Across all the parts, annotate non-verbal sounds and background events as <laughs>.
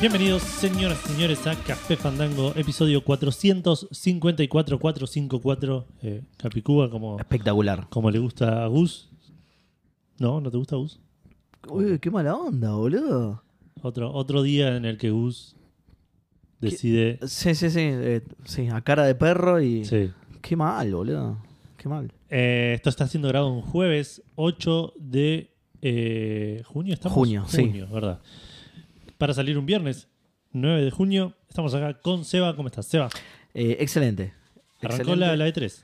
Bienvenidos, señoras y señores, a Café Fandango, episodio 454-454. Eh, Capicúa, como, Espectacular. como le gusta a Gus. No, ¿no te gusta Gus? Uy, qué mala onda, boludo. Otro, otro día en el que Gus decide. Sí, sí, sí. eh, sí, a cara de perro y. Sí. Qué mal, boludo. Qué mal. Eh, esto está siendo grabado un jueves 8 de eh, junio, ¿estamos? Junio, sí. Junio, ¿verdad? Para salir un viernes 9 de junio. Estamos acá con Seba. ¿Cómo estás, Seba? Eh, excelente. Arrancó excelente. la, E la E3.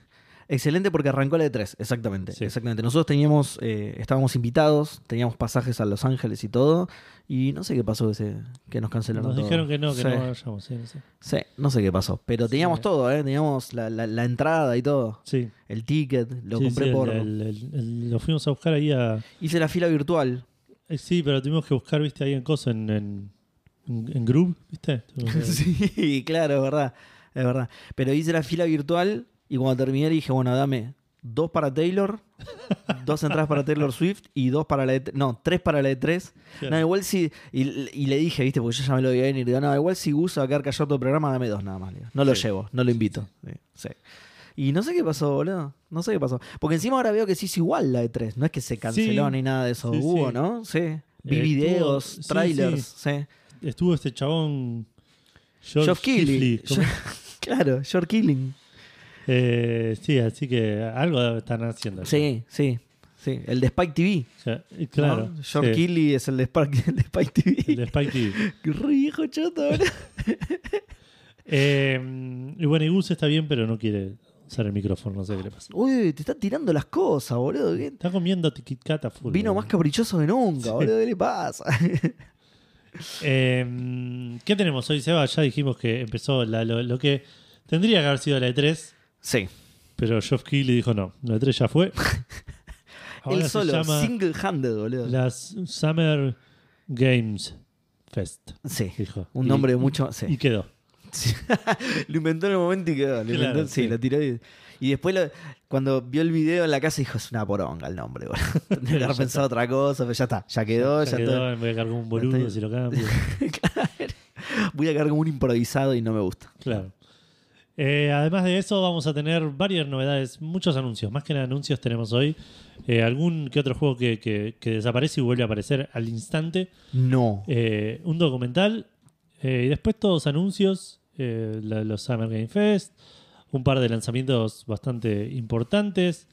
Excelente porque arrancó la de tres, exactamente. Sí. Exactamente. Nosotros teníamos, eh, estábamos invitados, teníamos pasajes a Los Ángeles y todo, y no sé qué pasó ese, que nos cancelaron. Nos todo. dijeron que no, que Sí. no vayamos. Sí, no sé. Sí, no sé qué pasó. Pero teníamos Sí. todo, ¿eh? Teníamos la, la- la entrada y todo. Sí. El ticket, lo Sí, compré sí, el- por. el- el- el- lo fuimos a buscar ahí a. Hice la fila virtual. eh, sí, pero tuvimos que buscar, viste, ahí en Cosa, en, en, en, en Groove, ¿viste? <laughs> Tuvimos <laughs> que- Sí, claro, es verdad. Es verdad. Pero hice la fila virtual y cuando terminé dije, bueno, dame dos para Taylor, dos entradas para Taylor Swift y dos para la E3. No, tres para la E3. Claro. No, igual si. Y, y le dije, viste, porque yo ya me lo veía venir. Digo, no, igual si Gus va a quedar callado todo el programa, dame dos nada más. le digo. No lo Sí. llevo, no lo invito. Sí. Y no sé qué pasó, boludo. No sé qué pasó. Porque encima ahora veo que se hizo igual la E3. No es que se canceló Sí. ni nada de eso. Sí, Hubo, sí. ¿no? Sí. Vi Eh, videos, tuvo- sí, trailers. sí. Estuvo este chabón. Geoff Keighley. Keighley, ¿cómo? <laughs> Claro, Short Killing. Eh, sí, así que algo están haciendo. Sí, sí, sí. El de Spike TV. O sea, eh, ¿no? claro. George sí. Keighley es el de, Spark- el de Spike <laughs> El TV. de Spike Lee. <laughs> Qué re viejo choto, boludo. <laughs> Eh, y bueno, y Gus está bien, pero no quiere usar el micrófono, no sé qué le pasa. Uy, te está tirando las cosas, boludo. ¿Qué- Está comiendo Kit Kat a full. Vino más caprichoso que nunca, boludo. ¿Qué le pasa? <laughs> Eh, ¿Qué tenemos hoy, Seba? Ya dijimos que empezó la- lo, lo que tendría que haber sido la E3, sí. pero Geoff Keighley dijo no, la E3 ya fue. Ahora Él se solo, llama single-handed, boludo. las Summer Games Fest, Sí. dijo. Un Y- nombre mucho. Sí. Y quedó. Sí. lo inventó en el momento y quedó. Lo Claro, inventó- sí, sí. lo tiró. Y, y después, lo- cuando vio el video en la casa, dijo: Es una poronga el nombre, boludo. <laughs> Tendría que Ya haber está. pensado otra cosa, pero ya está. Ya quedó, Oh, ya, Ya todo. quedó, me voy a cargar un boludo estoy- si lo pues, cambio. <laughs> Claro. Voy a quedar como un improvisado y no me gusta. Claro. Eh, además de eso, vamos a tener varias novedades, muchos anuncios. Más que nada, anuncios tenemos hoy. Eh, algún que otro juego que, que- que desaparece y vuelve a aparecer al instante. No. Eh, un documental. eh, y después todos anuncios. eh, la- los Summer Game Fest. Un par de lanzamientos bastante importantes.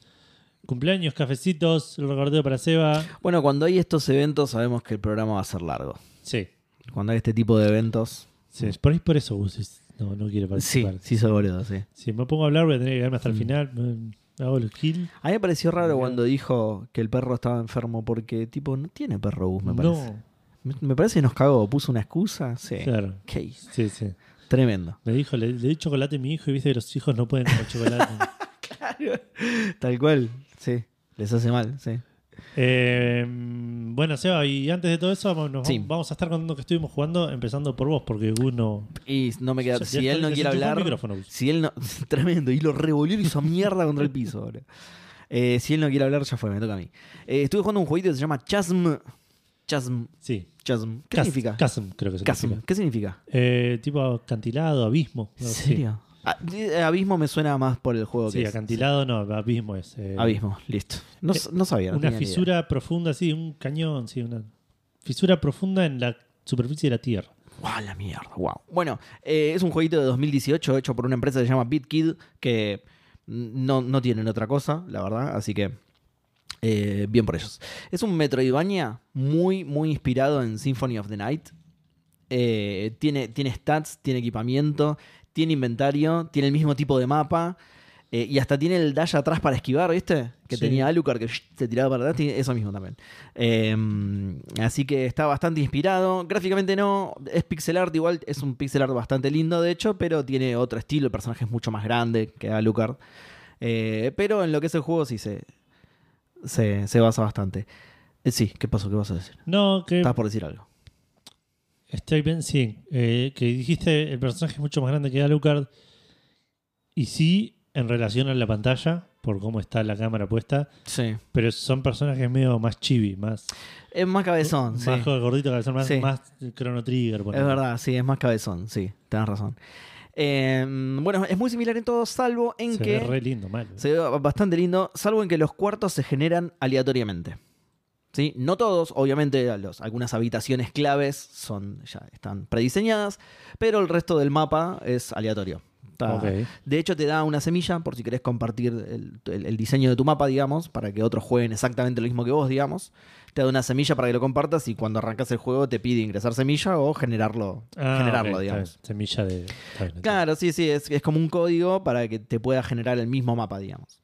Cumpleaños, cafecitos, el recordeo para Seba. Bueno, cuando hay estos eventos sabemos que el programa va a ser largo. Sí. Cuando hay este tipo de eventos. sí, Por ahí por eso Gus es- no, no quiere Sí, participar. sí, Mm. soy boludo, sí. Si me pongo a hablar voy a tener que quedarme hasta el final. me- Hago los kills. A mí me pareció raro cuando dijo que el perro estaba enfermo porque, tipo, no tiene perro Gus, me parece. No, Me, me parece que nos cagó, puso una excusa. Sí. claro. Qué hijo. Sí, sí. Tremendo. Le dijo, le, le di chocolate a mi hijo y viste que los hijos no pueden comer chocolate. <laughs> Tal cual, sí. Les hace mal, sí. Eh, bueno, Seba, y antes de todo eso, vamos, nos Sí. vamos a estar contando que estuvimos jugando, empezando por vos, porque uno. Y no me queda. Ya- Si ya él está- no ya quiere se enchufó el hablar. micrófono, Gus. Si él no. <laughs> Tremendo. Y lo revolvió y lo hizo mierda contra el piso, boludo. Eh, si él no quiere hablar, ya fue, me toca a mí. Eh, estuve jugando un jueguito que se llama Chasm. Chasm. Sí. Chasm. ¿Qué Cas- significa? Chasm, creo que se Chasm. significa. ¿Qué significa? Eh, tipo acantilado, abismo. ¿En algo así. serio? Ah, eh, Abismo me suena más por el juego Sí, que es. acantilado no, abismo es. eh, Sí. Abismo, listo. No, Eh, no sabía. no Una tenía ni idea. fisura profunda, sí, un cañón, sí, una fisura profunda en la superficie de la Tierra. ¡Wow, la mierda! ¡Wow! Bueno, eh, es un jueguito de 2018 hecho por una empresa que se llama BitKid, que no, no tienen otra cosa, la verdad, así que eh, bien por ellos. Es un Metroidvania muy, muy inspirado en Symphony of the Night. Eh, tiene, tiene stats, tiene equipamiento, tiene inventario, tiene el mismo tipo de mapa. eh, y hasta tiene el dash atrás para esquivar, ¿viste? Que Sí. tenía Alucard que se tiraba para atrás, tiene eso mismo también. Eh, así que está bastante inspirado. Gráficamente no, es pixel art igual, es un pixel art bastante lindo de hecho, pero tiene otro estilo, el personaje es mucho más grande que Alucard. Eh, pero en lo que es el juego sí se, se, se basa bastante. Eh, sí, ¿qué pasó? ¿Qué vas a decir? No, que Estabas por decir algo. Estoy bien, sí. Eh, que dijiste el personaje es mucho más grande que Alucard. Y sí, en relación a la pantalla, por cómo está la cámara puesta, Sí. pero son personajes medio más chibi, más, Es más cabezón, sí. más gordito, cabezón, más, Sí. más Chrono Trigger. ponele. Es verdad, sí, es más cabezón, sí, tenés razón. Eh, bueno, es muy similar en todo, salvo en Se que. ve re lindo, mal. Se ve bastante lindo, salvo en que los cuartos se generan aleatoriamente. ¿Sí? No todos, obviamente, los- algunas habitaciones claves son, ya están prediseñadas, pero el resto del mapa es aleatorio. Está- Ok. De hecho, te da una semilla por si querés compartir el, el- el diseño de tu mapa, digamos, para que otros jueguen exactamente lo mismo que vos, digamos. Te da una semilla para que lo compartas y cuando arrancas el juego te pide ingresar semilla o generarlo, Ah, generarlo, ok, está digamos. bien. Semilla de. está bien, está bien. Claro, sí, sí, es, es como un código para que te pueda generar el mismo mapa, digamos.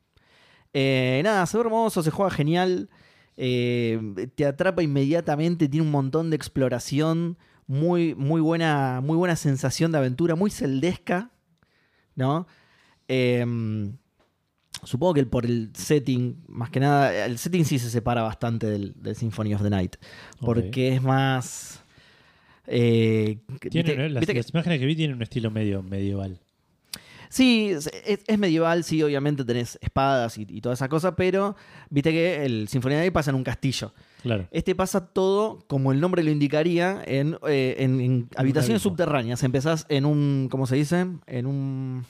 Eh, nada, se ve hermoso, se juega genial, eh, te atrapa inmediatamente, tiene un montón de exploración, muy, muy, buena, muy buena sensación de aventura, muy celdesca, ¿no? Eh, supongo que el- por el setting, más que nada, el setting sí se separa bastante del, del Symphony of the Night, Ok. porque es más... eh, Tiene, viste- ¿no? las, viste que- las imágenes que vi tienen un estilo medio medieval. Sí, es, es- es medieval, sí, obviamente tenés espadas y, y toda esa cosa, pero viste que el Sinfonía de Night pasa en un castillo. Claro. Este pasa todo, como el nombre lo indicaría, en, eh, en- en habitaciones abismo. subterráneas. Empezás en un, ¿cómo se dice? En un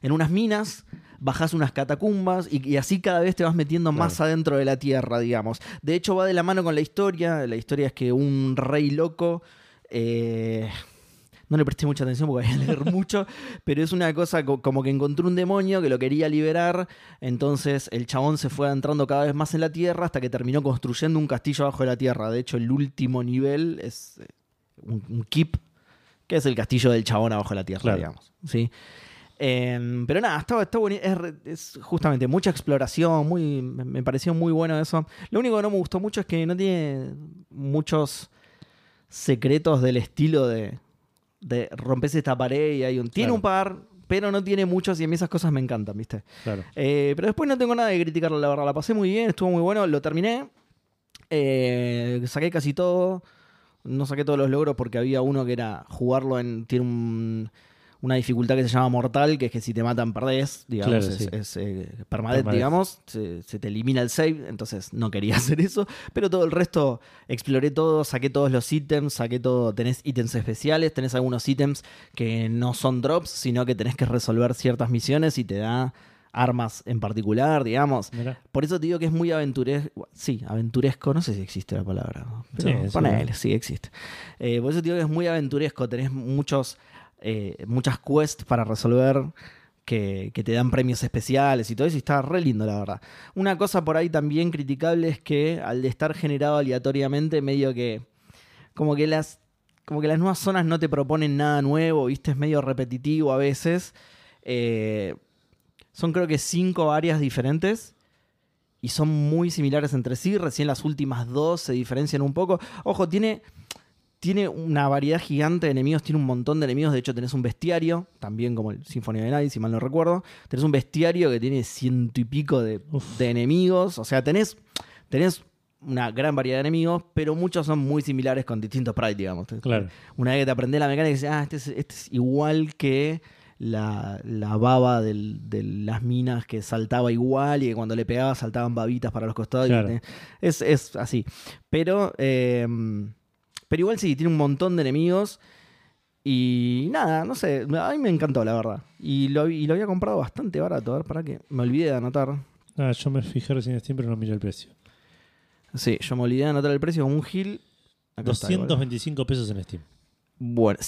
en unas minas, bajás unas catacumbas y, y así cada vez te vas metiendo Claro. más adentro de la tierra, digamos. De hecho, va de la mano con la historia. La historia es que un rey loco. eh, no le presté mucha atención porque voy a leer mucho, pero es una cosa co- como que encontró un demonio que lo quería liberar, entonces el chabón se fue entrando cada vez más en la tierra hasta que terminó construyendo un castillo abajo de la tierra. De hecho, el último nivel es eh, un, un keep, que es el castillo del chabón abajo de la tierra, Claro. digamos. ¿sí? Eh, pero nada, está, está boni- Es, re- es justamente mucha exploración, muy, me, me pareció muy bueno eso. Lo único que no me gustó mucho es que no tiene muchos secretos del estilo de, de rompes esta pared y hay un... Tiene Claro. un par, pero no tiene muchos y a mí esas cosas me encantan, ¿viste? Claro. Eh, pero después no tengo nada que criticarle, la verdad. La pasé muy bien, estuvo muy bueno, lo terminé. Eh, saqué casi todo. No saqué todos los logros porque había uno que era jugarlo en. Tiene un- una dificultad que se llama mortal, que es que si te matan perdés, digamos. Claro, es sí. es, eh, permadeath, Permadeath. digamos. Se, se te elimina el save, entonces no quería <laughs> hacer eso. Pero todo el resto, exploré todo, saqué todos los ítems, saqué todo. Tenés ítems especiales, tenés algunos ítems que no son drops, sino que tenés que resolver ciertas misiones y te da armas en particular, digamos. Mirá. Por eso te digo que es muy aventuresco. Sí, aventuresco, no sé si existe la palabra. Pero Sí, sí. ponele, sí, existe. Eh, por eso te digo que es muy aventuresco. Tenés muchos, eh, muchas quests para resolver que, que te dan premios especiales y todo eso. Y está re lindo, la verdad. Una cosa por ahí también criticable es que al de estar generado aleatoriamente, medio que. Como que las. Como que las nuevas zonas no te proponen nada nuevo, viste, es medio repetitivo a veces. Eh, son creo que cinco áreas diferentes y son muy similares entre sí. Recién las últimas dos se diferencian un poco. Ojo, tiene, tiene una variedad gigante de enemigos, tiene un montón de enemigos. De hecho, tenés un bestiario, también como el Sinfonía de Night, si mal no recuerdo. Tenés un bestiario que tiene ciento y pico de, Uf. de enemigos. O sea, tenés, tenés una gran variedad de enemigos, pero muchos son muy similares con distintos sprites, digamos. Claro. Una vez que te aprendés la mecánica, dices, ah, este es, este es igual que la, la baba del- de las minas que saltaba igual y que cuando le pegaba saltaban babitas para los costados. y Claro. te- es, es así. Pero, eh, pero igual sí, tiene un montón de enemigos. Y nada, no sé, a mí me encantó, la verdad. Y lo, y lo había comprado bastante barato, a ver, para que me olvidé de anotar. Ah, yo me fijé recién en Steam, pero no miré el precio. Sí, yo me olvidé de anotar el precio como un gil. Acá está, igual. 225 pesos en Steam. Bueno,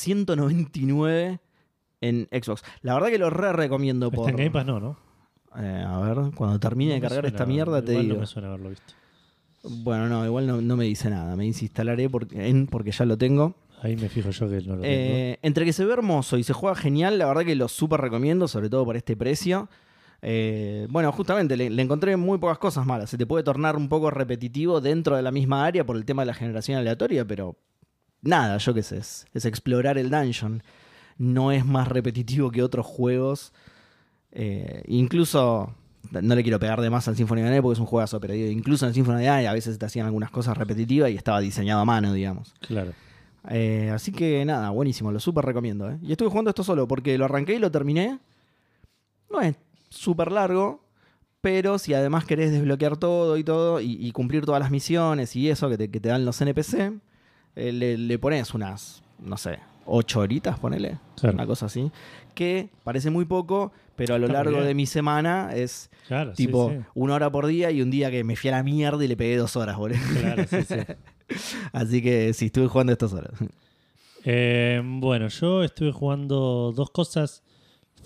199 en Xbox. La verdad que lo re recomiendo Está por. en Game Pass, no, ¿no? Eh, a ver, cuando termine No de me cargar suena, esta mierda te igual digo. No me suena haberlo visto. Bueno, no, igual no, no me dice nada. Me dice instalaré porque, en, porque ya lo tengo. Ahí me fijo yo que no lo tengo. Eh, entre que se ve hermoso y se juega genial, la verdad que lo súper recomiendo, sobre todo por este precio. Eh, bueno, justamente le, le encontré muy pocas cosas malas. Se te puede tornar un poco repetitivo dentro de la misma área por el tema de la generación aleatoria, pero nada, yo qué sé, es, es explorar el dungeon. No es más repetitivo que otros juegos. Eh, incluso, no le quiero pegar de más al Symphony of the Night porque es un juegazo, pero digo, incluso en el Symphony of the Night a veces te hacían algunas cosas repetitivas y estaba diseñado a mano, digamos. Claro. Eh, así que nada, buenísimo, lo súper recomiendo. ¿eh? Y estuve jugando esto solo porque lo arranqué y lo terminé. No es súper largo, Pero si además querés desbloquear todo y todo y, y cumplir todas las misiones y eso que te, que te dan los NPC, eh, le, le pones unas, no sé, ocho horitas, ponele, Claro. una cosa así, que parece muy poco, pero a lo Está muy largo bien. de mi semana es Claro, sí, tipo sí. una hora por día y un día que me fui a la mierda y le pegué dos horas, boludo. <laughs> Claro, sí, sí. Así que sí, estuve jugando estas horas. Eh, bueno, yo estuve jugando dos cosas.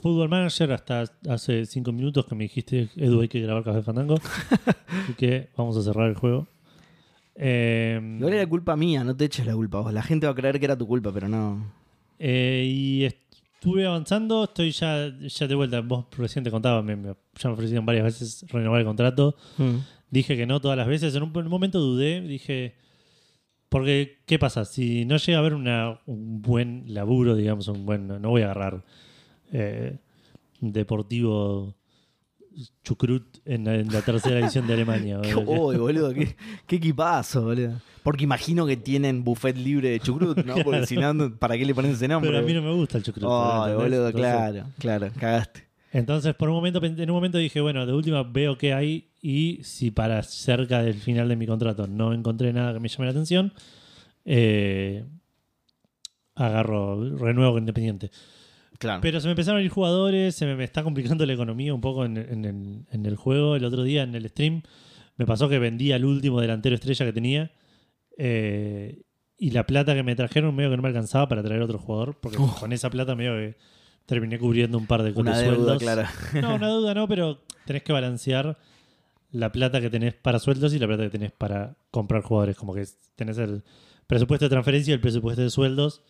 Football Manager hasta hace cinco minutos que me dijiste, Edu, hay que grabar Café <laughs> Fandango. Así que vamos a cerrar el juego. Eh, Igual era culpa mía, no te eches la culpa vos. La gente va a creer que era tu culpa, pero no. eh, y estuve avanzando, estoy ya, ya de vuelta. Vos recién te contaba, me- me- ya me ofrecieron varias veces renovar el contrato. Dije que no todas las veces. En un, en un momento dudé, dije. Porque, ¿qué pasa? Si no llega a haber una, un buen laburo, digamos, un buen. No, no voy a agarrar eh, un deportivo chucrut en, la- en la tercera edición de Alemania. <laughs> <laughs> Qué ¿verdad? hoy, boludo, qué, qué equipazo, boludo. Porque imagino que tienen buffet libre de <laughs> chucrut, ¿no? Porque si no, no, ¿para qué le ponen ese nombre? Pero a mí no me gusta el chucrut. Ay, ¿entendés? boludo, Entonces- claro, claro, cagaste. Entonces, por un momento, pen- en un momento dije, bueno, de última veo qué hay y si para cerca del final de mi contrato no encontré nada que me llame la atención, eh, agarro, renuevo con independiente. Claro. Pero se me empezaron a ir jugadores, se me, me está complicando la economía un poco en, en el- en el juego. El otro día en el stream me pasó que vendía el último delantero estrella que tenía eh, y la plata que me trajeron medio que no me alcanzaba para traer otro jugador, porque Uf. con esa plata medio que terminé cubriendo un par de Una deuda, sueldos. claro. No, una deuda no, pero tenés que balancear la plata que tenés para sueldos y la plata que tenés para comprar jugadores. Como que tenés el presupuesto de transferencia y el presupuesto de sueldos.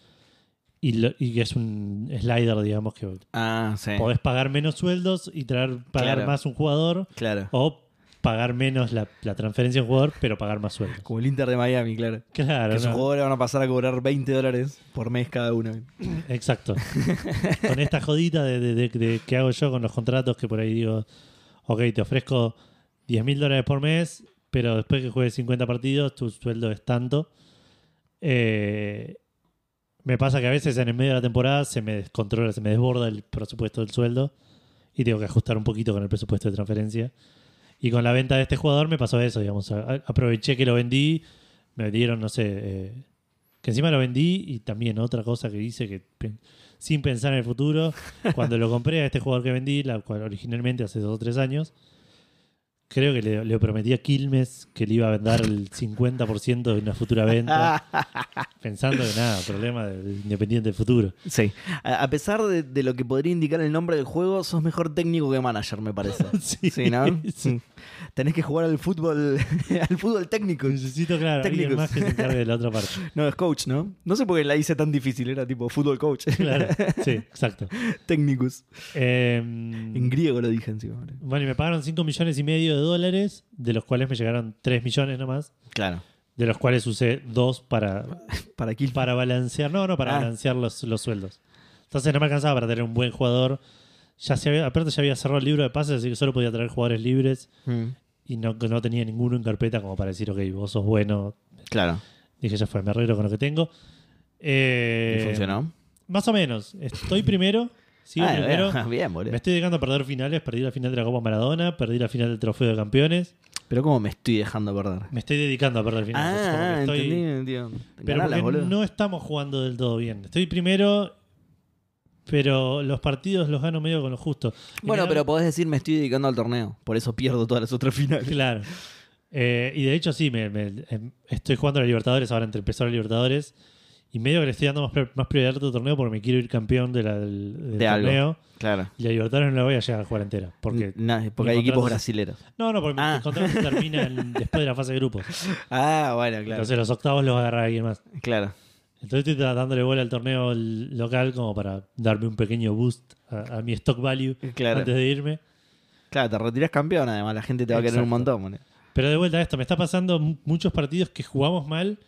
Y, lo- y es un slider, digamos, que Ah, sí. podés pagar menos sueldos y traer, pagar Claro. más un jugador. Claro. O pagar menos la, la transferencia de un jugador, pero pagar más sueldos. Como el Inter de Miami, claro. Claro, que sus no, jugadores van a pasar a cobrar 20 dólares por mes cada uno. exacto. con esta jodita de, de- de- de que hago yo con los contratos, que por ahí digo, ok, te ofrezco 10 mil dólares por mes, pero después que juegues 50 partidos, tu sueldo es tanto. Eh, me pasa que a veces en el medio de la temporada se me descontrola, se me desborda el presupuesto del sueldo y tengo que ajustar un poquito con el presupuesto de transferencia. Y con la venta de este jugador me pasó eso, digamos. A- Aproveché que lo vendí, me dieron, no sé, eh, que encima lo vendí y también otra cosa que hice que pe- sin pensar en el <laughs> futuro, cuando lo compré a este jugador que vendí, la cual originalmente hace dos o tres años, creo que le, le prometí a Quilmes que le iba a dar <laughs> el 50% de una futura venta, <laughs> pensando que nada, problema de, de Independiente del futuro. Sí. A, a pesar de, de lo que podría indicar el nombre del juego, sos mejor técnico que manager, me parece. <laughs> Sí, Sí, ¿no? Mm. sí. Tenés que jugar al fútbol, <laughs> al fútbol técnico. Necesito, claro, alguien Técnicos. más que se encargue de la otra parte. <laughs> No, es coach, ¿no? No sé por qué la hice tan difícil, era tipo fútbol coach. <laughs> <laughs> Claro, sí, exacto. Técnicos. Eh, En griego lo dije encima. bueno, y me pagaron 5 millones y medio de dólares, de los cuales me llegaron 3 millones nomás, Claro. de los cuales usé 2 para, Para aquí. para balancear, no, no, para Ah. balancear los, los sueldos. Entonces no me alcanzaba para tener un buen jugador. Ya se había, aparte ya había cerrado el libro de pases, así que solo podía traer jugadores libres Mm. y no, no tenía ninguno en carpeta como para decir, ok, vos sos bueno. Claro. Dije, ya fue, me arreglo con lo que tengo. Eh, ¿Y funcionó? Más o menos. Estoy primero. Sigo Ah, primero. <laughs> bien, Me bien, boludo. estoy llegando a perder finales. Perdí la final de la Copa Maradona. Perdí la final del Trofeo de Campeones. Pero cómo me estoy dejando perder. Me estoy dedicando a perder finales. Es como que Ah, estoy- entendí, entiendo. Pero Ganalas, porque boludo. no estamos jugando del todo bien. Estoy primero, pero los partidos los gano medio con lo justo. Y Bueno, me pero dan- podés decir me estoy dedicando al torneo. Por eso pierdo todas las otras finales. Claro. Eh, y de hecho, sí, me, me- em, estoy jugando a la Libertadores. Ahora entre- empezó la Libertadores. Y medio que le estoy dando más, pre- más prioridad a otro torneo porque me quiero ir campeón de la- del, del De algo. torneo. Claro. Y la Libertadores no la voy a llegar a jugar entera. Porque Na- porque mi hay equipos contrato brasileros. No, no, porque Ah. mis contratos terminan después de la fase de <laughs> grupos. Ah, bueno, claro. Entonces los octavos los agarra alguien más. claro. Entonces estoy dándole bola al torneo l- local como para darme un pequeño boost a, a mi stock value Claro. antes de irme. Claro, te retirás campeón, además la gente te va a querer un Exacto. montón, boludo. Pero de vuelta a esto, me está pasando mu- muchos partidos que jugamos mal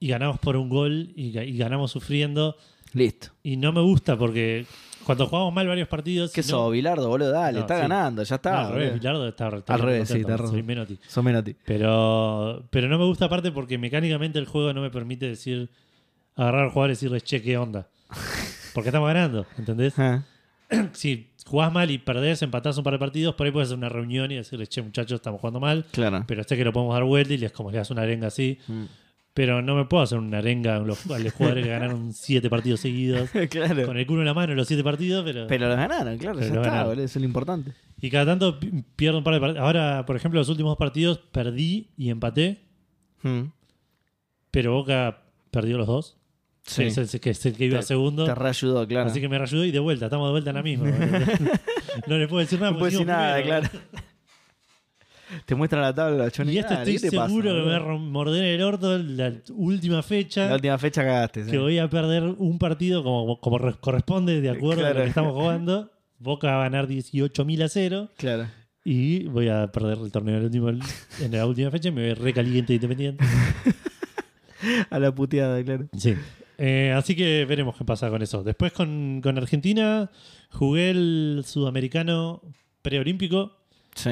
y ganamos por un gol y, ga- y ganamos sufriendo. Listo. Y no me gusta porque cuando jugamos mal varios partidos... ¿Qué no- sos, Bilardo, boludo? Dale, No, está sí. ganando, ya No, está. al revés, boludo. Bilardo está, está Al bien revés, sí, contento, está soy rojo. Menotti. Sos <laughs> Menotti. Pero, pero no me gusta aparte porque mecánicamente el juego no me permite decir <laughs> agarrar jugadores y decirles che, qué onda. Porque estamos ganando, ¿entendés? Ah, Si jugás mal y perdés, empatás un par de partidos, por ahí puedes hacer una reunión y decirles, che, muchachos, estamos jugando mal, Claro. pero sé que lo podemos dar vuelta y les como le das una arenga así. Mm. Pero no me puedo hacer una arenga a los, a los jugadores que <laughs> ganaron siete partidos seguidos. <laughs> claro. Con el culo en la mano los siete partidos, pero. Pero los ganaron, claro, Pero ya los está, ganaron. boludo, eso es lo importante. Y cada tanto pi- pierdo un par de partidos. Ahora, por ejemplo, los últimos dos partidos perdí y empaté, Mm. pero Boca perdió los dos. Sí. Es el, que es el que iba Te- segundo. Te reayudó, claro. Así que me reayudó y de vuelta, estamos de vuelta en la <laughs> misma. boludo. no le puedo decir nada. no porque puedes decir hicimos nada, primero. claro. <laughs> Te muestra la tabla, Johnny. Y esto Dale, ¿qué estoy te pasa, seguro que me va a boludo? rom- morder el orto la última fecha. La última fecha cagaste. sí. que voy a perder un partido como, como re- corresponde de acuerdo a lo Claro. que <laughs> estamos jugando. Boca va a ganar 18.000 a 0 Claro. y voy a perder el torneo en, el último- en la última fecha y me voy recaliente e independiente. A la puteada, claro. Sí. Eh, así que veremos qué pasa con eso. Después con, con Argentina jugué el sudamericano preolímpico. Sí.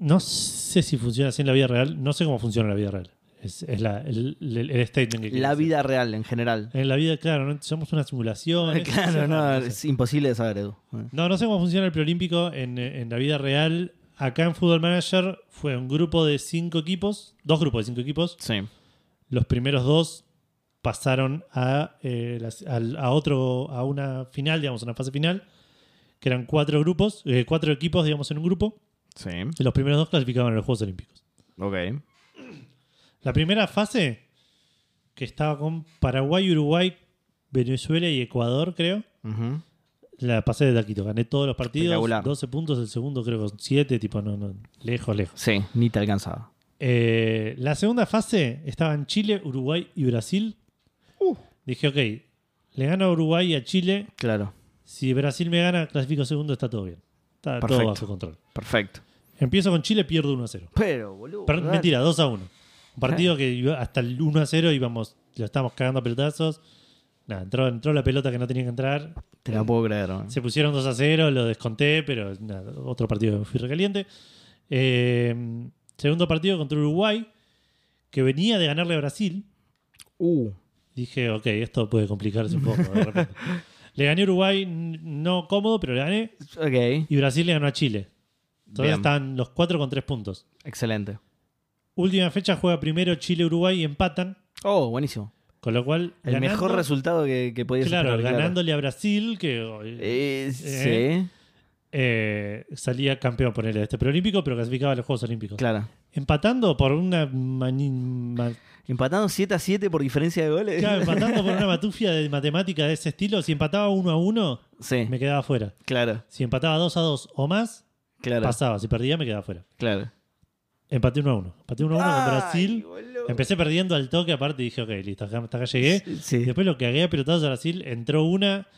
No sé si funciona así en la vida real. No sé cómo funciona en la vida real. Es, es la- el, el- el statement que quiero La hacer. vida real en <laughs> general. En la vida, claro, no, somos una <laughs> simulación. es- Claro, no, sé. es imposible de saber, Edu. No, no sé cómo funciona el preolímpico en, eh, en la vida real. Acá en Football Manager fue un grupo de cinco equipos, dos grupos de cinco equipos. Sí. Los primeros dos pasaron a, eh, las- al- a otro, a una final, digamos, una fase final, que eran cuatro grupos, eh, cuatro equipos, digamos, en un grupo. Sí. Y los primeros dos clasificaban a los Juegos Olímpicos. Ok. La primera fase, que estaba con Paraguay, Uruguay, Venezuela y Ecuador, creo. Ujú. La pasé de taquito, gané todos los partidos, Espectacular. 12 puntos, el segundo creo con 7, tipo, no, no, lejos, lejos. Sí, ni te alcanzaba. Eh, la segunda fase estaban Chile, Uruguay y Brasil. Uh. Dije, ok, le gano a Uruguay y a Chile, Claro. si Brasil me gana, clasifico segundo, está todo bien. Está todo Perfecto. bajo control. Perfecto. Empiezo con Chile, pierdo 1 a 0. Pero, boludo. Per- dale. mentira, 2 a 1. Un partido Eh. que iba hasta el 1 a 0 íbamos, lo estábamos cagando a pelotazos. Nada, entró, entró la pelota que no tenía que entrar. Te la puedo creer, ¿eh? boludo. Se pusieron 2 a 0, lo desconté, pero nada, otro partido que fui recaliente. Eh, segundo partido contra Uruguay, que venía de ganarle a Brasil. Uh. Dije, ok, esto puede complicarse un poco <laughs> de repente. le gané a Uruguay, n- no cómodo, pero le gané. Ok. Y Brasil le ganó a Chile. Entonces Bien. estaban los cuatro con tres puntos. Excelente. Última fecha juega primero Chile-Uruguay y empatan. Oh, buenísimo. Con lo cual. El ganando- mejor resultado que, que podías Claro, esperar, ganándole a Brasil, que Eh. Eh, sí. eh, salía campeón por de este preolímpico, pero clasificaba a los Juegos Olímpicos. Claro. Empatando por una mani- ma- Empatando 7 a 7 por diferencia de goles. <laughs> claro, empatando por una matufia de matemática de ese estilo, si empataba 1 a 1, Sí, me quedaba fuera. claro, Si empataba 2 a 2 o más, claro, pasaba. Si perdía, me quedaba fuera. claro. Empaté 1 a 1. Empaté 1 a 1 con Ay, Brasil. boludo. Empecé eh. perdiendo al toque, aparte dije, ok, listo, acá- hasta acá llegué. Y Sí, después lo que cagué a pelotados a Brasil, entró una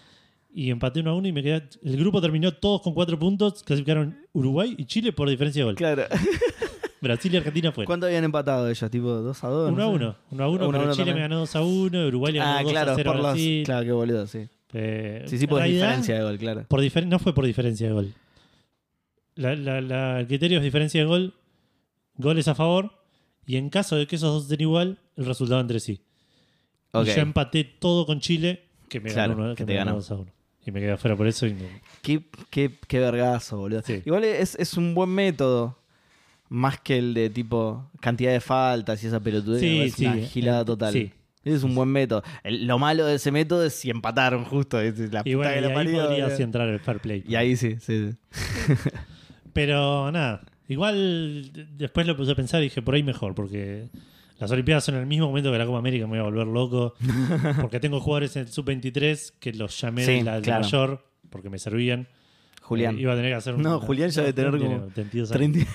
y empaté 1 a 1 y me quedé. El grupo terminó todos con 4 puntos, clasificaron Uruguay y Chile por diferencia de gol. claro. Brasil y Argentina fuera. ¿Cuánto habían empatado ellos? ¿Tipo 2 a 2? 1 a 1. 1 a 1, Uno a pero uno Chile también. me ganó 2 a 1, Uruguay le ganó Ah, 2 claro, a 0 por a los. Brasil. Claro, qué boludo, sí. Eh, Sí, sí, en por realidad, diferencia de gol, claro. por difer- no fue por diferencia de gol. La- la- la- el criterio es diferencia de gol, goles a favor, y en caso de que esos dos estén igual, el resultado entre sí. Ok. Y yo empaté todo con Chile, que me Claro, ganó, uno- que que te me ganó ganó. 2 a 1. Y me quedé afuera por eso. Y me- Qué, qué, qué vergazo, boludo. Sí. Igual es, es un buen método. Más que el de tipo cantidad de faltas y esa pelotudez. Sí, es una sí. eh, gilada total. Sí. Ese es un buen método. El- lo malo de ese método es si empataron justo. es la Y puta bueno, que y lo ahí parió, podría boludo. sí entrar el fair play. Y ahí sí, sí, sí. Pero nada, igual d- después lo puse a pensar y dije, por ahí mejor, porque las Olimpiadas son en el mismo momento que la Copa América, me voy a volver <laughs> loco, porque tengo jugadores en el Sub-23 que los llamé de Sí, la de claro. mayor, porque me servían. Julián. Eh, iba a tener que hacer No, Julián ya debe tener tiene como 22 años. 30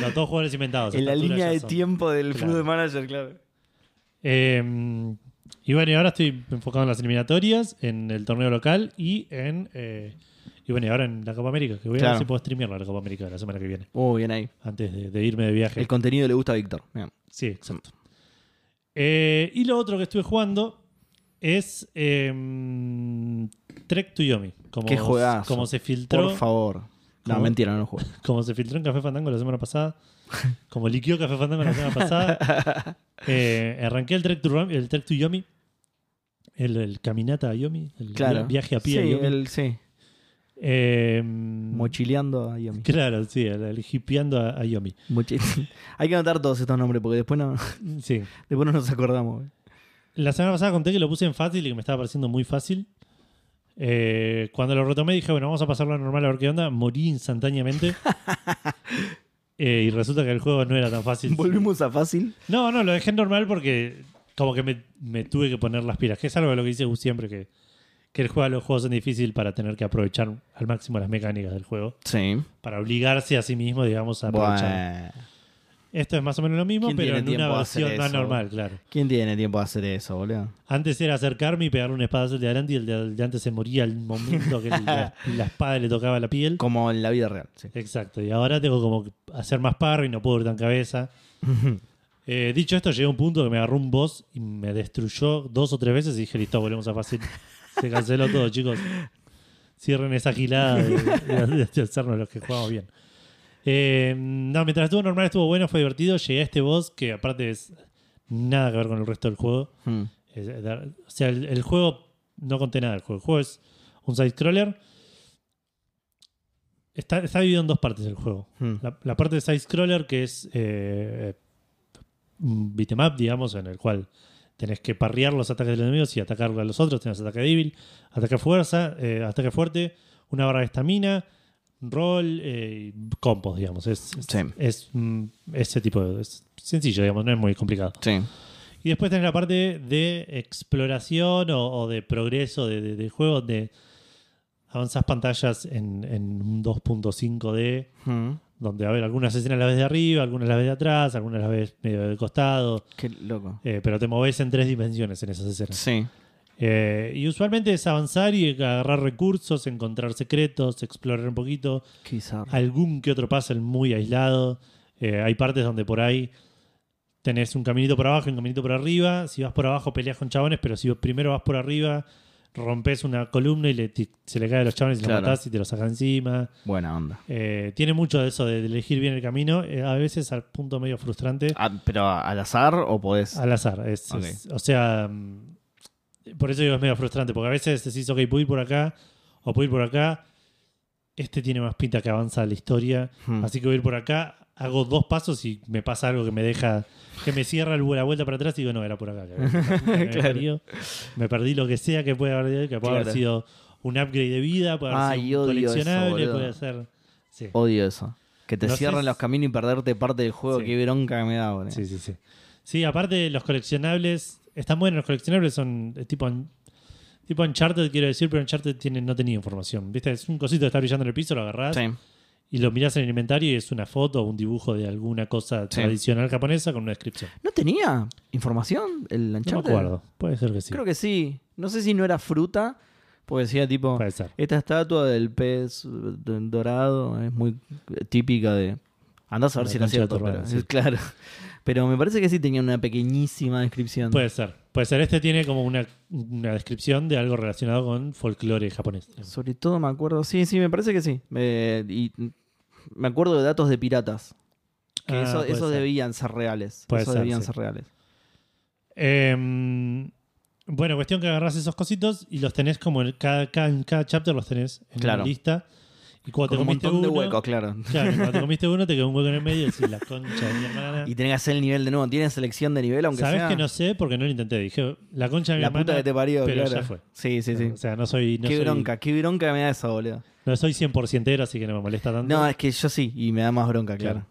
No, todos jugadores inventados. a <laughs> en esta la altura línea ya de son. tiempo del Claro. Football Manager, claro. Eh, y bueno, y ahora estoy enfocado en las eliminatorias, en el torneo local y en... eh, y bueno, y ahora en la Copa América, que voy a Claro. ver si puedo streamearla la Copa América la semana que viene, Oh, bien ahí. antes de, de irme de viaje. El contenido le gusta a Víctor. Bien. Sí, exacto. Mm. Eh, y lo otro que estuve jugando es em, Trek to Yomi. Como, Qué juegazo. como se filtró. Por favor. No, ¿Cómo? mentira, no lo juego. Como se filtró en Café Fandango la semana <laughs> pasada. como liqueó Café Fandango la semana pasada. eh, arranqué el Trek to, Rom- el Trek to Yomi. El, el caminata a Yomi. El Claro. viaje a pie a sí, Yomi. el- sí. Eh, Mochileando a Yomi. Claro, sí, al, al hipeando a, a Yomi. Mochi- <laughs> Hay que anotar todos estos nombres porque después no, <laughs> Sí. después no nos acordamos. güey. La semana pasada conté que lo puse en fácil y que me estaba pareciendo muy fácil. Eh, cuando lo retomé dije, bueno, vamos a pasarlo a normal a ver qué onda. Morí instantáneamente. <laughs> Eh, y resulta que el juego no era tan fácil. Volvimos a fácil. No, no, lo dejé en normal porque como que me, me tuve que poner las pilas. Que es algo de lo que dice Gus siempre, que, que el juego, los juegos son difíciles para tener que aprovechar al máximo las mecánicas del juego. Sí. Para obligarse a sí mismo, digamos, a aprovechar. Esto es más o menos lo mismo, ¿Quién pero tiene en una tiempo de hacer versión más eso? normal, claro. ¿Quién tiene tiempo de hacer eso, boludo? Antes era acercarme y pegarle un espadazo al de adelante y el de, al de antes se moría al momento que la, la espada le tocaba la piel. Como en la vida real, sí. Exacto, y ahora tengo como que hacer más parro y no puedo ir tan cabeza. Eh, dicho esto, llegué a un punto que me agarró un boss y me destruyó dos o tres veces y dije, listo, volvemos a fácil. Se canceló todo, chicos. Cierren esa gilada de, de- de hacernos los que jugamos bien. Eh, no, mientras estuvo normal, estuvo bueno, fue divertido. Llegué a este boss que aparte es nada que ver con el resto del juego. Hmm. Es- es dar- O sea, el, el juego no conté nada. del juego. El juego es un side-scroller. Está, está dividido en dos partes el juego. Hmm. La, la parte de side-scroller que es eh, un beat 'em up, digamos, en el cual tenés que parrear los ataques de los enemigos y atacar a los otros. Tenés ataque débil, ataque fuerza, eh, ataque fuerte, una barra de estamina, roll eh, y combos, digamos. Es, es- Sí. es, mm, ese tipo de... Es sencillo, digamos, no es muy complicado. Sí. Y después tenés la parte de exploración o, o de progreso de, de- del juego, donde avanzás pantallas en, en un 2.5D, Hmm. donde va a haber algunas escenas las ves de arriba, algunas las ves de atrás, algunas las ves medio de costado, Qué loco. eh, pero te movés en tres dimensiones en esas escenas. Sí. Eh, y usualmente es avanzar y agarrar recursos, encontrar secretos, explorar un poquito, Qué bizarro. algún que otro puzzle muy aislado. Eh, hay partes donde por ahí tenés un caminito por abajo y un caminito por arriba. Si vas por abajo peleas con chabones, pero si primero vas por arriba, rompes una columna y le ti- se le cae a los chabones y los Claro. matás y te los sacas encima. Buena onda. Eh, tiene mucho de eso de de elegir bien el camino. Eh, a veces al punto medio frustrante. Ah, ¿Pero al azar o podés? Al azar. Es, Ok. es- o sea, mm, por eso digo es medio frustrante, porque a veces decís, ok, puedo ir por acá o puedo ir por acá. Este tiene más pinta que avanza la historia, Hmm. así que voy a ir por acá, hago dos pasos y me pasa algo que me deja, que me cierra el- la vuelta para atrás y digo, no, era por acá. que era por <laughs> acá, me Claro. parió. Me perdí lo que sea que puede haber, que puede haber Claro. sido un upgrade de vida, puede haber Ay, sido un odio eso, coleccionable, boludo. Oh, puede ser... sí. Odio eso. Que te No sé cierren si- los caminos y perderte parte del juego. Sí. Qué bronca que me da, boludo. Sí, sí, sí. Sí, aparte los coleccionables, están buenos los coleccionables, son eh, tipo, un- tipo Uncharted, quiero decir, pero Uncharted tiene, no tenía información. ¿Viste? Es un cosito que está brillando en el piso, lo agarrás Sí. y lo mirás en el inventario y es una foto o un dibujo de alguna cosa Sí. tradicional japonesa con una descripción. ¿No tenía información el No Uncharted? me acuerdo, puede ser que sí. Creo que sí. No sé si no era fruta, porque decía tipo, Puede ser. esta estatua del pez eh, dorado es muy típica de... Andás a ver La si era concha de cierto, tu pero, hermana, sí. <laughs> claro. Pero me parece que sí tenía una pequeñísima descripción. Puede ser. Puede ser, este tiene como una, una descripción de algo relacionado con folclore japonés. Sobre todo me acuerdo, sí, sí, me parece que sí. Eh, y me acuerdo de datos de piratas. Que Ah, eso- puede esos ser. debían ser reales. Puede esos ser, debían sí. ser reales. Eh, bueno, cuestión que agarrás esos cositos y los tenés como en cada, cada, en cada chapter los tenés en Claro. una lista. Y cuando Con te un comiste montón uno, de huecos, claro. claro, cuando <laughs> te comiste uno te quedó un hueco en el medio y decís la concha de mi hermana. Y tenés que hacer el nivel de nuevo. ¿Tienes selección de nivel, aunque Ah. Sabés sea? que no sé porque no lo intenté. Dije, la concha de mi La hermana. puta que te parió, pero claro. ya fue. Sí, sí, sí. O sea, no soy, no qué soy, bronca, qué bronca me da eso, boludo. no soy 100% entero, así que no me molesta tanto. No, es que yo sí, y me da más bronca, claro.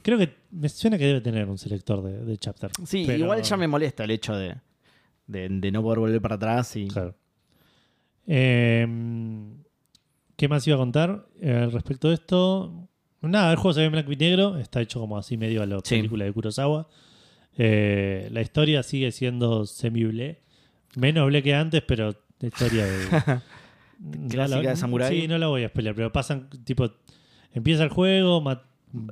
Creo que me suena que debe tener un selector de, de chapter. Sí, Pero- igual ya me molesta el hecho de, de, de no poder volver para atrás y. Claro. Eh, ¿Qué más iba a contar eh, al respecto de esto? Nada, el juego se ve en blanco y negro, está hecho como así medio a la Sí. película de Kurosawa. Eh, la historia sigue siendo semi-ble, menos ble que antes, pero la historia <laughs> de. No Clásica la- de samurái. Sí, no la voy a spoiler, pero pasan, tipo, empieza el juego, ma-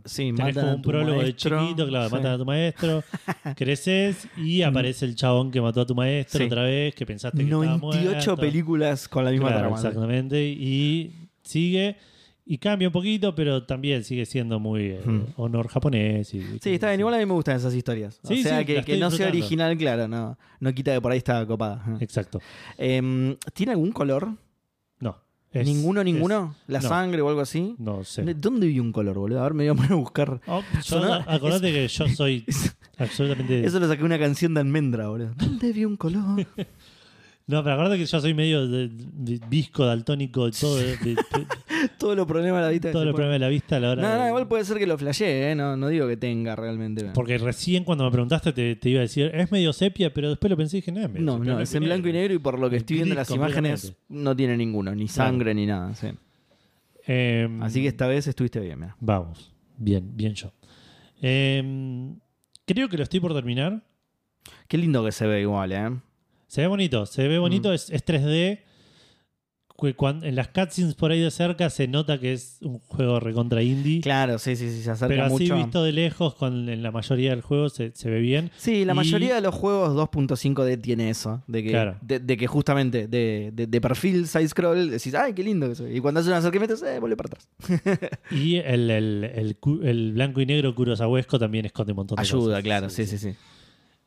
Sí, tenés matan como a un tu prólogo maestro. de chiquito, claro, Sí. Mm. matan a tu <laughs> maestro, creces y aparece el chabón que mató a tu maestro Sí. otra vez, que pensaste que estaba 98 muerto. películas con la misma Claro, trama. exactamente. Y sigue. Y cambia un poquito, pero también sigue siendo muy eh, Hmm. honor japonés. y- Sí, está <laughs> bien. Igual a mí me gustan esas historias. Sí, o sea, sí, la que, que estoy no sea disfrutando. original, claro, no. No quita que por ahí está copada. Exacto. Em, ¿Tiene algún color? No. Es- ¿Ninguno, es- ninguno? ¿La no. sangre o algo así? No sé. ¿De ¿Dónde vi un color, boludo? A ver, me voy a poner a buscar. Oh, yo- Sonaba- acordate que yo soy <laughs> es- absolutamente. Eso lo saqué de una canción de almendra, boludo. <laughs> ¿Dónde vi un color? No, pero acordate que yo soy medio de, de- visco, daltónico, de todo. de- <laughs> de- <laughs> Todos los problemas de la vida. que todos se los pueden- problemas de la vista a la hora. No, no, de- igual puede ser que lo flashee, ¿eh? No, no digo que tenga realmente. Porque recién cuando me preguntaste te, te iba a decir, es medio sepia, pero después lo pensé y dije, no, es medio No, sepia, no, es en blanco y negro y por lo que estoy viendo Gris las imágenes no tiene ninguno, ni Claro. sangre ni nada. sí. Em, Así que esta vez estuviste bien, mira. Vamos, bien, bien yo. Em, creo que lo estoy por terminar. Qué lindo que se ve igual, ¿eh? Se ve bonito, se ve Mm. bonito, es, es 3D. Cu- cuan- en las cutscenes por ahí de cerca se nota que es un juego recontra indie. Claro, sí, sí, sí, se acerca pero así mucho. visto de lejos, con, en la mayoría del juego se, se ve bien. Sí, la Y- mayoría de los juegos 2.5D tiene eso, de que, Claro. de, de que justamente de, de- de perfil side-scroll decís, ay, qué lindo que se ve. Y cuando haces un acercamiento, eh, vuelve para atrás. Y el, el- el cu- el blanco y negro Kurosawaesco también esconde un montón de Ayuda, cosas. claro, sí, sí, sí.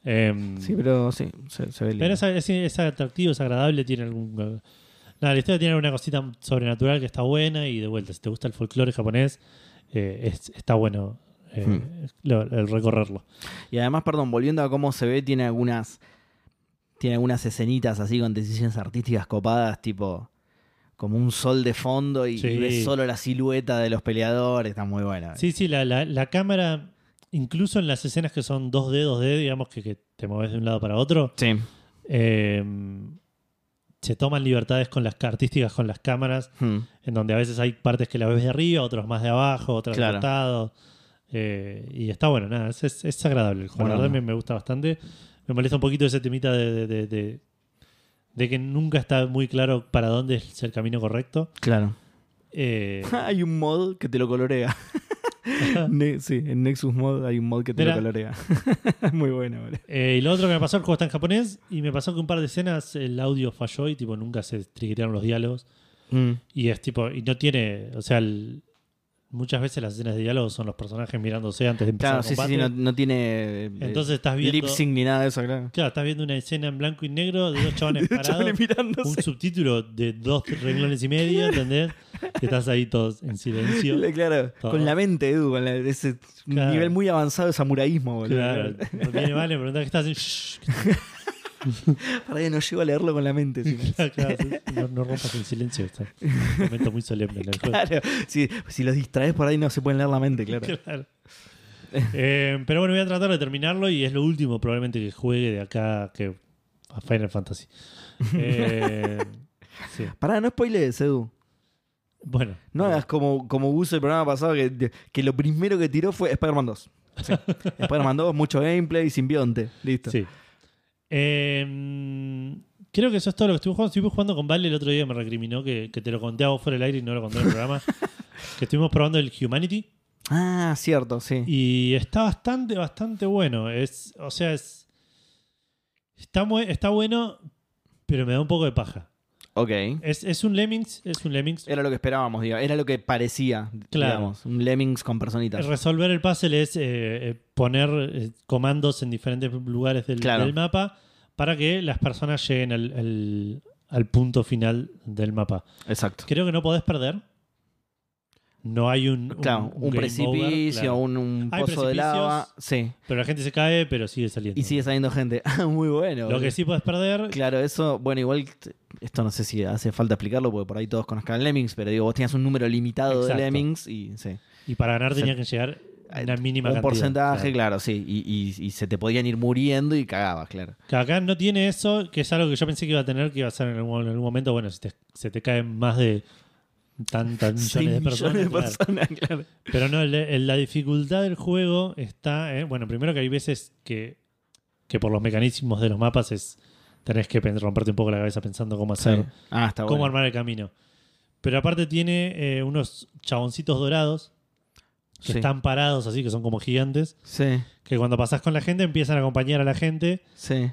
Em, Sí, pero sí, se, se ve lindo. Pero es, es- es atractivo, es agradable, tiene algún... Nada, la historia tiene una cosita sobrenatural que está buena y de vuelta, si te gusta el folclore japonés, eh, es- está bueno eh, Hmm. lo- el recorrerlo. Y además, perdón, volviendo a cómo se ve, tiene algunas. Tiene algunas escenitas así con decisiones artísticas copadas, tipo. Como un sol de fondo y, Sí. y ves solo la silueta de los peleadores. Está muy buena. Sí, sí, la, la- la cámara, incluso en las escenas que son 2D, 2D, digamos que, que te moves de un lado para otro, Sí. eh, se toman libertades con las ca- artísticas con las cámaras, Hmm. en donde a veces hay partes que la ves de arriba, otras más de abajo, otras Claro. de costado. Eh, y está bueno, nada, es, es- es agradable el juego. Bueno, la verdad no. me, me gusta bastante. Me molesta un poquito ese temita de, de- de- de- de que nunca está muy claro para dónde es el camino correcto. Claro. Eh, <laughs> Hay un mod que te <laughs> lo colorea. Ne- sí, en Nexus Mod hay un mod que te Mirá. lo colorea. <laughs> muy bueno, vale. eh, y lo otro que me pasó, el juego está en japonés y me pasó que un par de escenas el audio falló y tipo nunca se triguetearon los diálogos. Y es tipo, y no tiene, o sea, el- muchas veces las escenas de diálogo son los personajes mirándose antes de empezar Claro, el sí, sí, combate. sí, no, no tiene. eh, Entonces estás viendo- Lip sync ni nada de eso, claro. Claro, estás viendo una escena en blanco y negro de dos De <laughs> chabones hecho, parados, le mirándose. un subtítulo de dos renglones y medio, ¿entendés? Que estás ahí todos en silencio. Le- Claro, Todo. con la mente, Edu, con la- ese Ah. Claro. nivel muy avanzado de samuraísmo, boludo. Claro, viene vale, pregunta que estás en... Shh, Para que no llego a leerlo con la mente. si no. <laughs> claro, <laughs> claro, no, no rompas el silencio, está. Un momento muy solemne en el juego. Claro, si, si los distraes por ahí no se pueden leer la mente, claro. Claro. Eh, pero bueno, voy a tratar de terminarlo y es lo último probablemente que juegue de acá que a Final Fantasy. <laughs> Eh, sí. Pará, no spoilees, Edu. Bueno, No hagas como, como Gus el programa pasado que, que lo primero que tiró fue Spider-Man 2. <laughs> Sí. Spider-Man 2, mucho gameplay, simbionte. Listo. Sí. Eh, creo que eso es todo lo que estuve jugando. Estuve jugando con Vale el otro día, me recriminó que, que te lo conté a vos fuera del aire y no lo conté en el programa. que estuvimos probando el Humanity Ah, cierto, sí. y está bastante, bastante bueno. Es, o sea, es. Está, mu- está bueno, pero me da un poco de paja. Ok. Es, es un Lemmings, es un Lemmings. Era lo que esperábamos, digo. Era lo que parecía, Claro. digamos. Un Lemmings con personitas. Resolver el puzzle es eh, eh, poner eh, comandos en diferentes lugares del, Claro. del mapa para que las personas lleguen al- al- al punto final del mapa. Exacto. Creo que no podés perder. No hay un, un- Claro, un, game precipicio, over, claro. un, un Hay pozo de lava. Sí. Pero la gente se cae, pero sigue saliendo. Y sigue saliendo gente. <laughs> Ah, Muy bueno. Lo que sí podés perder. Claro, eso, bueno, igual t- esto no sé si hace falta explicarlo porque por ahí todos conozcan Lemmings, pero digo, vos tenías un número limitado Exacto. de Lemmings y sí. Y para ganar tenía que llegar a una mínima Un cantidad. porcentaje, claro. claro, sí. Y, y- y se te podían ir muriendo y cagabas, claro. Que acá no tiene eso, que es algo que yo pensé que iba a tener, que iba a ser en algún, en algún momento. Bueno, si te- se te caen más de tantas Seis millones de personas. millones de claro. personas, claro. Pero no, el- el- la dificultad del juego está. eh, bueno, primero que hay veces que, que por los mecanismos de los mapas es. Tenés que pen- romperte un poco la cabeza pensando cómo hacer. Sí. Ah, está cómo bueno. armar el camino. Pero aparte tiene eh, unos chaboncitos dorados que Sí. están parados así, que son como gigantes, Sí, que cuando pasás con la gente empiezan a acompañar a la gente sí,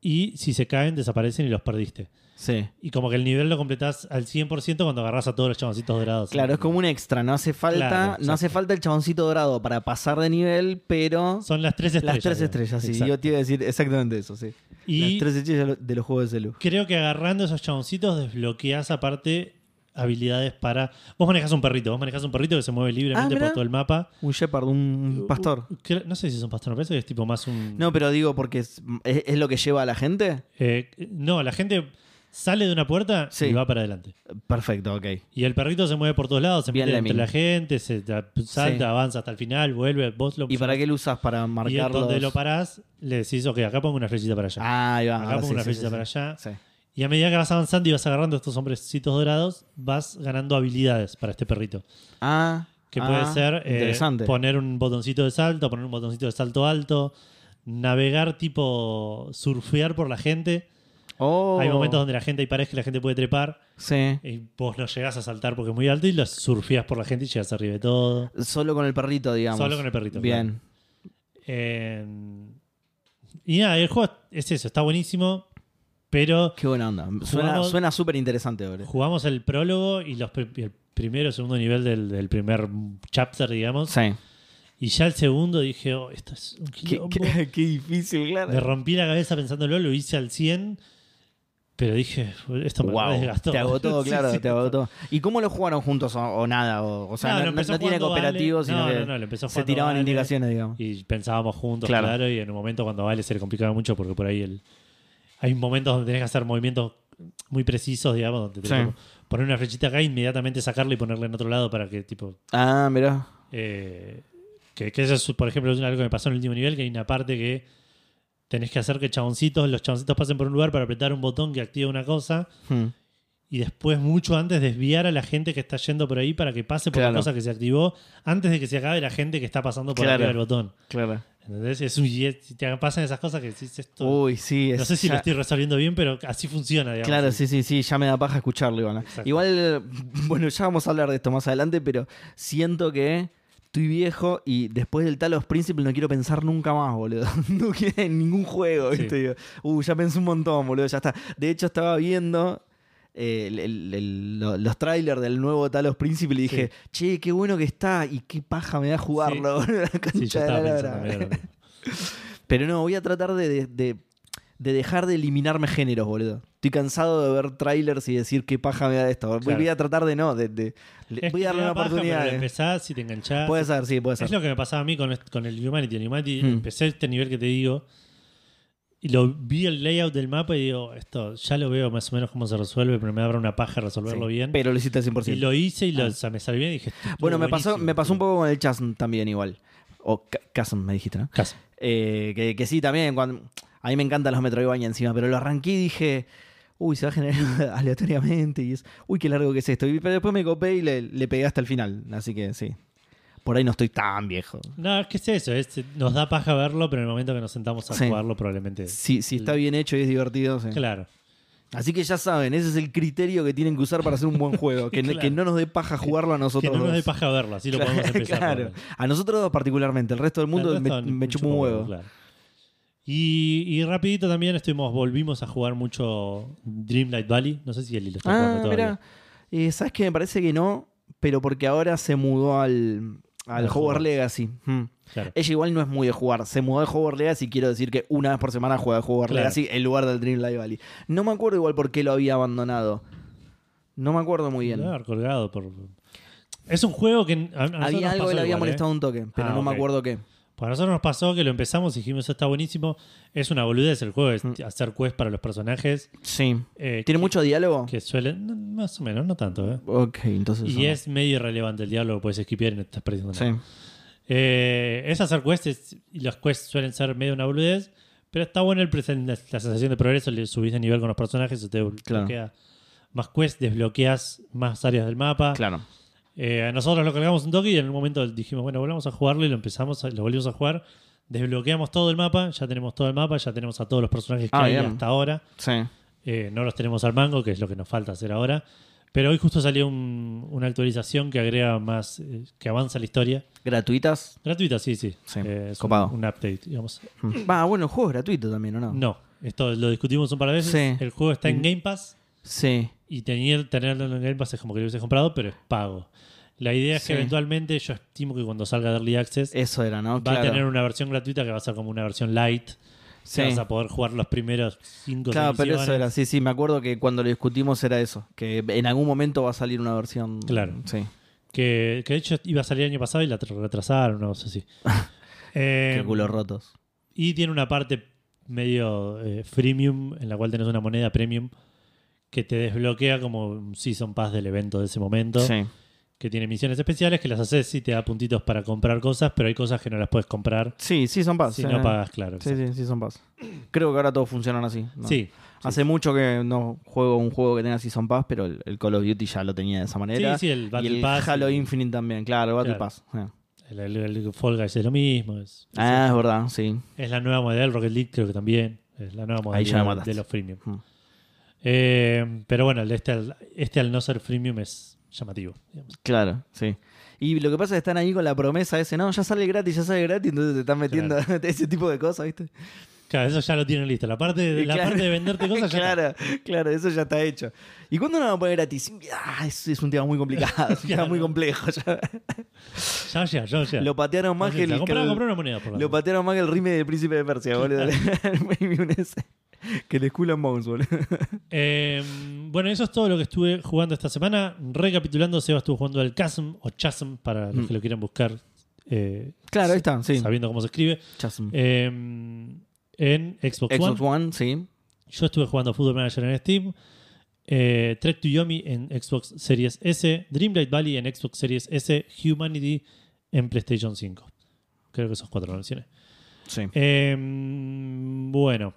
y si se caen desaparecen y los perdiste. sí. Y como que el nivel lo completás al 100% cuando agarrás a todos los chaboncitos dorados. Claro, es como un extra, no hace falta, Claro, no hace exacto. falta el chaboncito dorado para pasar de nivel, pero Son las tres estrellas. <laughs> las tres digamos. estrellas, sí. Exacto. Yo te iba a decir exactamente eso, sí. Y Las tres estrellas de los juegos de celu. creo que agarrando esos chaboncitos desbloqueás aparte habilidades para. Vos manejás un perrito, vos manejás un perrito que se mueve libremente Ah, mirá. por todo el mapa. Un shepherd, un pastor. Que- No sé si es un pastor, me parece que es tipo más un. No, pero digo porque es, es- es lo que lleva a la gente. Eh, no, la gente sale de una puerta Sí. y va para adelante. Perfecto, ok. Y el perrito se mueve por todos lados, se Bien mete entre Lemming. la gente, se ta- salta, Sí. avanza hasta el final, vuelve, vos lo ¿Y para qué lo usas? Para y en marcarlo. donde lo parás, le decís, ok, acá pongo una flechita para allá. Ah, ahí va. acá ahora pongo sí, una sí, sí, flechita sí. para allá. Sí. Y a medida que vas avanzando y vas agarrando estos hombrecitos dorados, vas ganando habilidades para este perrito. Ah. Que ah, puede ser eh, Interesante. poner un botoncito de salto, poner un botoncito de salto alto, navegar tipo surfear por la gente. Oh, Hay momentos donde la gente, hay paredes que la gente puede trepar Sí. y vos no llegás a saltar porque es muy alto y los surfeas por la gente y llegas arriba de todo. Solo con el perrito, digamos. Solo con el perrito, Bien. Eh, y nada, el juego es eso, está buenísimo, pero Qué buena onda. Suena Jugamos- suena súper interesante, boludo. jugamos el prólogo y los pri- el primero o segundo nivel del, del primer chapter, digamos. Sí. Y ya el segundo dije, oh, esto es un Qué, quilombo. qué- <laughs> qué difícil, Me claro. rompí la cabeza pensándolo, lo hice al 100, pero dije, esto me Wow, desgastó. te agotó, <laughs> Sí, claro, sí. te agotó. ¿y cómo lo jugaron juntos o, o nada? O, o sea, No, no, lo no- empezó no tiene jugando cooperativo, Vale. sino No, que no, no, lo empezó se jugando tiraban Vale. indicaciones, digamos. Y pensábamos juntos, Claro. claro. y en un momento cuando a Vale se le complicaba mucho porque por ahí el, hay momentos donde tenés que hacer movimientos muy precisos, digamos, donde tenés Sí. que poner una flechita acá e inmediatamente sacarla y ponerla en otro lado para que tipo... Ah, mirá. eh, que, que eso, es, por ejemplo, es algo que me pasó en el último nivel, que hay una parte que tenés que hacer que chaboncitos, los chaboncitos pasen por un lugar para apretar un botón que activa una cosa Hmm. y después, mucho antes, desviar a la gente que está yendo por ahí para que pase por Claro. la cosa que se activó antes de que se acabe la gente que está pasando por Claro. arriba del botón. Claro. ¿Entendés? Es un y es- si te pasan esas cosas que decís esto. Uy, sí. no es- sé si ya- lo estoy resolviendo bien, pero así funciona, digamos. Claro, sí, sí, sí, ya me da paja escucharlo, Ivana. Exacto. Igual, <laughs> bueno, ya vamos a hablar de esto más adelante, pero siento que estoy viejo y después del Talos Principle no quiero pensar nunca más, boludo. <laughs> No quiero en ningún juego, Sí. ¿viste? Digo, Uh, ya pensé un montón, boludo, ya está. De hecho, estaba viendo. eh, el- el- el- lo- los trailers del nuevo Talos Principle y dije, che, qué bueno que está y qué paja me da jugarlo. boludo, la Sí, yo concha de la estaba lora. pensando. mira, no. Pero no, voy a tratar de, de- de- de dejar de eliminarme géneros, boludo. Estoy cansado de ver trailers y decir qué paja me da esto. Voy- Claro. Voy a tratar de no, de, de- le- Es voy que a darle te una da paja, oportunidad. pero lo eh. empezás y te enganchás. Puede ser, sí, puede ser. Es lo que me pasaba a mí con, est- con el Humanity. En Humanity Mm. empecé este nivel que te digo y lo vi el layout del mapa y digo, esto ya lo veo más o menos cómo se resuelve, pero me da una paja resolverlo Sí, bien. Pero lo hiciste al 100%. Y lo hice y lo, Ah. o sea, me salió bien y dije, esto estuvo bueno, me pasó, buenísimo. me pasó un poco con el Chasm también igual. O Ca- Chasm me dijiste, ¿no? Casi. Eh, que, que sí, también. Cuando, a mí me encantan los Metroidvania encima, pero lo arranqué y dije, uy, se va a generar <laughs> aleatoriamente. Y es, uy, qué largo que es esto. Y pero después me copé y le, le pegué hasta el final. Así que sí. Por ahí no estoy tan viejo. No, es que es eso, es- nos da paja verlo, pero en el momento que nos sentamos a Sí. jugarlo probablemente... Si, si está bien hecho y es divertido. sí. Claro. Así que ya saben, ese es el criterio que tienen que usar para hacer un buen juego. Que, Claro. que no nos dé paja jugarlo a Que nosotros. no nos dé dos. paja verlo, así lo podemos empezar. <laughs> Claro. por A nosotros dos particularmente. El resto del lo menos. mundo Al me, resto, me chupa un huevo. claro. Y, y rapidito también estuvimos, volvimos a jugar mucho Dreamlight Valley. No sé si Eli lo está Ah, jugando todavía. mira. ¿Sabes que Me parece que no, pero porque ahora se mudó al, Al al Hogwarts Hogwarts. Legacy. Hmm. Claro. Ella igual no es muy de jugar. Se mudó al Hogwarts Legacy, quiero decir que una vez por semana juega al Hogwarts Claro. Legacy en lugar del Dreamlight Valley. No me acuerdo igual por qué lo había abandonado. No me acuerdo muy bien. Debe haber colgado por... Es un juego que... a- a nosotros Había nos algo que pasó le había igual, ¿eh? molestado un toque, pero Ah, no me ok. acuerdo qué. Pues a nosotros nos pasó que lo empezamos y dijimos, eso está buenísimo. Es una boludez el juego, es Mm. hacer quest para los personajes. Sí. eh, que- ¿Tiene mucho diálogo? Que suelen, no, más o menos, no tanto. ¿eh? Ok, entonces. Y no. es medio irrelevante el diálogo, puedes esquipear y no estás perdiendo nada. Sí. Eh, es hacer quests, es- y los quests suelen ser medio una boludez, pero está bueno el presen- la, la sensación de progreso, le subís de nivel con los personajes, se te Claro. bloquea más quests, desbloqueas más áreas del mapa. Claro. Eh, nosotros lo cargamos un toque y en un momento dijimos, bueno, volvamos a jugarlo y lo empezamos, a- lo volvimos a jugar. Desbloqueamos todo el mapa, ya tenemos todo el mapa, ya tenemos a todos los personajes que Ah, hay bien. hasta ahora. Sí. Eh, no los tenemos al mango, que es lo que nos falta hacer ahora. Pero hoy justo salió un- una actualización que agrega más, eh, que avanza la historia. ¿Gratuitas? Gratuita, sí, sí. Eh, Sí, es copado. Un, un update, digamos. Va, bueno, el juego es gratuito también, ¿o no? Mm. No, esto lo discutimos un par de veces. Sí. Mm. El juego está en Game Pass Sí. y tener, tenerlo en Game Pass es como que lo hubiese comprado, pero es pago. La idea es Sí. que eventualmente yo estimo que cuando salga de Early Access Eso era, ¿no? va a Claro. tener una versión gratuita que va a ser como una versión light que Sí. vas a poder jugar los primeros cinco Claro, pero ediciones. eso era, sí, sí, me acuerdo que cuando lo discutimos era eso, que en algún momento va a salir una versión. Claro. Sí. Que, que de hecho iba a salir el año pasado y la tra- retrasaron, no sé <laughs> si. Eh, Qué culos rotos. y tiene una parte medio eh, freemium en la cual tenés una moneda premium que te desbloquea como un season pass del evento de ese momento. Sí. Que tiene misiones especiales que las haces y te da puntitos para comprar cosas, pero hay cosas que no las puedes comprar Sí, sí, son pass. si eh. no pagas, claro. Sí, exacto. sí, sí, son pass. Creo que ahora todos funcionan así. ¿no? Sí. Hace mucho que no juego un juego que tenga Season Pass, pero el, el Call of Duty ya lo tenía de esa manera. Sí, sí, el Battle y el Pass, Halo el- Infinite también, claro, el Battle Claro. Pass. eh. El, el- el Fall Guys es lo mismo. Es, es- Ah, es verdad, sí. es la nueva modalidad. El Rocket League creo que también. Es la nueva Ahí ya me modalidad mataste. de los freemium. Mm. Eh, pero bueno, el de este, al- este al no ser freemium es llamativo. digamos. Claro, sí. Y lo que pasa es que están ahí con la promesa ese, no, ya sale gratis, ya sale gratis, entonces te están metiendo <laughs> ese tipo de cosas, ¿viste? Claro, eso ya lo tienen listo. La parte de, Y la claro. parte de venderte cosas <laughs> ya está. claro, claro, eso ya está hecho. ¿Y cuándo no lo van a poner gratis? Ah, es, es un tema muy complicado, es un tema muy complejo. ya. Ya llega, ya llega. Lo patearon más que el. Paciencia, que comprá- el- comprá una moneda, por la Lo duda. patearon más que el rime del príncipe de Persia, boludo. <laughs> El premium ese. que el Skull and Bones, boludo. Eh, Bueno, eso es todo lo que estuve jugando esta semana. Recapitulando, Seba estuvo jugando al Chasm o Chasm para los Mm. que lo quieran buscar. eh, Claro, ahí está, sí. Sabiendo cómo se escribe. Chasm. Eh, en Xbox, Xbox One. One, sí. Yo estuve jugando Football Manager en Steam. Eh, Trek to Yomi en Xbox Series S. Dreamlight Valley en Xbox Series S. Humanity en PlayStation 5. Creo que esos cuatro lo mencioné. Sí. Eh, Em, bueno,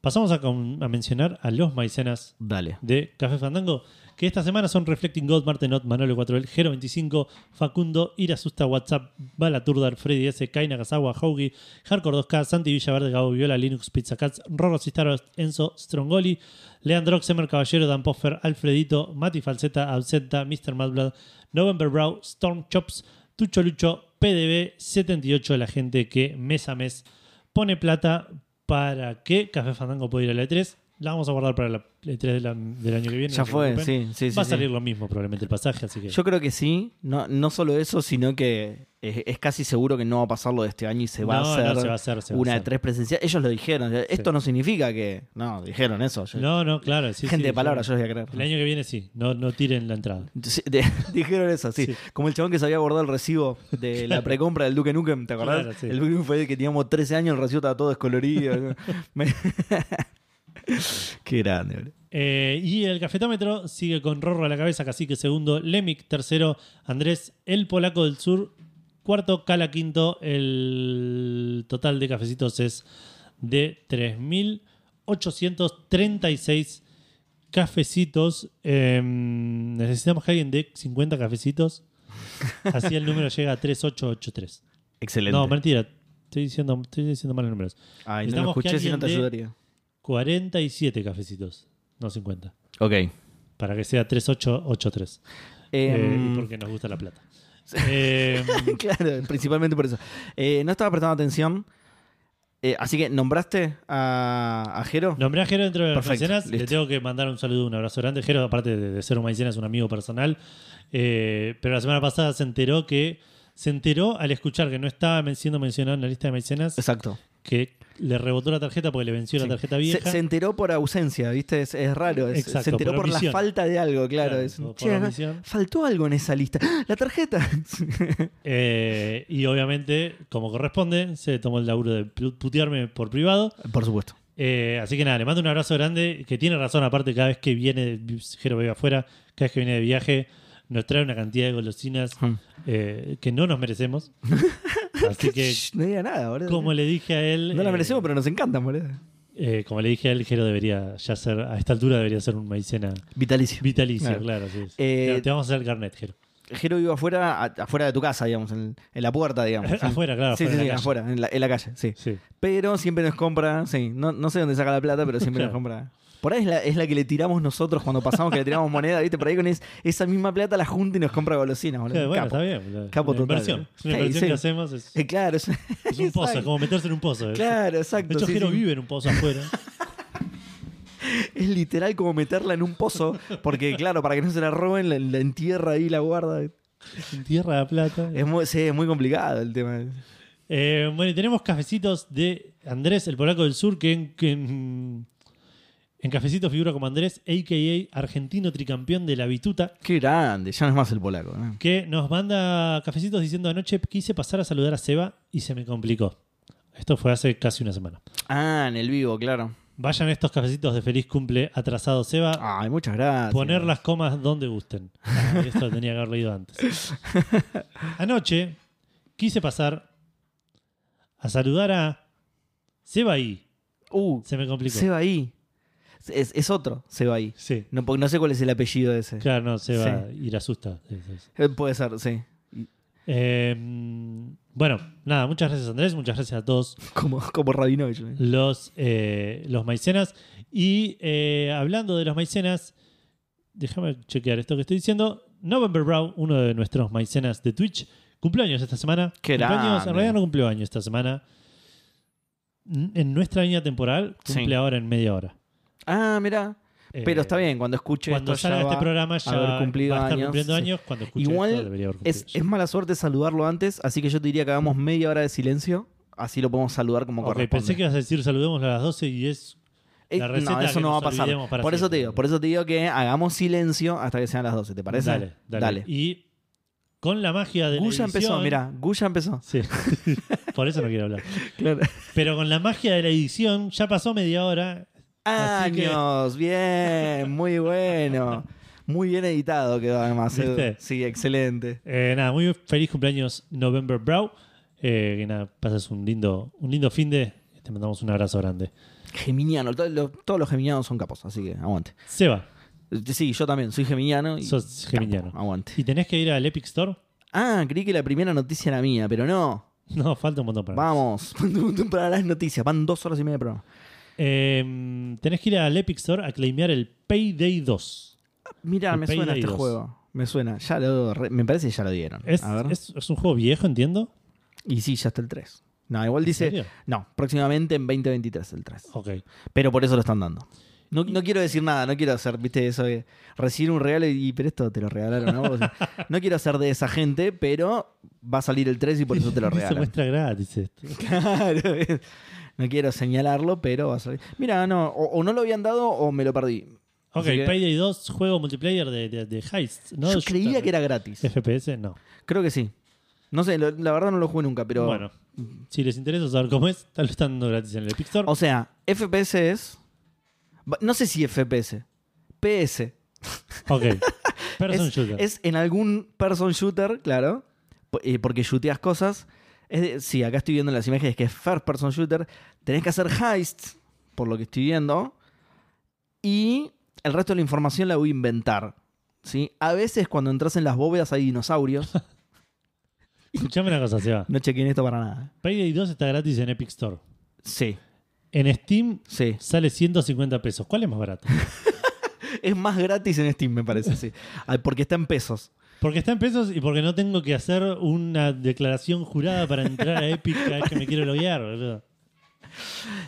pasamos a, con- a mencionar a los maicenas Dale. de Café Fandango, que esta semana son Reflecting God, Martenot, Manolo 4L, Gero 25, Facundo, Irasusta, WhatsApp, Balaturdar, Freddy S, Kai Nagasawa, Haugi, Hardcore 2K, Santi Villaverde, Gabo Viola, Linux, Pizza Cats, Rorro Cistaro, Enzo, Strongoli, Leandrox, Semer Caballero, Dan Poffer, Alfredito, Mati Falseta, Absenta, Mr. Madblood, November Brow, Storm Chops, Tucho Lucho, PDB 78, la gente que mes a mes pone plata para que Café Fandango pueda ir a la E3. La vamos a guardar para la E3 de la- del año que viene. Ya no se fue, preocupen. sí, sí, sí. Va a sí. salir lo mismo probablemente el pasaje, así que... Yo creo que sí. No, no solo eso, sino que es, es casi seguro que no va a pasar lo de este año y se va No, a no, hacer se va a hacer, se va a una E de hacer. tres presencial. Ellos lo dijeron. Esto no significa que. No, dijeron eso. Yo- No, no, claro. sí, Gente sí, de palabra, sí. yo los voy a El creer. año que viene sí, no, no tiren la entrada. Sí, de- <laughs> dijeron eso, sí. Sí. Como el chabón que se había guardado el recibo <laughs> de la precompra del Duque Nukem, ¿te acordás? Claro, sí. El Duque Nukem fue el que teníamos 13 años, el recibo estaba <laughs> todo descolorido. Me- <laughs> Qué grande, bro. Eh, y el cafetómetro sigue con Rorro a la cabeza, Cacique segundo, Lemic tercero, Andrés el Polaco del Sur cuarto, Cala quinto. El total de cafecitos es de 3.836 cafecitos. Eh, necesitamos que alguien dé 50 cafecitos. Así el número llega a 3883. Excelente. No, mentira. Estoy diciendo, estoy diciendo mal los números. Ay, no necesitamos lo que escuché si no te alguien ayudaría. 47 cafecitos, no 50. Ok. Para que sea 3883. Eh, y Em, porque nos gusta la <laughs> plata. Eh, claro, principalmente por eso. Eh, no estaba prestando atención. Eh, así que, ¿nombraste a, a Jero? nombré a Jero dentro de las Perfecto, maicenas. Le listo. tengo que mandar un saludo, un abrazo grande. Jero, aparte de, de ser un maicena, es un amigo personal. Eh, pero la semana pasada se enteró que. Se enteró al escuchar que no estaba men- siendo mencionado en la lista de maicenas Exacto. que le rebotó la tarjeta porque le venció Sí. la tarjeta Se, vieja. se enteró por ausencia, ¿viste? Es, es raro. es- Exacto, se enteró por por, la omisión. falta de algo, claro. Claro, es, por- por "Che, acá omisión". faltó algo en esa lista. ¡Ah! La tarjeta. <laughs> Eh, y obviamente, como corresponde, se tomó el laburo de pu- putearme por privado. por supuesto. Eh, así que nada, le mando un abrazo grande, que tiene razón, aparte cada vez que viene, Jero vive afuera, cada vez que viene de viaje, nos trae una cantidad de golosinas Hmm. eh, que no nos <laughs> merecemos. Así que, Shh, no diga nada, boludo. como le dije a él... no la eh, merecemos, pero nos encantan, boludo. eh, como le dije a él, Jero debería ya ser, a esta altura debería ser un maicena Vitalicio. vitalicio, Claro. claro. sí, sí. Eh, Te- te vamos a hacer el carnet, Jero. Jero vive afuera, a- afuera de tu casa, digamos, en, en la <laughs> puerta, digamos. Ah, Sí. Afuera, claro, Sí, afuera en sí, sí, la calle. afuera, en la, en la calle, sí. Sí. Pero siempre nos compra, sí, no, no sé dónde saca la plata, pero siempre nos Claro. compra. Por ahí es la, es la que le tiramos nosotros cuando pasamos, que le tiramos moneda, ¿viste? Por ahí con es- esa misma plata la junta y nos compra golosinas, boludo. Claro, bueno, Capo. está bien. la- Capo la total. Inversión. Es una Sí, inversión sí. que hacemos. Es, Eh, <laughs> claro, es, <laughs> es un pozo, exacto. es como meterse en un pozo. es- Claro, exacto. De hecho, sí, Jero sí. vive en un pozo <laughs> afuera. Es literal como meterla en un pozo, porque claro, para que no se la roben, la, la entierra ahí, la guarda. en tierra de plata. Eh, Es muy, sí, es muy complicado el tema. Eh, bueno, y tenemos cafecitos de Andrés, el polaco del sur, que en, que en, en cafecito figura como Andrés, a.k.a. argentino tricampeón de la bituta, Qué grande, ya no es más el polaco. ¿eh? que nos manda cafecitos diciendo anoche quise pasar a saludar a Seba y se me complicó. Esto fue hace casi una semana. Ah, en el vivo, claro. Vayan estos cafecitos de feliz cumple atrasado Seba. Ay, muchas gracias. Poner las comas donde gusten. Ah, esto lo tenía que haber leído antes. Anoche quise pasar a saludar a Sebaí. Uh, Se me complicó. se va ahí. Es, es otro, se va ahí. Sí. No, porque no sé cuál es el apellido de ese. Claro, no, Seba ir asusta. Sí, sí, sí. Eh, Puede ser, sí. <laughs> Eh, bueno, nada, muchas gracias Andrés, muchas gracias a todos Como, como Rabinovich. ¿eh? los, eh, los maicenas. Y eh, hablando de los maicenas, déjame chequear esto que estoy diciendo. November Brown, uno de nuestros maicenas de Twitch, cumpleaños esta semana. Qué cumpleaños, grande. en realidad no cumplió año esta semana. N- En nuestra línea temporal, cumple Sí. ahora en media hora. Ah, mirá. Eh, Pero está bien, cuando escuche Cuando esto ya salga va este programa ya a haber cumplido va a estar años. cumpliendo Sí. años. Cuando escuche Igual esto, debería haber cumplido Es, ya. es mala suerte saludarlo antes, así que yo te diría que hagamos media hora de silencio, así lo podemos saludar como Ok, corresponde. pensé que ibas a decir saludemos a las 12 y es Eh, la receta no, eso que no va a nos pasar. olvidemos para Por eso te siempre. digo, por eso te digo que hagamos silencio hasta que sean las 12, ¿te parece? Dale, dale. Y con la magia de la Guya empezó, edición- mira, <laughs> Guya empezó. Sí. Por eso no quiero hablar. Claro. Pero con la magia de la edición, ya pasó media hora. Así que- Años, bien, muy bueno. Muy bien editado quedó además. Edu. ¿Viste? Sí, excelente. Eh, nada, muy feliz cumpleaños November Brow. Eh, que nada, pasas un lindo, un lindo fin de. Te mandamos un abrazo grande. Geminiano, to- lo- todos los geminianos son capos, así que aguante. Seba, Sí, yo también, soy geminiano. Y sos capo, geminiano. aguante. ¿Y tenés que ir al Epic Store? <laughs> Ah, creí que la primera noticia era mía, pero no. No, falta un montón para <laughs> Vamos, para las noticias. Van dos horas y media de programa. Eh, tenés que ir al Epic Store a claimear el Payday 2. Mira, El me suena Payday este 2. juego. Me suena. Ya lo, re- me parece que ya lo dieron. Es, A ver. es- es un juego viejo, entiendo. Y sí, ya está el 3. No, igual dice. serio? No, próximamente en 2023 el 3. Ok. Pero por eso lo están dando. No, no quiero decir nada, no quiero hacer, viste, eso de recibir un regalo y, pero esto te lo regalaron a vos. <laughs> No quiero ser de esa gente, pero va a salir el 3 y <laughs> por eso te lo Dice regalan. muestra gratis esto. <laughs> Claro, es- no quiero señalarlo, pero va a salir. Mira, no, o, o no lo habían dado o me lo perdí. Ok, Así que- Payday 2, juego multiplayer de, de, de heists, ¿no? Yo creía que era gratis. FPS, no. Creo que sí. No sé, lo- la verdad no lo jugué nunca, pero. Bueno, si les interesa saber cómo es, tal vez están dando gratis en el Epic <laughs> Store. O sea, FPS es. ba- No sé si FPS. PS. Ok. Person es, shooter. es en algún person shooter, claro. po- eh, Porque shooteas cosas. Es de- sí, acá estoy viendo en las imágenes que es first person shooter. Tenés que hacer heists, por lo que estoy viendo. Y el resto de la información la voy a inventar. ¿sí? A veces cuando entras en las bóvedas hay dinosaurios. Escuchame una cosa, Seba. No chequeen esto para nada. Payday 2 está gratis en Epic Store. Sí, En Steam sí. sale 150 pesos. ¿Cuál es más barato? Es más gratis en Steam, me parece, <laughs> sí. Ay, Porque está en pesos. Porque está en pesos y porque no tengo que hacer una declaración jurada para entrar a Epic cada vez que me quiero loguear, boludo.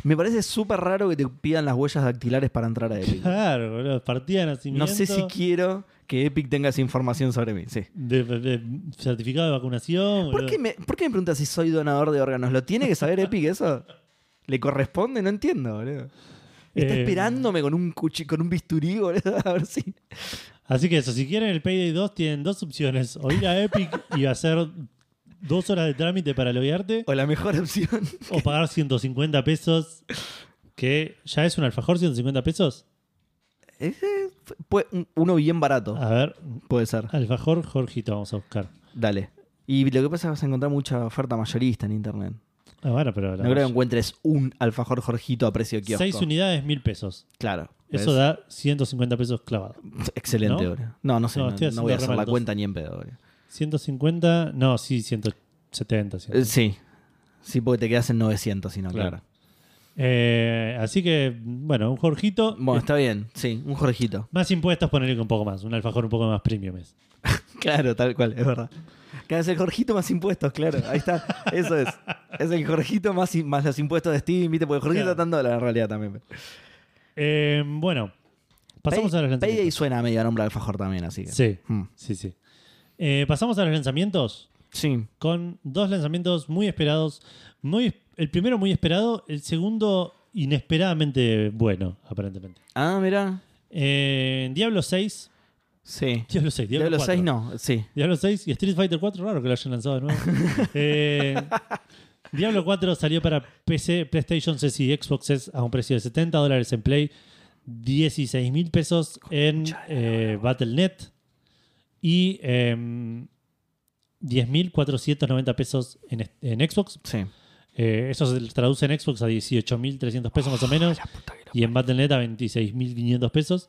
Me parece súper raro que te pidan las huellas dactilares para entrar a <laughs> Epic. Claro, boludo. Partida de nacimiento. No sé si quiero que Epic tenga esa información sobre mí, sí. de, de- de certificado de vacunación. ¿Por boludo. qué, me, por qué me preguntas si soy donador de órganos? ¿Lo tiene que saber Epic eso? ¿Le corresponde? No entiendo, boludo. Está Eh, esperándome con un cuchi- con un bisturí, boludo, <laughs> a ver si. Así que eso, si quieren el Payday 2 tienen dos opciones. O ir a Epic y hacer dos horas de trámite para loguearte O la mejor opción. o pagar 150 pesos. Que ya es un alfajor 150 pesos. <laughs> Ese fue un- uno bien barato, A ver, puede ser. alfajor Jorgito vamos a buscar. Dale. Y lo que pasa es que vas a encontrar mucha oferta mayorista en internet. Ah, bueno, pero la No creo que mayor- encuentres un alfajor Jorgito a precio kiosco. Seis unidades, mil pesos. Claro. Eso ¿ves? da 150 pesos clavado. Excelente, ¿No? boludo. No, no sé. No, No, estoy no voy haciendo a hacer re la mal, cuenta ni en pedo, boludo. 150, no, sí, 170. Eh, 100. Sí. Sí, porque te quedas en 900, si no, claro. Claro. Eh, así que, bueno, un Jorgito. Bueno, está bien. Sí, un Jorgito. Más impuestos, ponerle un poco más. Un alfajor un poco más premium es. <laughs> Claro, tal cual, es verdad. Cada vez el Jorgito más impuestos, claro. Ahí está. Eso es. Es el Jorgito más, i- más los impuestos de Steam, ¿viste? Porque el Jorgito Claro. está en dólares en realidad también. Eh, bueno, pasamos Pay- Hmm. a los Payday lanzamientos. suena medio a nombre de alfajor también, así que. Sí, Mm. sí, sí. Eh, pasamos a los lanzamientos. Sí. con dos lanzamientos muy esperados. Muy, el primero muy esperado, el segundo inesperadamente bueno, aparentemente. Ah, mira. Eh, Diablo 6. Sí. Diablo 6, Diablo, Diablo 4. 6 no, sí. Diablo 6 y Street Fighter 4, raro que lo hayan lanzado de <laughs> nuevo. Eh, Diablo 4 salió para PC, PlayStation y Xbox a un precio de 70 dólares en Play, 16 mil pesos en eh, Battle.net y eh, 10.490 pesos en, est- en Xbox. Sí. Eh, eso se traduce en Xbox a 18.300 pesos más o menos Ah, La puta que lo- y en Battle.net a 26.500 pesos.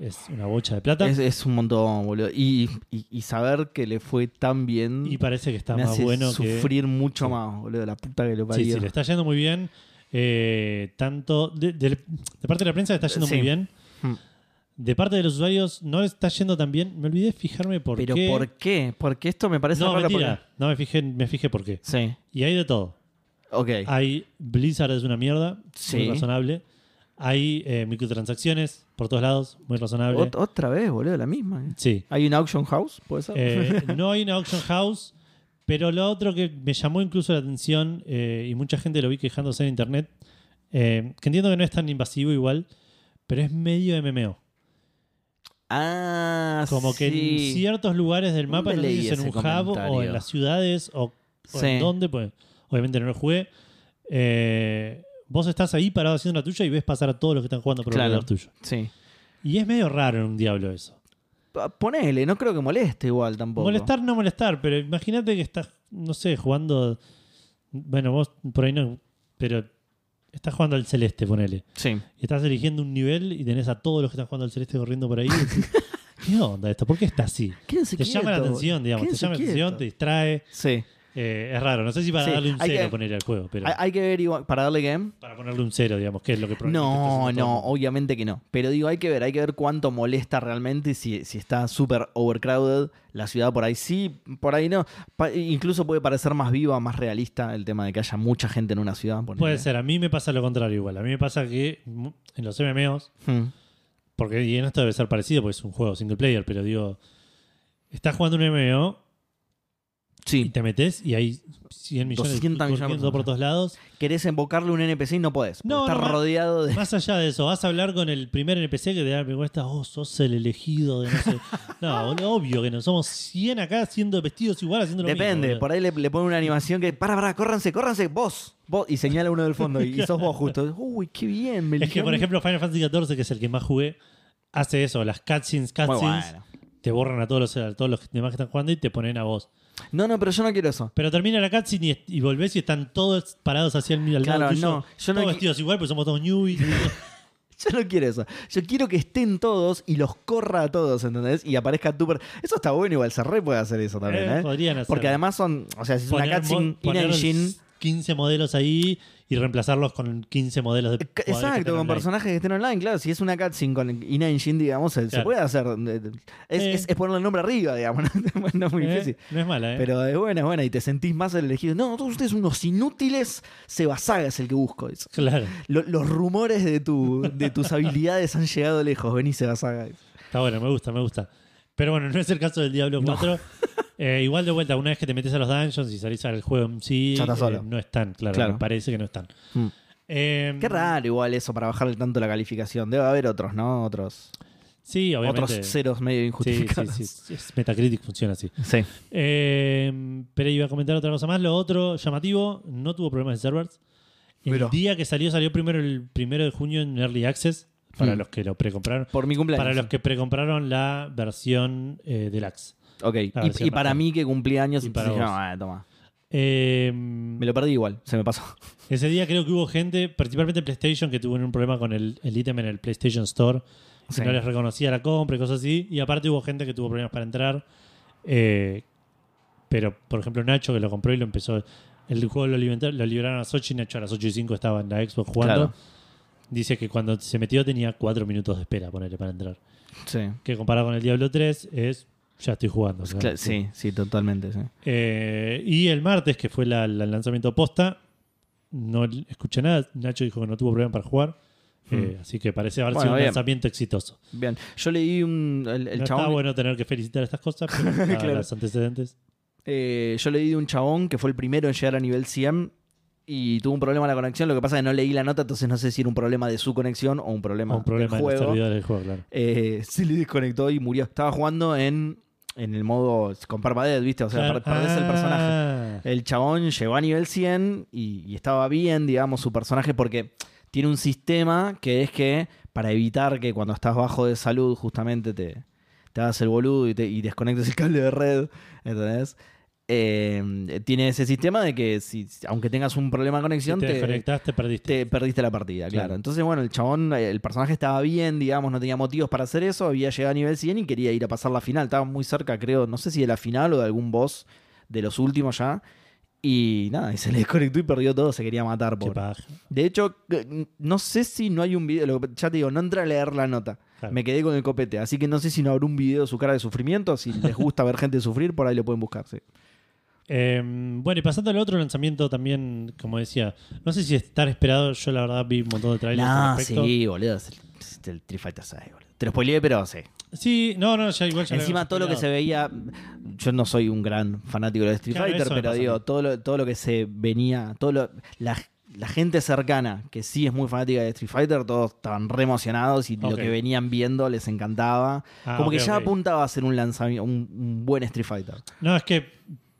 Es una bocha de plata. Es, es un montón, boludo. Y, y- y saber que le fue tan bien y parece que está me más hace bueno que... sufrir mucho más, boludo. La puta que lo Sí, parió. sí, le está yendo muy bien. Eh, tanto de, de- de parte de la prensa le está yendo Sí. muy bien. Hmm. De parte de los usuarios no le está yendo tan bien. Me olvidé fijarme por Pero qué. ¿por qué? Porque esto me parece no, raro. mentira. No me fijé, me fijé por qué. porque- Sí. Y hay de todo. Ok. Hay Blizzard es una mierda, Sí. muy razonable. Hay eh, microtransacciones por todos lados, muy razonable. Ot- otra vez, boludo, la misma. eh. Sí. ¿Hay un auction house? ¿Puede ser? Eh, no hay una auction house, pero lo otro que me llamó incluso la atención eh, y mucha gente lo vi quejándose en internet, eh, que entiendo que no es tan invasivo igual, pero es medio MMO. <laughs> ah, Como que en sí. ciertos lugares del ¿Dónde mapa, no sé leí si es en ese un hub o comentario? en las ciudades o, o Sí. en dónde, pues obviamente no lo jugué. eh, vos estás ahí parado haciendo la tuya y ves pasar a todos los que están jugando por el Claro. lado tuyo. Sí. Y es medio raro en un diablo eso. Pa- Ponele, no creo que moleste igual tampoco. Molestar, no molestar, pero imagínate que estás, no sé, jugando. Bueno, vos por ahí no. Pero estás jugando al celeste, ponele. Sí. Y estás eligiendo un nivel y tenés a todos los que están jugando al celeste corriendo por ahí. y decís, <laughs> ¿Qué onda esto? ¿Por qué está así? Quédense Te llama la quietos, atención, digamos. Te quédense llama la quietos. atención, te distrae. Sí. Eh, es raro. No sé si para Sí, darle un hay cero que- ponerle al juego, pero. Hay, hay que ver igual. ¿Para darle game? para ponerle un cero, digamos, que es lo que probablemente está No, haciendo todo no, el mundo. obviamente que no. Pero digo, hay que ver, hay que ver cuánto molesta realmente y si, si está súper overcrowded la ciudad por ahí. Sí, por ahí no. Pa- incluso puede parecer más viva, más realista el tema de que haya mucha gente en una ciudad. ponele. Puede ser, a mí me pasa lo contrario igual. A mí me pasa que mm, en los MMOs Hmm. Porque y en esto debe ser parecido, porque es un juego single player, pero digo, estás jugando un MMO y Sí, te metes y hay 100 millones 200 millones de corriendo por personas. todos lados. querés invocarle un NPC y no podés. porque No, está no, ma- rodeado de. Más allá de eso, vas a hablar con el primer NPC que te da me cuesta, oh, sos el elegido de no <laughs> sé. No, boludo, obvio que no, somos 100 acá siendo vestidos igual, haciendo lo Depende, mismo. boludo. por ahí le, le ponen una animación que. Para, para, córranse, córranse, vos. vos y señala uno del fondo y, y sos <laughs> vos justo. Uy, qué bien, me Es que, por eligieron. ejemplo, Final Fantasy XIV, que es el que más jugué, hace eso, las cutscenes, Muy cutscenes, bueno. te borran a todos, los, a todos los demás que están jugando y te ponen a vos. No, no, pero yo no quiero eso. Pero termina la cutscene y, est- y volvés y están todos parados hacia el al lado Claro, tuyo, no, yo no todos qui- vestidos igual, pues somos todos <laughs> newbies. Yo no quiero eso. Yo quiero que estén todos y los corra a todos, ¿entendés? Y aparezca tu per- Eso está bueno, igual se re puede hacer eso también, Eh, ¿eh? podrían hacerlo. Porque además son. O sea, si es Poner una mo- cutscene poner in-engine. eh, los 15 modelos ahí y reemplazarlos con 15 modelos de Eh, Ca- jugadores que Exacto, están con online. personajes que estén online, claro. Si es una cutscene con in-engine, digamos, se, se Claro. puede hacer. eh, Es, Eh. es- es ponerle el nombre arriba, digamos. <laughs> No, No es muy Eh, difícil. No es mala, ¿eh? Pero es buena, es buena. Y te sentís más el elegido. No, todos ustedes son unos inútiles. Sebasaga es el que busco. Es- Claro, lo- los rumores de, tu, <laughs> de tus habilidades han llegado lejos. Vení, Sebasaga. está bueno, me gusta, me gusta. Pero bueno, no es el caso del Diablo <laughs> 4. Eh, igual de vuelta, una vez que te metes a los dungeons y salís al juego en sí, Ya está eh, solo. no están, claro, Claro. me parece que no están. Hmm. Eh, Qué raro igual eso para bajarle tanto la calificación. Debe haber otros, ¿no? Otros, Sí, obviamente. otros ceros medio Sí, injustificados. sí, sí. Es- Metacritic funciona así. Sí. Eh, pero iba a comentar otra cosa más. Lo otro llamativo, no tuvo problemas de servers. El Mirá. día que salió, salió primero el primero de junio en Early Access, para Hmm. los que lo precompraron. Por mi cumpleaños. Para los que precompraron la versión eh, deluxe. Ok, Claro, y, sí, y para bastante. mí que cumplí años, Y entonces para dije, vos. no, eh, toma. Eh, Me lo perdí igual, se me pasó. <laughs> Ese día creo que hubo gente, principalmente PlayStation, que tuvo un problema con el el ítem en el PlayStation Store. que Sí. no les reconocía la compra y cosas así. Y aparte hubo gente que tuvo problemas para entrar. eh, pero, por ejemplo, Nacho que lo compró y lo empezó. El juego lo, liberta- lo liberaron a las 8 y Nacho a las 8 y 5 estaba en la Xbox jugando. Claro. Dice que cuando se metió tenía 4 minutos de espera ponerle para entrar. Sí. Que comparado con el Diablo 3 es ya estoy jugando. ¿no? Cla- sí, sí, totalmente. Sí. Eh, y el martes, que fue la- la- el lanzamiento posta, no l- escuché nada. Nacho dijo que no tuvo problema para jugar. eh, así que parece haber Hmm. Bueno, sido un bien. lanzamiento exitoso. Bien, yo leí un, el, el no chabón. <laughs> está bueno tener que felicitar estas cosas, pero nada, Claro. los antecedentes. Eh, yo leí de un chabón que fue el primero en llegar a nivel 100 y tuvo un problema en la conexión. Lo que pasa es que no leí la nota, entonces no sé si era un problema de su conexión o un problema, O un problema del en los juego. servidores del juego, claro. Eh, se le desconectó y murió. Estaba jugando en, en el modo con Parpadez, ¿viste? O sea, Claro. per- perdés el personaje. Ah. El chabón llegó a nivel 100 y, y estaba bien, digamos, su personaje, porque tiene un sistema que es que para evitar que cuando estás bajo de salud, justamente te, te hagas el boludo y, te, y desconectes el cable de red, ¿entendés? Eh, tiene ese sistema de que si, aunque tengas un problema Si de conexión, te te, desconectaste, perdiste. te perdiste la partida, claro. Claro. Entonces, bueno, el chabón, eh, el personaje estaba bien, digamos, no tenía motivos para hacer eso, había llegado a nivel 100 y quería ir a pasar la final. Estaba muy cerca, creo, no sé si de la final o de algún boss de los últimos ya. Y nada, y se le <laughs> desconectó y perdió todo, se quería matar, Qué pobre. paja. De hecho, que- no sé si no hay un video, lo que- ya te digo, no entré a leer la nota. Claro. Me quedé con el copete, así que no sé si no habrá un video de su cara de sufrimiento. Si les gusta ver gente sufrir, por ahí lo pueden buscar. sí. Eh, bueno, y pasando al otro lanzamiento también, como decía, no sé si es tan esperado, yo la verdad vi un montón de trailers al Nah, respecto. sí, boludo. es el- es el Street Fighter 6, boludo. Te lo spoileé, pero sí. Sí, no, no, ya igual ya lo Encima habíamos todo lo que se hablado. veía, yo no soy un gran fanático de Street Claro, Fighter, eso me pero pasa a digo, mí. todo lo, todo lo que se venía, todo lo- la, la gente cercana que sí es muy fanática de Street Fighter, todos estaban re emocionados y lo Ok. que venían viendo les encantaba. Ah, Como ok, que ya ok. apuntaba a ser un lanzamiento, un, un buen Street Fighter. No, es que,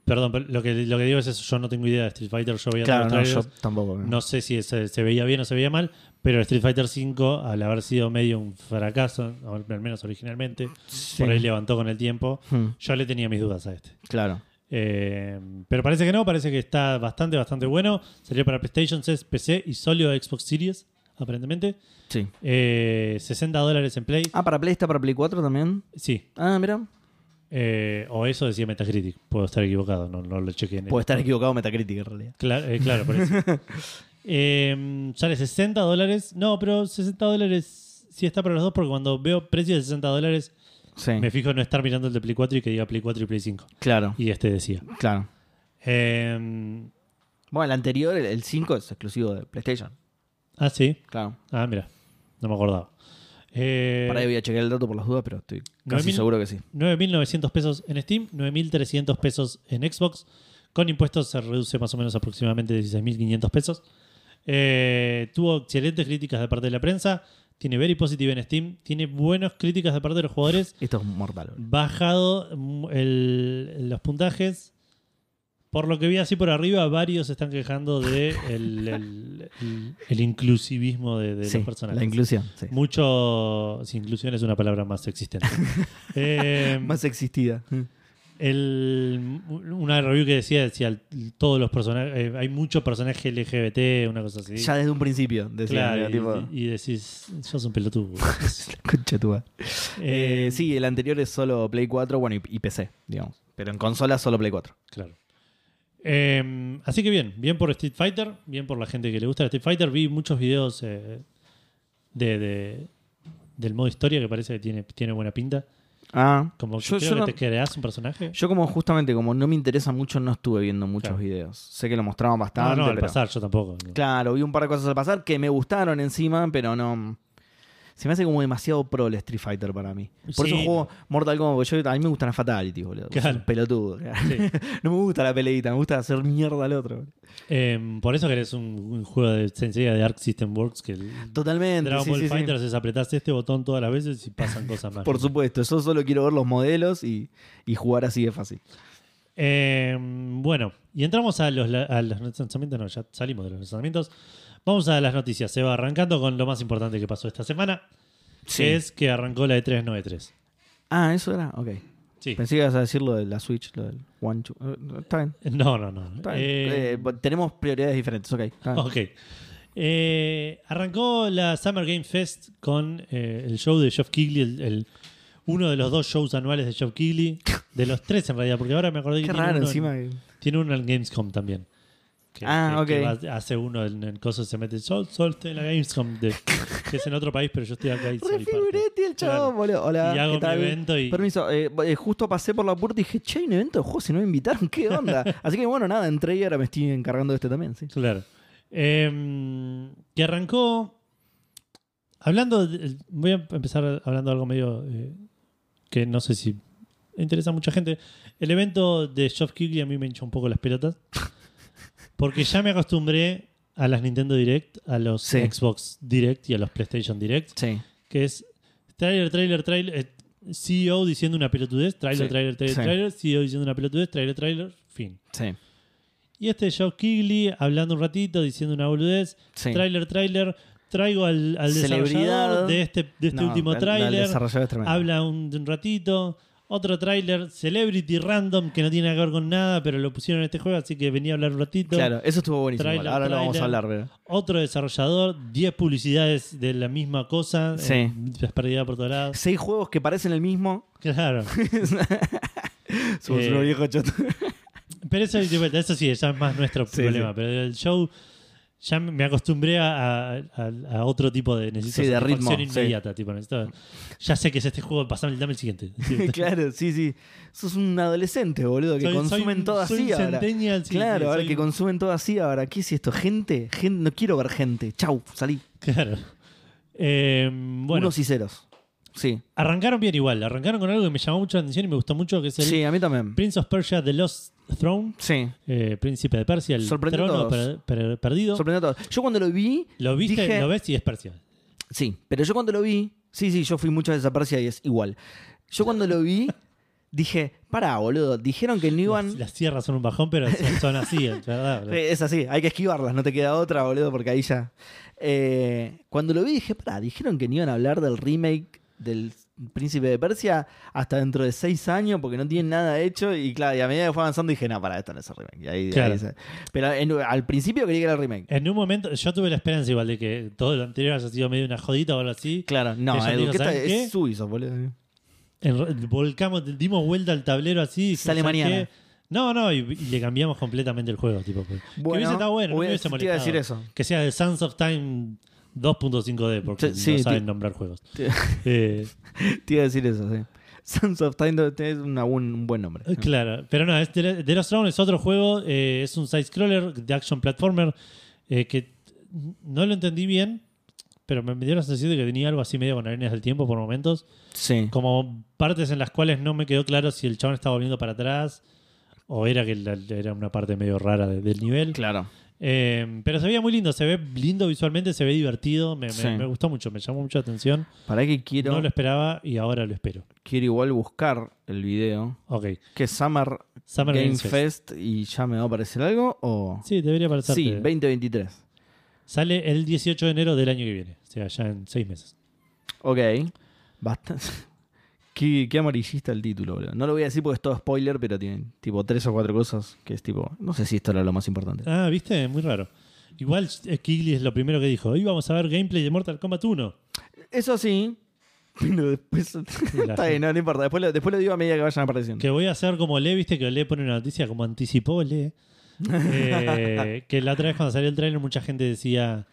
perdón, pero lo que, lo que digo es eso, yo no tengo idea de Street Fighter, yo veía Claro, todos no, los yo trailers, tampoco. no, sé si se, se veía bien o se veía mal, pero Street Fighter V, al haber sido medio un fracaso, o al menos originalmente, Sí. por ahí levantó con el tiempo, Hmm, yo le tenía mis dudas a este. claro. Eh, pero parece que no, parece que está bastante, bastante bueno. Salió para PlayStation 6, PC y sólido Xbox Series, aparentemente. Sí. Eh, 60 dólares en Play. Ah, para Play está, para Play 4 también. Sí. Ah, mira. Eh, o eso decía Metacritic. Puedo estar equivocado, no, no lo chequeé. en el- Puede estar equivocado Metacritic en realidad. Cla- eh, claro, por <laughs> eso. Eh, sale 60 dólares. No, pero 60 dólares sí está para los dos porque cuando veo precio de 60 dólares Sí. me fijo en no estar mirando el de Play 4 y que diga Play 4 y Play 5. Claro, Y este decía. claro. Eh, Bueno, el anterior, el- el 5, es exclusivo de PlayStation. ah, sí. Claro. Ah, mira, no me acordaba. Eh, Para ahí voy a chequear el dato por las dudas, pero estoy casi No, mil- seguro que sí. 9.900 pesos en Steam, 9.300 pesos en Xbox. Con impuestos se reduce más o menos aproximadamente 16.500 pesos. Eh, tuvo excelentes críticas de parte de la prensa. Tiene Very Positive en Steam. Tiene buenas críticas de parte de los jugadores. Esto es mortal. boludo. Bajado mm, el- los puntajes. Por lo que vi así por arriba, varios se están quejando de el, el- el- el inclusivismo de, de Sí, los personajes. la inclusión, sí. Mucho. si inclusión es una palabra más <laughs> existente. Eh, Más existida. el- una review que decía: decía el- todos los personajes. eh, hay mucho personaje LGBT, una cosa así. Ya desde un principio, decía. Claro, y, tipo, y- y decís: sos un pelotudo. <laughs> concha tu madre. Eh, Eh, sí, el anterior es solo Play 4, bueno, y, y PC, digamos. Pero en consola solo Play 4. Claro. Eh, así que bien, bien por Street Fighter, bien por la gente que le gusta el Street Fighter. Vi muchos videos eh, de, de- del modo historia que parece que tiene, tiene buena pinta. Ah, Como que yo, creo yo que no- te creas un personaje. yo como justamente, como no me interesa mucho, no estuve viendo muchos Claro. videos. Sé que lo mostraban No, bastante. no, al pero- pasar, yo tampoco. no. Claro, vi un par de cosas al pasar que me gustaron encima, pero no. Se me hace como demasiado pro el Street Fighter para mí. Por Sí. eso juego Mortal Kombat, porque yo, a mí me gustan las fatalities, boludo. Soy Claro. un pelotudo. <laughs> no me gusta la peleita, me gusta hacer mierda al otro. Eh, por eso querés un, un juego de sencilla de Arc System Works que el Totalmente. Dragon sí, Ball sí, sí. Fighters es apretás este botón todas las veces y pasan <laughs> cosas más. Por supuesto, yo solo quiero ver los modelos y, y jugar así de fácil. Eh, bueno, y entramos a los, la- a los lanzamientos, no, ya salimos de los lanzamientos. Vamos a las noticias. Se va arrancando con lo más importante que pasó esta semana, que es que arrancó la E de 393. Ah, eso era. Ok. Sí. Pensé que ibas a decir lo de la Switch, lo del One Two. eh, Está bien. No, no, no. Está bien. Eh, Eh, bo- tenemos prioridades diferentes, ok. está bien. ok. Eh, arrancó la Summer Game Fest con eh, el show de Geoff Keighley, el- el- uno de los dos shows anuales de Geoff Keighley, de los tres en realidad, porque ahora me acordé que Qué tiene raro uno en- encima. que- Tiene uno en Gamescom también. Que, Ah, que- que ok. va- hace uno en, en cosas, se mete. Sol, sol, estoy en la Gamescom, de- que es en otro país, pero yo estoy acá y soy parte. Refigurete el chabón, Claro. boludo. Hola, Y hago ¿qué tal? mi evento y- Permiso, eh, eh, justo pasé por la puerta y dije, che, hay un evento de juegos y no me invitaron, ¿qué <laughs> onda? Así que bueno, nada, entré y ahora me estoy encargando de este también, sí. Claro. Em, que arrancó. Hablando. de- voy a empezar hablando de algo medio. eh, que no sé si interesa a mucha gente. El evento de Geoff Keighley a mí me hincha un poco las pelotas. Porque ya me acostumbré a las Nintendo Direct, a los Sí. Xbox Direct y a los PlayStation Direct. Sí. Que es trailer, trailer, trailer. eh, CEO diciendo una pelotudez, trailer, Sí. trailer, trailer, Sí. trailer. CEO diciendo una pelotudez, trailer, trailer. Fin. Sí. Y este Joe Kigley hablando un ratito, diciendo una boludez. Sí. Trailer, trailer. Traigo al, al Celebridad. desarrollador de este, de este No, último el- el trailer. desarrollador es tremendo. Habla un, un ratito. Otro trailer, Celebrity Random, que no tiene nada que ver con nada, pero lo pusieron en este juego, así que venía a hablar un ratito. Claro, eso estuvo buenísimo. Trailer, Ahora lo vamos a trailer. hablar, pero. Otro desarrollador, 10 publicidades de la misma cosa, Sí. eh, desperdiciada por todos lados. Seis juegos que parecen <laughs> el mismo. Claro. Somos Eh, unos viejos chotos. Pero eso, de vuelta, eso sí, ya es más nuestro Sí, problema. sí. Pero el show, ya me acostumbré a, a- a- a otro tipo de necesito Sí, de ritmo, satisfacción sí. inmediata. Tipo, necesito- ya sé que es este juego, pasame el, dame el siguiente. <laughs> <laughs> claro, sí, sí. Sos un adolescente, boludo, que Soy- consumen soy- todo soy así un ahora. centennial, sí, claro, sí, ahora soy- que consumen todo así ahora. ¿Qué es esto? ¿Gente? Gen- No quiero ver gente. Chau, salí. <laughs> Claro. Eh, bueno, Unos y ceros. Sí. arrancaron bien igual. Arrancaron con algo que me llamó mucho la atención y me gustó mucho, que es el Sí, a mí también. Prince of Persia The Lost Throne, Sí. eh, Príncipe de Persia, el Sorprendió a trono todos. per- per- perdido. Sorprendió a todos. Yo cuando lo vi. Lo viste, dije- lo ves y es Persia. Sí, pero yo cuando lo vi. Sí, sí, yo fui muchas veces a Persia y es igual. Yo cuando lo vi. <laughs> Dije, pará, boludo. Dijeron que no iban. Las, las sierras son un bajón, pero son, son así, es verdad. Sí, Es así, hay que esquivarlas, no te queda otra, boludo, porque ahí ya. Eh, cuando lo vi dije, pará, dijeron que no iban a hablar del remake del Príncipe de Persia hasta dentro de seis años porque no tienen nada hecho. Y claro, y a medida que fue avanzando dije, no, pará, esto no es el remake. Y ahí- Claro. ahí se- Pero en- al principio creí que era el remake. En un momento, yo tuve la esperanza igual de que todo lo anterior haya sido medio una jodita o algo así. Claro, no, Ellos Edu, digo, que esta ¿saben qué? es suizo, boludo. En re- volcamos, dimos vuelta al tablero así. y dijimos, Sale "¿Sabes mañana". qué? No, no, y, y le cambiamos completamente el juego. Tipo, pues. que- que Bueno, hubiese estado bueno, no me hubiese- hubiese te iba a molestado. decir eso. Que sea de Sons of Time 2.5D, porque Sí, sí, no te- saben nombrar juegos. te- Eh, <laughs> Te iba a decir eso, sí. Sons of Time es una buen- un buen nombre. Ah, Claro, pero no, es The The Lost Round es otro juego, eh, es un side-scroller de action platformer eh, que no lo entendí bien, pero me me dio la sensación de que tenía algo así medio con arenas del tiempo por momentos, Sí. como partes en las cuales no me quedó claro si el chabón estaba volviendo para atrás o era que la- era una parte medio rara de- del nivel. Claro. Eh, pero se veía muy lindo, se ve lindo visualmente, se ve divertido, me, me- Sí. me gustó mucho, me llamó mucho la atención. Para que quiero, No lo esperaba y ahora lo espero. quiero igual buscar el video. Ok, que Summer, Summer Game Games Fest. Fest. y ya me va a aparecer algo o Sí, debería parecer. sí 2023 Sale el 18 de enero del año que viene, o sea, ya en seis meses. ok bastante <laughs> qué, qué amarillista el título boludo. no lo voy a decir porque es todo spoiler pero tiene tipo tres o cuatro cosas que es tipo no sé si esto era lo más importante Ah, viste, muy raro. Igual eh, Kigley es lo primero que dijo. Hoy vamos a ver gameplay de Mortal Kombat 1. eso sí <laughs> pero después <laughs> está bien no, no importa después lo, después lo digo a medida que vayan apareciendo Que voy a hacer como Olé, viste que Olé pone una noticia como anticipó Olé. Eh, que la otra vez cuando salió el tráiler mucha gente decía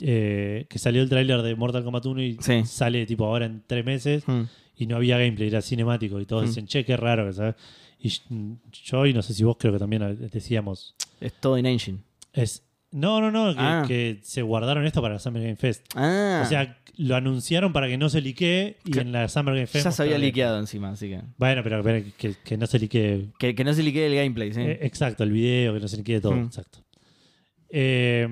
eh, que salió el tráiler de Mortal Kombat 1 y Sí. sale tipo ahora en tres meses Hmm. y no había gameplay, era cinemático y todos Mm. dicen, che, qué raro, ¿sabes? Y yo y no sé si vos creo que también eh, decíamos, es todo en engine Es. No, no, no, que, Ah. que se guardaron esto para la Summer Game Fest. ah O sea, lo anunciaron para que no se liquee y Que- en la Summer Game Fest. ya se había mostraron- liqueado encima así que Bueno, pero, pero que, que no se liquee. que, que no se liquee el gameplay sí Eh, exacto, el video, que no se liquee todo. Mm. Exacto. Eh,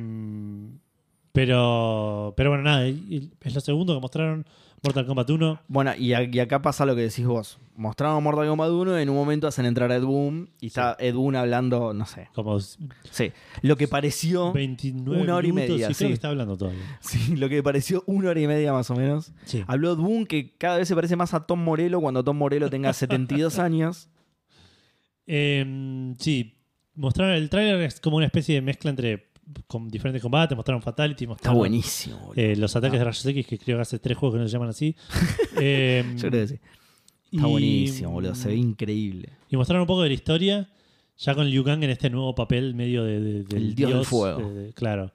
pero, pero bueno, nada, y- y es lo segundo que mostraron Mortal Kombat 1. Bueno, y, a- y acá pasa lo que decís vos. Mostraron Mortal Kombat 1 en un momento hacen entrar a Ed Boon y está Ed Boon hablando, no sé. Como Sí, lo que pareció 29 Oh, una hora y minutos, media, sí, creo sí. que está hablando todavía. <laughs> sí, lo que pareció una hora y media más o menos. Sí. Habló Ed Boon que cada vez se parece más a Tom Morello cuando Tom Morello <laughs> tenga 72 años. Eh, sí, mostraron el tráiler es como una especie de mezcla entre con diferentes combates, mostraron Fatality, Está mostraron buenísimo, boludo. eh, los ataques de rayos X, que creo que hace tres juegos que no se llaman así. Eh, <laughs> Yo creo que sí. Está y- buenísimo, boludo. Se ve increíble. Y mostraron un poco de la historia, ya con Liu Kang en este nuevo papel medio de, de- del El dios del fuego. de- de- claro.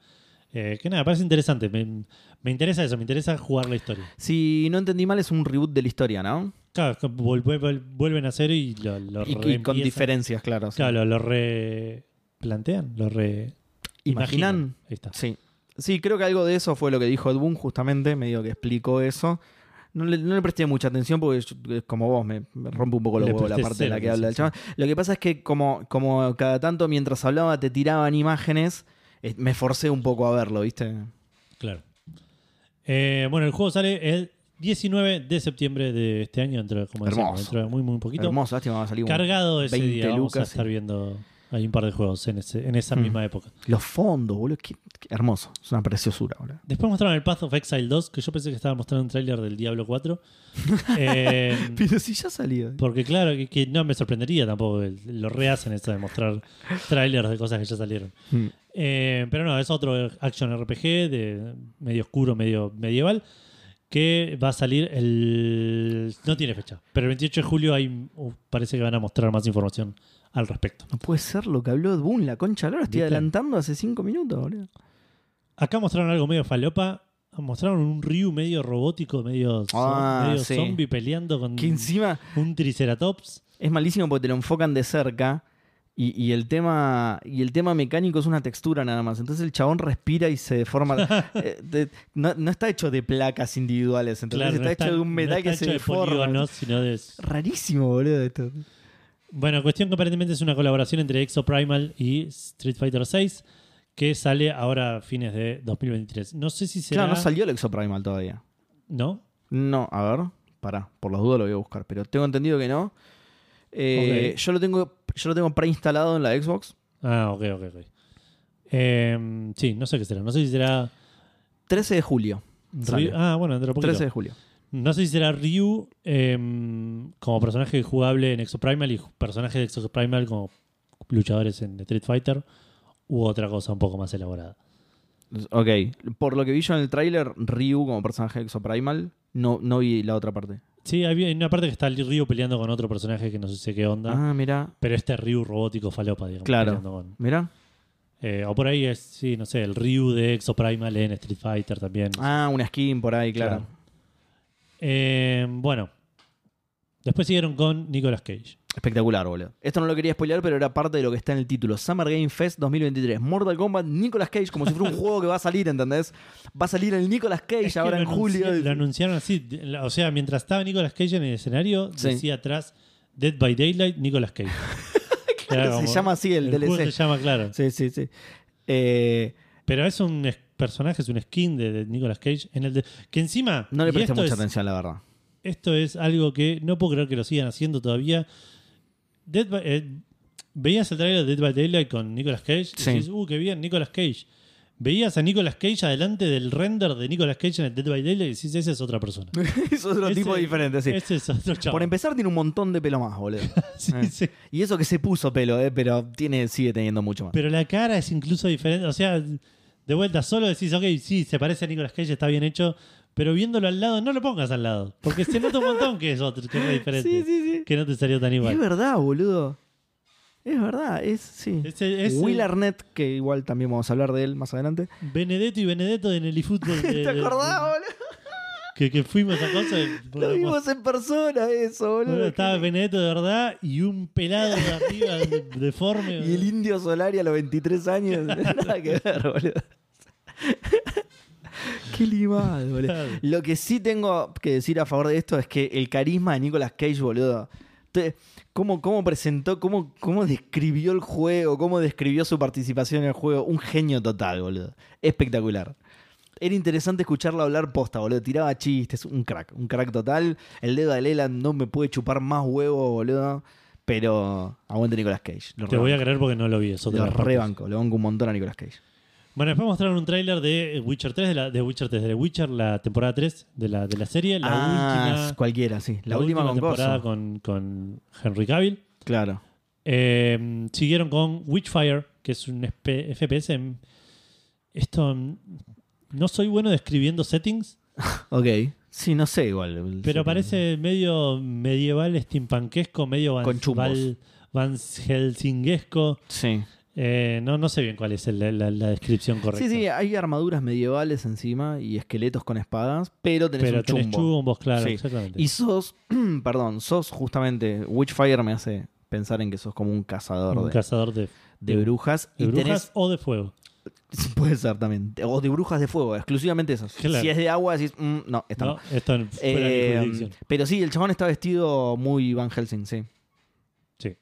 Eh, que nada, parece interesante. Me, me interesa eso, me interesa jugar la historia. Si no entendí mal, es un reboot de la historia, ¿no? Claro, es que vol- vol- vuelven a cero y lo, lo Y, y con reempiezan. diferencias, claro. sí. Claro, lo, lo replantean, lo re. Imaginan. imaginan. Ahí está. Sí. Sí, creo que algo de eso fue lo que dijo Ed Boon, justamente, medio que explicó eso. No le, no le presté mucha atención porque yo, eh, como vos me, me rompe un poco los Le huevos la presté parte de la cero que habla el atención, chaval. Lo que pasa es que como, como cada tanto mientras hablaba te tiraban imágenes, eh, me forcé un poco a verlo, ¿viste? Claro. Eh, bueno, el juego sale el 19 de septiembre de este año, dentro, como decíamos, Hermoso. dentro de muy, muy poquito. Hermoso, lástima, va a salir un- Cargado ese 20 día, vamos a lucas, eh. sí. estar viendo. Hay un par de juegos en, ese- en esa Hmm. misma época. Los fondos, boludo, qué- qué hermoso. Es una preciosura, boludo. Después mostraron el Path of Exile 2, que yo pensé que estaban mostrando un tráiler del Diablo <laughs> 4. Eh, Pero si ya salió. porque claro, que, que no me sorprendería tampoco. el- Lo rehacen esto de mostrar trailers de cosas que ya salieron. Mm. Eh, pero no, es otro action RPG de medio oscuro, medio medieval, que va a salir el... No tiene fecha, pero el 28 de julio hay, uh, parece que van a mostrar más información al respecto. No puede ser lo que habló Boon, la concha. Ahora estoy ¿Viste? adelantando hace cinco minutos, boludo. Acá mostraron algo medio falopa. Mostraron un Ryu medio robótico, medio, zo- Ah, medio sí. zombie peleando con Que encima un Triceratops. es malísimo porque te lo enfocan de cerca y, y el tema y el tema mecánico es una textura nada más. Entonces el chabón respira y se <laughs> deforma. Eh, te- no, no está hecho de placas individuales, ¿entendés? Claro, está, no hecho de un no metal está que se hecho de deforma. polígonos, sino de- Rarísimo, boludo, esto. Bueno, cuestión que aparentemente es una colaboración entre Exo Primal y Street Fighter VI, que sale ahora a fines de 2023. No sé si será... Claro, no salió el Exoprimal todavía. ¿No? No, a ver, pará, por las dudas lo voy a buscar, pero tengo entendido que no. Eh, Ok. Yo lo tengo, yo lo tengo preinstalado en la Xbox. Ah, ok, ok, ok. Em, sí, no sé qué será. No sé si será... 13 de julio. Sale. Ryu- Ah, bueno, dentro de poquito. 13 de julio. No sé si será Ryu em, como personaje jugable en Exoprimal y ju- personaje de Exoprimal como luchadores en The Street Fighter u otra cosa un poco más elaborada. Ok, por lo que vi yo en el tráiler, Ryu como personaje de Exoprimal, no, no vi la otra parte. Sí, hay hay una parte que está el Ryu peleando con otro personaje que no sé qué onda, Ah, mira, pero este Ryu robótico falopa, digamos. Claro. peleando con- mira. eh, o por ahí es, sí, no sé, el Ryu de Exoprimal en Street Fighter también. Ah, una skin por ahí, claro. Claro. Em, bueno, después siguieron con Nicolas Cage. Espectacular, boludo. Esto no lo quería spoiler, pero era parte de lo que está en el título. Summer Game Fest 2023. Mortal Kombat, Nicolas Cage, como si fuera un <laughs> juego que va a salir, ¿entendés? Va a salir el Nicolas Cage Es que ahora en lo anunci- julio. Lo anunciaron así. de- la- O sea, mientras estaba Nicolas Cage en el escenario, Sí. decía atrás Dead by Daylight, Nicolas <laughs> Cage. Era se llama así el juego DLC. se llama, claro. Sí, sí, sí. Eh, Pero es un es- personaje, es un skin de, de Nicolas Cage. en el de- que encima. no le y presté esto mucha es- atención, <laughs> la verdad. <laughs> Esto es algo que no puedo creer que lo sigan haciendo todavía. Dead by- eh, veías el trailer de Dead by Daylight con Nicolas Cage. Y Sí. decís, uh, qué bien, Nicolas Cage. Veías a Nicolas Cage adelante del render de Nicolas Cage en el Dead by Daylight y decís, ese es otra persona. es otro Ese- tipo diferente, sí. Ese es otro chavo. Por empezar, tiene un montón de pelo más, <laughs> boludo. Sí, Eh. sí. Y eso que se puso pelo, eh, pero tiene, sigue teniendo mucho más. Pero la cara es incluso diferente. O sea, de vuelta solo decís, ok, sí, se parece a Nicolas Cage, está bien hecho. Pero viéndolo al lado, no lo pongas al lado. Porque se nota un montón que es otro, que es diferente. sí, sí, sí. Que no te salió tan Es igual. verdad, boludo. Es verdad, es sí. Ese- ese- Will Arnett, que igual también vamos a hablar de él más adelante. Benedetto y Benedetto en el <laughs> eFootball. de- ¿Te de- acordás, boludo? que, que fuimos a <laughs> cosas. Lo vimos en persona eso, boludo. Bueno, estaba Benedetto de verdad y un pelado de arriba de- deforme. <laughs> Y el indio Solari a los <laughs> 23 años. Nada que ver, boludo. <laughs> Qué limado, boludo. Claro. Lo que sí tengo que decir a favor de esto es que el carisma de Nicolas Cage, boludo. te- ¿Cómo, cómo presentó, cómo, cómo describió el juego, cómo describió su participación en el juego? Un genio total, boludo. Espectacular. Era interesante escucharlo hablar posta, boludo. Tiraba chistes, un crack, un crack total. El dedo de Leland no me puede chupar más huevo, boludo. Pero aguante Nicolas Cage. Lo Te rebanco. voy a creer porque no lo vi. Es otra Lo parte. rebanco, lo banco un montón a Nicolas Cage. Bueno, después mostraron un tráiler de eh, Witcher 3, de, la, de Witcher 3, de The Witcher, la temporada 3 de la, de la serie, la ah, última, cualquiera, sí. La, la última, última con temporada Coso. con, con Henry Cavill. Claro. Eh, siguieron con Witchfire, que es un SP FPS. en- Esto mm, no soy bueno describiendo settings, Ok. Sí, no sé igual. pero Sí, parece medio medieval, steampunkesco, medio van, Con chumbos. val- van Helsingesco. Sí. Eh, no, no sé bien cuál es el- la, la- la descripción correcta. Sí, sí, hay armaduras medievales encima y esqueletos con espadas, pero tenés pero un tenés chumbo. chumbos, claro, Sí. exactamente. Y sos, <clears throat> perdón, sos justamente, Witchfire me hace pensar en que sos como un cazador un de, cazador de, de brujas de y brujas tenés <laughs> o de fuego. Puede ser también. O de brujas de fuego, exclusivamente esos. Claro. Si es de agua, decís, "Mm, no, esta no". No, esto en- fuera de Eh, mi jurisdicción. pero sí, el chabón está vestido muy Van Helsing, sí. Sí.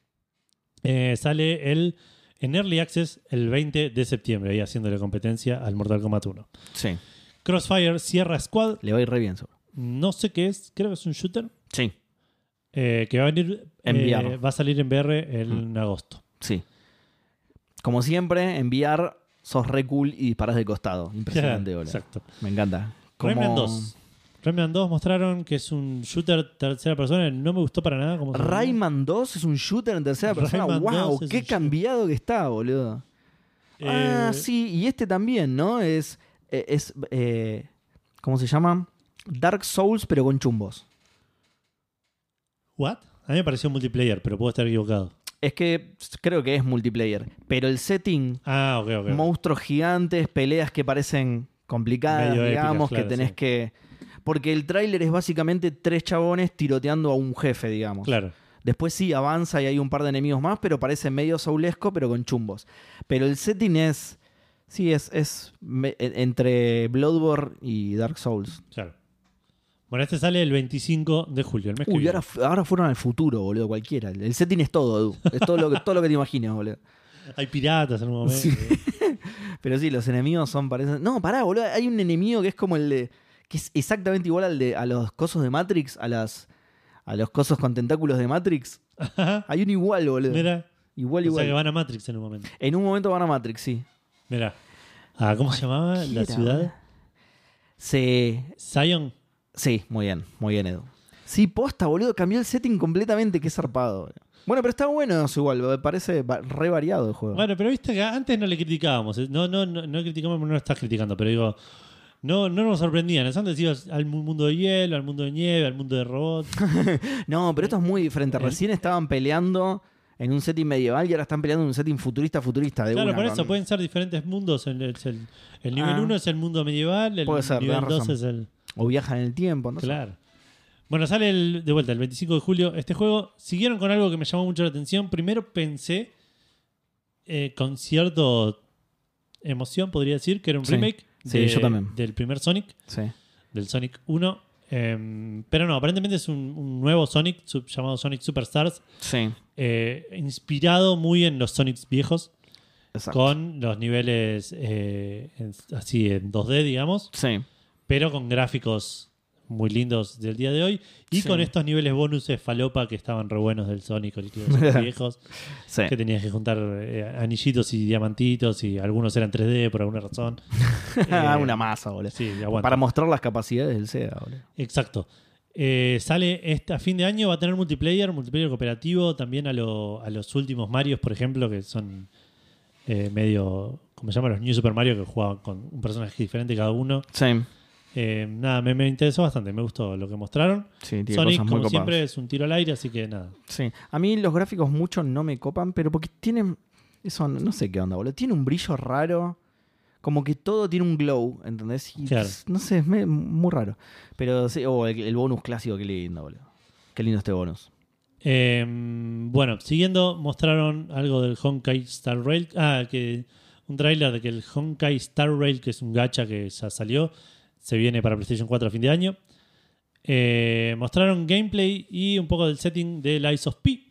Eh, sale el, en Early Access el 20 de septiembre, ahí haciéndole competencia al Mortal Kombat 1. Sí. Crossfire Sierra Squad, Le va a ir re bien seguro. no sé qué es, creo que es un shooter, Sí. eh, que va a venir. En Mm. eh, VR. va a salir en VR en agosto. Sí. Como siempre, enviar sos re cool y disparás de costado. <laughs> Impresionante, boludo. Exacto. Me encanta. Como- Rayman 2. Rayman 2 mostraron que es un shooter tercera persona. No me gustó para nada. Como se llama. Rayman 2 es un shooter en tercera persona. Rayman ¡Wow! 2 es ¡Qué un cambiado que está, boludo! Ah, Eh, sí, y este también, ¿no? Es. eh, es eh, ¿Cómo se llama? Dark Souls, pero con chumbos. ¿What? A mí me pareció multiplayer, pero puedo estar equivocado. Es que creo que es multiplayer. Pero el setting, Ah, ok, ok. monstruos gigantes, peleas que parecen complicadas, Medio épicas, digamos, claro, que tenés sí. que. Porque el tráiler es básicamente tres chabones tiroteando a un jefe, digamos. claro. Después sí avanza y hay un par de enemigos más, pero parece medio saulesco, pero con chumbos. Pero el setting es. Sí, es, es me- e- entre Bloodborne y Dark Souls. Claro. Bueno, este sale el 25 de julio, el mes que Uy, viene. ahora, fu- ahora fueron al futuro, boludo, cualquiera. El, el setting es todo, Edu. Es todo lo, que, todo lo que te imagines, boludo. Hay piratas en un momento. Sí. Pero sí, los enemigos son, parecen. No, pará, boludo. Hay un enemigo que es como el de. que es exactamente igual al de a los cosos de Matrix, a las. a los cosos con tentáculos de Matrix. Hay un igual, boludo. Mira, igual, o sea que igual. van a Matrix en un momento. En un momento van a Matrix, sí. Mira. Ah, ¿Cómo se llamaba la Cualquiera, boludo. ciudad? Sí, Zion. sí, muy bien, muy bien, Edu. Sí, posta, boludo, cambió el setting completamente, qué zarpado. boludo. Bueno, pero está bueno eso igual, me parece va- re variado el juego. Bueno, pero viste que antes no le criticábamos. eh. No, no, no, no criticamos, no lo estás criticando, pero digo, no, no nos sorprendían. Antes ibas al mu- mundo de hielo, al mundo de nieve, al mundo de <laughs> robots. no, pero esto es muy Eh. diferente. Recién estaban peleando en un setting medieval y ahora están peleando en un setting futurista futurista de claro, una, por con- eso pues. pueden ser diferentes mundos. El, el- el- el nivel Ah. 1 es el mundo medieval, el Puede ser, nivel tenés 2 razón. es el. O viajan en el tiempo, no sé. Claro. Bueno, sale el- de vuelta el 25 de julio. Este juego siguieron con algo que me llamó mucho la atención. Primero pensé, eh, con cierta emoción, podría decir, que era un Sí. remake Sí, de- yo también. del primer Sonic, Sí. del Sonic 1. Em, pero no, aparentemente es un, un nuevo Sonic sub- llamado Sonic Superstars, Sí, eh, inspirado muy en los Sonics viejos, exacto. con los niveles eh, en- así en 2D, digamos Sí. pero con gráficos muy lindos del día de hoy y Sí. con estos niveles bonuses falopa que estaban re buenos del Sonic, el que <laughs> eran viejos, Sí. que tenías que juntar eh, anillitos y diamantitos y algunos eran 3D por alguna <laughs> razón. Eh, Ah, una masa, boludo. Sí, aguanta. Para mostrar las capacidades del SEGA, boludo. Exacto. Eh, sale este, a fin de año, va a tener multiplayer, multiplayer cooperativo, también a, lo- a los últimos Marios, por ejemplo, que son eh, medio, como se llama, los New Super Mario, que jugaban con un personaje diferente cada uno. Sí. Eh, nada, me, me interesó bastante, me gustó lo que mostraron. Sí, tiene Sonic, cosas muy como copadas. siempre, es un tiro al aire, así que nada. Sí, a mí los gráficos mucho no me copan, pero porque tienen. Eso no, no sé qué onda, boludo. Tiene un brillo raro. Como que todo tiene un glow, ¿entendés? Y, Claro. No sé, es me- muy raro. Pero sí, oh, el, el bonus clásico, qué lindo, boludo. Qué lindo este bonus. Eh, bueno, siguiendo, mostraron algo del Honkai Star Rail. Ah, que un tráiler de que el Honkai Star Rail, que es un gacha que ya salió, se viene para PlayStation 4 a fin de año. Eh, mostraron gameplay y un poco del setting de Lies of P.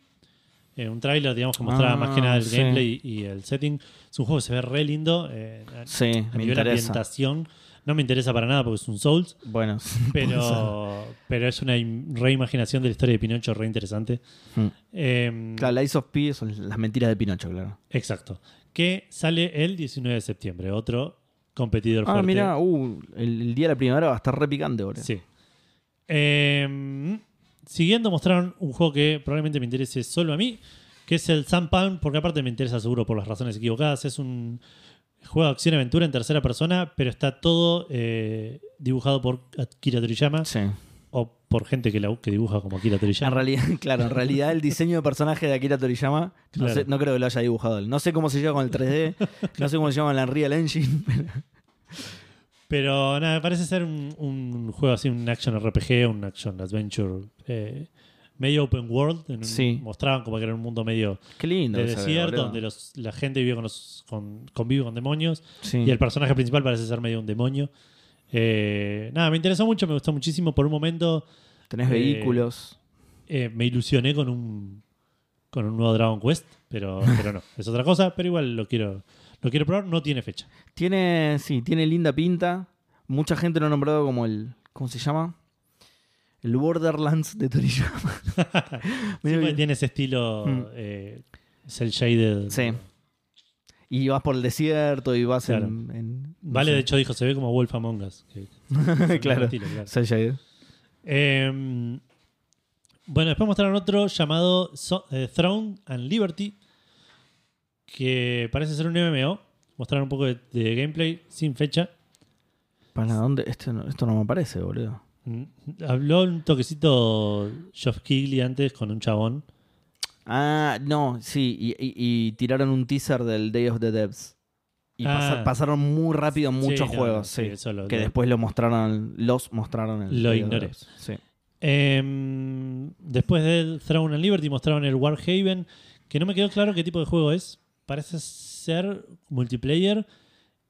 Eh, un tráiler, digamos, que mostraba Ah, más que nada el sí. gameplay y el setting. Es un juego que se ve re lindo. eh, a- Sí, a me nivel interesa. ambientación. No me interesa para nada porque es un Souls. <laughs> Bueno, Pero, pero es una im- reimaginación de la historia de Pinocho re interesante. Mm. Eh, claro, la of P son las mentiras de Pinocho, claro. Exacto. Que sale el 19 de septiembre. Otro competidor Ah, fuerte. mira, uh, el, el día de la primavera va a estar repicante, boludo. Sí. Eh, siguiendo, mostraron un juego que probablemente me interese solo a mí, que es el Sampan, porque aparte me interesa seguro por las razones equivocadas. Es un juego de acción-aventura en tercera persona, pero está todo eh, dibujado por Akira Toriyama Sí. o por gente que, la- que dibuja como Akira Toriyama. En realidad, <laughs> claro, en realidad el diseño de personaje de Akira Toriyama, no, Claro. sé- no creo que lo haya dibujado él. No sé cómo se lleva con el 3D, <laughs> no sé cómo se llama la Unreal Engine. <laughs> pero- Pero nada, parece ser un, un juego así, un action RPG, un action adventure eh, medio open world. en un- Sí. Mostraban como que era un mundo medio Qué lindo. de ese, desierto boludo. donde los- la gente vive con los, con, convive con demonios. Sí. Y el personaje principal parece ser medio un demonio. Eh, nada, me interesó mucho, me gustó muchísimo. Por un momento Tenés eh, vehículos. eh, me ilusioné con un con un nuevo Dragon Quest, <laughs> pero, pero no, es otra cosa, pero igual lo quiero lo quiero probar, no tiene fecha. Tiene, sí, tiene linda pinta. Mucha gente lo ha nombrado como el. ¿Cómo se llama? El Borderlands de Toriyama. <laughs> Sí, Medio porque que- tiene ese estilo Mm. eh, cel shaded. Sí. Y vas por el desierto y vas Claro. en, en- no Vale, sé. de hecho dijo, se ve como Wolf Among Us. que- <laughs> es el Claro. estilo, claro. Cel shaded. Eh, bueno, después mostraron otro llamado So- eh, Throne and Liberty, que parece ser un MMO. Mostraron un poco de, de gameplay sin fecha. ¿Para dónde? Este no- esto no me aparece, boludo. Mm, Habló un toquecito Geoff Keighley antes con un chabón. Ah, no, sí. Y, y- y tiraron un teaser del Day of the Devs. Y pasa- Ah. pasaron muy rápido muchos Sí, no, juegos, sí, sí. eso lo- que lo- después lo mostraron, los mostraron en el Lo Day of the ignoré. Devs. Sí. Em, después del Throne and Liberty mostraron el Warhaven, que no me quedó claro qué tipo de juego es. Parece ser multiplayer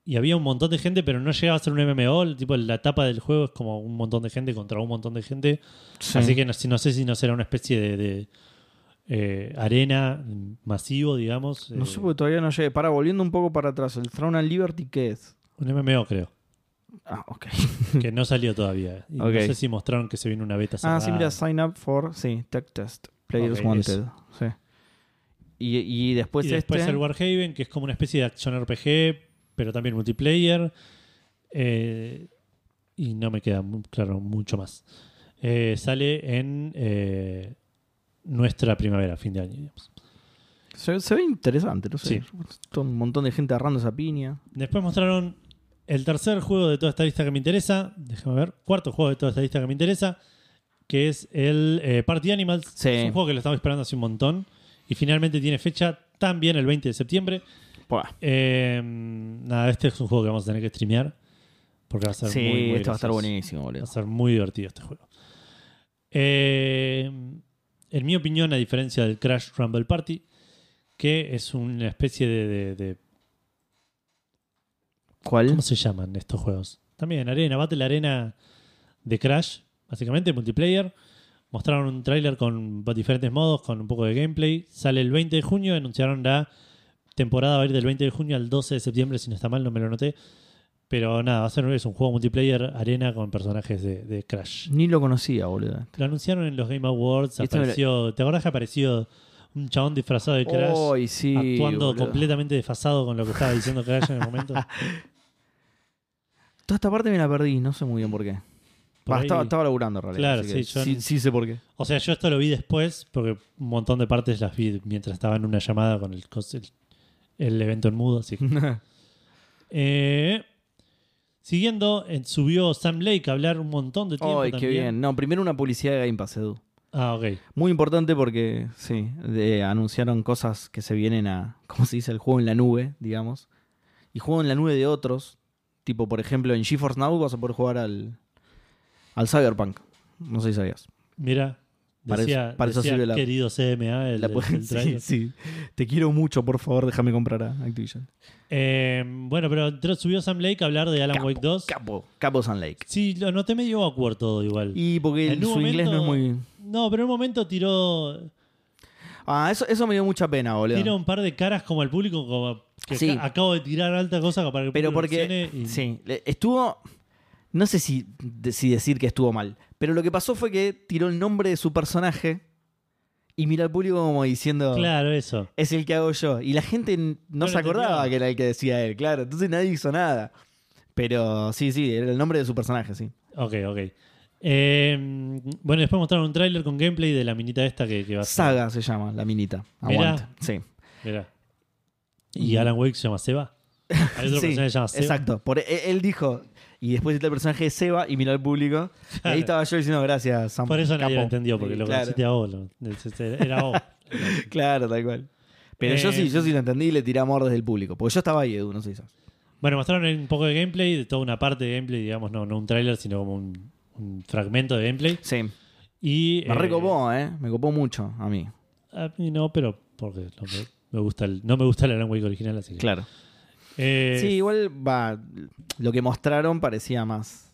y había un montón de gente, pero no llegaba a ser un MMO. El tipo, la etapa del juego es como un montón de gente contra un montón de gente. Sí. Así que no, no sé si no será una especie de, de, eh, arena masivo, digamos. No eh, sé porque todavía no llegué. Para, volviendo un poco para atrás, ¿el Throne and Liberty qué es? Un MMO, <laughs> creo. Ah, ok. <laughs> Que no salió todavía. Y Ok. No sé si mostraron que se viene una beta. Ah, cerrada. sí, mira, sign up for, sí, tech test, players Ok, wanted. Sí. Y, y después y después este. el Warhaven, que es como una especie de acción RPG, pero también multiplayer. Eh, y no me queda mu- claro mucho más. Eh, sale en eh, nuestra primavera, fin de año. digamos. se, se ve interesante, no Sí. sé. Todo Un montón de gente agarrando esa piña. Después mostraron el tercer juego de toda esta lista que me interesa. Déjame ver. Cuarto juego de toda esta lista que me interesa. Que es el eh, Party Animals. Sí. Es un juego que lo estamos esperando hace un montón. Y finalmente tiene fecha también el 20 de septiembre. Buah. Eh, nada, este es un juego que vamos a tener que streamear. Porque va a ser Sí, muy, muy esto va a estar gracioso. buenísimo, Va boludo. a ser muy divertido este juego. Eh, en mi opinión, a diferencia del Crash Rumble Party, que es una especie de, de- de- ¿Cuál? ¿Cómo se llaman estos juegos? También Arena, Battle Arena de Crash, básicamente, multiplayer. Mostraron un tráiler con diferentes modos, con un poco de gameplay. Sale el 20 de junio, anunciaron la temporada va a ir del 20 de junio al 12 de septiembre, si no está mal, no me lo noté. Pero nada, va a ser es un juego multiplayer arena con personajes de, de Crash. Ni lo conocía, boludo. Lo anunciaron en los Game Awards, Y esto me lo- apareció, ¿te acordás que apareció un chabón disfrazado de Crash? Ay, sí, actuando boludo. completamente desfasado con lo que estaba diciendo Crash en el <laughs> momento. Toda esta parte me la perdí, no sé muy bien por qué. Por Bah, ahí- estaba, estaba laburando en realidad. Claro, así que sí, yo- sí, sí sé por qué. O sea, yo esto lo vi después, porque un montón de partes las vi mientras estaba en una llamada con el, cos- el, el evento en mudo. Así que- <laughs> Eh, siguiendo, eh, subió Sam Lake a hablar un montón de tiempo. Ay, qué también. bien. No, primero una publicidad de Game Pass, Edu. Ah, ok. Muy importante porque, sí, de- anunciaron cosas que se vienen a, ¿cómo se dice? El juego en la nube, digamos. Y juego en la nube de otros. Tipo, por ejemplo, en GeForce Now vas a poder jugar al, al Cyberpunk. No sé si sabías. Mira, Para eso- decía, para eso decía sirve la- querido CMA, el, La el- <laughs> pu- el sí, trailer. sí. Te quiero mucho, por favor, déjame comprar a Activision. Eh, bueno, pero entró- subió Sam Lake a hablar de Alan Capo, Wake 2. Capo, Capo Sun Lake. Sí, lo noté medio awkward todo igual. Y porque En su un inglés no es momento- muy... No, pero en un momento tiró, Ah, eso, eso me dio mucha pena, boludo. tira un par de caras como al público, como que Sí. acá- acabo de tirar alta cosa para que el Pero público porque. reaccione y- Sí, le- estuvo. No sé si, de- si decir que estuvo mal. Pero lo que pasó fue que tiró el nombre de su personaje y miró al público como diciendo. Claro, eso. Es el que hago yo. Y la gente n- no, No se lo acordaba entendió. que era el que decía él, claro. Entonces nadie hizo nada. Pero sí, sí, era el nombre de su personaje, sí. Ok, ok. Eh, bueno, después mostraron un tráiler con gameplay de la minita esta que, que va a ser. Saga se llama, la minita. Mirá. Aguante. Sí. Mirá. Y Alan Wake se llama <laughs> Seba. Hay otro Mm. Sí, personaje que se llama Seba. Exacto. Por, e- él dijo. Y después está el personaje de Seba y miró al público. Y ahí estaba yo diciendo gracias, Sam. Por eso nadie lo capo". entendió, porque Sí, lo claro. conociste a vos. lo- Era vos. <laughs> Claro, tal cual. Pero yo Eh, sí, yo sí lo entendí y le tiré amor desde el público. Porque yo estaba ahí, Edu, no sé si sabes. Bueno, mostraron un poco de gameplay, de toda una parte de gameplay, digamos, no, no un tráiler, sino como un, un fragmento de gameplay. Sí. Y, Me eh, recopó, ¿eh? Me copó mucho a mí. A mí no, pero porque no me, me gusta el, no me gusta el Alan Wake original, así que. Claro. Eh, Sí, igual va. Lo que mostraron parecía más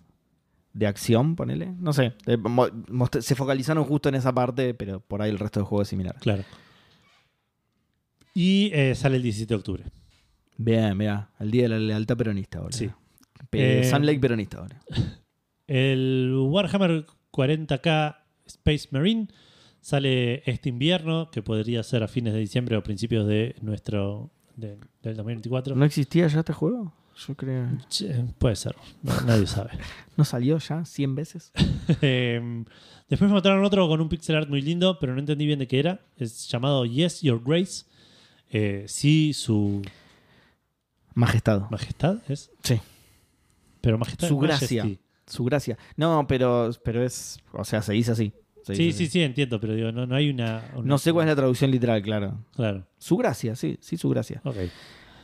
de acción, ponele. No sé. eh, mo- most- Se focalizaron justo en esa parte, pero por ahí el resto del juego es similar. Claro. Y eh, sale el 17 de octubre. Bien, mira. El día de la lealtad peronista, ahora. Sí. Pe- Eh, Sun Lake peronista, ahora. El Warhammer 40k Space Marine sale este invierno, que podría ser a fines de diciembre o principios de nuestro de- del 2024. ¿No existía ya este juego? Yo creo. Che, Puede ser, no- nadie sabe. <laughs> ¿No salió ya 100 veces? Em, después me mostraron otro con un pixel art muy lindo, pero no entendí bien de qué era. Es llamado Yes, Your Grace. Eh, sí, su Majestad. majestad es. Sí. Pero majestad. Su gracia. majesty. Su gracia. No, pero, pero es. O sea, se dice así. Se dice Sí, sí, así. sí, entiendo, pero digo, no, no hay una, una- No sé cuál es la traducción literal, claro. Claro, Su gracia, sí, sí, su gracia. ok.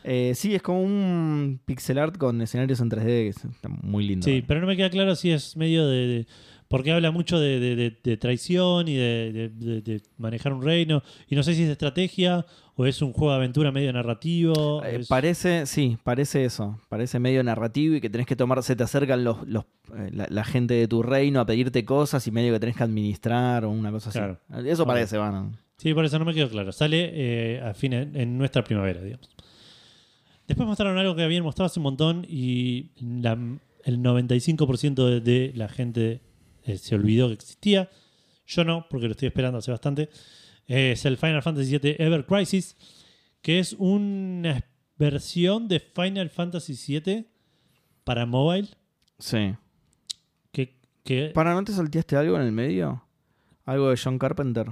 Eh, sí, es como un pixel art con escenarios en 3D que es- está muy lindo. Sí, pero no me queda claro si es medio de. de- porque habla mucho de, de- de- de traición y de, de- de- de manejar un reino. Y no sé si es de estrategia o es un juego de aventura medio narrativo. Eh, es- Parece, sí, parece eso. Parece medio narrativo y que tenés que tomar, se te acercan los, los- eh, la, la gente de tu reino a pedirte cosas y medio que tenés que administrar o una cosa Claro. así. Eso Ok. parece, van. Sí, por eso no me quedó claro. Sale eh, a fines, en nuestra primavera, digamos. Después mostraron algo que habían mostrado hace un montón y la- el 95% de, de la gente eh, se olvidó que existía. Yo no, porque lo estoy esperando hace bastante. Eh, es el Final Fantasy VII Ever Crisis, que es una versión de Final Fantasy VII para mobile. Sí. Que, que- ¿Para no te salteaste algo en el medio? Algo de John Carpenter.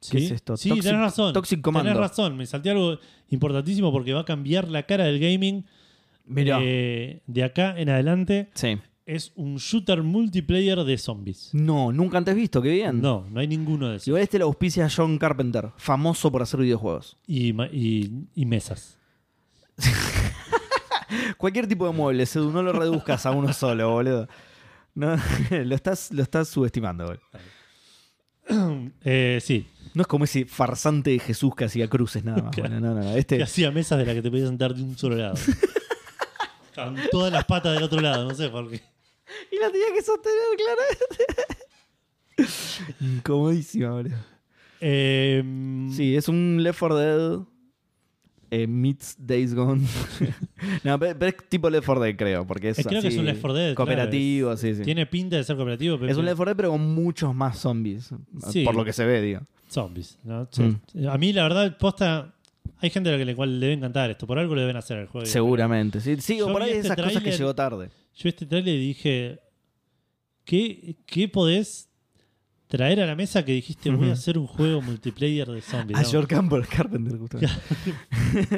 sí, es esto? Sí, Toxic- tenés razón. Toxic Commando. Tenés razón. Me salté algo importantísimo porque va a cambiar la cara del gaming. Mirá. Eh, de acá en adelante sí. es un shooter multiplayer de zombies. No, nunca antes visto, qué bien. No, no hay ninguno de esos. Mm. Igual este lo auspicia John Carpenter, famoso por hacer videojuegos. Y, ma- y- y <clears throat> mesas. Cualquier tipo de mueble, Edu, no lo reduzcas a uno solo, boludo. No, <laughs> lo, estás, lo estás subestimando, boludo. Eh, sí, No es como ese farsante de Jesús que hacía cruces nada <laughs> más. Bueno, no, no, no. que Este, hacía mesas de las que te podías sentar de un solo <laughs> lado. Con todas las patas del otro lado, no sé por qué. y la tenía que sostener, claro. <laughs> Incomodísima, boludo. Eh, Sí, es un Left 4 Dead eh, meets Days Gone. <laughs> no, pe- pero, es tipo Left 4 Dead, creo, porque es Eh, creo que es así un Left 4 Dead, claro, Cooperativo, es- sí, sí. Tiene pinta de ser cooperativo, pero Es un Left 4 Dead, pero con muchos más zombies. Sí. Por lo que se ve, digo. zombies. ¿no? Mm. Eh, A mí, la verdad, posta. Hay gente a la que le cual le debe encantar esto. Por algo le deben hacer el juego. Seguramente. Sí, sí o Yo por vi ahí este esas cosas que tráiler- llegó tarde. Yo este trailer dije, ¿qué, qué podés traer a la mesa que dijiste voy a hacer un juego multiplayer de zombies? A No. George Campbell, Ah, Carpenter, <laughs> justamente.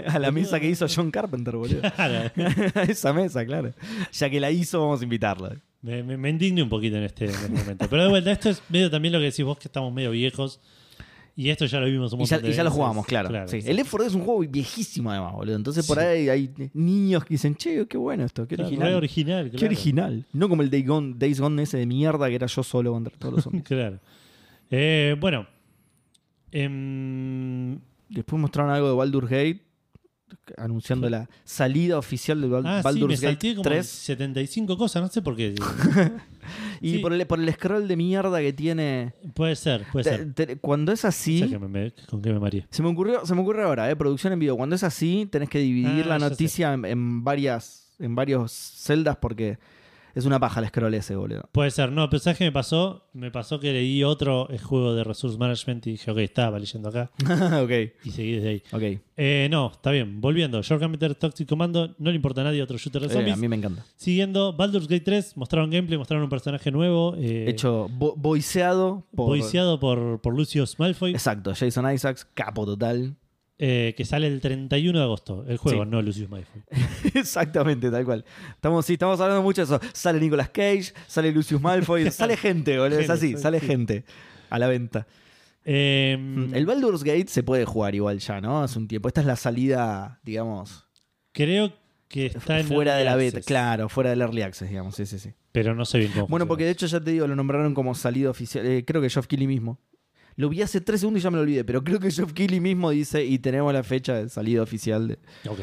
<laughs> a la mesa que hizo John Carpenter, boludo. Claro. A <laughs> Esa mesa, claro. Ya que la hizo, vamos a invitarla. me, me, me indigné un poquito en este, en este momento. Pero de vuelta, esto es medio también lo que decís vos que estamos medio viejos. Y esto ya lo vimos un Y montón ya, de y ya lo veces. jugamos, claro. sí. El exacto. Left 4 Dead es un juego viejísimo, además, boludo. Entonces, por Sí. ahí hay niños que dicen, che, qué bueno esto, qué Claro, original. re original, Qué claro. original. No como el Days Gone, Days Gone ese de mierda que era yo solo contra todos los <laughs> zombies. <laughs> Claro. Eh, bueno. Em, Después mostraron algo de Baldur's Gate, anunciando la salida oficial de Bal- ah, sí, me Baldur's salté Gate como 3. 75 cosas, no sé por <laughs> qué. Y Sí. por, el, por el scroll de mierda que tiene. Puede ser, puede ser. Te- te- cuando O es sea, así. que me- me- ¿Con qué me mareé? Se me ocurrió, se me ocurre ahora, eh, producción en vivo. Cuando es así, tenés que dividir Ah, la ya sé. noticia en, en varias, en varios celdas porque es una paja el scroll ese, boludo. <laughs> Puede ser, no, pero ¿sabes qué me pasó? Me pasó que leí otro eh, juego de Resource Management y dije, ok, estaba leyendo acá ok, y seguí desde ahí. ok. Eh, Eh, no, está bien, volviendo. Short Carpenter Toxic Commando, no le importa a nadie otro shooter de Eh, a zombies. mí me encanta. Siguiendo, Baldur's Gate 3, mostraron gameplay, mostraron un personaje nuevo. eh, Hecho bo- voiceado por. voiceado por, por Lucius Malfoy, Exacto, Jason Isaacs, capo total. <laughs> eh, que sale el 31 de agosto. El juego, Sí. no Lucius <laughs> Malfoy. Exactamente, tal cual. Estamos, sí, estamos hablando mucho de eso. Sale Nicolas Cage, sale <laughs> Lucius Malfoy, sale gente, boludo. Es Gente, así, sí, sale sí. gente a la venta. Eh, El Baldur's Gate se puede jugar igual ya, ¿no? Hace un tiempo. Esta es la salida, digamos. creo que está en fuera Early de la beta, Access, claro, fuera del early access, digamos, sí, sí, sí. Pero no sé bien cómo. Bueno, funciona. porque de hecho ya te digo, lo nombraron como salida oficial. eh, creo que Geoff Keighley mismo. Lo vi hace tres segundos y ya me lo olvidé, pero creo que Geoff Keighley mismo dice y tenemos la fecha de salida oficial. De... Ok.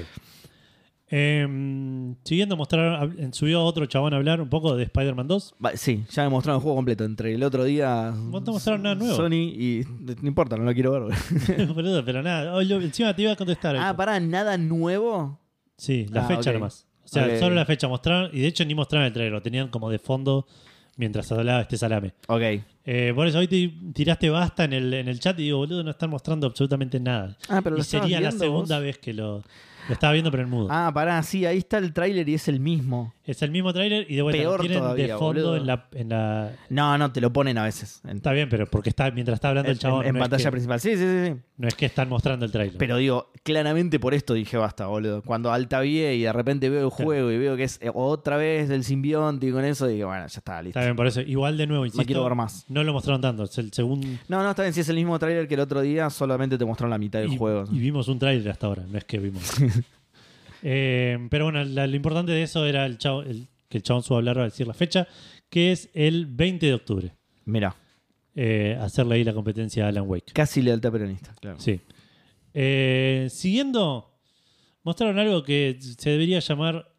Em, siguiendo, mostraron, hab- subió otro chabón a hablar un poco de Spider-Man <laughs> 2. Va, sí, ya me mostraron el juego completo. Entre el otro día. No te mostraron nada nuevo. Sony y. No importa, no lo quiero <laughs> <laughs> ver. Boludo, pero nada, oh, lo- encima te iba a contestar. ah, esto. pará, nada nuevo. sí, la ah, fecha ok. nomás. O sea, Ok. solo la fecha mostraron, y de hecho ni mostraron el trailer, lo tenían como de fondo mientras hablaba este salame. Ok. Eh, por eso hoy te tiraste basta en el, en el chat y digo, boludo, no están mostrando absolutamente nada. Ah, pero y lo estabas sería la viendo segunda vos. vez que lo, lo estaba viendo, pero en mudo. Ah, pará, sí, ahí está el tráiler y es el mismo. Es el mismo trailer y de vuelta lo Peor tienen de todavía, fondo boludo. en la, en la- No, no, te lo ponen a veces. En, Está bien, pero porque está mientras está hablando el en- chabón. en no es pantalla que- principal. Sí, sí, sí. sí. No es que están mostrando el trailer. Pero digo, claramente por esto dije basta, boludo. Cuando altavié y de repente veo el juego y veo que es eh, otra vez del simbionte y con eso, dije, bueno, ya está, listo. está bien, por eso. Igual de nuevo, insisto. No quiero ver más. No lo mostraron tanto. Es el segundo. No, no, está bien. Si es el mismo tráiler que el otro día, solamente te mostraron la mitad del Y, juego. y vimos un trailer hasta ahora, no es que vimos. <laughs> Eh, pero bueno, la- lo importante de eso era el chavo, el- que el chabón suba a hablar a decir la fecha, que es el 20 de octubre. Mira, Eh, hacerle ahí la competencia a Alan Wake. casi lealtad peronista. Claro. Sí. Eh, siguiendo, mostraron algo que se debería llamar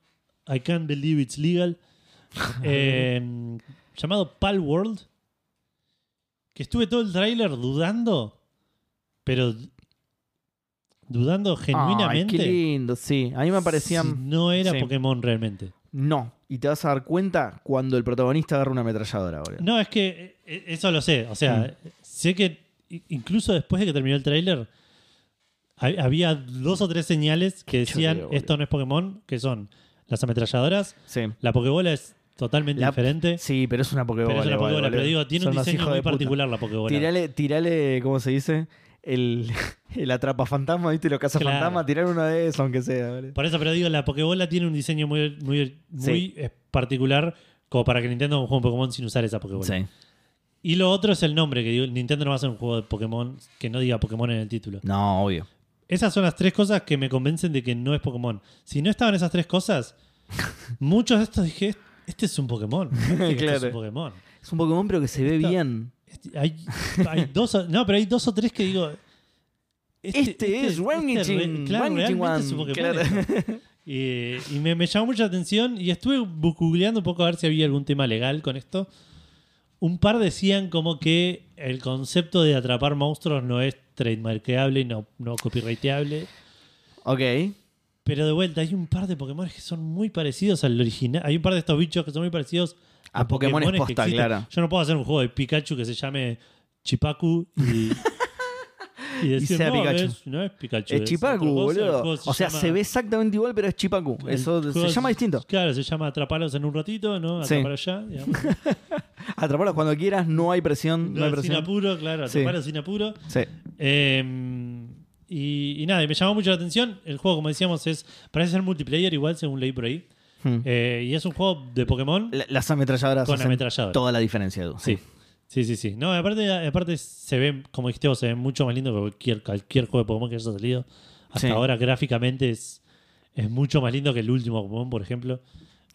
I Can't Believe It's <laughs> Legal, eh, llamado Pal World, que estuve todo el tráiler dudando, pero dudando Ay, genuinamente. qué lindo, sí. A mí me si parecían. no era sí. Pokémon realmente. No. Y te vas a dar cuenta cuando el protagonista agarra una ametralladora, boludo. No, es que eh, eso lo sé. O sea, Mm. sé que i- incluso después de que terminó el tráiler, ha- había dos o tres señales que decían Choreo, boludo. esto no es Pokémon, que son las ametralladoras, Sí. la Pokébola es totalmente La- diferente, Sí, pero es una Pokébola. pero es una igual, Pokébola. boludo. Pero digo, tiene Son un unos diseño hijos muy de puta. particular la Pokébola. Tirale, tirale, ¿cómo se dice? El, <laughs> el atrapa fantasma, ¿viste? Los cazafantasmas, Claro. tirar uno de esos, aunque sea. ¿vale? Por eso, pero digo, la Pokébola tiene un diseño muy, muy, Sí. muy, eh, particular como para que Nintendo haga un juego de Pokémon sin usar esa Pokébola. Sí. Y lo otro es el nombre, que digo, Nintendo no va a hacer un juego de Pokémon que no diga Pokémon en el título. No, obvio. Esas son las tres cosas que me convencen de que no es Pokémon. Si no estaban esas tres <laughs> cosas, muchos de estos dije, este es un Pokémon. Este es un Claro. Pokémon. Es un Pokémon, pero que se ve Está- bien. Este- hay, hay dos, o- no, pero hay dos o tres que digo... este- Este es re- Rainitin, claro, Rainitin realmente es un One, Pokémon. <laughs> esto. Eh, Y, y me, me llamó mucha atención y estuve bu- googleando un poco a ver si había algún tema legal con esto. Un par decían como que el concepto de atrapar monstruos no es trademarkeable y no, no copyrighteable. Ok. Pero de vuelta, hay un par de Pokémon que son muy parecidos al original. Hay un par de estos bichos que son muy parecidos A Pokémones Pokémones posta, existen. claro. Yo no puedo hacer un juego de Pikachu que se llame Chipaku y, <laughs> y decir, sea no, Pikachu". Es, no es Pikachu. Es es Chipaku, otra cosa". El boludo. juego O sea, llama- se ve exactamente igual, pero es Chipaku. el Eso se juego llama es- distinto. Claro, se llama Atrapalos en un ratito, ¿no? Sí. Atrapalos <laughs> ya. digamos. Atraparlos cuando quieras, no hay presión. No, hay sin presión. apuro, claro, Sí. Atrapalos sin apuro. Sí. Eh, y, y nada, y me llamó mucho la atención. El juego, como decíamos, es parece ser multiplayer igual, según leí por ahí. Hmm. Eh, y es un juego de Pokémon. La- Las ametralladoras Con hacen ametralladora. toda la diferencia, Edu. Sí. Sí, sí, sí. No, aparte, aparte se ve, como dijiste vos, se ve mucho más lindo que cualquier, cualquier juego de Pokémon que haya salido. Hasta Sí. ahora, gráficamente, es, es mucho más lindo que el último Pokémon, por ejemplo.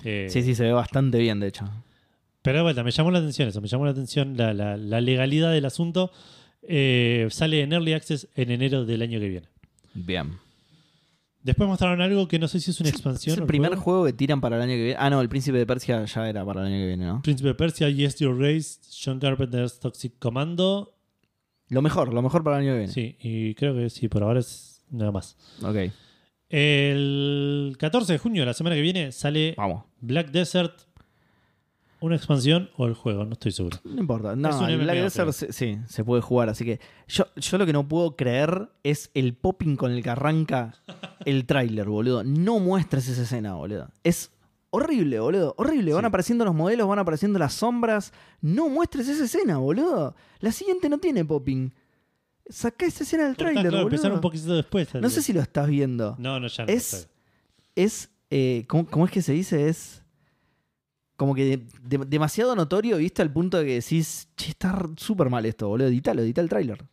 Eh, Sí, sí, se ve bastante bien, de hecho. Pero de vuelta, me llamó la atención eso, me llamó la atención la, la- la legalidad del asunto. Eh, sale en Early Access en enero del año que viene. Bien. Después mostraron algo que no sé si es una expansión. ¿Es el al primer juego. juego que tiran para el año que viene? Ah, no, el Príncipe de Persia ya era para el año que viene, ¿no? Príncipe de Persia, Yes Your Race, John Carpenter's Toxic Commando. Lo mejor, lo mejor para el año que viene. Sí, y creo que sí, por ahora es nada más. Ok, El 14 de junio, la semana que viene, sale vamos. Black Desert, una expansión o el juego, no estoy seguro. No importa. No, Es un el Black MMO, Desert creo. se- sí, se puede jugar. Así que yo, yo lo que no puedo creer es el popping con el que arranca el tráiler, boludo. No muestres esa escena, boludo. Es horrible, boludo. Horrible. Van Sí. apareciendo los modelos, van apareciendo las sombras. No muestres esa escena, boludo. La siguiente no tiene popping. Sacá esa escena del Cortá, tráiler, claro, empezaron un boludo. poquito después. tal No sé vez. si lo estás viendo. No, no, ya no. Es- estoy. es. eh, ¿cómo, cómo es que se dice? Es. Como que de- de- demasiado notorio, ¿viste? Al punto de que decís, che, está r- súper mal esto, boludo. Editalo, edita el tráiler.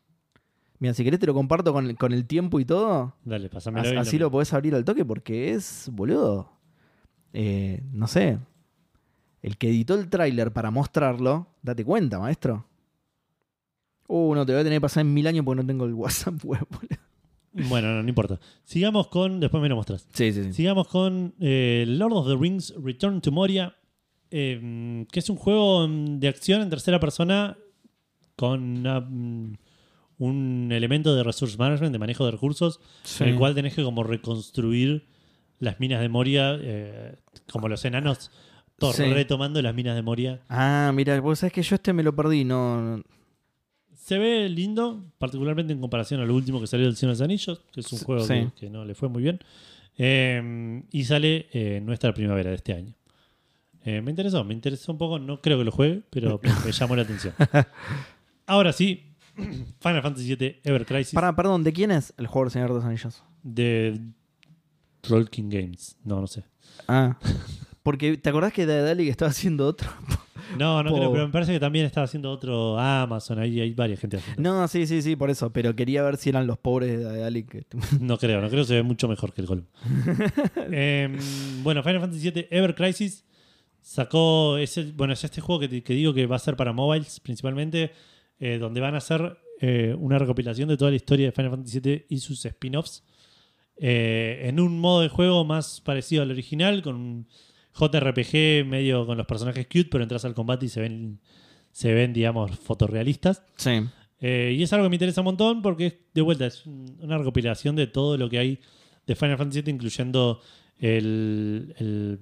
Mira, si querés te lo comparto con, el- con el tiempo y todo. Dale, pasame As- así lo podés abrir al toque porque es, boludo. eh, no sé. El que editó el tráiler para mostrarlo, date cuenta, maestro. Uh, no, te voy a tener que pasar en mil años porque no tengo el <laughs> WhatsApp web, boludo. Bueno, no, no importa. Sigamos con. Después me lo mostras. Sí, sí, Sigamos con eh, Lord of the Rings Return to Moria, eh, que es un juego mm, de acción en tercera persona con una, mm, un elemento de resource management, de manejo de recursos, en el cual tenés que como reconstruir las minas de Moria, eh, como los enanos to- Sí. retomando las minas de Moria. Ah, mira, vos sabés que yo este me lo perdí, no. no- Se ve lindo, particularmente en comparación al último que salió del Señor de los Anillos, que es un Sí. juego que, que no le fue muy bien. Eh, y sale eh, nuestra primavera de este año. Eh, me interesó, me interesó un poco. No creo que lo juegue, <laughs> pero me llamó la atención. Ahora sí, <clears throat> Final Fantasy VII Ever Crisis Pará, perdón, ¿de quién es el juego del Señor de los Anillos? de Trollking Games. No, no sé. Ah. <laughs> Porque, ¿te acordás que Daedalic estaba haciendo otro? No, no creo, Po. pero me parece que también estaba haciendo otro Amazon. Ahí hay varias gente haciendo. <laughs> No, sí, sí, sí, por eso. Pero quería ver si eran los pobres de Daedalic. que- <laughs> No creo, no creo que se ve mucho mejor que el Golem. Em, bueno, Final Fantasy VII Ever Crisis sacó. Es el- bueno, es este juego que, te- que digo que va a ser para mobiles principalmente, eh, donde van a hacer eh, una recopilación de toda la historia de Final Fantasy VII y sus spin-offs eh, en un modo de juego más parecido al original, con un JRPG medio con los personajes cute, pero entras al combate y se ven, se ven digamos, fotorrealistas. Sí. Eh, y es algo que me interesa un montón porque, es, de vuelta, es un- una recopilación de todo lo que hay de Final Fantasy VII, incluyendo el, el,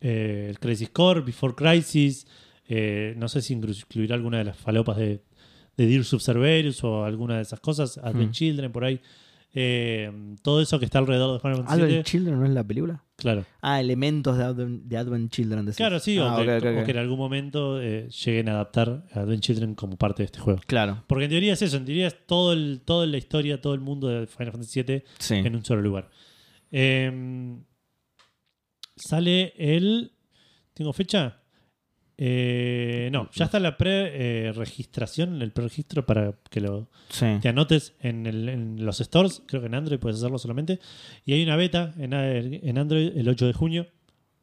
eh, el Crisis Core, Before Crisis. eh, no sé si inclu- incluirá alguna de las falopas de, de Dear Subserverus o alguna de esas cosas, Advent Hmm. Children, por ahí. Eh, todo eso que está alrededor de Final Fantasy ¿Advent VII. Children no es la película? Claro. Ah, elementos de Advent, de Advent Children. decís. Claro, sí, o, Ah, que, ok, ok, o ok. que en algún momento eh, lleguen a adaptar a Advent Children como parte de este juego. Claro, Porque en teoría es eso, en teoría es todo el, toda la historia, todo el mundo de Final Fantasy VII sí. en un solo lugar. Eh, sale el. ¿Tengo fecha? Eh, no, ya está la pre-registración, el preregistro para que lo sí. te anotes en, el- en los stores. Creo que en Android puedes hacerlo solamente. Y hay una beta en, en Android el 8 de junio,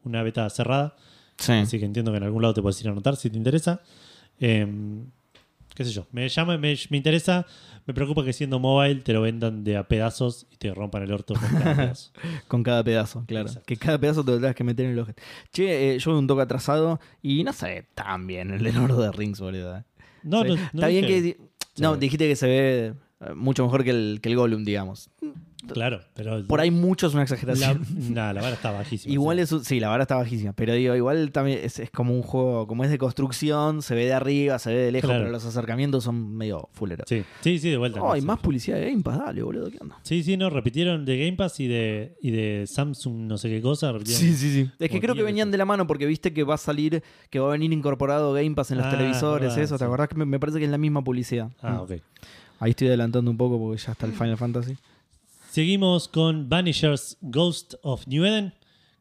una beta cerrada. sí. Así que entiendo que en algún lado te puedes ir a anotar si te interesa. Eh, qué sé yo, me llama, me, me interesa, me preocupa que siendo mobile te lo vendan de a pedazos y te rompan el orto con cada <laughs> pedazo. Con cada pedazo, claro. Exacto. Que cada pedazo te lo tengas que meter en el ojete. Che, eh, yo voy un toque atrasado y no sé tan bien el Lord of the Rings, boludo. eh. No, Sí. no, no Está bien dije- que. di- No, Sí. dijiste que se ve eh, mucho mejor que el, que el Gollum, digamos. Claro, pero... Por ahí mucho es una La, exageración. nah, la vara está bajísima. <laughs> Igual sí. es, un- sí, la vara está bajísima, pero digo, igual también es, es como un juego, como es de construcción, se ve de arriba, se ve de lejos, Claro. pero los acercamientos son medio fuleros. Sí, sí, sí, de vuelta. Oh, no y sé. más publicidad de Game Pass, dale, boludo, ¿qué onda? Sí, sí, no, repitieron de Game Pass y de, y de Samsung no sé qué cosa. repitieron. sí, sí. Es que Como creo que 10 venían veces. de la mano porque viste que va a salir, que va a venir incorporado Game Pass en los Ah, televisores, verdad, eso, ¿te sí. acordás? Que me, me parece que es la misma publicidad. Ah, Mm. ok. Mm. Ahí estoy adelantando un poco porque ya está el Final Fantasy. Seguimos con Vanishers Ghost of New Eden,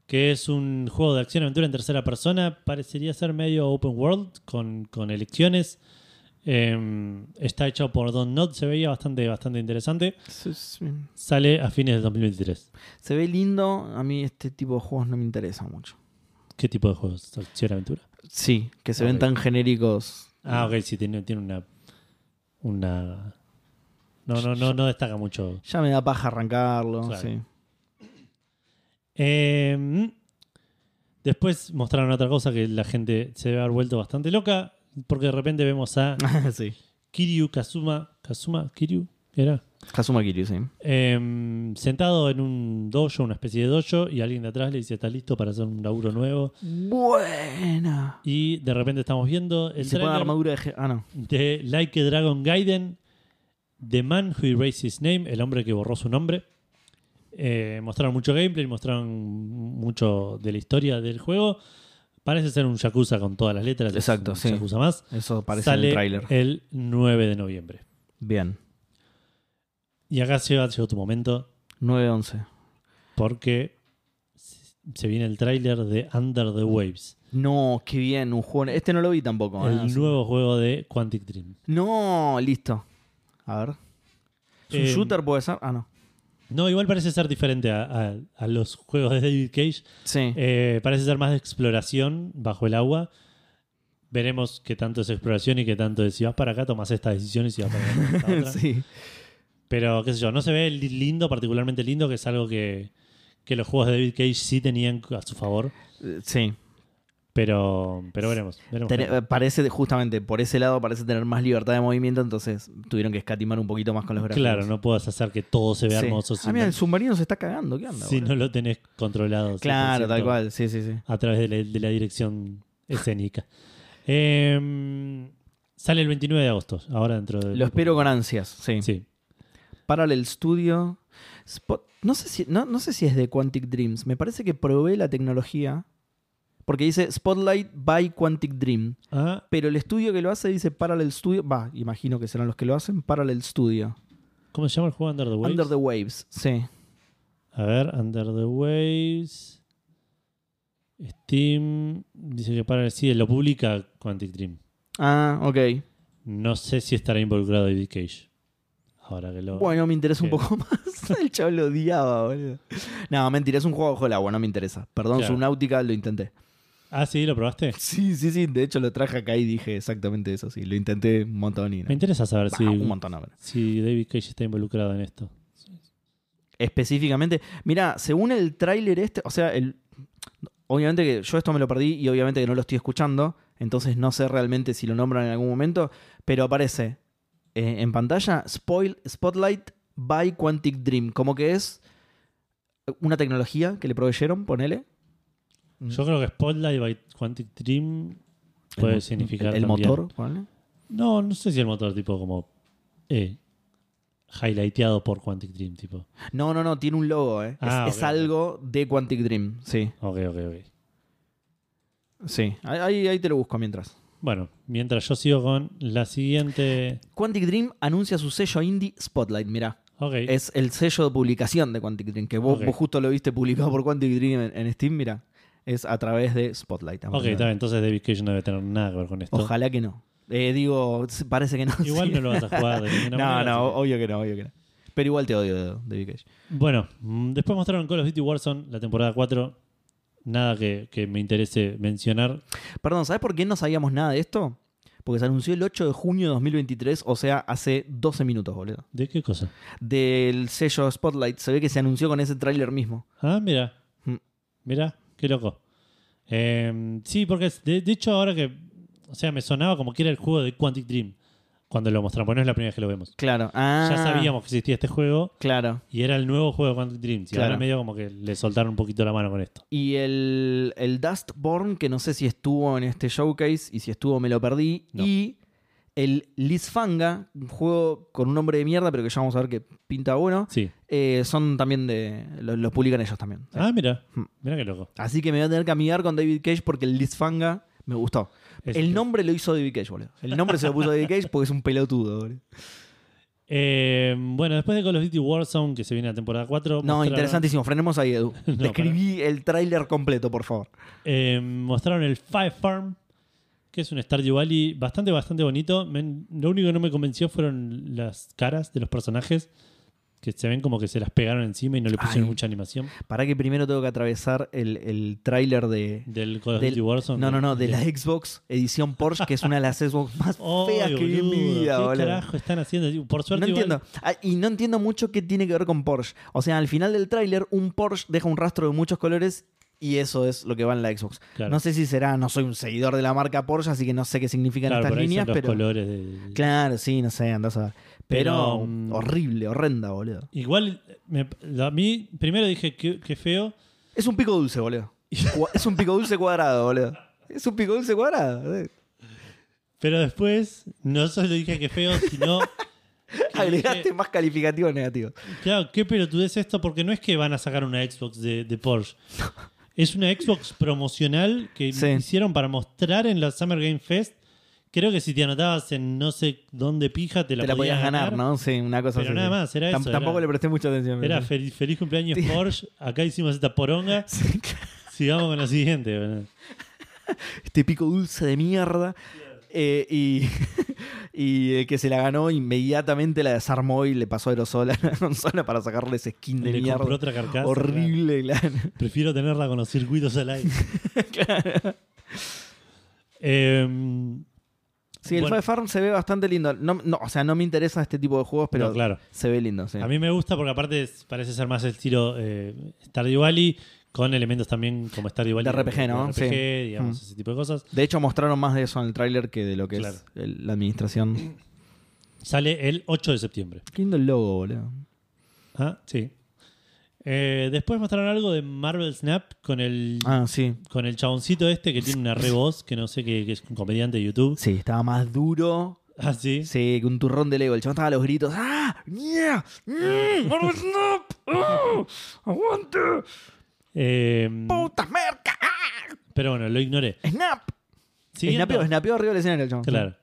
que es un juego de acción-aventura en tercera persona. Parecería ser medio open world, con, con elecciones. Eh, está hecho por Don Not, se veía bastante, bastante interesante. Sí, sí. Sale a fines de 2023. Se ve lindo, a mí este tipo de juegos no me interesa mucho. ¿Qué tipo de juegos? ¿Acción-aventura? Sí, que se ven Ok. tan genéricos. Ah, ok, sí, tiene, tiene una... una... No, no, no, no destaca mucho. Ya me da paja arrancarlo, Claro. sí. <laughs> Eh, después mostraron otra cosa que la gente se debe haber vuelto bastante loca, porque de repente vemos a sí. Kiryu Kazuma. ¿Kazuma? ¿Kiryu? ¿Era? Kazuma Kiryu, sí. Em, sentado en un dojo, una especie de dojo, y alguien de atrás le dice: ¿Estás listo para hacer un laburo nuevo? Buena. Y de repente estamos viendo el se pone tráiler armadura de... ge- Ah, no. de Like a Dragon Gaiden, The Man Who Erased His Name, el hombre que borró su nombre. Eh, mostraron mucho gameplay, mostraron mucho de la historia del juego. Parece ser un Yakuza con todas las letras. es Exacto, un sí. Yakuza más. Eso parece Sale en el tráiler. el 9 de noviembre. Bien. Y acá llega, llegó tu momento 9-11. porque se- se viene el tráiler de Under the Waves, No, qué bien, un juego... Este no lo vi tampoco. ¿eh? el nuevo juego de Quantic Dream. No, listo. A ver. ¿Es un Eh, shooter puede ser? Ah, no. No, igual parece ser diferente a, a- a los juegos de David Cage. Sí. <laughs> Eh, parece ser más de exploración bajo el agua. Veremos qué tanto es exploración y qué tanto es si vas para acá, tomas esta decisión y si vas para acá, tomás <laughs> esta otra. sí. Pero qué sé yo, no se ve li- lindo, particularmente lindo, que es algo que, que los juegos de David Cage sí tenían a su favor. Eh, Sí. Pero, pero veremos. veremos Tené- eh, parece justamente por ese lado parece tener más libertad de movimiento, entonces tuvieron que escatimar un poquito más con los gráficos. claro, no puedes hacer que todo se vea Sí. hermoso si, Ah, mira, no, el submarino se está cagando, ¿qué onda? si no boludo? lo tenés controlado. claro, 100% tal cual, sí, sí, sí. A través de la, de la dirección escénica. Em, sale el 29 de agosto, ahora dentro de... Lo espero con ansias, sí. Sí. Parallel Studio. Spot- No, sé si, no, no sé si es de Quantic Dreams. Me parece que probé la tecnología. Porque dice Spotlight by Quantic Dream. Ah, Pero el estudio que lo hace dice Parallel Studio. Va, imagino que serán los que lo hacen. Parallel Studio. ¿Cómo se llama el juego Under the Waves? Under the Waves, sí. A ver, Under the Waves. Steam dice que para sí, lo publica Quantic Dream. Ah, ok. No sé si estará involucrado David Cage. Ahora que lo. Bueno, me interesa un Ok. poco <laughs> más. El chavo lo odiaba, boludo. No, mentira, es un juego bajo el agua, no me interesa. Perdón, Claro. Subnautica lo intenté. Ah, sí, lo probaste. Sí, sí, sí. De hecho, lo traje acá y dije exactamente eso. Sí, lo intenté un montón y no. Me interesa saber Bah, si, Un montón, a ver. si David Cage está involucrado en esto. Específicamente, mira, según el tráiler este, o sea, el, obviamente que yo esto me lo perdí y obviamente que no lo estoy escuchando, entonces no sé realmente si lo nombran en algún momento, pero aparece eh, en pantalla Spoil, Spotlight by Quantic Dream, como que es una tecnología que le proveyeron, ponele. Mm. Yo creo que Spotlight by Quantic Dream puede mo- significar. El, el también- motor, ponele. No, no sé si el motor, tipo como. Eh, highlighteado por Quantic Dream, tipo. No, no, no, tiene un logo, eh. Es- Ah, es, ok, ok. algo de Quantic Dream, sí, Ok, ok, ok. sí. Ahí- Ahí, ahí te lo busco mientras. Bueno, mientras yo sigo con la siguiente. Quantic Dream anuncia su sello indie Spotlight, mirá. Ok. Es el sello de publicación de Quantic Dream, que vos, Ok. vos justo lo viste publicado por Quantic Dream en, en Steam, mira. Es a través de Spotlight. Ok, está bien, entonces David Cage no debe tener nada que ver con esto. Ojalá que no. Eh, digo, s- parece que no. <laughs> Igual sí. no lo vas a jugar de ninguna <laughs> No, manera, no, así obvio que no, obvio que no. Pero igual te odio, David Cage. que- Bueno, mm, después mostraron Call of Duty Warzone, la temporada 4. Nada que, que me interese mencionar. Perdón, ¿sabes por qué no sabíamos nada de esto? Porque se anunció el 8 de junio de 2023, o sea, hace 12 minutos, boludo. ¿De qué cosa? Del sello Spotlight, se ve que se anunció con ese tráiler mismo. Ah, mira. Mm. Mira, qué loco. Eh, sí, porque es- de, de hecho ahora que... O sea, me sonaba como que era el juego de Quantic Dream cuando lo mostraron, porque no es la primera vez que lo vemos. Claro. Ah, Ya sabíamos que existía este juego Claro. y era el nuevo juego de Quantic Dream. Y ahora Claro. medio como que le soltaron un poquito la mano con esto. Y el, el Dustborn, que no sé si estuvo en este showcase, y si estuvo me lo perdí. No. Y el Lisfanga, un juego con un nombre de mierda, pero que ya vamos a ver que pinta bueno. Sí. eh, son también de. lo- Los publican ellos también. Ah, mira. Mm. Mira qué loco. Así que me voy a tener que amigar con David Cage porque el Lisfanga me gustó. Es- El nombre lo hizo David Cage, boludo. El nombre se lo puso David Cage porque es un pelotudo, boludo. Eh, bueno, después de Call of Duty Warzone, que se viene la temporada 4. No, mostraron- interesantísimo. Frenemos ahí, Edu. <laughs> No, Describí el tráiler completo, por favor. eh, mostraron el Five Farm, que es un Stardew Valley bastante, bastante bonito. Me- lo único que no me convenció fueron las caras de los personajes, que se ven como que se las pegaron encima y no le pusieron Ay. mucha animación. Para que primero tengo que atravesar el, el tráiler de, Del Call of Del- Duty Warzone. No, no, no, de la Xbox edición Porsche, que es una de las Xbox <laughs> más Ay, feas que vi en mi boludo, vida, ¿Qué boludo. carajo están haciendo? Digo, Por suerte No igual- entiendo. Ah, Y no entiendo mucho qué tiene que ver con Porsche. O sea, al final del tráiler, un Porsche deja un rastro de muchos colores y eso es lo que va en la Xbox. Claro. No sé si será, no soy un seguidor de la marca Porsche, así que no sé qué significan Claro, estas por ahí son líneas, los pero. colores de- Claro, sí, no sé, andás a ver. Pero, Pero, mm, horrible, horrenda, boludo. Igual, me- a mí primero dije que qué feo. Es un pico dulce, boludo. Cua- es un pico dulce cuadrado, boludo. Es un pico dulce <laughs> cuadrado. eh. Pero después, no solo dije que feo, <laughs> sino. que Agregaste dije, más calificativos negativos. Claro, qué pelotudez esto, porque no es que van a sacar una Xbox de, de <laughs> Porsche. Es una Xbox promocional que Sí. hicieron para mostrar en la Summer Game Fest. Creo que si te anotabas en no sé dónde pija, te la, te la podías ganar, ganar ¿no? Sí, una cosa Pero así. nada sí. más, era eso, Tampoco era- le presté mucha atención. Era pero- feliz, feliz cumpleaños Porsche. Acá hicimos esta poronga. <laughs> Sí, claro. Sigamos con lo siguiente. bueno. este pico dulce de mierda. Eh, y, <laughs> y el que se la ganó inmediatamente la desarmó y le pasó aerosol a la consola para sacarle ese skin de Le mierda. compró otra carcasa. Horrible, claro. claro. Prefiero tenerla con los circuitos al aire. <laughs> Claro. Em, Sí, el Bueno. Five Farm se ve bastante lindo. No, no, o sea, no me interesa este tipo de juegos, pero No, claro. se ve lindo. sí. A mí me gusta porque aparte es- parece ser más el estilo eh, Stardew Valley con elementos también como Stardew Valley. De RPG, ¿no? RPG, Sí. digamos, Mm. ese tipo de cosas. De hecho, mostraron más de eso en el tráiler que de lo que Claro. es el- la administración. Sale el 8 de septiembre. Qué lindo el logo, boludo. Ah, sí. Eh, después mostraron algo de Marvel Snap con el Ah, sí. con el chaboncito este que tiene una re voz, que no sé qué, que es un comediante de YouTube. Sí, estaba más duro. Ah, sí. Sí, que un turrón de Lego. El chabón estaba a los gritos. ¡Ah! ¡Yeah! ¡Mmm! ¡Marvel Snap! ¡Ah! ¡Aguante! Eh, ¡Putas merca! ¡Ah! pero bueno, lo ignoré. ¡Snap! Siguiendo- Snapeó, snapeó arriba del escenario el chabón. Claro.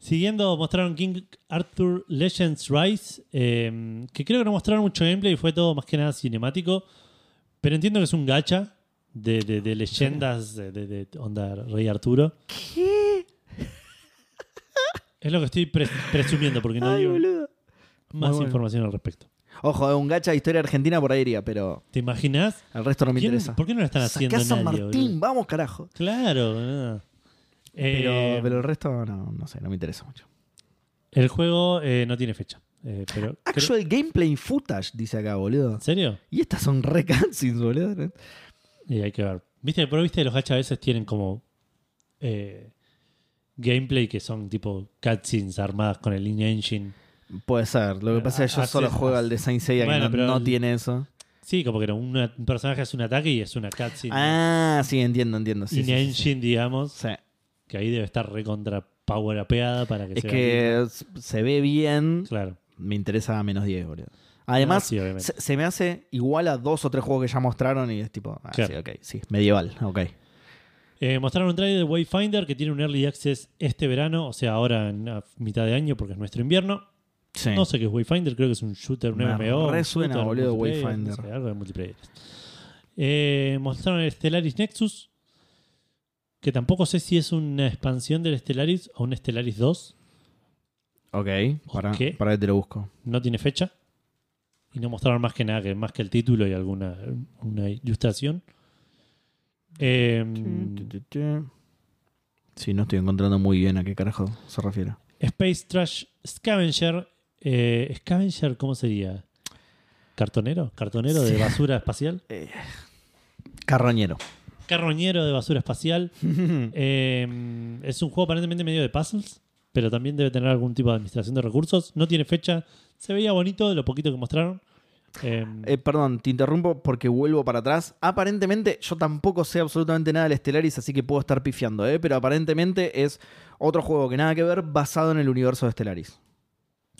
Siguiendo, mostraron King Arthur Legends Rise, eh, que creo que no mostraron mucho gameplay, fue todo más que nada cinemático. Pero entiendo que es un gacha de, de- de leyendas de, de- de onda Rey Arturo. ¿Qué? Es lo que estoy pres- presumiendo, porque no Ay, dio boludo. más bueno. información al respecto. Ojo, eh, un gacha de historia argentina por ahí iría, pero ¿Te imaginas? el resto no me ¿Quién- interesa. ¿Por qué no lo están haciendo Sacá San nadie, Martín, boludo? vamos carajo. Claro. ah. Pero, Eh, pero el resto no, no sé, no me interesa mucho. El juego eh, no tiene fecha. eh, pero creo- Actual gameplay footage, dice acá, boludo. ¿En serio? Y estas son re cutscenes, boludo. Y hay que ver. Viste, pero viste, los gacha a veces tienen como eh, gameplay que son tipo cutscenes armadas con el Lean Engine. Puede ser. Lo que pasa es que yo Haces- solo juego al de Saint Seiya ah, Bueno, que pero no, no el- tiene eso. Sí, como que era una- un personaje hace un ataque y es una cutscene. Ah, sí, entiendo, entiendo. Sí, Lean sí, sí, Engine, sí. digamos, Sí. que ahí debe estar recontra power para que Es sea. que s- se ve bien. Claro. Me interesa a menos 10, boludo. Además, Ah, sí, obviamente. se, se me hace igual a dos o tres juegos que ya mostraron y es tipo, ah, Claro. sí, ok, sí, medieval, ok. Eh, mostraron un trailer de Wayfinder que tiene un early access este verano, o sea, ahora en a mitad de año, porque es nuestro invierno. Sí. No sé qué es Wayfinder, creo que es un shooter, un Me MMO. un resuena, shooter, boludo, multiplayer, Wayfinder. no sé, algo de multiplayer. Eh, mostraron el Stellaris Nexus, que tampoco sé si es una expansión del Stellaris o un Stellaris 2. Ok, para, Ok. para que te lo busco. No tiene fecha. Y no mostraron más que nada, que más que el título y alguna una ilustración. Eh, Sí, no estoy encontrando muy bien a qué carajo se refiere. Space Trash Scavenger. eh, ¿Scavenger cómo sería? ¿Cartonero? ¿Cartonero de basura <laughs> espacial? Eh. Carroñero. Carroñero de basura espacial. Eh, es un juego aparentemente medio de puzzles, pero también debe tener algún tipo de administración de recursos. No tiene fecha. Se veía bonito de lo poquito que mostraron. Eh, <laughs> Eh, perdón, te interrumpo porque vuelvo para atrás. Aparentemente, yo tampoco sé absolutamente nada del Stellaris, así que puedo estar pifiando, ¿eh? Pero aparentemente es otro juego que nada que ver basado en el universo de Stellaris.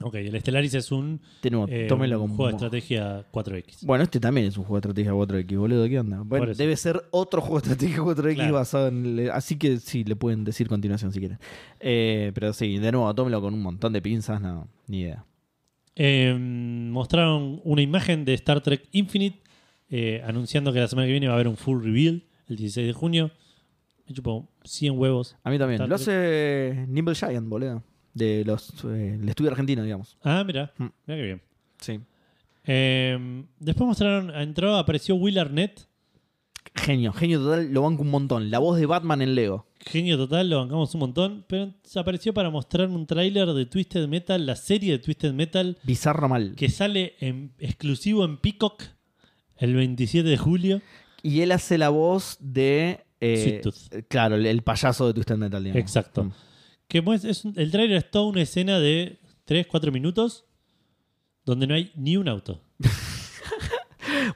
ok, el Stellaris es un, De nuevo, eh, tómelo un como. juego de estrategia 4X. Bueno, este también es un juego de estrategia 4X, boludo. ¿Qué onda? Bueno, Por eso. debe ser otro juego de estrategia 4X Claro. basado en. el- Así que sí, le pueden decir continuación si quieren. Eh, pero sí, de nuevo, tómelo con un montón de pinzas, no, ni idea. Eh, mostraron una imagen de Star Trek Infinite eh, anunciando que la semana que viene va a haber un full reveal el 16 de junio. Me chupo 100 huevos. A mí también. Star Lo Trek. hace Nimble Giant, boludo. De los, eh, el estudio argentino, digamos. Ah, mira, Mm. mira qué bien. Sí. Eh, después mostraron, entró, apareció Will Arnett. Genio, genio total, lo banco un montón. La voz de Batman en Lego. Genio total, lo bancamos un montón. Pero apareció para mostrar un tráiler de Twisted Metal, la serie de Twisted Metal, Bizarro mal. que sale en, exclusivo en Peacock el 27 de julio. Y él hace la voz de. eh, Sweet Tooth. claro, el, el payaso de Twisted Metal, digamos. Exacto. Mm. Que pues es un- el tráiler es toda una escena de 3, 4 minutos donde no hay ni un auto.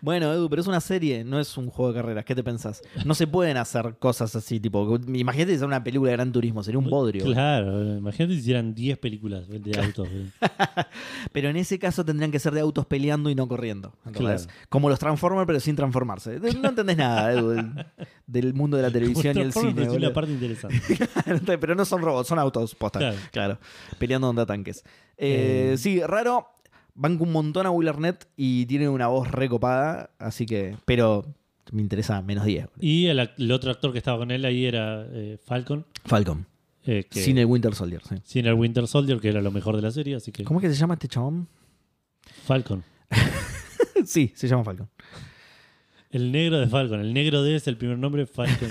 Bueno, Edu, pero es una serie, no es un juego de carreras. ¿Qué te pensás? No se pueden hacer cosas así, tipo. Imagínate hacer una película de gran turismo, sería un bodrio. Claro, imagínate si hicieran 10 películas de autos. Pero en ese caso tendrían que ser de autos peleando y no corriendo. ¿entendés? Claro. Como los Transformers, pero sin transformarse. No entendés nada, Edu, del, del <laughs> mundo de la televisión y el Transformers, cine. pero tiene boludo. una parte <laughs> interesante. pero no son robots, son autos posta. Claro. Claro. Peleando onda tanques. Eh, Eh. Sí, raro. Banco un montón a Will Arnett y tiene una voz recopada. Así que. Pero me interesa menos 10. Y el, act- el otro actor que estaba con él ahí era eh, Falcon. Falcon. eh, que- Sin el Winter Soldier, sí. sin el Winter Soldier, que era lo mejor de la serie, así que ¿Cómo es que se llama este chabón? Falcon. <laughs> sí, se llama Falcon. El negro de Falcon. El negro de es el primer nombre, Falcon.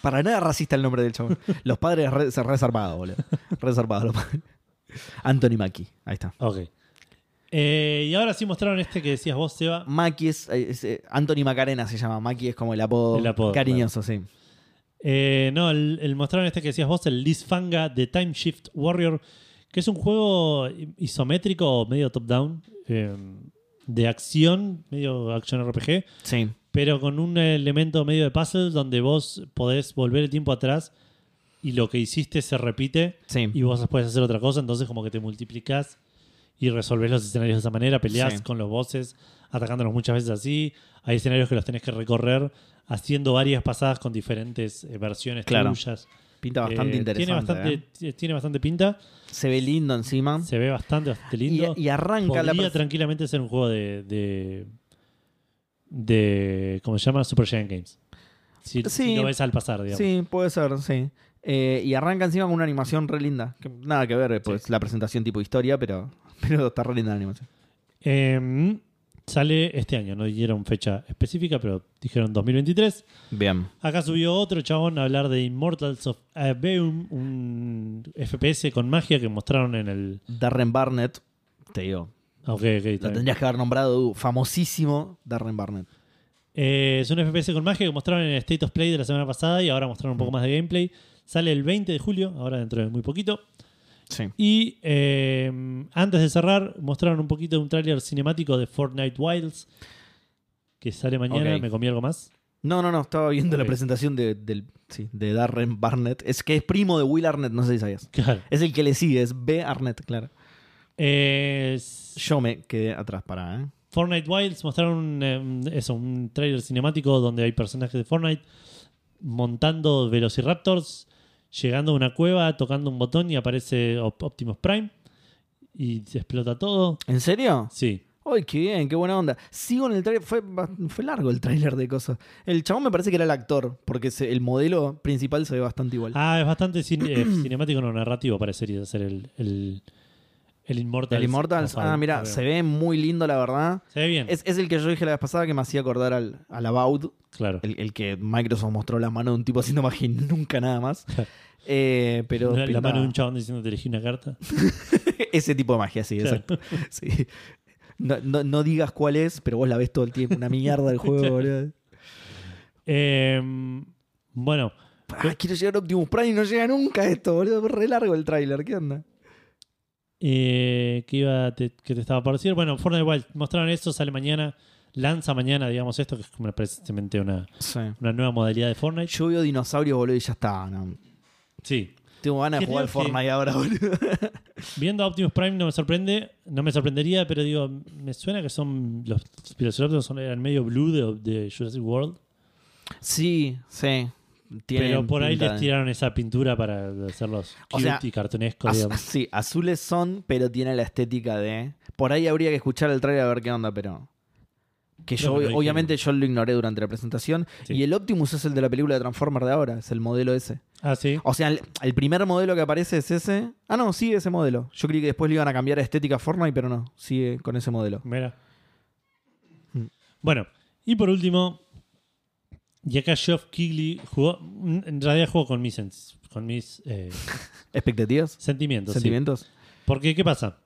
Para nada racista el nombre del chabón. Los padres re- se reservados, boludo. Reservados los padres. Anthony Mackie, ahí está. ok. Eh, y ahora sí mostraron este que decías vos, Seba. Mackie es, es, eh, Anthony Macarena se llama. Mackie es como el apodo, El apodo, cariñoso, sí. Eh, no, el, el mostraron este que decías vos, el Liz Fanga de Time Shift Warrior, que es un juego isométrico, medio top-down, eh, de acción, medio acción RPG, Sí. pero con un elemento medio de puzzle donde vos podés volver el tiempo atrás y lo que hiciste se repite Sí. y vos podés hacer otra cosa, entonces como que te multiplicás y resolvés los escenarios de esa manera, peleás Sí. con los bosses, atacándolos muchas veces así, hay escenarios que los tenés que recorrer haciendo varias pasadas con diferentes eh, versiones Claro. tuyas. Pinta bastante Eh, interesante. Tiene bastante, ¿eh? t- tiene bastante pinta, Se ve lindo encima. se ve bastante, bastante lindo. Y, y arranca la Podría pers- tranquilamente ser un juego de, de, de- ¿cómo se llama? Super Games. Si, Sí. si lo ves al pasar, digamos. Sí, puede ser, sí. Eh, y arranca encima con una animación re linda. Que nada que ver, eh, pues la presentación tipo historia, pero, <laughs> pero está re linda la animación. Em, sale este año, no dijeron fecha específica, pero dijeron 2023. Bien. Acá subió otro chabón a hablar de Immortals of Aveum, un FPS con magia que mostraron en el. Darren Barnett, te digo, Ah, ok, ok, está lo bien. tendrías que haber nombrado, uh, famosísimo Darren Barnett. Eh, es un FPS con magia que mostraron en el State of Play de la semana pasada y ahora mostraron un Mm. poco más de gameplay. Sale el 20 de julio, ahora dentro de muy poquito. Sí. Y eh, antes de cerrar, mostraron un poquito de un tráiler cinemático de Fortnite Wilds que sale mañana. Ok. Me comí algo más. <laughs> No, no, no, estaba viendo la Ok. presentación de, del, sí, de Darren Barnett. Es que es primo de Will Arnett, no sé si sabías. Claro. Es el que le sigue, es B. Arnett, claro. Eh, s- Yo me quedé atrás para, ¿eh? Fortnite Wilds mostraron un, em, eso, un trailer cinemático donde hay personajes de Fortnite montando velociraptors, llegando a una cueva, tocando un botón y aparece Op- Optimus Prime y se explota todo. ¿En serio? Sí, ¡Ay, qué bien! ¡Qué buena onda! Sigo en el trailer. Fue, ba- fue largo el trailer de cosas. El chabón me parece que era el actor, porque se- el modelo principal se ve bastante igual. Ah, es bastante cin- <clears throat> eh, cinemático, no narrativo, parecería ser el, el, el Immortals. el Immortals. Ojalá, Ah, mira, ojalá. se ve muy lindo, la verdad. Se ve bien, Es, es el que yo dije la vez pasada que me hacía acordar al, al About, claro. el, el que Microsoft mostró la mano de un tipo haciendo magia y <laughs> nunca nada <laughs> más. Eh, pero la, la pinta- mano de un chabón diciendo te elegí una carta. <laughs> Ese tipo de magia, sí, Claro. exacto. Sí. No, no- no digas cuál es, pero vos la ves todo el tiempo. Una mierda <laughs> del juego, boludo. Eh, bueno, Ah, quiero llegar a Optimus Prime y no llega nunca esto, boludo. Es Re largo el tráiler, ¿qué onda? eh, ¿qué iba te, que te estaba por decir? Bueno, Fortnite Wild mostraron eso, sale mañana, lanza mañana, digamos esto, que es como precisamente una, Sí. una nueva modalidad de Fortnite. Yo veo dinosaurios, boludo, y ya está. no. Sí. Tengo ganas de Creo jugar al que- Fortnite ahora, boludo. Viendo a Optimus Prime no me sorprende, no me sorprendería, pero digo, me suena que son los Velociraptors son, eran medio blue de- de Jurassic World. Sí, sí. Pero por ahí les tiran tiraron esa pintura para hacerlos O cute sea, y cartonescos, digamos. sí, azules son, pero tienen la estética de. Por ahí habría que escuchar el tráiler a ver qué onda, pero. Que No, yo, pero hay que- obviamente, yo lo ignoré durante la presentación. Sí. Y el Optimus es el de la película de Transformers de ahora, es el modelo ese. Ah, sí. O sea, el, el primer modelo que aparece es ese. Ah, no, sigue ese modelo. Yo creí que después le iban a cambiar a estética a Fortnite, pero no, sigue con ese modelo. Mira. Mm. Bueno, y por último, y acá Geoff Keighley jugó, en realidad jugó con mis, sens- con mis eh, <laughs> ¿Expectativas? sentimientos. sí. ¿Sentimientos? Porque, ¿qué pasa?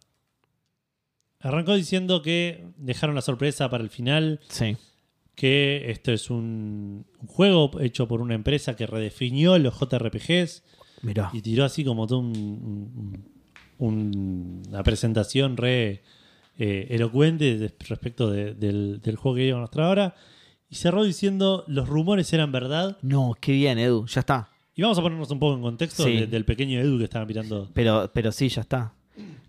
Arrancó diciendo que dejaron la sorpresa para el final, Sí. que esto es un un juego hecho por una empresa que redefinió los JRPGs, Mirá. Y tiró así como todo un- un- un- una presentación re eh, elocuente de- respecto de- del, del juego que iba a mostrar ahora. Y cerró diciendo, los rumores eran verdad. No, qué bien, Edu, ya está. Y vamos a ponernos un poco en contexto Sí. de- del pequeño Edu que estaba mirando. Pero, pero sí, ya está.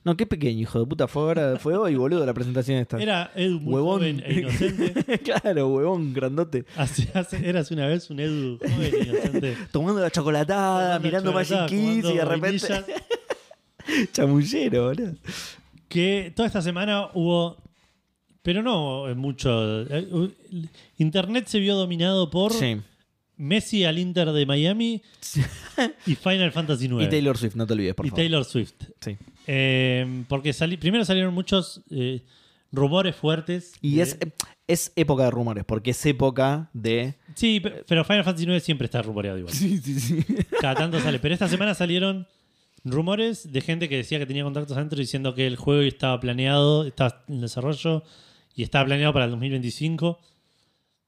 No, qué pequeño, hijo de puta. Fue, ahora, fue hoy, boludo, la presentación esta. <laughs> Era Edu muy Huevón. joven e <laughs> inocente. claro, huevón, grandote. Hace, hace- eras una vez un Edu joven e inocente. Tomando la chocolatada, Tomando mirando chocolatada, Magic Kids y de fumando repente. vainillas. <laughs> Chamullero, boludo. que toda esta semana hubo, pero no eh, mucho. eh, u- Internet se vio dominado por Messi al Inter de Miami <laughs> y Final Fantasy IX. Y Taylor Swift, no te olvides, por Y favor. Taylor Swift. Sí. Eh, porque sali- primero salieron muchos eh, rumores fuertes. Y de- es, eh, es época de rumores, porque es época de. Sí, pe- pero Final Fantasy IX siempre está rumoreado igual. Sí, sí, sí. Cada tanto sale. Pero esta semana salieron rumores de gente que decía que tenía contactos adentro diciendo que el juego estaba planeado, estaba en desarrollo y estaba planeado para el 2025.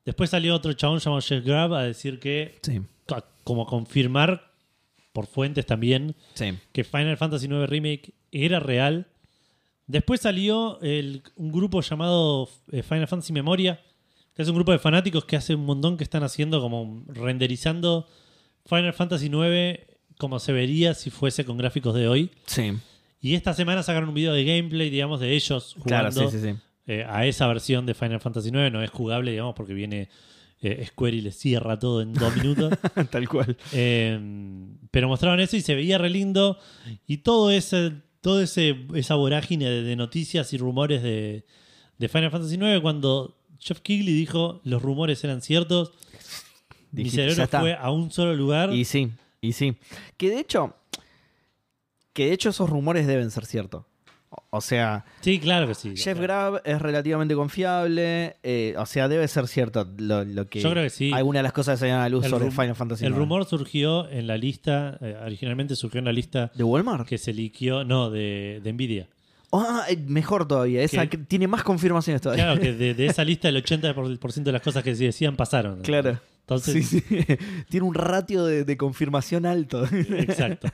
Después salió otro chabón llamado Jeff Grab a decir que, Sí, a- como confirmar por fuentes también, sí. que Final Fantasy IX Remake era real. Después salió el- un grupo llamado eh, Final Fantasy Memoria, que es un grupo de fanáticos que hace un montón que están haciendo como renderizando Final Fantasy IX como se vería si fuese con gráficos de hoy. Sí. Y esta semana sacaron un video de gameplay, digamos, de ellos Claro, jugando sí, sí, sí. eh, a esa versión de Final Fantasy IX. No es jugable, digamos, porque viene eh, Square y le cierra todo en <laughs> dos minutos. <laughs> Tal cual. Eh, pero mostraron eso y se veía re lindo. Y todo ese, todo ese esa vorágine de, de noticias y rumores de, de Final Fantasy IX, cuando Jeff Kigley dijo los rumores eran ciertos, mi Dijiste, ya cerebro está. fue a un solo lugar. Y sí, y sí. Que de hecho. Que de hecho esos rumores deben ser ciertos. O- O sea, sí, claro que sí. Jeff Grab es relativamente confiable. eh, o sea, debe ser cierto lo, lo que. Yo creo que sí. Alguna de las cosas que salieron a la luz El sobre rum- Final Fantasy El IX. rumor surgió en la lista, eh, originalmente surgió en la lista ¿De Walmart? que se liquió, no, de, de Nvidia. Ah, eh, mejor todavía. Esa ¿Qué? que tiene más confirmaciones todavía. Claro que de, de esa lista el 80% de las cosas que se decían pasaron. <laughs> Claro. Entonces, Sí, sí. <laughs> Tiene un ratio de, de <laughs> confirmación alto. Exacto.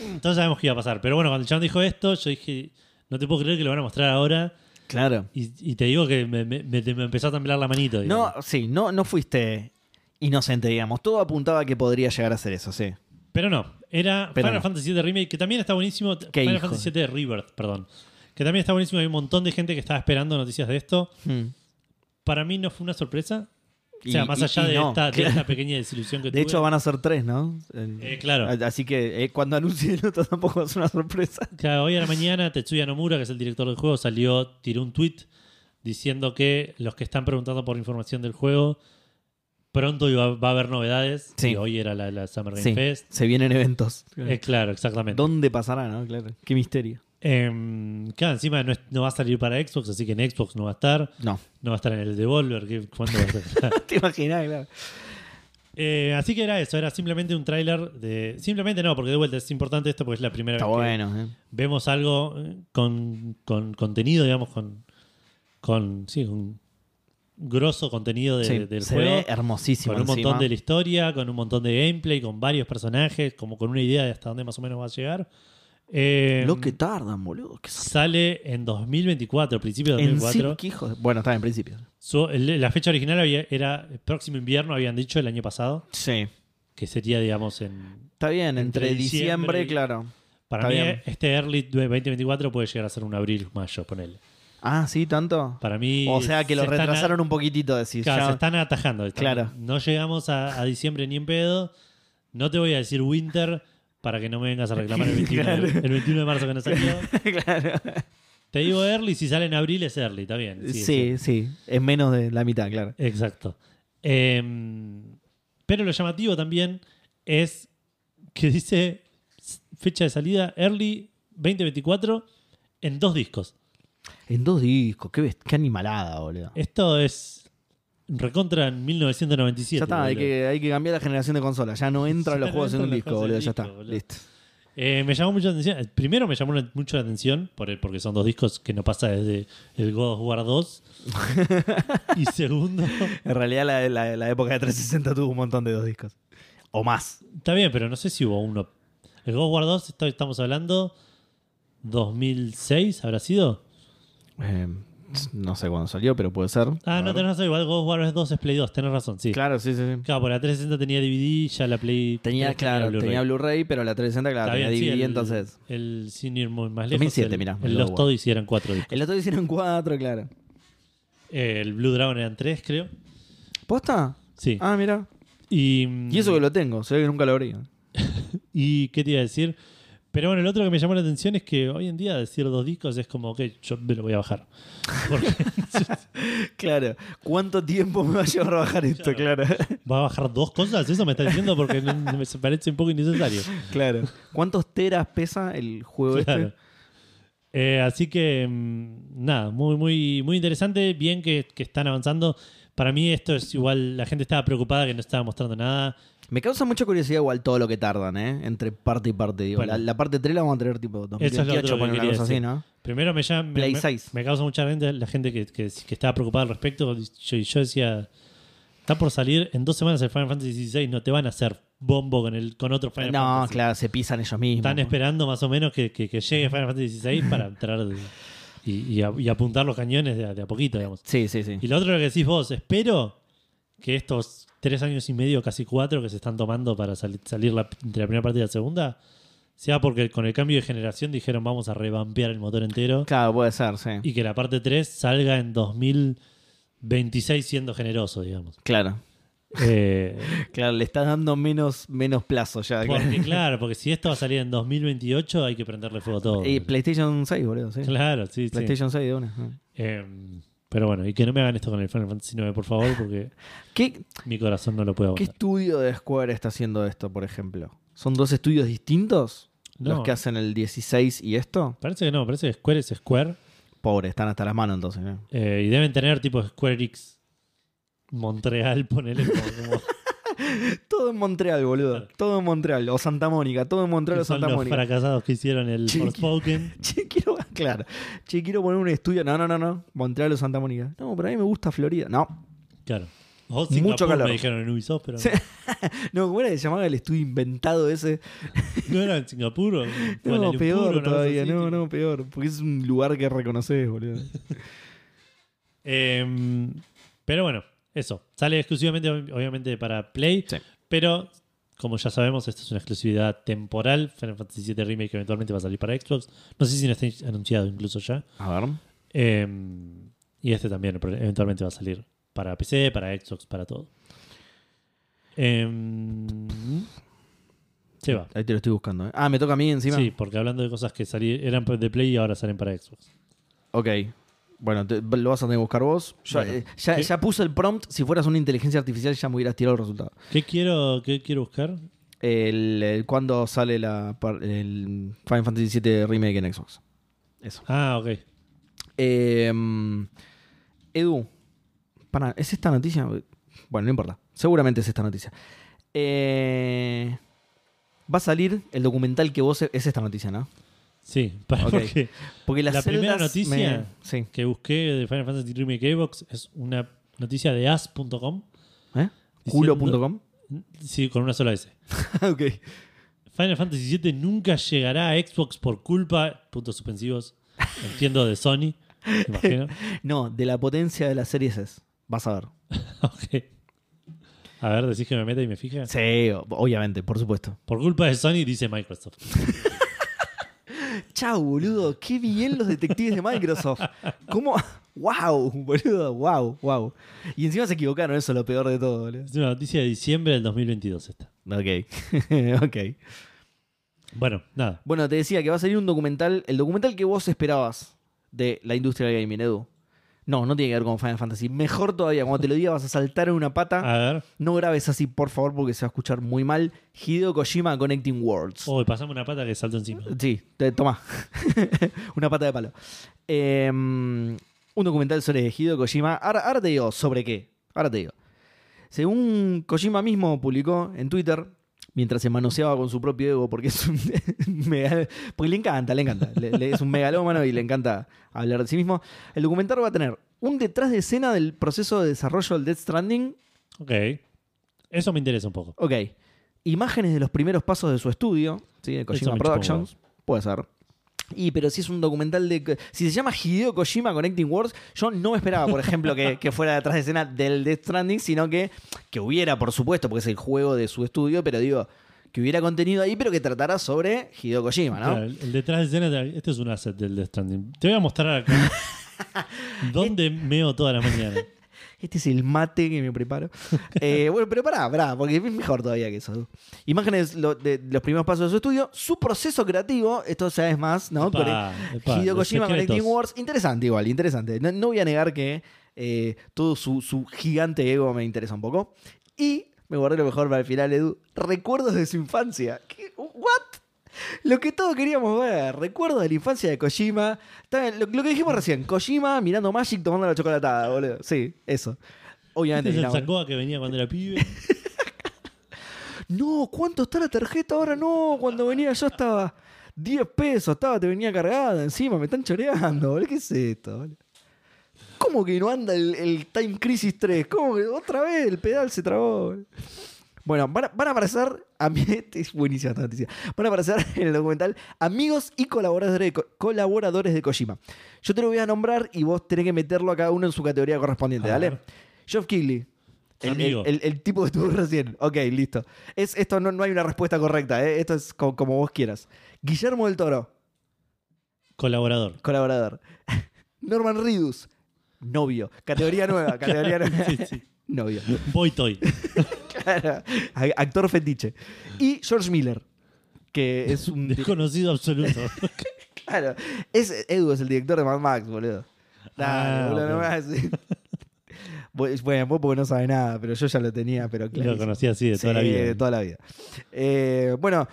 Entonces sabemos que iba a pasar. Pero bueno, cuando el chabón dijo esto, yo dije, no te puedo creer que lo van a mostrar ahora. Claro. Y, y te digo que me, me- me- me empezó a temblar la manito. No, digamos. sí, no, no fuiste inocente, digamos. Todo apuntaba que podría llegar a ser eso, sí. Pero no, era Pero Final no. Fantasy VII Remake, que también está buenísimo. Qué Final hijo. Fantasy VII Rebirth, perdón. Que también está buenísimo. Hay un montón de gente que estaba esperando noticias de esto. Hmm. Para mí no fue una sorpresa. O sea, Y- más y- allá y de, no, esta, de claro. esta pequeña desilusión que De tuve. hecho, van a ser tres, ¿no? El- Eh, claro. a- Así que eh, cuando anuncien el otro <laughs> tampoco es una sorpresa. Claro, hoy a la mañana Tetsuya Nomura, que es el director del juego, salió, tiró un tweet diciendo que los que están preguntando por información del juego, pronto iba- va a haber novedades. Sí. Y hoy era la, la Summer Game Sí, Fest. se vienen eventos. Eh, claro, exactamente. ¿Dónde pasará, no? Claro. Qué misterio. Em, claro, encima no, es- no va a salir para Xbox, así que en Xbox no va a estar. <laughs> No. No va a estar en el Devolver. que- ¿Cuándo va a <laughs> estar? Te imaginas, claro. Eh, así que era eso, era simplemente un tráiler de... Simplemente no, porque de vuelta es importante esto porque es la primera Está vez que- bueno, ¿eh? vemos algo eh, con, con contenido, digamos, con, con, sí, con grosso contenido de- Sí, del se juego. ve hermosísimo. con un encima. montón de la historia, con un montón de gameplay, con varios personajes, como con una idea de hasta dónde más o menos va a llegar. Eh, Lo que tardan, boludo. qué sor- sale en 2024, principio de En sí, 2024. qué hijo de- Bueno, está en principio. Su- el- la fecha original había- era el próximo invierno, habían dicho el año pasado, Sí. que sería, digamos, en... Está bien, entre, Entre diciembre, diciembre y- claro. Para Está mí, bien. este early 2024 puede llegar a ser un abril, mayo, ponele. Ah, sí, tanto. Para mí... o sea que lo se están a- retrasaron un poquitito, decís. Claro, ya. se están atajando. están- Claro. No llegamos a, a diciembre ni en pedo. No te voy a decir winter para que no me vengas a reclamar el <laughs> 21, de- Claro. el 21 de marzo que no salió. <laughs> claro. Te digo early, si sale en abril es early, está bien. Sí, sí, sí, Es menos de la mitad, claro. sí. Exacto. Eh, pero lo llamativo también es que dice s- fecha de salida early 2024 en dos discos. En dos discos. Qué, best- qué animalada, boludo. Esto es recontra en 1997. ya está, hay boludo. que, hay que cambiar la generación de consolas. Ya no entran Ya los no juegos en un entran las disco, cosas en boludo. Ya disco, está. boludo. Listo. Eh, me llamó mucho la atención. eh, Primero me llamó la- mucho la atención por el- porque son dos discos que no pasa desde el God of War <laughs> 2. y segundo, En realidad, la, la- la época de 360 tuvo un montón de dos discos. O más. está bien, pero no sé si hubo uno. El God of War 2 está- estamos hablando 2006 habrá sido. Eh, no sé cuándo salió, pero puede ser. Ah, A no ver. tenés razón, igual God of War 2 es Play 2, tenés razón, sí. Claro, Claro, sí, sí, sí. por la 360 tenía DVD, ya la Play Tenía, 3 claro, Blu-ray. tenía Blu-ray, pero la 360, claro, Está tenía bien, sí, DVD, el- entonces. El sin ir muy más lejos. 2007, el, mirá, el God of Lost War. Toys eran cuatro discos. El otro hicieron cuatro, claro. Eh, El Blue Dragon eran tres, creo. ¿Posta? Mm. Sí. Ah, mira. Y, Y eso que lo tengo, se ve que nunca lo abrí. ¿Y qué te iba a decir? Pero bueno, el otro que me llamó la atención es que hoy en día decir dos discos es como que yo me lo voy a bajar. Porque Claro. ¿Cuánto tiempo me va a llevar a bajar esto? Claro. ¿Va a bajar dos cosas? Eso me está diciendo porque no- me parece un poco innecesario. Claro. ¿Cuántos teras pesa el juego Claro. este? Eh, así que, mm, nada, muy, muy, muy interesante. Bien que, que están avanzando. Para mí, esto es igual. La gente estaba preocupada que no estaba mostrando nada. Me causa mucha curiosidad igual todo lo que tardan, ¿eh? Entre parte y parte. digo. Bueno. la, la parte 3 la vamos a tener tipo Eso es lo 2028, otro que poner una quería cosa así, decir. ¿no? Primero me llama. Play me, seis. me causa mucha gente la gente que, que- que estaba preocupada al respecto. Y Yo, yo decía: Está por salir en dos semanas el Final Fantasy XVI. No te van a hacer bombo con, el, con otro Final no, Fantasy. claro, se pisan ellos mismos. Están esperando más o menos que, que- que llegue Final Fantasy XVI para entrar de- y, y a- y apuntar los cañones de a- de a poquito, digamos. Sí, sí, sí. Y lo otro lo que decís vos, espero que estos tres años y medio, casi cuatro, que se están tomando para sali- salir la, entre la primera parte y la segunda, sea porque con el cambio de generación dijeron vamos a revampear el motor entero Claro, puede ser, sí. y que la parte 3 salga en 2026 siendo generoso, digamos. Claro. Eh, Claro, le estás dando menos, menos plazo ya. <laughs> porque claro, porque si esto va a salir en 2028 hay que prenderle fuego a todo. Y PlayStation 6, boludo, sí. Claro, sí, sí. PlayStation 6 de una. Eh, pero bueno, y que no me hagan esto con el Final Fantasy IX, por favor, porque <laughs> ¿Qué, mi corazón no lo puede ¿Qué aguantar. estudio de Square está haciendo esto, por ejemplo? ¿Son dos estudios distintos? No. Los que hacen el 16 y esto. Parece que no, parece que Square es Square. Pobre, están hasta las manos entonces. ¿eh? Eh, y deben tener tipo Square Enix Montreal, ponele como, <laughs> como- Todo en Montreal, boludo. Todo en Montreal. O Santa Mónica. Todo en Montreal que o son Santa los Mónica. fracasados que hicieron el Sí. Forspoken. Che, quiero, <laughs> claro. Che, quiero poner un estudio. No, no, no, no. Montreal o Santa Mónica. No, pero a mí me gusta Florida. No. Claro. O Mucho Singapur calor. me dijeron en Ubisoft, pero Sí. No, ¿cómo era que se llamaba el estudio inventado ese? no era en Singapur. <laughs> o en No, Kuala Lumpur, peor una cosa todavía. así, No, tipo. no, peor. Porque es un lugar que reconoces, <laughs> boludo. Eh, pero bueno, eso. Sale exclusivamente, ob- obviamente, para Play. Sí. Pero, como ya sabemos, esta es una exclusividad temporal. Final Fantasy VII Remake eventualmente va a salir para Xbox. No sé si no está anunciado incluso ya. A ver. Eh, y este también pero eventualmente va a salir para PC, para Xbox, para todo. Eh, se va. Ahí te lo estoy buscando. ¿eh? Ah, me toca a mí encima. Sí, porque hablando de cosas que sali- eran de Play y ahora salen para Xbox. Ok. Bueno, te- lo vas a tener que buscar vos. Ya, Bueno. eh, ya, ¿Qué? ya puse el prompt. Si fueras una inteligencia artificial, ya me hubieras tirado el resultado. ¿Qué quiero, qué quiero buscar? El, el- ¿Cuándo sale la, par- el Final Fantasy VII Remake en Xbox? Eso. Ah, ok. Eh, mm, Edu, para, ¿es esta noticia? Bueno, no importa. Seguramente es esta noticia. Eh, va a salir el documental que vos. Es esta noticia, ¿no? Sí, <laughs> para Ok. porque Porque las La primera celdas noticia- me- Sí. ¿eh? que busqué de Final Fantasy Remake Xbox es una noticia de as.com. ¿Eh? <laughs> Culo.com. Sí, con una sola S. ok. Final Fantasy VII nunca llegará a Xbox por culpa, puntos <laughs> suspensivos, entiendo, de Sony, me imagino. <laughs> No, de la potencia de las series S. Vas a ver. Ok. A ver, decís que me meta y me fija. Sí, o- obviamente, por supuesto. Por culpa de Sony, dice Microsoft. Chau, boludo. Qué bien los detectives de Microsoft. ¿Cómo? ¡Wow! Boludo, wow, wow. Y encima se equivocaron, eso es lo peor de todo, boludo. Es una noticia de diciembre del 2022 esta. Ok. <laughs> ok. Bueno, nada. Bueno, te decía que va a salir un documental. El documental que vos esperabas de la industria del gaming, Edu. No, no tiene que ver con Final Fantasy. Mejor todavía, cuando te lo diga, vas a saltar en una pata. A ver. No grabes así, por favor, porque se va a escuchar muy mal. Hideo Kojima Connecting Worlds. Uy, pasamos una pata que salto encima. Sí, te, tomá. <laughs> Una pata de palo. Eh, un documental sobre Hideo Kojima. Ahora, ahora te digo sobre qué. Ahora te digo. Según Kojima mismo publicó en Twitter, mientras se manoseaba con su propio ego, porque es un <laughs> mega- porque le encanta, le encanta. Le- le- es un megalómano y le encanta hablar de sí mismo. El documental va a tener un detrás de escena del proceso de desarrollo del Death Stranding Ok. Eso me interesa un poco. Ok. Imágenes de los primeros pasos de su estudio, ¿sí? De Eso Kojima me Productions. Puede ser. Y, pero si es un documental de. Si se llama Hideo Kojima Connecting Worlds, yo no me esperaba, por ejemplo, que, que fuera detrás de escena del Death Stranding, sino que, que hubiera, por supuesto, porque es el juego de su estudio, pero digo, que hubiera contenido ahí, pero que tratara sobre Hideo Kojima, ¿no? Claro, el, el detrás de escena, de- este es un <laughs> asset del Death Stranding. Te voy a mostrar acá. ¿Dónde meo toda la mañana? Este es el mate que me <laughs> preparo. Eh, bueno, pero pará, pará, porque es mejor todavía que eso. Imágenes lo- de los primeros pasos de su estudio, su proceso creativo, esto ya es más, <laughs> ¿no? Epa, Core- epa, Hideo los secretos. Kojima, Connecting Wars, interesante igual, interesante. No, no voy a negar que eh, todo su, su gigante ego me interesa un poco. Y me guardé lo mejor para el final, Edu. Recuerdos de su infancia. ¿Qué? ¿What? Lo que todos queríamos ver, recuerdo de la infancia de Kojima. Está bien, Lo, lo que dijimos recién, Kojima mirando Magic tomando la chocolatada, boludo. Sí, eso. Obviamente. Este <laughs> es el digamos, Sankoa que venía cuando era pibe. no, ¿cuánto está la tarjeta ahora? No, cuando venía yo estaba 10 pesos, estaba, te venía cargada encima, me están choreando, boludo. ¿Qué es esto? boludo? ¿Cómo que no anda el, el Time Crisis 3? ¿Cómo que otra vez el pedal se trabó? boludo? Bueno, van a, van a aparecer, a mí, <laughs> este es buenísima esta noticia, van a aparecer <laughs> en el documental amigos y colaboradores de, Ko- colaboradores de Kojima. Yo te lo voy a nombrar y vos tenés que meterlo a cada uno en su categoría correspondiente, A ¿dale? ver. Geoff Keighley, el, el- Amigo. el- el tipo que estuvo <laughs> recién. Ok, listo. Es, esto no, no hay una respuesta correcta, ¿eh? esto es co- como vos quieras. Guillermo del Toro, Colaborador. colaborador. <laughs> Norman Reedus, novio. <laughs> Categoría nueva, categoría nueva. <laughs> Novio. Boy Toy. Claro. A- Actor fetiche. Y George Miller, que <laughs> <laughs> es un... di- Desconocido <laughs> absoluto. Claro. Es, Edu es el director de Mad Max, boludo. Dale, Ah, boludo, no ok. me hagas- <laughs> Vos- Bueno, vos porque no sabes nada, pero yo ya lo tenía, pero claro. Lo conocí así de toda la Sí, vida. de toda la vida. Eh, bueno,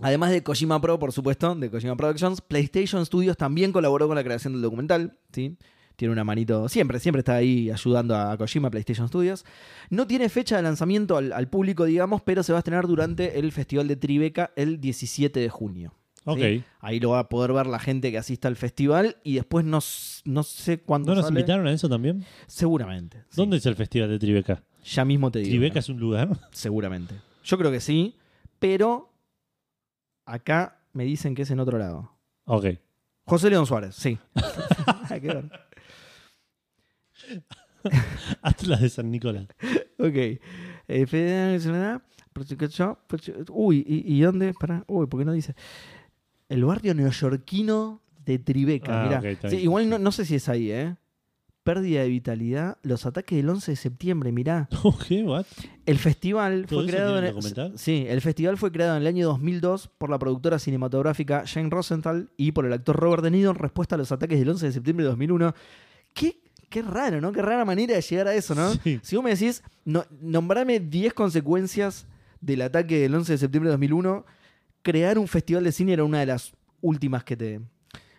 además de Kojima Pro, por supuesto, de Kojima Productions, PlayStation Studios también colaboró con la creación del documental. ¿sí? Tiene una manito, siempre, siempre está ahí ayudando a Kojima, PlayStation Studios. No tiene fecha de lanzamiento al, al público, digamos, pero se va a estrenar durante el Festival de Tribeca el 17 de junio. ¿sí? Ok. Ahí lo va a poder ver la gente que asista al festival y después no, s- no sé cuándo ¿No nos sale. invitaron a eso también? Seguramente. sí. ¿Dónde es el festival de Tribeca? Ya mismo te digo. ¿Tribeca es un lugar? <laughs> Seguramente. Yo creo que sí, pero acá me dicen que es en otro lado. Ok. José León Suárez, sí. <laughs> Hay que ver. Atlas de San Nicolás. <laughs> ok. Eh, Federal Nacional, Protection, Protection- Uy, ¿y, y dónde? Pará. Uy, ¿por qué no dice? El barrio neoyorquino de Tribeca, Ah, mirá. ok, está Sí, bien. igual no, no sé si es ahí, ¿eh? Pérdida de vitalidad, los ataques del 11 de septiembre, mirá. ¿Qué? ¿What? El festival ¿Todo fue eso creado en tiene el, documental? sí, el festival fue creado en el año 2002 por la productora cinematográfica Jane Rosenthal y por el actor Robert De Niro en respuesta a los ataques del 11 de septiembre de 2001. Qué, qué raro, ¿no? Qué rara manera de llegar a eso, ¿no? Sí. Si vos me decís, no, nombrame 10 consecuencias del ataque del 11 de septiembre de 2001, crear un festival de cine era una de las últimas que te...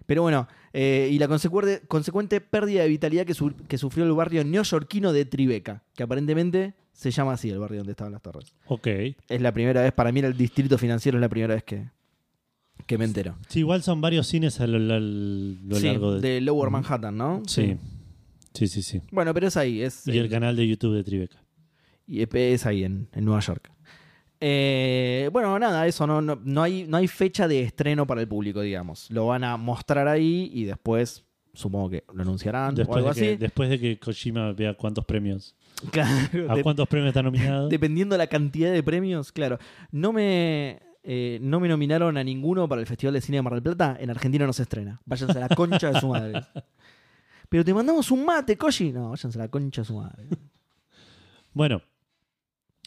Pero bueno, eh, y la consecuente, consecuente pérdida de vitalidad que, su- que sufrió el barrio neoyorquino de Tribeca, que aparentemente se llama así el barrio donde estaban las torres. Ok. Es la primera vez, para mí era el distrito financiero, es la primera vez que, que me entero. Sí, igual son varios cines a lo, lo- lo Sí, largo de... de... Lower Manhattan, ¿no? Sí. Sí, sí, sí. Bueno, pero es ahí, es, Y el canal de YouTube de Tribeca. Y EP es ahí en, en Nueva York. Eh, bueno, nada, eso, no, no, no hay, no hay fecha de estreno para el público, digamos. Lo van a mostrar ahí y después supongo que lo anunciarán o Después algo de, que, así. después de que Kojima vea cuántos premios. <laughs> Claro, ¿A de- cuántos premios está nominado? dependiendo la cantidad de premios, claro. No me, eh, no me nominaron a ninguno para el Festival de Cine de Mar del Plata. En Argentina no se estrena. Váyanse a la concha de <laughs> su madre. Pero te mandamos un mate, Koji. No, váyanse a la concha de su madre. Bueno.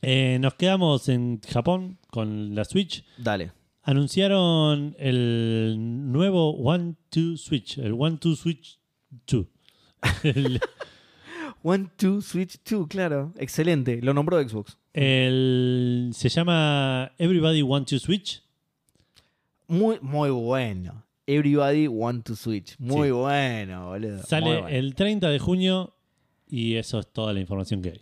Eh, nos quedamos en Japón con la Switch. Dale. Anunciaron el nuevo One Two Switch, el One Two Switch 2. El, One, two, switch, two, claro. Excelente. Lo nombró Xbox. el- se llama Everybody Want to Switch. Muy, muy bueno. Everybody want to switch. Muy Sí. bueno, boludo. Muy Sale bueno. el 30 de junio y eso es toda la información que hay.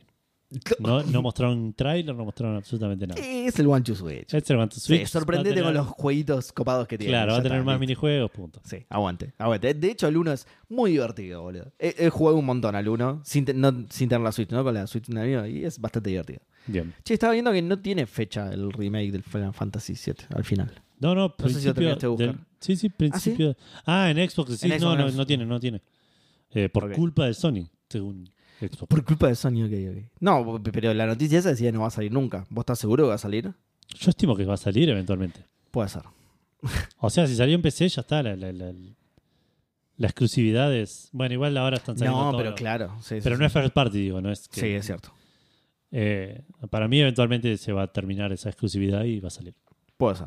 No, no mostraron trailer, no mostraron absolutamente nada. ¿Qué Es el one to switch. Este One to Sí, Switch. sorprendete va a con tener- los jueguitos copados que tiene. Claro, Ya va a tener está, más listo. minijuegos, punto. Sí, aguante, aguante. De hecho, el 1 es muy divertido, boludo. He, he jugado un montón al 1 sin, te- no- sin tener la Switch, ¿no? Con la Switch en la mía, y es bastante divertido. Bien. Che, estaba viendo que no tiene fecha el remake del Final Fantasy VII al final. No, no, No sé si lo principio terminaste de buscar. del- sí, sí, principio. ¿Ah, en Xbox sí, En Xbox no, no, no. no tiene, no tiene. Eh, por Ok. culpa de Sony, según Xbox. Por culpa de Sony, ok, ok. No, pero la noticia esa decía no va a salir nunca. ¿Vos estás seguro que va a salir? Yo estimo que va a salir eventualmente. Puede ser. O sea, si salió en PC, ya está. La, la, la, la exclusividad es. Bueno, igual ahora están saliendo. No, todo pero lo- claro. sí, sí, Pero no sí. es first party, digo, no es que. Sí, es cierto. Eh, para mí, eventualmente se va a terminar esa exclusividad y va a salir. Puede ser.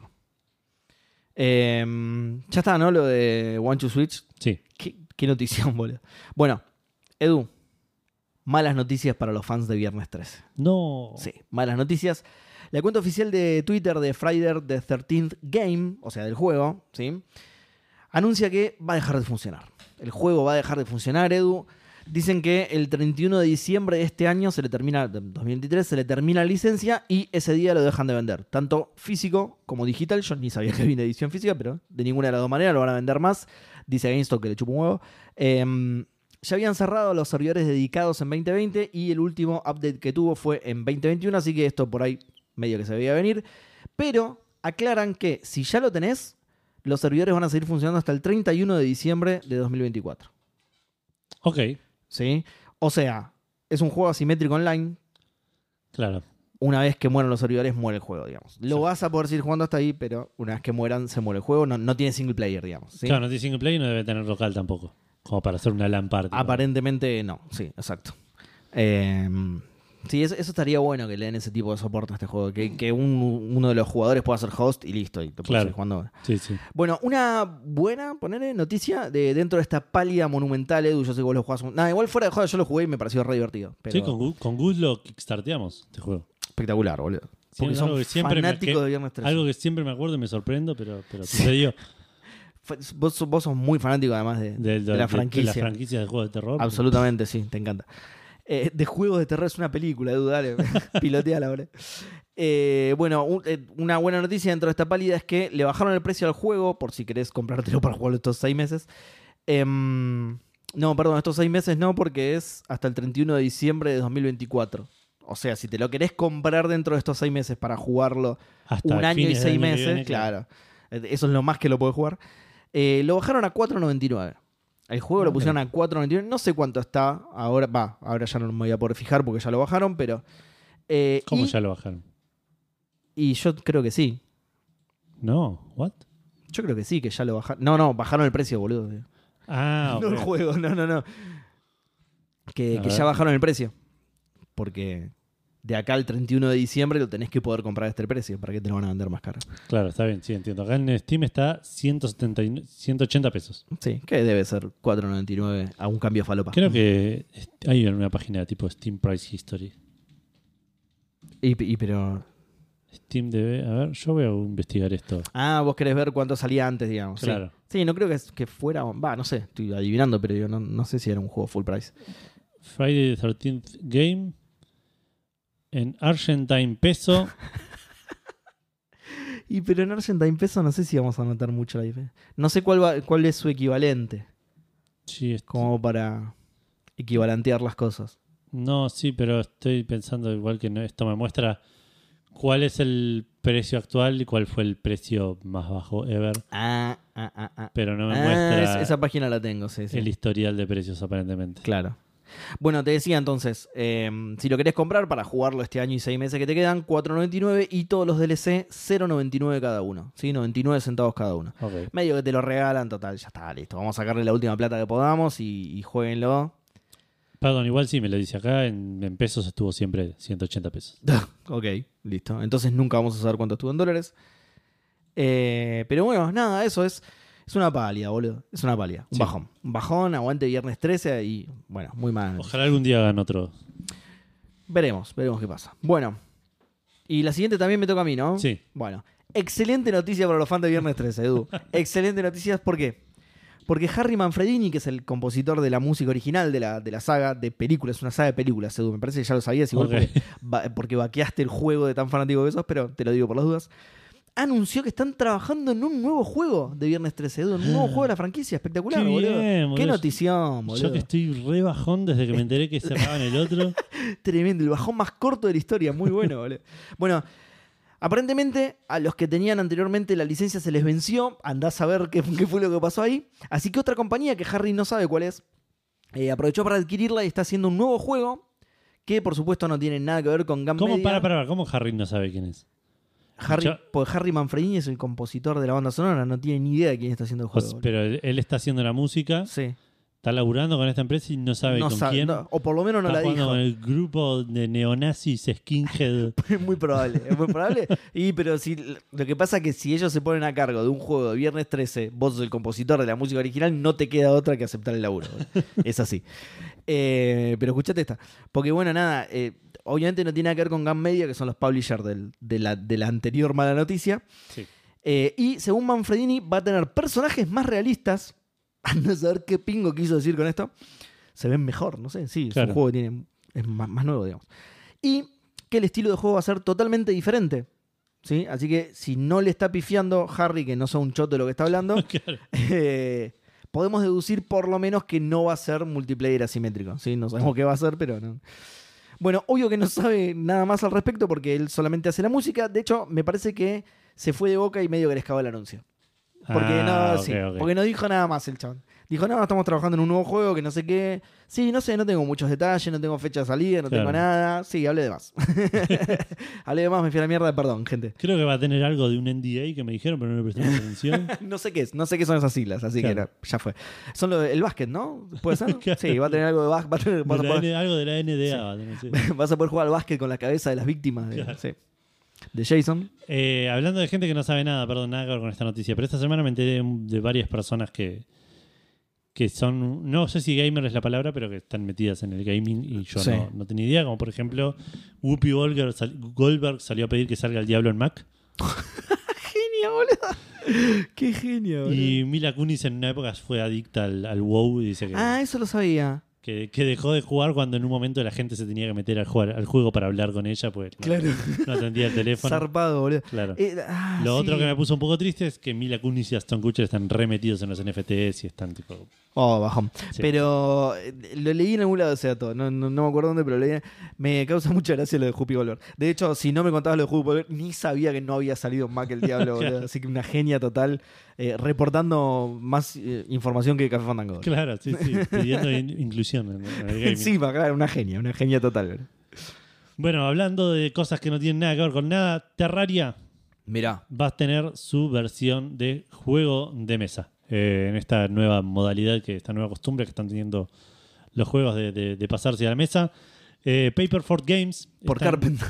Eh, ya está, ¿no? Lo de One Two Switch. Sí. Qué, qué notición, <laughs> boludo. Bueno, Edu. Malas noticias para los fans de Viernes 13. No. Sí, malas noticias. La cuenta oficial de Twitter de Friday the 13th Game, o sea, del juego, ¿sí? anuncia que va a dejar de funcionar. El juego va a dejar de funcionar, Edu. Dicen que el 31 de diciembre de este año, se le termina, de 2023, se le termina la licencia y ese día lo dejan de vender. Tanto físico como digital. Yo ni sabía que había edición física, pero de ninguna de las dos maneras lo van a vender más. Dice GameStop que le chupa un huevo. Em, ya habían cerrado los servidores dedicados en 2020 y el último update que tuvo fue en 2021, así que esto por ahí medio que se veía venir. Pero aclaran que si ya lo tenés, los servidores van a seguir funcionando hasta el 31 de diciembre de 2024. Ok, ¿Sí? O sea, es un juego asimétrico online. claro. Una vez que mueran los servidores, muere el juego, digamos. Lo Sí. vas a poder seguir jugando hasta ahí, pero una vez que mueran, se muere el juego. No, no tiene single player, digamos. ¿sí? Claro, no tiene single play y no debe tener local tampoco. Como para hacer una LAN party. Aparentemente no, sí, exacto. Eh, sí, eso, eso estaría bueno que le den ese tipo de soporte a este juego, que, que un- uno de los jugadores pueda ser host y listo, y te puedes Claro. ir jugando. Sí, sí. Bueno, una buena, ponerle noticia de dentro de esta pálida monumental, Edu, yo sé que vos lo jugás. un- Nada, igual fuera de juego yo lo jugué y me pareció re divertido. Pero Sí, con, Gu- con Gus lo kickstarteamos este juego. espectacular, boludo. Sí, Porque es son algo que siempre me- fanáticos que- de Viernes 13. Algo que siempre me acuerdo y me sorprendo, pero, pero Sí. sucedió. Fue- Vos, sos- vos sos muy fanático además de, De, de la franquicia. De, de juegos de terror. Absolutamente, sí, te encanta. Eh, de juegos de terror es una película, Edu, dale, <laughs> piloteala, boludo. Eh, bueno, un- eh, una buena noticia dentro de esta pálida es que le bajaron el precio al juego, por si querés comprártelo <laughs> para jugarlo estos seis meses. Em, no, perdón, estos seis meses no, porque es hasta el 31 de diciembre de 2024. O sea, si te lo querés comprar dentro de estos seis meses para jugarlo Hasta un año y fines del seis año que meses, viene, claro. Eh, Eso es lo más que lo puede jugar. Eh, lo bajaron a 4.99. El juego lo Ah, pusieron a 4.99. No sé cuánto está ahora. Va, ahora ya no me voy a poder fijar porque ya lo bajaron, pero. eh, ¿Cómo y, ya lo bajaron? y yo creo que sí. No, ¿what? Yo creo que sí, que ya lo bajaron. No, no, bajaron el precio, boludo. Ah, No el ok. juego, no, no, no. Que, A que ver. ya bajaron el precio. Porque de acá al 31 de diciembre lo tenés que poder comprar a este precio. ¿Para qué te lo van a vender más caro? claro, está bien, sí, entiendo. Acá en Steam está 179, 180 pesos. Sí, que debe ser 4.99 a un cambio falopa. Creo que es- hay una página tipo Steam Price History. Y, y pero. Steam debe. A ver, yo voy a investigar esto. Ah, vos querés ver cuánto salía antes, digamos. sí. Claro. Sí, no creo que, que fuera. Va, no sé, estoy adivinando, pero yo no, no sé si era un juego full price. Friday the 13th Game. En Argentine <laughs> Peso. Y pero en Argentine peso no sé si vamos a notar mucho la diferencia. No sé cuál, va- cuál es su equivalente, Sí, es- como para equivalentear las cosas. No, sí, pero estoy pensando igual que no, esto me muestra cuál es el precio actual y cuál fue el precio más bajo ever. Ah, ah, ah, ah. Pero no me Ah, muestra es- esa página la tengo, sí, sí. el historial de precios aparentemente. Claro. Bueno, te decía entonces, eh, si lo querés comprar para jugarlo este año y seis meses que te quedan, 4.99 y todos los DLC 0.99 cada uno, ¿sí? 99 centavos cada uno. Ok. Medio que te lo regalan, total, ya está, listo. Vamos a sacarle la última plata que podamos y, y jueguenlo. Perdón, igual sí, me lo dice acá, en, en pesos estuvo siempre 180 pesos. ok, listo. Entonces nunca vamos a saber cuánto estuvo en dólares. Eh, pero bueno, nada, eso es, es una palia, boludo. Es una palia, un Sí. bajón. Un bajón, aguante viernes 13 y bueno, muy mal. Ojalá algún día hagan otro. Veremos, veremos qué pasa. Bueno, y la siguiente también me toca a mí, ¿no? Sí. Bueno, excelente noticia para los fans de Viernes 13, <laughs> Edu. excelente noticia, ¿por qué? Porque Harry Manfredini, que es el compositor de la música original de la, de la saga de películas, una saga de películas, Edu, me parece que ya lo sabías, igual Ok. porque, va- porque vaqueaste el juego de tan fanático que sos, pero te lo digo por las dudas, anunció que están trabajando en un nuevo juego de Viernes 13, Edu, en un nuevo juego de la franquicia, espectacular, Ah. Qué boludo. bien, Qué boludo. notición, boludo. Yo que estoy re bajón desde que me enteré <laughs> que cerraban el otro. Tremendo, el bajón más corto de la historia, <laughs> muy bueno, boludo. Bueno, aparentemente a los que tenían anteriormente la licencia se les venció, andás a ver qué, qué fue lo que pasó ahí. Así que otra compañía que Harry no sabe cuál es, eh, aprovechó para adquirirla y está haciendo un nuevo juego que por supuesto no tiene nada que ver con Gun ¿Cómo Media. para, para, para, ¿Cómo Harry no sabe quién es? Harry, Yo- porque Harry Manfredini es el compositor de la banda sonora, no tiene ni idea de quién está haciendo el O juego. sea, boludo. Pues, pero él, él está haciendo la música, sí. está laburando con esta empresa y no sabe No con sabe- quién. no, o por lo menos no está la jugando dijo. con el grupo de neonazis skinhead. Es muy probable, es muy probable. Y pero si lo que pasa es que si ellos se ponen a cargo de un juego de viernes 13, vos sos el compositor de la música original, no te queda otra que aceptar el laburo. boludo. Es así. Eh, pero escuchate esta. Porque bueno, nada, eh, obviamente no tiene nada que ver con Gun Media, que son los publishers del- de, la, de la anterior mala noticia. Sí. Eh, y según Manfredini, va a tener personajes más realistas. <laughs> A no saber qué pingo quiso decir con esto. Se ven mejor, no sé. Sí, es Claro. un juego que tiene, es más, más nuevo, digamos. Y que el estilo de juego va a ser totalmente diferente. ¿sí? Así que si no le está pifiando Harry, que no sea un choto de lo que está hablando, <laughs> Claro. <laughs> eh, podemos deducir por lo menos que no va a ser multiplayer asimétrico. ¿sí? No sabemos qué va a ser, pero no. Bueno, obvio que no sabe nada más al respecto porque él solamente hace la música. De hecho, me parece que se fue de boca y medio que le escapó el anuncio. <laughs> Porque, Ah, no, ok, sí, ok. porque no dijo nada más el chabón. Dijo, no, estamos trabajando en un nuevo juego que no sé qué. Sí, no sé, no tengo muchos detalles, no tengo fecha de salida, no tengo Claro. nada. Sí, hablé de más. <laughs> hablé de más, me fui a la mierda, perdón, gente. Creo que va a tener algo de un NDA que me dijeron, pero no le prestaron <laughs> atención. No sé qué es, no sé qué son esas siglas, así Claro. que no, ya fue. Son lo de- el básquet, ¿no? ¿Puede ser? <laughs> Claro. Sí, va a tener algo de básquet. Va a tener, De vas, a la poder, N- algo de la NDA va a tener, sí. <laughs> vas a poder jugar al básquet con la cabeza de las víctimas de, Claro. sí. de Jason. Eh, hablando de gente que no sabe nada, perdón, nada que ver con esta noticia, pero esta semana me enteré de, de varias personas que, que son, no sé si gamer es la palabra, pero que están metidas en el gaming y yo Sí. no, no tenía idea, como por ejemplo Whoopi Goldberg, sal- Goldberg salió a pedir que salga el diablo en Mac <laughs> Genio, boludo. Qué genio, boludo. y Mila Kunis en una época fue adicta al, al WoW y dice que, Ah, eso lo sabía. que, que dejó de jugar cuando en un momento la gente se tenía que meter a jugar, al juego para hablar con ella, pues no- Claro. no, atendía el <laughs> teléfono. Zarpado, boludo. Claro. Eh, ah, Lo sí. otro que me puso un poco triste es que Mila Kunis y Aston Kutcher están remetidos en los NFTs y están tipo. Oh, bajón. Sí. Pero eh, lo leí en algún lado ese dato. No, no, no me acuerdo dónde, pero lo leí. Me causa mucha gracia lo de Juppy Volver. De hecho, si no me contabas lo de Juppy Volver, ni sabía que no había salido en Mac <laughs> el Diablo. boludo. Así que una genia total. eh, reportando más eh, información que Café Fandango. Claro, sí, <laughs> sí, pidiendo in- inclusión en, en el gaming. Encima, claro, una genia, una genia total. boludo. Bueno, hablando de cosas que no tienen nada que ver con nada, Terraria Mirá. va a tener su versión de juego de mesa. eh, en esta nueva modalidad, que esta nueva costumbre que están teniendo los juegos de, de- de pasarse a la mesa. Eh, Paperfort Games. Por están- Carpenter.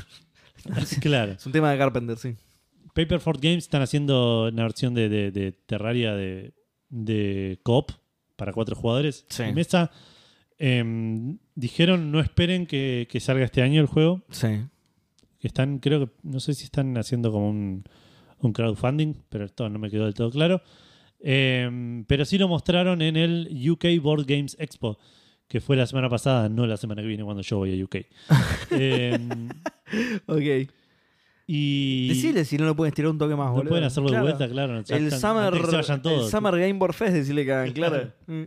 <laughs> <laughs> Claro. Es un tema de Carpenter, sí. Paperfort Games están haciendo una versión de, de- de Terraria de, de co-op para cuatro jugadores Sí. en mesa. Em, dijeron no esperen que, que salga este año el juego. Sí. Están, creo que, no sé si están haciendo como un, un crowdfunding, pero esto no me quedó del todo claro. Em, pero sí lo mostraron en el UK Board Games Expo, que fue la semana pasada, no la semana que viene cuando yo voy a UK. Em, Ok. y Decirle si no lo pueden tirar un toque más, no boludo. pueden hacerlo Claro. de vuelta, claro. El antes Summer, que se vayan el todos. Summer Game Board Fest, decirle que hagan, claro. <laughs> Mm.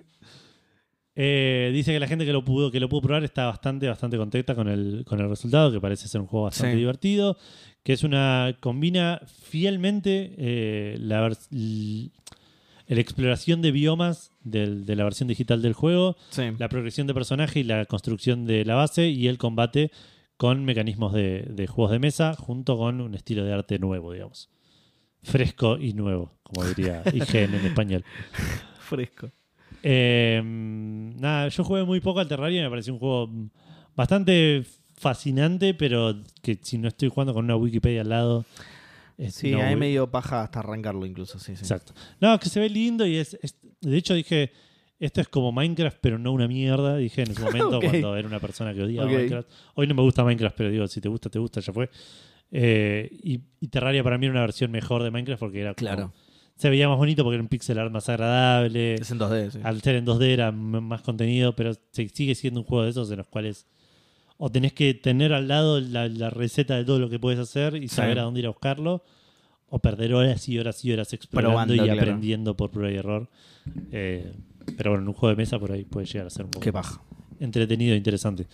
Eh, dice que la gente que lo pudo, que lo pudo probar está bastante, bastante contenta con el, con el resultado, que parece ser un juego bastante Sí. divertido, que es una. combina fielmente eh, la, vers- l- la exploración de biomas del- de la versión digital del juego, Sí. la progresión de personaje y la construcción de la base y el combate con mecanismos de, de juegos de mesa, junto con un estilo de arte nuevo, digamos. Fresco y nuevo, como diría IGN <laughs> en español. Fresco. Eh, nada, yo jugué muy poco al Terraria y me pareció un juego bastante fascinante, pero que si no estoy jugando con una Wikipedia al lado. es- Sí, no a mí voy- me dio paja hasta arrancarlo incluso, sí, sí. Exacto. No, que se ve lindo y es, es- De hecho, dije. Esto es como Minecraft, pero no una mierda. Dije <laughs> en su momento Ok. cuando era una persona que odiaba Ok. Minecraft. Hoy no me gusta Minecraft, pero digo, si te gusta, te gusta, ya fue. Eh, y, y Terraria para mí era una versión mejor de Minecraft porque era como- Claro. se veía más bonito porque era un pixel art más agradable. Es en 2D, sí. Al ser en 2D era m- más contenido, pero se- sigue siendo un juego de esos en los cuales o tenés que tener al lado la, la receta de todo lo que puedes hacer y saber a dónde ir a buscarlo, o perder horas y horas y horas explorando Probando, y claro. aprendiendo por prueba y error. Eh, pero bueno, en un juego de mesa por ahí puede llegar a ser un poco Qué paja. entretenido e interesante.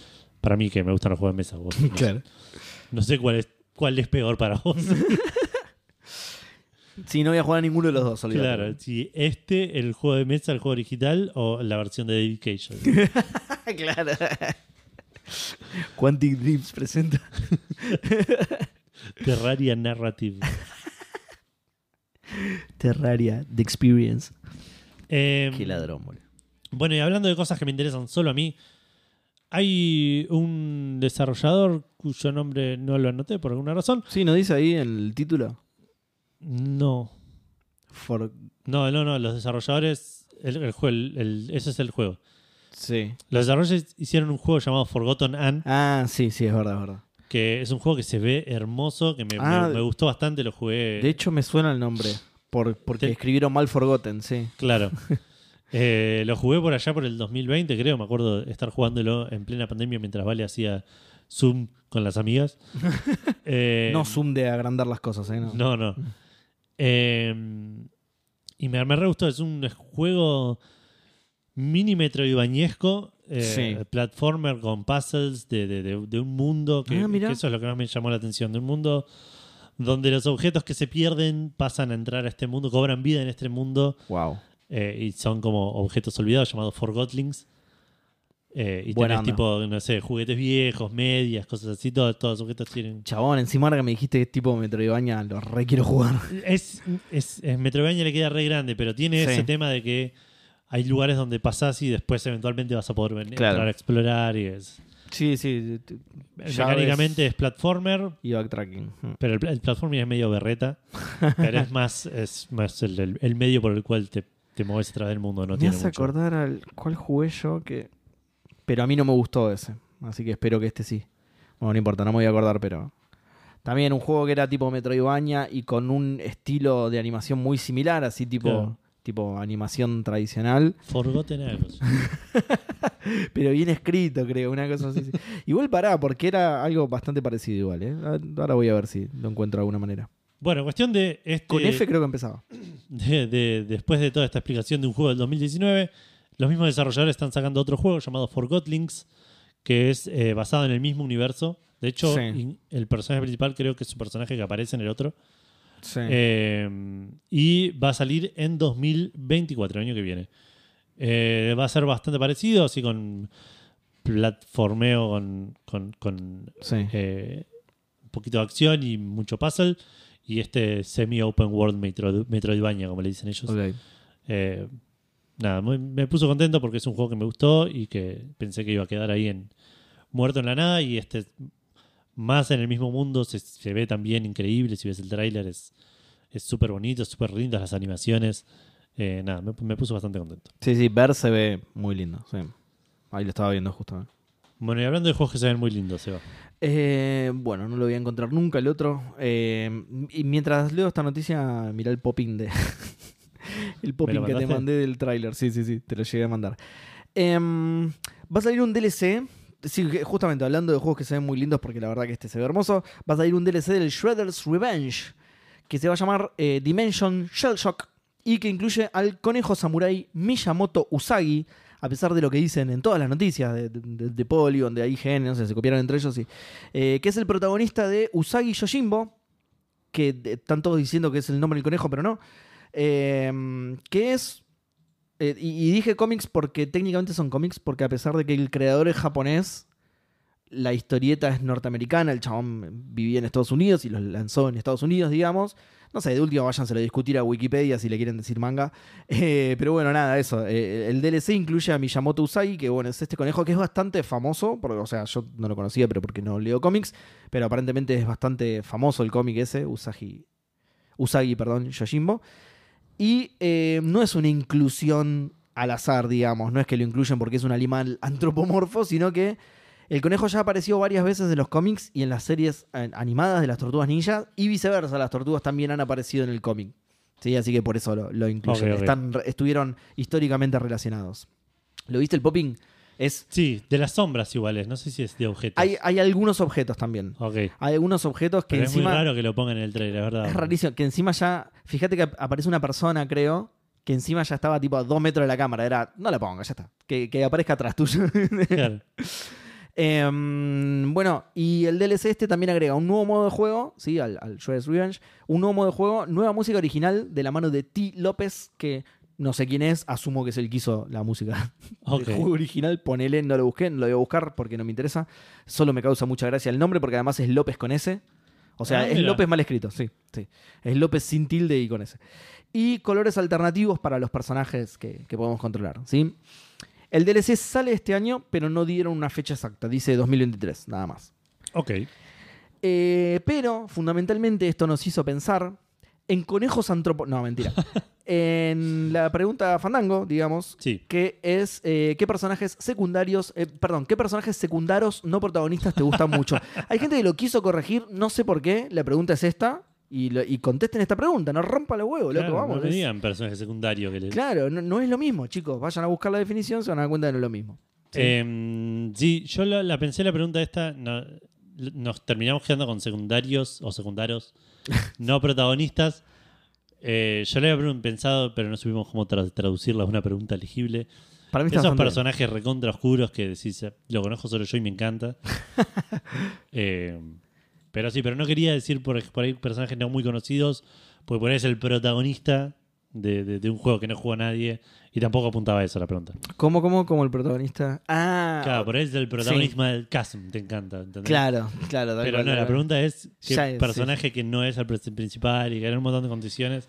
Para mí que me gustan los juegos de mesa. vos no sé. No sé cuál es, cuál es peor para vos. Sí, no voy a jugar a ninguno de los dos, <laughs> olvídate. claro, si este, el juego de mesa, el juego original o la versión de <laughs> Dedication. claro. Quantic Dreams presenta. Terraria Narrative. <laughs> Terraria, The Experience. Eh, Qué ladrón, boludo. bueno, y hablando de cosas que me interesan solo a mí, hay un desarrollador cuyo nombre no lo anoté por alguna razón. Sí, nos dice ahí en el título. No. For... No, no, no. Los desarrolladores. El, el juego, el- el- ese es el juego. Sí. Los desarrolladores hicieron un juego llamado Forgotten Anne, Ah, sí, sí, es verdad, es verdad. que es un juego que se ve hermoso, que me, me- Ah, me gustó bastante, lo jugué. De hecho, me suena el nombre. Por, porque Te- escribieron mal Forgotten, sí. <laughs> Claro. Eh, lo jugué por allá por el 2020, creo. Me acuerdo de estar jugándolo en plena pandemia mientras Vale hacía Zoom con las amigas. Eh, <laughs> no Zoom de agrandar las cosas, ¿eh? No. No, no. Eh, y me, me re gustó. Es un juego milímetro ibañesco. eh, Sí. Platformer con puzzles de, de- de- de un mundo. Que, Ah, mirá. que eso es lo que más me llamó la atención. De un mundo donde los objetos que se pierden pasan a entrar a este mundo, cobran vida en este mundo. Wow. Eh, y son como objetos olvidados llamados Forgotlings. Eh, y Buena tenés onda. tipo, no sé, juguetes viejos, medias, cosas así. Todos, todos los objetos tienen. Chabón, encima ahora que me dijiste que es tipo Metroidvania, lo re quiero jugar. Es, es, es Metroidvania le queda re grande, pero tiene Sí. ese tema de que hay lugares donde pasás y después eventualmente vas a poder ven- Claro. entrar a explorar. Y es. Sí, sí. t- ya Mecánicamente ves. es platformer, Y backtracking. Mm. pero el, pla- el platforming es medio <laughs> berreta. pero es más, es más el, el- el medio por el cual te, te mueves a través del mundo. No me tiene hace mucho. acordar al cuál jugué yo que. Pero a mí no me gustó ese. Así que espero que este sí. Bueno, no importa, no me voy a acordar, pero. También un juego que era tipo Metroidvania y con un estilo de animación muy similar, así tipo, Claro. tipo animación tradicional. <laughs> Forgotten Arrows. Pero bien escrito, creo, una <laughs> cosa así. sí. igual pará, porque era algo bastante parecido igual, ¿eh? Ahora voy a ver si lo encuentro de alguna manera. Bueno, cuestión de este. Con F creo que empezaba. de- de- después de toda esta explicación de un juego del 2019, los mismos desarrolladores están sacando otro juego llamado Forgotlings, que es eh, basado en el mismo universo. De hecho, Sí. in- el personaje principal creo que es su personaje que aparece en el otro. Sí. Eh, y va a salir en 2024, el año que viene. Eh, va a ser bastante parecido, así con platformeo, con, con- con, sí. eh, un poquito de acción y mucho puzzle. Y este semi-open world metro, Metroidvania, como le dicen ellos. Ok. Eh, nada, muy- me puso contento porque es un juego que me gustó y que pensé que iba a quedar ahí en muerto en la nada. Y este, más en el mismo mundo, se, se ve también increíble. Si ves el tráiler, es es súper bonito, súper lindas las animaciones. Eh, nada, me, me puso bastante contento. Sí, sí, Ver se ve muy lindo. sí. Ahí lo estaba viendo justamente. Bueno, y hablando de juegos que se ven muy lindos, Seba. Eh, bueno, no lo voy a encontrar nunca el otro. Eh, y mientras leo esta noticia, mirá el popín de. <laughs> el popín que te mandaste? mandé del tráiler. Sí, sí, sí, te lo llegué a mandar. Em, va a salir un DLC. Sí, que- justamente hablando de juegos que se ven muy lindos, porque la verdad que este se ve hermoso. Va a salir un DLC del Shredder's Revenge, que se va a llamar eh, Dimension Shellshock y que incluye al conejo samurái Miyamoto Usagi. A pesar de lo que dicen en todas las noticias de, de, de Polygon, de IGN, no sé, se copiaron entre ellos y eh, que es el protagonista de Usagi Yojimbo, que de- están todos diciendo que es el nombre del conejo, pero no, eh, que es... eh, y, y dije cómics porque técnicamente son cómics, porque a pesar de que el creador es japonés, la historieta es norteamericana, el chabón vivía en Estados Unidos y los lanzó en Estados Unidos, digamos. No sé, de último váyanse a discutir a Wikipedia si le quieren decir manga. Eh, pero bueno, nada, eso. Eh, el DLC incluye a Miyamoto Usagi, que bueno, es este conejo que es bastante famoso. Porque, o sea, yo no lo conocía, pero porque no leo cómics. Pero aparentemente es bastante famoso el cómic ese, Usagi. Usagi, perdón, Yojimbo. Y eh, no es una inclusión al azar, digamos. No es que lo incluyen porque es un animal <laughs> antropomorfo, sino que el conejo ya apareció varias veces en los cómics y en las series eh, animadas de las tortugas ninjas. Y viceversa, las tortugas también han aparecido en el cómic. Sí, así que por eso lo, lo incluyen. Ok, ok. Están re- estuvieron históricamente relacionados. ¿Lo viste el popping? Es, Sí, de las sombras iguales, no sé si es de objetos. hay, hay algunos objetos también. ok, Hay algunos objetos que pero es muy encima. raro que lo pongan en el trailer, la verdad. Es rarísimo. Que encima ya. Fíjate que ap- aparece una persona, creo. Que encima ya estaba tipo a dos metros de la cámara. Era. No la ponga, ya está. Que, que aparezca atrás tuyo. <laughs> Claro. Em, bueno, y el DLC este también agrega un nuevo modo de juego, ¿sí? Al, al Shredder's Revenge. Un nuevo modo de juego, nueva música original de la mano de T. López, que no sé quién es, asumo que es el que hizo la música Ok. el juego original, ponele, no lo busqué, no lo voy a buscar porque no me interesa. Solo me causa mucha gracia el nombre porque además es López con S. O sea, Ah, es mira. López mal escrito, sí, sí. Es López sin tilde y con ese. Y colores alternativos para los personajes que, que podemos controlar, ¿sí? El DLC sale este año, pero no dieron una fecha exacta. Dice 2023, nada más. Ok. Eh, pero fundamentalmente esto nos hizo pensar en conejos antropo... No, <laughs> mentira. en la pregunta Fandango, digamos, Sí. que es eh, qué personajes secundarios, eh, perdón, qué personajes secundarios no protagonistas te <laughs> gustan mucho. Hay gente que lo quiso corregir, no sé por qué, la pregunta es esta, y, lo- y contesten esta pregunta, no rompa los huevos, Claro, loco, vamos. no me es- digan personajes secundarios que le- claro, no, no es lo mismo, chicos, vayan a buscar la definición, se van a dar cuenta de no es lo mismo. Sí. Em, sí, yo la, la pensé la pregunta esta. no- nos terminamos quedando con secundarios o <laughs> secundarios no protagonistas. Eh, yo la había pre- pensado, pero no supimos cómo tra- traducirla a una pregunta legible. Para mí está Esos bastante bien. personajes recontra oscuros que decís, eh, lo conozco solo yo y me <laughs> encanta. Em, pero sí, pero no quería decir por, ej- por ahí personajes no muy conocidos, porque por ahí es el protagonista de, de- de un juego que no juega nadie y tampoco apuntaba a eso la pregunta. ¿Cómo, cómo, cómo el protagonista? Ah, Claro, por ahí es el protagonismo del Casm, te encanta, ¿entendés? claro, claro. tal Pero cual, no, la tal cual. pregunta es qué Ya es, personaje que no es el pr- principal y que era un montón de condiciones,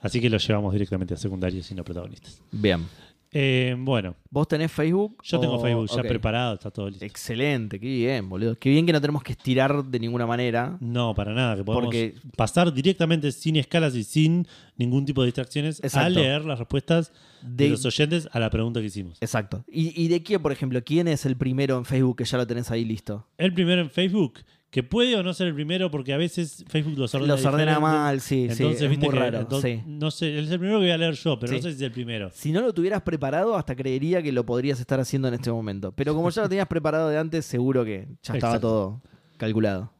así que lo llevamos directamente a secundarios y no protagonistas. Bien. Eh, bueno, ¿Vos tenés Facebook? yo tengo o- Facebook ya Oh, ok. preparado, está todo listo. Excelente, qué bien, boludo. Qué bien que no tenemos que estirar de ninguna manera. No, para nada, que podemos Porque- pasar directamente sin escalas y sin ningún tipo de distracciones a Exacto. leer las respuestas de, De- los oyentes a la pregunta que hicimos. Exacto. ¿Y, y de quién, por ejemplo? ¿Quién es el primero en Facebook que ya lo tenés ahí listo? El primero en Facebook, que puede o no ser el primero porque a veces Facebook los ordena, Los ordena diferente. mal, sí, Entonces, sí. Es viste muy que- raro. entonces- sí. No sé, es el primero que voy a leer yo, pero no Sí. sé si es el primero. Si no lo tuvieras preparado, hasta creería que lo podrías estar haciendo en este momento. Pero como ya lo tenías preparado de antes, seguro que ya estaba Exacto. todo calculado.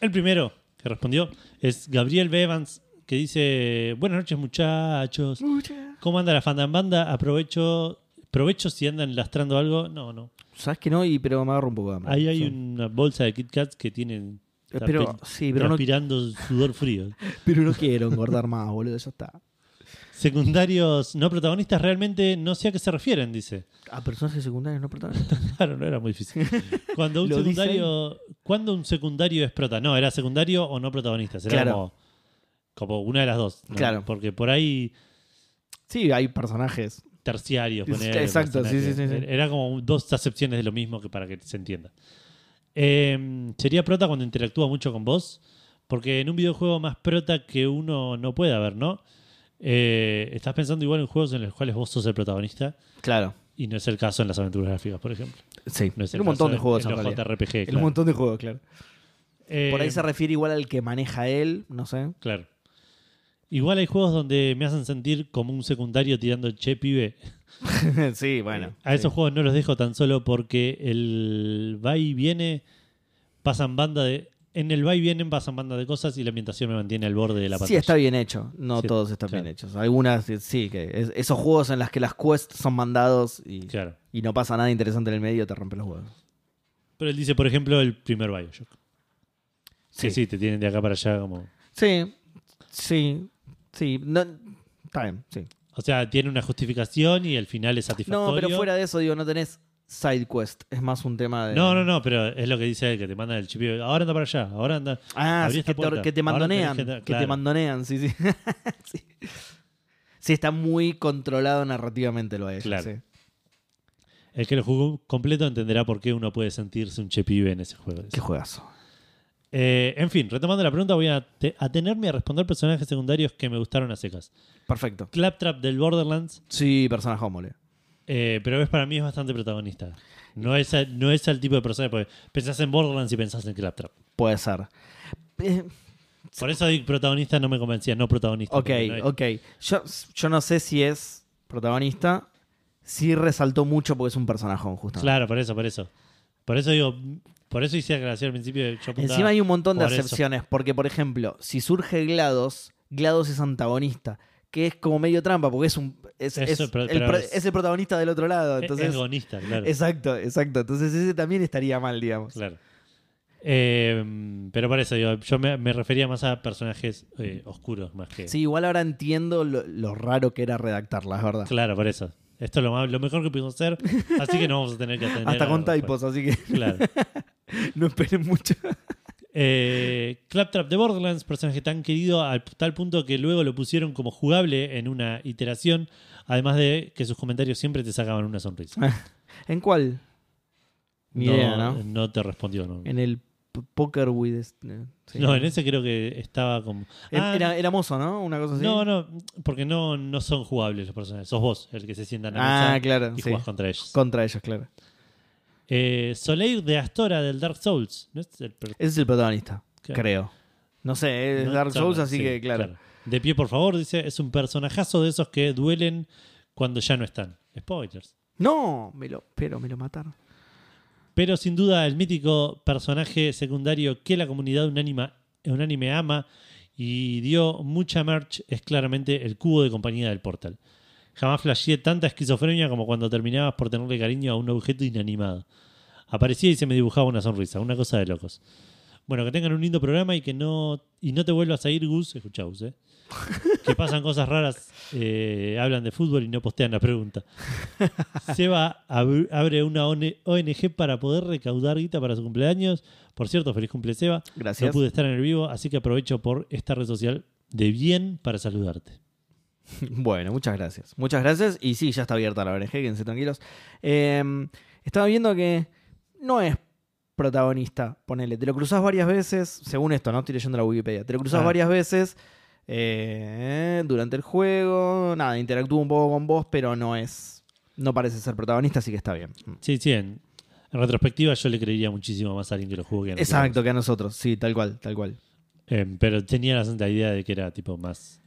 El primero que respondió es Gabriel Bevans, que dice: Buenas noches, muchachos. ¿Cómo anda la fandambanda? Aprovecho. Provecho si andan lastrando algo. No, no. ¿Sabes que no? Y, pero me agarro un poco de hambre. Ahí hay Sí. una bolsa de Kit Kats que tienen. Eh, Pero, sí, pero no, transpirando sudor <laughs> frío. pero no quiero engordar más, boludo. Ya está. Secundarios no protagonistas realmente no sé a qué se refieren, dice. <laughs> A Ah, personajes secundarios no protagonistas. Claro, no era muy difícil. Cuando un <laughs> Lo dice secundario, cuando un secundario es prota, no, era secundario o no protagonista, será Claro. como, como una de las dos. ¿no? Claro. Porque por ahí Sí, hay personajes terciarios, Es- poner, exacto, sí, sí, sí, sí. Era como dos acepciones de lo mismo que para que se entienda. Eh, sería prota cuando interactúa mucho con vos, porque en un videojuego más prota que uno no puede haber, ¿no? Eh, estás pensando igual en juegos en los cuales vos sos el protagonista Claro. y no es el caso en las aventuras gráficas, por ejemplo. Sí. No es el Era un montón caso de juegos en, en, los realidad. JRPG. Era claro. un montón de juegos, claro. Eh, Por ahí se refiere igual al que maneja él, no sé. <laughs> Claro. Igual hay juegos donde me hacen sentir como un secundario tirando che pibe. sí, bueno. A esos juegos no los dejo tan solo porque el va y viene, pasan banda de. En el va y vienen pasan banda de cosas y la ambientación me mantiene al borde de la Sí, pantalla. está bien hecho. No Sí, todos están claro. bien hechos. Algunas, eh, sí, que es- esos juegos en los que las quests son mandados y, Claro. y no pasa nada interesante en el medio, te rompe los huevos. Pero él dice, por ejemplo, el primer Bioshock. Sí, sí, te tienen de acá para allá como. Sí, sí, sí. No, está bien, sí. O sea, tiene una justificación y el final es satisfactorio. No, pero fuera de eso, digo, no tenés side quest. Es más un tema de. No, no, no, pero es lo que dice él, que te manda el chipio. Ahora anda para allá, ahora anda. Ah, Abrí sí, esta que, te, puerta. que te Ahora tenés mandonean. que Que, entrar, te claro. mandonean, sí, <laughs> sí. sí. Sí, está muy controlado narrativamente lo de ella, Claro. sí. El que lo jugó completo entenderá por qué uno puede sentirse un chepibe en ese juego. Qué juegazo. Eh, en fin, retomando la pregunta, voy a te- atenerme a responder personajes secundarios que me gustaron a secas. Perfecto. Claptrap del Borderlands, Sí, personaje homole. eh, pero es para mí es bastante protagonista. No es, el- no es el tipo de personaje, porque pensás en Borderlands y pensás en Claptrap. Puede ser. Eh, Por eso digo protagonista no me convencía, no protagonista. ok, porque no es- ok. Yo, yo no sé si es protagonista. Sí resaltó mucho porque es un personajón, justo. Claro, por eso, por eso. Por eso digo, por eso hice gracia al principio. yo apuntaba- Encima hay un montón de por eso. acepciones, porque por ejemplo, si surge GLaDOS, GLaDOS es antagonista, que es como medio trampa, porque es un es, Eso, es pero- el, pero pro- es- es el protagonista del otro lado, entonces es agonista, e-, claro. Exacto, exacto. Entonces ese también estaría mal, digamos. Claro. Eh, pero por eso, digo, yo me, me refería más a personajes eh, oscuros más que. Sí, igual ahora entiendo lo, lo raro que era redactarla, es verdad. Claro, por eso. Esto es lo, más- lo mejor que pudimos hacer, así que no vamos a tener que atender. Hasta a- con typos, así que Claro. no esperen mucho. Eh, Claptrap de Borderlands, personaje tan querido al tal punto que luego lo pusieron como jugable en una iteración, además de que sus comentarios siempre te sacaban una sonrisa. ¿En cuál? Ah, Ni idea, ¿no? no te respondió. No. En el p- Poker with. es- eh, sí. No, en ese creo que estaba como. Em- Ah, Era, era mozo, ¿no? Una cosa así. No, no, porque no, no son jugables los personajes. Sos vos el que se sienta en la Ah, mesa claro. y sí. jugás contra ellos. Contra ellos, claro. Eh, Soleil de Astora del Dark Souls. ¿no? Es el per- Ese es el protagonista, Claro. creo. No sé, es ¿no? Dark Claro, Souls, así sí, que claro. De pie, por favor, dice, es un personajazo de esos que duelen cuando ya no están. Spoilers. No, me lo, pero me lo mataron. Pero sin duda el mítico personaje secundario que la comunidad unánima- unánime ama y dio mucha merch es claramente el cubo de compañía del portal. Jamás flasheé tanta esquizofrenia como cuando terminabas por tenerle cariño a un objeto inanimado. Aparecía y se me dibujaba una sonrisa, una cosa de locos. Bueno, que tengan un lindo programa y que no, y no te vuelvas a ir, Gus. Escuchá, Gus, eh. Que pasan cosas raras, eh, hablan de fútbol y no postean la pregunta. Seba ab- abre una ONE ONG para poder recaudar guita para su cumpleaños. Por cierto, feliz cumple Seba. Gracias. No pude estar en el vivo, así que aprovecho por esta red social de bien para saludarte. Bueno, muchas gracias. Muchas gracias. Y sí, ya está abierta la ONG, quédense tranquilos. Eh, estaba viendo que no es protagonista, ponele. Te lo cruzás varias veces, según esto, ¿no? Estoy leyendo la Wikipedia. Te lo cruzás Ah. varias veces eh, durante el juego. Nada, interactúa un poco con vos, pero no es. No parece ser protagonista, así que está bien. Sí, sí, en, en retrospectiva yo le creería muchísimo más a alguien que lo jugó que a nosotros. Exacto, que a nosotros. Sí, tal cual, tal cual. Em, pero tenía la santa idea de que era tipo más...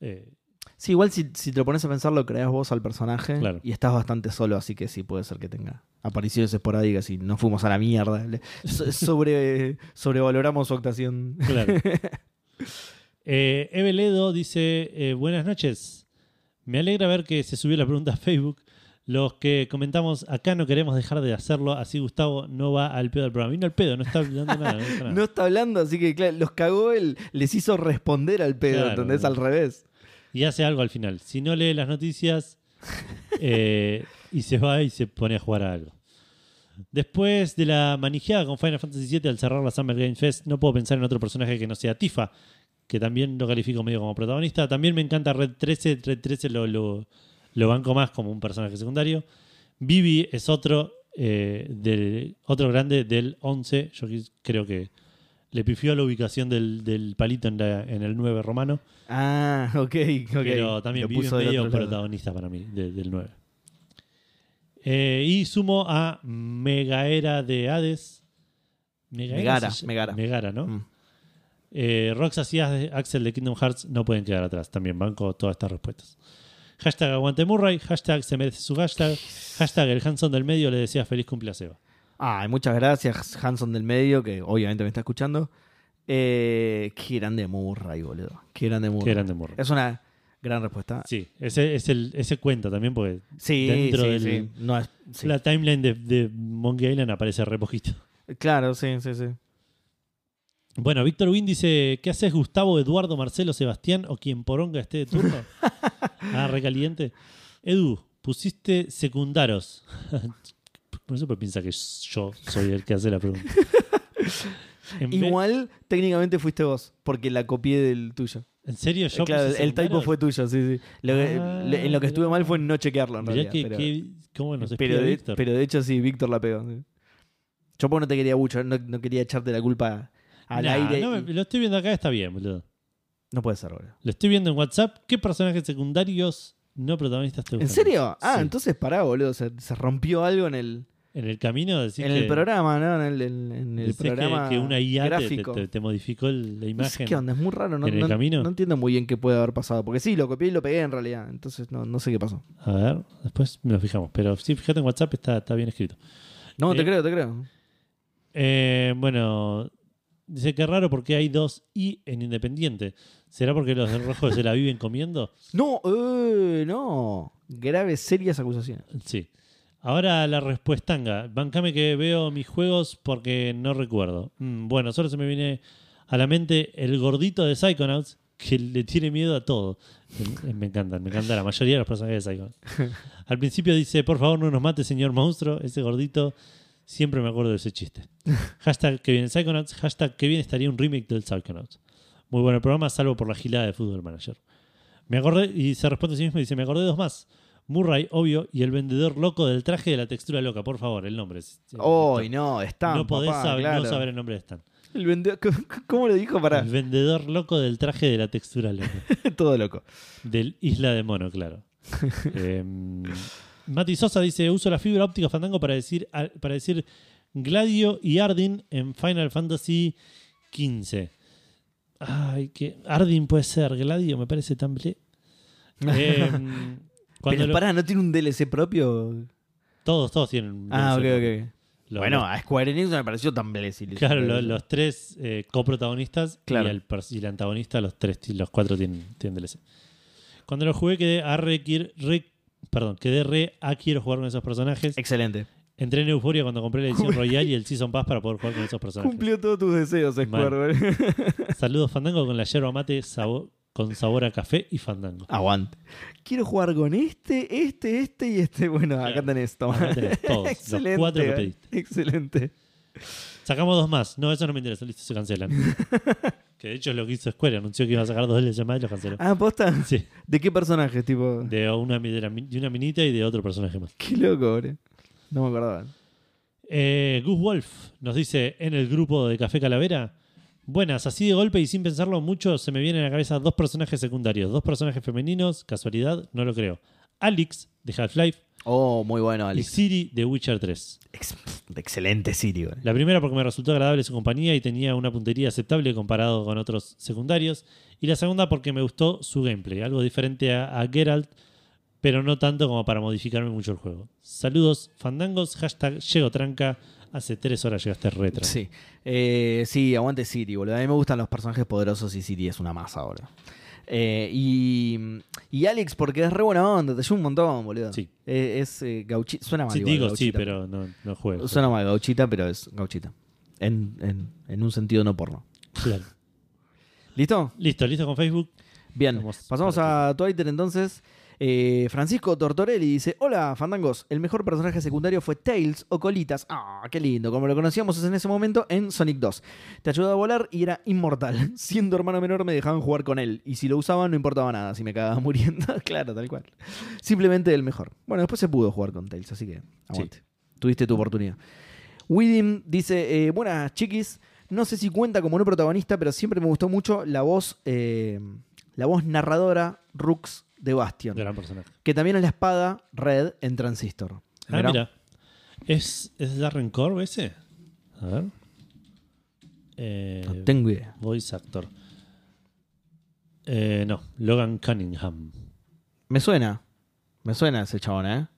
eh, Sí, igual si, si te lo pones a pensar, lo creas vos al personaje Claro. y estás bastante solo, así que sí puede ser que tenga apariciones esporádicas y no fuimos a la mierda. Le- <laughs> so- sobre, sobrevaloramos su actuación. Claro. Eh, Eveledo dice: eh, Buenas noches. Me alegra ver que se subió la pregunta a Facebook. Los que comentamos acá no queremos dejar de hacerlo, así Gustavo no va al pedo del programa. Vino al pedo, no está hablando nada. No, <laughs> está nada. No está hablando, así que claro, los cagó él, les hizo responder al pedo, Claro. ¿entendés? Al revés. Y hace algo al final. Si no lee las noticias eh, y se va y se pone a jugar a algo. Después de la manijeada con Final Fantasy VII al cerrar la Summer Game Fest, no puedo pensar en otro personaje que no sea Tifa, que también lo califico medio como protagonista. También me encanta Red 13, Red 13 lo, lo, lo banco más como un personaje secundario. Vivi es otro, eh, del, otro grande del 11, yo quis- creo que le pifió la ubicación del, del palito en, la- en el 9 romano. Ah, ok, ok. Pero también Lo vive del medio otro lado. protagonista para mí, de- del 9. Eh, y sumo a Megaera de Hades. Megaera, Megara, se ll- Megara. Megara, ¿no? Mm. Eh, Roxas y Hades- Axel de Kingdom Hearts no pueden quedar atrás. También banco todas estas respuestas. Hashtag aguante Murray, hashtag se merece su hashtag, hashtag el Hanson del medio le decía feliz cumple a Seba. Ay, muchas gracias, Hanson del Medio, que obviamente me está escuchando. Eh, qué grande Murray, boludo. Qué grande Murray. Qué grande Murray. Es una gran respuesta. Sí, ese, es el, ese cuenta también porque Sí, dentro sí, del- sí. No es- sí. la timeline de, de Monkey Island aparece re poquito. Claro, sí, sí, sí. Bueno, Víctor Wynn dice: ¿Qué haces, Gustavo, Eduardo, Marcelo, Sebastián o quien poronga esté de <laughs> turno? ah, recaliente. Edu, pusiste secundaros. <laughs> Por eso piensa que yo soy el que hace la <laughs> pregunta. En, vez- Igual técnicamente fuiste vos, porque la copié del tuyo. ¿en serio? Yo eh, claro, puse el typo secundaros? fue tuyo, sí, sí. Lo que- Ah, le- en lo que estuve mirá. mal fue en no chequearlo, en Mirá realidad. que, pero, que- cómo nos pero espía de, Víctor. pero de hecho sí, Víctor la pegó. sí. Yo porque no te quería mucho, no, no quería echarte la culpa al Nah, aire. y- no No, me- lo estoy viendo acá, está bien, boludo. puede ser, boludo. Lo estoy viendo en WhatsApp. ¿Qué personajes secundarios no protagonistas te ¿En gustan? serio? Ah, Sí. entonces pará, boludo. Se, se rompió algo en el, En el camino decís en el que- programa, ¿no? En el, en- en el decís que- programa que, una IA te- te, gráfico. te- te modificó el- la No sé imagen. ¿Qué onda? Es muy raro, no, en el no- camino. no entiendo muy bien qué puede haber pasado. Porque sí, lo copié y lo pegué en realidad. Entonces no, no sé qué pasó. A ver, después nos fijamos. Pero sí, fíjate en WhatsApp, está, está bien escrito. No, Eh, te creo, te creo. Eh, bueno, dice que raro porque hay dos I en Independiente. ¿Será porque los del rojo se la viven comiendo? No, eh, no. Graves, serias acusaciones. Sí. Ahora la respuestanga. Bancame que veo mis juegos porque no recuerdo. Mm, bueno, solo se me viene a la mente el gordito de Psychonauts que le tiene miedo a todo. Eh, Me encantan, me encanta la mayoría <laughs> de los personajes de Psychonauts. Al principio dice, por favor no nos mate, señor monstruo. Ese gordito Siempre me acuerdo de ese <laughs> chiste. Hashtag que viene Psychonauts, hashtag que bien estaría un remake del Psychonauts. Muy bueno el programa, salvo por la gilada de Fútbol Manager. Me acordé, y se responde a sí mismo y dice, me acordé de dos más. Murray, obvio, y el vendedor loco del traje de la textura loca. Por favor, el nombre. es- Hoy no, Stan. no podés Oh, papá, sab- claro. no saber el nombre de Stan. El vende- <laughs> ¿Cómo lo dijo? Para El vendedor loco del traje de la textura <laughs> loca. todo loco. Del Isla de Mono, claro. Eh, Mati Sosa dice: Uso la fibra óptica Fandango para decir, para decir Gladio y Ardyn en Final Fantasy XV. Ay, que Ardyn puede ser, Gladio me parece tan <laughs> ble. Eh, cuando Pero lo- pará, ¿no tiene un DLC propio? todos, todos tienen. Ah, ok, los- ok. los- bueno, los- a Square Enix me pareció tan blessed. claro, lo- los, tres eh, coprotagonistas Claro. y, el, pers- y el antagonista, los tres, los cuatro tienen, tienen DLC. Cuando lo jugué quedé a re, quier- re- perdón, quedé re a quiero jugar con esos personajes. Excelente. Entré en euforia cuando compré la edición Royal y el Season Pass para poder jugar con esos personajes. Cumplió todos tus deseos, Square. Saludos Fandango con la yerba mate sabo- con sabor a café y Fandango. Aguante. Quiero jugar con este, este, este y este. Bueno, acá Claro. tenés, toma. Acá tenés todos, los <laughs> Excelente. cuatro que pediste. Excelente. Sacamos dos más. No, eso no me interesa. Listo, se cancelan. que de hecho es lo que hizo Square. Anunció que iba a sacar dos DLC más y lo canceló. Ah, posta. Sí. ¿De qué personaje? Tipo. De una, de la- de una minita y de otro personaje más. Qué loco, bro. No me acordaba. Eh, Gus Wolf nos dice en el grupo de Café Calavera. Buenas, así de golpe y sin pensarlo mucho, se me vienen a la cabeza dos personajes secundarios, dos personajes femeninos, casualidad, no lo creo. Alex de Half-Life Oh, muy bueno, y Alex. Siri de Witcher 3. Ex- Excelente Siri, bro. La primera porque me resultó agradable su compañía y tenía una puntería aceptable comparado con otros secundarios. Y la segunda porque me gustó su gameplay, algo diferente a, a Geralt, pero no tanto como para modificarme mucho el juego. Saludos, fandangos, hashtag llego tranca. Hace tres horas llegaste retro. Sí. Eh, sí, aguante Siri, boludo. A mí me gustan los personajes poderosos y Siri es una masa, boludo. Eh, y, y Alex, porque es re buena onda, te ayuda un montón, boludo. Sí. Eh, es eh, gauchi- Suena mal. Sí, igual, digo, sí, gauchita. pero no, no juego. Suena mal, gauchita, pero es gauchita. En, en- en un sentido no porno. Claro. ¿Listo? Listo, listo con Facebook. Bien. Vamos Pasamos para a Twitter entonces. Eh, Francisco Tortorelli dice: Hola, fandangos. El mejor personaje secundario fue Tails o Colitas. Ah, qué lindo. Como lo conocíamos en ese momento en Sonic 2. Te ayudaba a volar y era inmortal. <laughs> Siendo hermano menor, me dejaban jugar con él. Y si lo usaban, no importaba nada. Si me cagaba <laughs> muriendo, claro, tal cual. Simplemente el mejor. Bueno, después se pudo jugar con Tails, así que aguante. Tuviste tu oportunidad. Widim dice: eh, Buenas, chiquis. No sé si cuenta como no protagonista, pero siempre me gustó mucho la voz, eh, la voz narradora Rux de Bastion, Gran personaje. que también es la espada Red en Transistor. Ah, Mirá. mira. ¿Es, ¿Es Darren Corb ese? A ver. Eh, No tengo idea. Voice actor. Eh, no, Logan Cunningham. Me suena. Me suena ese chabón, ¿eh?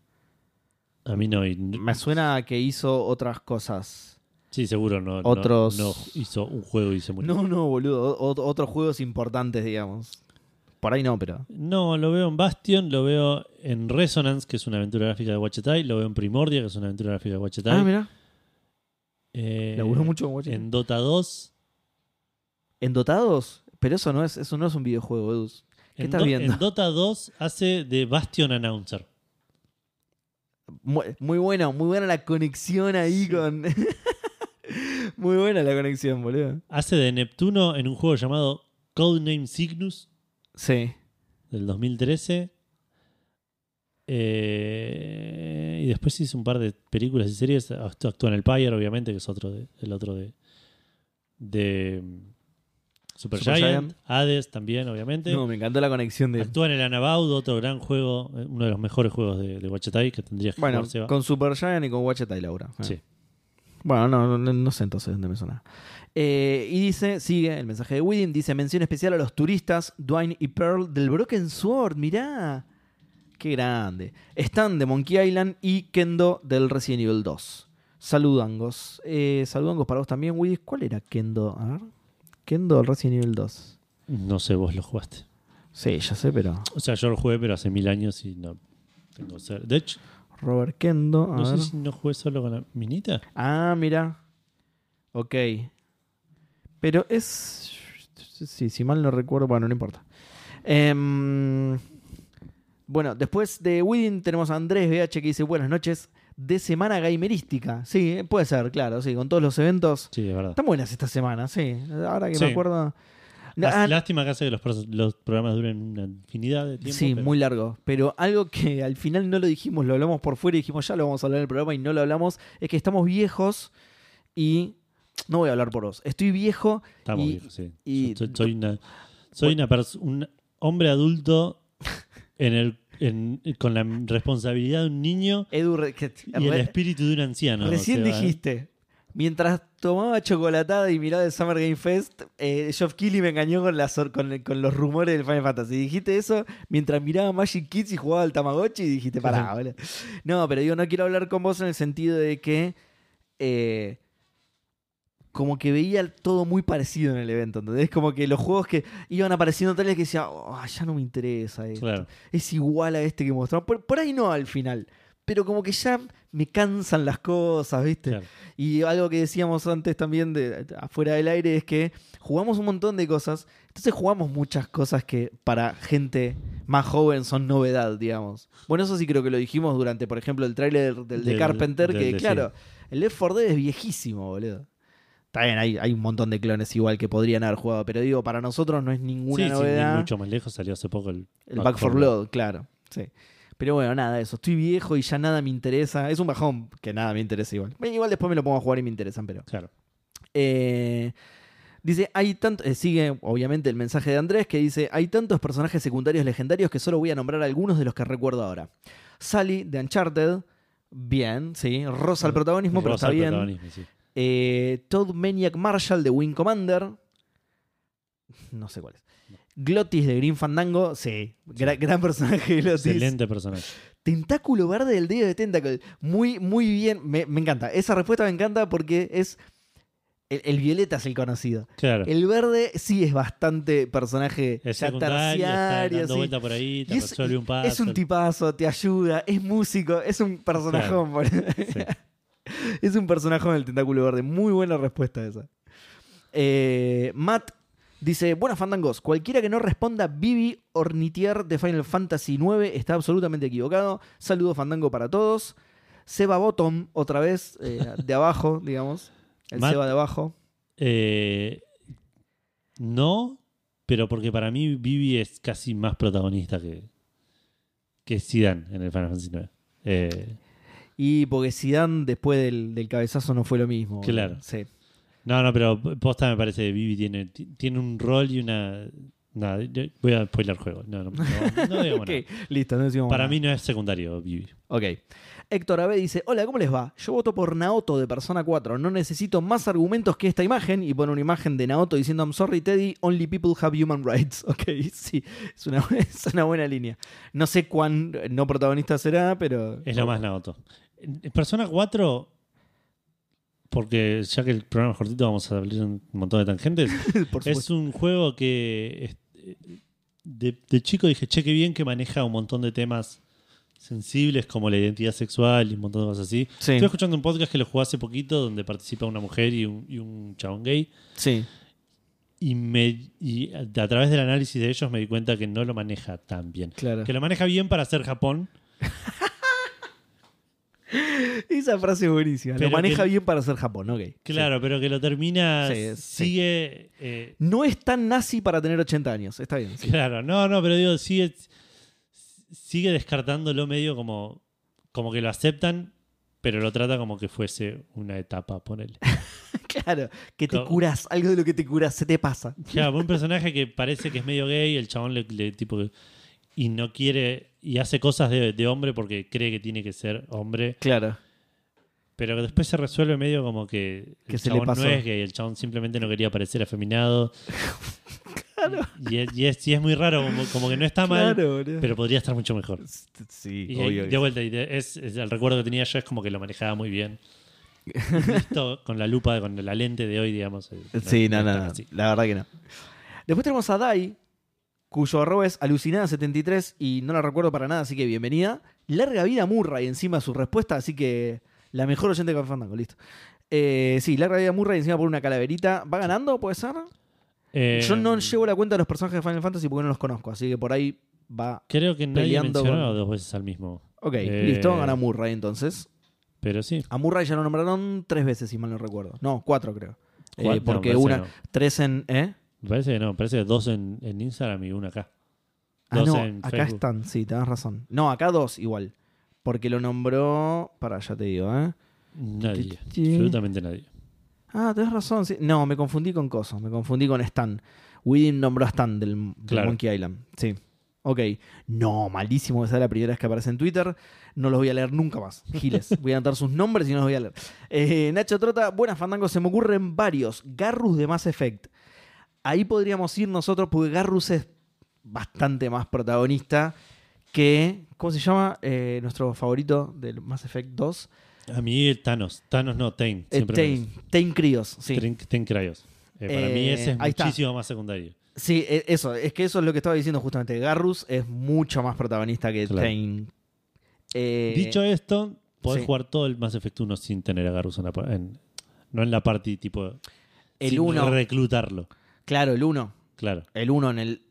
A mí no. y- Me suena que hizo otras cosas. Sí, seguro no. no- Otros- No, hizo un juego y se murió. No, no, boludo. O- o- otros juegos importantes, digamos. Por ahí no, pero. No, lo veo en Bastion, lo veo en Resonance, que es una aventura gráfica de Wachetai, lo veo en Primordia, que es una aventura gráfica de Wachetai. Ah, mira. Eh, Laburó mucho con Watch It. En Dota 2. ¿En Dotados? Pero eso no es, eso no es un videojuego, Edu. ¿Qué en estás Do- viendo? En Dota 2 hace de Bastion Announcer. Muy, muy bueno, muy buena la conexión ahí con. <laughs> muy buena la conexión, boludo. Hace de Neptuno en un juego llamado Codename Cygnus Sí. del 2013. Eh, y después hizo un par de películas y series. Act- Actúa en El Pyre, obviamente, que es otro de, el otro de, de mm, Super, Supergiant. Hades también, obviamente. No, me encantó la conexión de. Actúa en El Anabaud, otro gran juego, eh, uno de los mejores juegos de, de Wachetai que tendrías que Bueno, jugar, Seba. con Super Giant y con Watchet y Laura. Ah. Sí. Bueno, no, no, no sé entonces dónde me suena. Eh, y dice, sigue el mensaje de Widin, dice mención especial a los turistas Dwayne y Pearl del Broken Sword, mirá. Qué grande. Stan de Monkey Island y Kendo del Resident Evil 2. Saludangos. Eh, saludangos para vos también, Widin. ¿Cuál era Kendo? A ver. Kendo del Resident Evil 2. No sé, vos lo jugaste. Sí, ya sé, pero... O sea, yo lo jugué, pero hace mil años y no tengo ser. De hecho, Robert Kendo. a no sé ver. si no jugué solo con la minita. Ah, mira. Ok. Pero es. Sí, si mal no recuerdo, bueno, no importa. Em, bueno, después de Widin tenemos a Andrés BH que dice: Buenas noches. de semana gamerística. Sí, eh, puede ser, claro, sí, con todos los eventos. Sí, es verdad. Están buenas esta semana, sí. Ahora que Sí. me acuerdo. No, Lá- ah, Lástima que hace que los, pros- los programas duren una infinidad de tiempo. sí, pero- muy largo. Pero algo que al final no lo dijimos, lo hablamos por fuera y dijimos ya lo vamos a hablar en el programa y no lo hablamos, es que estamos viejos y. No voy a hablar por vos. Estoy viejo. Estamos y- viejos, sí. y- Yo- soy, soy una, soy una pers- un hombre adulto en el, en- con la responsabilidad de un niño Edu, re- que- y el re- espíritu de un anciano. o Recién sea, dijiste. Mientras tomaba chocolatada y miraba el Summer Game Fest, eh, Geoff Keighley me engañó con, la sor- con, con los rumores del Final Fantasy. Dijiste eso mientras miraba Magic Kids y jugaba al Tamagotchi y dijiste, pará, boludo". No, pero digo, no quiero hablar con vos en el sentido de que. eh, como que veía todo muy parecido en el evento, ¿entendés? Como que los juegos que iban apareciendo tales que decía, oh, ya no me interesa esto Claro. es igual a este que mostraron. Por, por ahí no al final. Pero como que ya me cansan las cosas, ¿viste? Claro. Y algo que decíamos antes también de, afuera del aire es que jugamos un montón de cosas. Entonces jugamos muchas cosas que para gente más joven son novedad, digamos. Bueno, eso sí creo que lo dijimos durante, por ejemplo, el tráiler del de Del- Carpenter, del que de- claro, el Left 4 Dead es viejísimo, boludo. Está bien, hay, hay un montón de clones igual que podrían haber jugado, pero digo, para nosotros no es ninguna Sí, sin ir novededad. mucho más lejos salió hace poco el, El Back for Blood, claro. Sí. Pero bueno, nada, eso. Estoy viejo y ya nada me interesa. Es un bajón que nada me interesa igual. Bueno, Igual después me lo pongo a jugar y me interesan, pero. Claro. Eh, dice, hay tanto. eh, sigue, obviamente, el mensaje de Andrés que dice: Hay tantos personajes secundarios legendarios que solo voy a nombrar algunos de los que recuerdo ahora. Sally de Uncharted, bien, sí. Rosa al protagonismo, pero Rosa está al bien. protagonismo, sí. Eh, Todd Maniac Marshall de Wing Commander. No sé cuál es. Glotis de Green Fandango. Sí, gra- gran personaje de Glotis. Excelente personaje. Tentáculo verde del dedo de Tentacle. Muy, muy bien. Me, me encanta. Esa respuesta me encanta porque es. El, el violeta es el conocido. Claro. El verde sí es bastante personaje es ya secundario, está terciario. dando sí. vuelta por ahí, te Y es, resuelve un paso. es un tipazo, te ayuda, es músico, es un personajón. boludo. <laughs> Sí. Es un personaje del tentáculo verde. Muy buena respuesta esa. Eh, Matt dice: Buenas fandangos. Cualquiera que no responda Vivi Ornitier de Final Fantasy IX está absolutamente equivocado. Saludos fandango para todos. Seba Bottom, otra vez, eh, de abajo, <laughs> digamos. El Matt. Seba de abajo. Eh, no, pero porque para mí Vivi es casi más protagonista que, que Zidane en el Final Fantasy IX. Eh, Y porque Zidane después del, del cabezazo no fue lo mismo. Claro. Sí. no, no, pero posta me parece que Vivi tiene, ti- tiene un rol y una... Nada, yo- voy a spoiler el juego. No, no, no, no digo <laughs> Ok, nada. listo, no decimos Para nada. mí no es secundario Vivi. Ok. Héctor Abe dice: Hola, ¿cómo les va? Yo voto por Naoto de Persona 4. No necesito más argumentos que esta imagen. Y pone una imagen de Naoto diciendo: I'm sorry, Teddy, only people have human rights. <laughs> Ok, sí, es una, <laughs> es una buena línea. No sé cuán no protagonista será, pero. Es lo más Naoto. En- en Persona 4, porque ya que el programa es cortito vamos a abrir un montón de tangentes. <laughs> <laughs> por supuesto. Es un juego que este, de, de chico dije, che, qué bien que maneja un montón de temas sensibles como la identidad sexual y un montón de cosas así. Sí. Estuve escuchando un podcast que lo jugué hace poquito donde participa una mujer y un, y un chabón gay Sí, y, me, y a, a través del análisis de ellos me di cuenta que no lo maneja tan bien. claro. Que lo maneja bien para hacer Japón, Esa frase es buenísima. Lo Pero maneja que- bien para ser Japón, ok. claro, pero que lo termina, Sí, es- sí. sigue... eh, Sí. No es tan nazi para tener 80 años. Está bien. sí. <laughs> Claro, no, no, pero digo, sigue, sigue descartándolo medio como, como que lo aceptan, pero lo trata como que fuese una etapa, <laughs> ponele. Claro. Que te Co- curas. Algo de lo que te curas se te pasa. Claro, un personaje que parece que es medio gay, el chabón le, le- tipo y no quiere, y hace cosas de, de hombre porque cree que tiene que ser hombre, Claro. pero que después se resuelve medio como que el Que se le chabón pasó. no es gay, el chabón simplemente no quería parecer afeminado. Y, es, y es- y es muy raro, como, como que no está mal, Claro, boludo. pero podría estar mucho mejor. pues, Sí, Y, obvio. y que de sí. vuelta, y de- es, es el recuerdo que tenía yo es como que lo manejaba muy bien. <laughs> Listo, con la lupa, con la lente de hoy, digamos. eh, Sí, no, no, está no. así. La verdad que no. Después tenemos a Dai, cuyo arroba es alucinada73 y no la recuerdo para nada, así que bienvenida. Larga vida Murray encima su respuesta, así que la mejor oyente de Fandango, listo. Eh, sí, larga vida Murray encima por una calaverita. ¿Va ganando, puede ser? Eh, Yo no llevo la cuenta de los personajes de Final Fantasy porque no los conozco, así que por ahí va. Creo que nadie peleando mencionó con- dos veces al mismo. Ok, Eh, listo, gana Murray entonces. Pero sí. A Murray ya lo nombraron tres veces, si mal no recuerdo. No, cuatro creo. Eh, Cuatro, porque me parece una, no. tres en... ¿eh? Me parece que no, me parece que dos en, en Instagram y una acá. Ah, Dos no, en acá Facebook. están, sí, tenés razón. No, acá dos igual. Porque lo nombró... Para, ya te digo, ¿eh? Nadie. Ti, ti. Absolutamente nadie. Ah, tenés razón. sí. No, me confundí con Coso, me confundí con Stan. Widin nombró a Stan del, del Claro. Monkey Island. Sí. Ok. No, malísimo que sea la primera vez que aparece en Twitter. No los voy a leer nunca más. Giles. voy a anotar sus nombres y no los voy a leer. Eh, Nacho Trota, buenas fandangos. Se me ocurren varios. Garrus de Mass Effect. Ahí podríamos ir nosotros porque Garrus es bastante más protagonista que. ¿Cómo se llama? Eh, nuestro favorito del Mass Effect 2. A mí Thanos. Thanos no, Tain. Eh, Siempre me- Tain. Tain Críos. Sí. Tain, Tain Cryos. Eh, para Eh, mí ese es ahí está. muchísimo más secundario. Sí, e- eso, es que eso es lo que estaba diciendo justamente. Garrus es mucho más protagonista que Claro. Tain. Eh, Dicho e- esto, podés sí. jugar todo el Mass Effect 1 sin tener a Garrus en la par- en- no en la party tipo el sin 1, reclutarlo. claro, el 1. Claro. El 1 en el.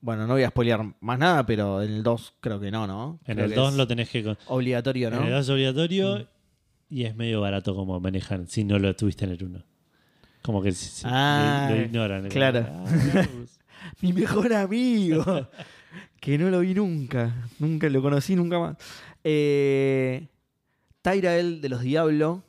Bueno, no voy a spoilear más nada, pero en el 2 creo que no, ¿no? En Creo el que 2 es lo tenés que con- Obligatorio, ¿no? Mm. en el 2 es obligatorio y es medio barato como manejan si no lo tuviste en el 1. Como que si- si- Ah, lo, lo ignoran. Es claro. como, "Ah, Garrus". Mi mejor amigo. <laughs> que no lo vi nunca. Nunca lo conocí, nunca más. Eh, Tyrael de los Diablo.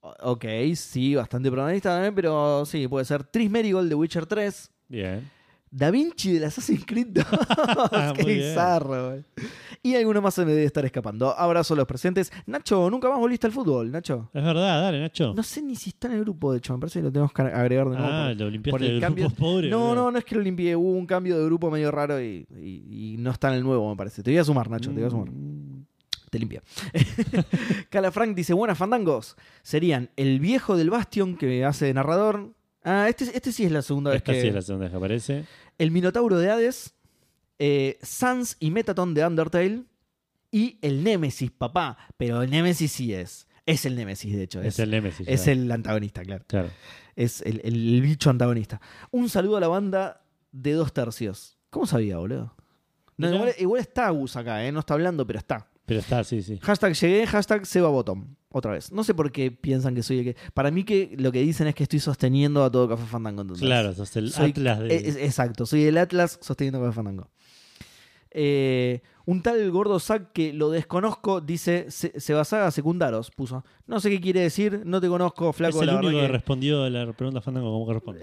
O- Ok, sí, bastante protagonista también, pero sí, puede ser. Tris Merigold de Witcher 3. Bien. Da Vinci del Assassin's Creed <laughs> 2. <laughs> Qué Muy bien. bizarro, güey. Y alguno más se me debe estar escapando. Abrazo a los presentes. Nacho, nunca más volviste al fútbol, Nacho. Es verdad, dale, Nacho. No sé ni si está en el grupo, de hecho. Me parece que lo tenemos que agregar de nuevo. ah, porque- lo limpiaste por el del cambio- grupo pobre. no, boludo. no, no es que lo limpié. Hubo un cambio de grupo medio raro y, y- y no está en el nuevo, me parece. Te voy a sumar, Nacho, te voy a sumar. Mm, Te limpia. <laughs> Calafranc dice: Buenas fandangos. Serían el viejo del Bastion que hace de narrador. Ah, este, este sí es la segunda vez Esta que. sí es la segunda vez que aparece. El Minotauro de Hades. eh, Sans y Metaton de Undertale. Y el Némesis, papá. Pero el Némesis sí es. Es el Némesis, de hecho. Es, el Nemesis. es claro. el antagonista, claro. Claro. Es el, el bicho antagonista. Un saludo a la banda de dos tercios. ¿Cómo sabía, boludo? No, Mirá. igual, igual está Gus acá, ¿eh? No está hablando, pero está. Pero está, sí, sí. Hashtag llegué, hashtag Seba Bottom. Otra vez. No sé por qué piensan que soy el que. Para mí que lo que dicen es que estoy sosteniendo a todo Café Fandango. ¿entendés? Claro, sos el Soy- Atlas de. E- es- exacto, soy el Atlas sosteniendo Café Fandango. Eh, un tal gordo Zack que lo desconozco dice "Se- Sebasaga secundaros, puso. No sé qué quiere decir, no te conozco, flaco. es el la verdad único que, que- respondió a la pregunta Fandango como que responde.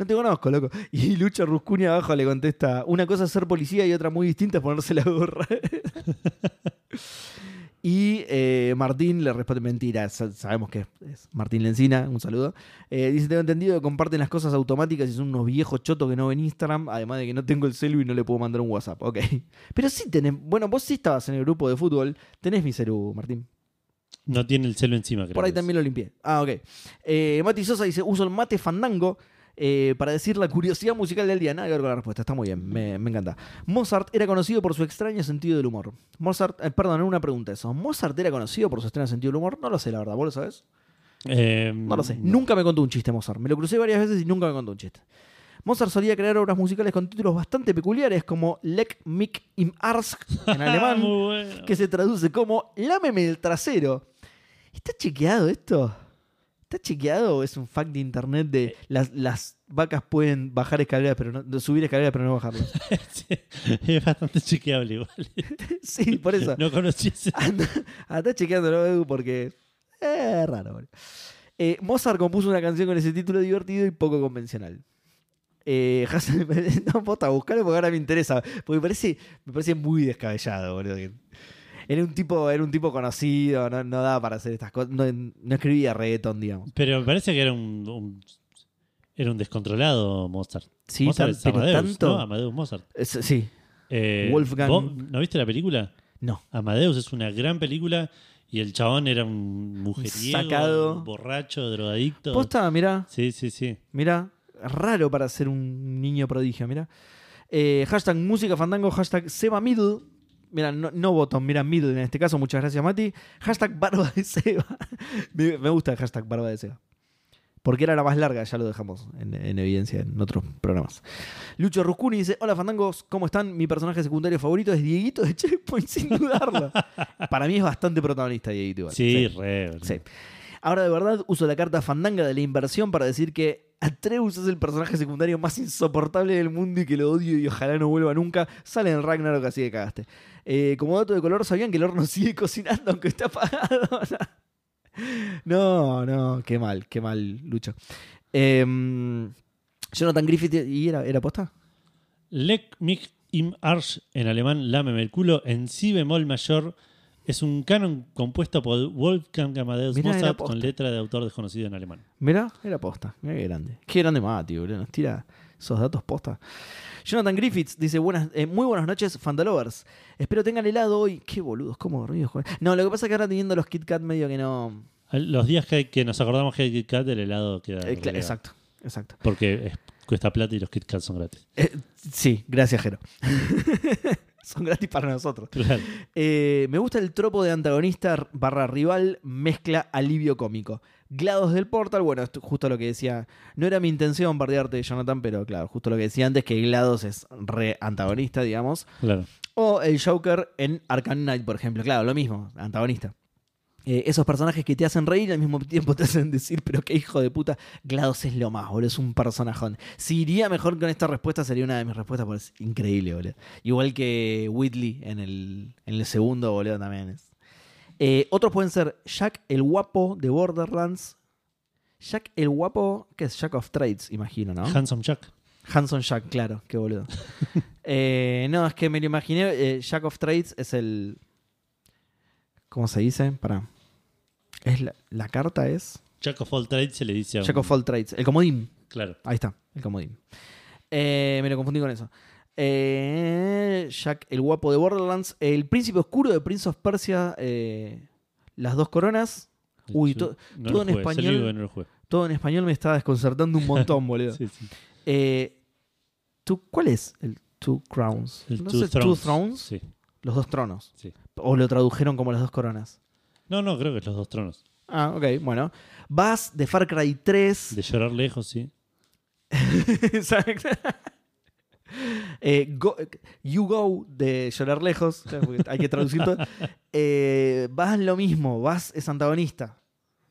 No te conozco, loco. <laughs> Y Lucho Ruscuni abajo le contesta: Una cosa es ser policía y otra muy distinta es ponerse la gorra. <laughs> y eh, Martín le responde: Mentira, sa- sabemos que es Martín Lencina, un saludo. Eh, dice: Tengo entendido que comparten las cosas automáticas y son unos viejos chotos que no ven Instagram. Además de que no tengo el celu y no le puedo mandar un WhatsApp. Ok. <laughs> Pero sí tenés. Bueno, vos sí estabas en el grupo de fútbol. Tenés mi celu, Martín. No tiene el celo encima, creo. Por ahí que es. también lo limpié. Ah, ok. Eh, Mati Sosa dice: Uso el mate fandango eh, para decir la curiosidad musical del día. Nada que ver con la respuesta. Está muy bien, me, me encanta. Mozart era conocido por su extraño sentido del humor. Mozart, eh, perdón, era una pregunta eso. ¿Mozart era conocido por su extraño sentido del humor? No lo sé, la verdad. ¿Vos lo sabés? Eh, No lo sé. Nunca me contó un chiste Mozart. Me lo crucé varias veces y nunca me contó un chiste. Mozart solía crear obras musicales con títulos bastante peculiares como Leck, Mick, im Arsch en Ah, <laughs> alemán. Muy bueno. que se traduce como lámeme el trasero. ¿Está chequeado esto? ¿Está chequeado o es un fact de internet de las, las vacas pueden bajar escaleras, pero no, de subir escaleras, pero no bajarlas? <laughs> Sí, es bastante chequeable igual. sí, por eso. No conocí ese. Anda, anda chequeándolo, Edu, porque eh, es raro. boludo. Eh, Mozart compuso una canción con ese título divertido y poco convencional. Eh, Hassel- <laughs> no, posta, buscalo porque ahora me interesa. Porque me parece, me parece muy descabellado, boludo. que- Era un tipo, era un tipo conocido, no, no daba para hacer estas cosas. No, no escribía reggaeton, digamos. Pero me parece que era un, un- era un descontrolado Mozart. Sí, Mozart tan- es pero Amadeus, tanto. ¿no? Amadeus Mozart. Es- sí, Eh, Wolfgang- ¿vos ¿No viste la película? no. Amadeus es una gran película y el chabón era un mujeriego, Sacado. un borracho, drogadicto. Posta, mirá. Sí, sí, sí. Mirá, raro para ser un niño prodigio, mirá. Eh, hashtag música fandango, hashtag Seba Middle. Mirá, no, no botón, mirá Middle en este caso, <laughs> muchas gracias Mati. Hashtag barba de Seba. me, me gusta el hashtag barba de Seba. Porque era la más larga, ya lo dejamos en, en evidencia en otros programas. Lucho Ruscuni dice: Hola fandangos, ¿cómo están? Mi personaje secundario favorito es Dieguito de Checkpoint, <laughs> sin dudarlo. Para mí es bastante protagonista Dieguito igual. Sí, re. boludo. Sí. Ahora de verdad uso la carta fandanga de la inversión para decir que Atreus es el personaje secundario más insoportable del mundo y que lo odio y ojalá no vuelva nunca. Sale en Ragnarok así de cagaste. Eh, como dato de color, ¿sabían que el horno <laughs> sigue cocinando aunque está apagado? <laughs> no, no, qué mal, qué mal, Lucho. Em, Jonathan Griffith, ¿y era, era posta? Leck mich im Arsch, en alemán, lámeme el culo, en si bemol mayor, es un canon compuesto por Wolfgang Amadeus Mirá, era Mozart posta. con letra de autor desconocido en alemán. Mirá, era posta. Mirá qué grande. Qué grande Mati, boludo. Nos tira esos datos posta. Jonathan Griffiths dice, buenas, eh, muy buenas noches, Fandalovers. Espero tengan helado hoy. Qué boludos, cómo dormidos. joder. No, lo que pasa es que ahora teniendo los Kit Kat medio que no... Los días que, que nos acordamos que hay Kit Kat, el helado queda. Eh, cla- relegado. exacto, exacto. Porque es- cuesta plata y los Kit Kat son gratis. <laughs> Eh, sí, gracias, Jero. <laughs> Son gratis para nosotros. Claro. Eh, me gusta el tropo de antagonista barra rival mezcla alivio cómico. GLaDOS del Portal, bueno, esto- justo lo que decía. No era mi intención bardearte, Jonathan, pero claro, justo lo que decía antes, que GLaDOS es re antagonista, digamos. claro. O el Joker en Arkham Knight, por ejemplo. Claro, lo mismo, antagonista. Eh, esos personajes que te hacen reír y al mismo tiempo te hacen decir, pero qué hijo de puta, GLaDOS es lo más, boludo, es un personajón. Si iría mejor con esta respuesta, sería una de mis respuestas, porque es increíble, boludo. Igual que Whitley en el, en el segundo, boludo, también es. Eh, otros pueden ser Jack el Guapo de Borderlands. Jack el Guapo, que es Jack of Trades, imagino, ¿no? Handsome Jack. Hanson Jack, claro, <laughs> qué boludo. Eh, no, es que me lo imaginé. eh, Jack of Trades es el. ¿Cómo se dice? Para. Es la, la carta es. Jack of all trades se le dice a un- Jack of All Trades. El comodín. Claro. Ahí está, el comodín. Eh, me lo confundí con eso. Eh, Jack, el guapo de Borderlands. El príncipe oscuro de Prince of Persia. eh, las dos coronas. Uy, to- No todo lo en jugué, es el español. único que no lo jugué. Todo en español me está desconcertando <laughs> un montón, boludo. Sí, sí. Eh, ¿tú, ¿Cuál es el Two Crowns? El ¿No Two es el Thrones. Two Thrones? Sí, Los dos tronos. sí. O lo tradujeron como las dos coronas. No, no, creo que es los dos tronos. Ah, ok, bueno. Vas de Far Cry 3. De llorar lejos, sí. <laughs> Exacto. Eh, Go- you Go de Llorar Lejos. Claro, porque Hay que traducir <laughs> todo. Eh, vas lo mismo. Vas es antagonista.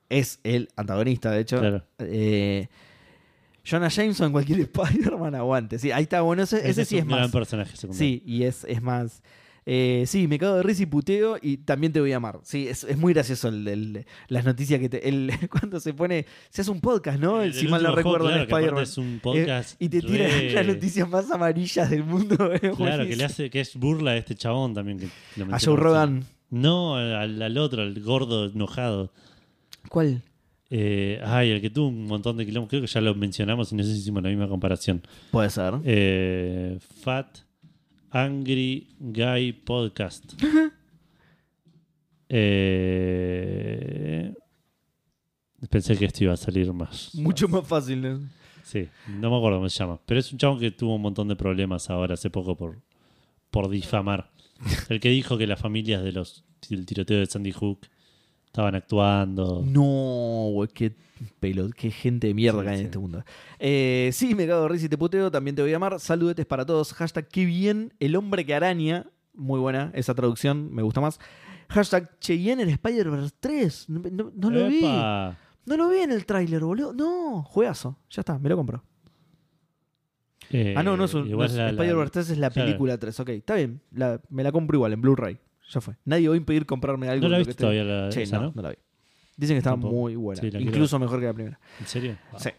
Es el antagonista, de hecho. Claro. Eh, Jonah Jameson, cualquier <laughs> Spider-Man, aguante. Sí, ahí está. Bueno, ese, ese sí es un gran más. personaje secundario. Sí, y es, es más. eh, sí, me cago de risa y puteo y también te voy a amar. Sí, es, es muy gracioso el, el- las noticias que te. El, <laughs> cuando se pone. Se hace un podcast, ¿no? El- si el mal no último juego, recuerdo, en claro, que aparte Spider-Man. Es un podcast. Eh, y te tira re- <laughs> las noticias más amarillas del mundo. Claro, eh, que le buenísimo. hace, que es burla de este chabón también. Que lo A mencionamos. Joe Rogan. No, al, al otro, al gordo enojado. ¿Cuál? Eh, ay, el que tuvo un montón de kilómetros. Creo que ya lo mencionamos y no sé si hicimos la misma comparación. Puede ser. Eh, Fat Angry Guy <laughs> Podcast. Eh, pensé que esto iba a salir más. Mucho más fácil. ¿no? Sí, no me acuerdo cómo se llama. Pero es un chabón que tuvo un montón de problemas ahora hace poco por, por difamar. El que dijo que las familias de los del tiroteo de Sandy Hook estaban actuando. No, güey, qué pelot, qué gente de mierda Sí, que hay en sí. este mundo. Eh, sí, me cago de risa y te puteo, también te voy a amar. Saludetes para todos. Hashtag qué bien, el hombre que araña. Muy buena esa traducción, me gusta más. Hashtag Cheyenne en Spider-Verse 3. No, no- no lo vi. Epa. No lo vi en el tráiler, boludo. No, juegazo. Ya está, me lo compro. Eh, ah, no, no es un. no igual es- la- la- Spider-Verse 3 es la claro. película 3. Ok, está bien. la- me la compro igual en Blu-ray. Ya fue. Nadie va a impedir comprarme algo. No la de lo que viste esté- todavía la, Sí, esa, no, ¿no? no la vi. Dicen que está Tampoco. muy buena. Sí, la quiero incluso mejor que la primera. ¿En serio? Sí.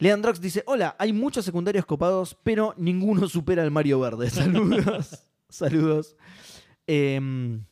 Leandrox dice: Hola, hay muchos secundarios copados, pero ninguno supera al Mario Verde. <laughs> Saludos. Saludos. Em,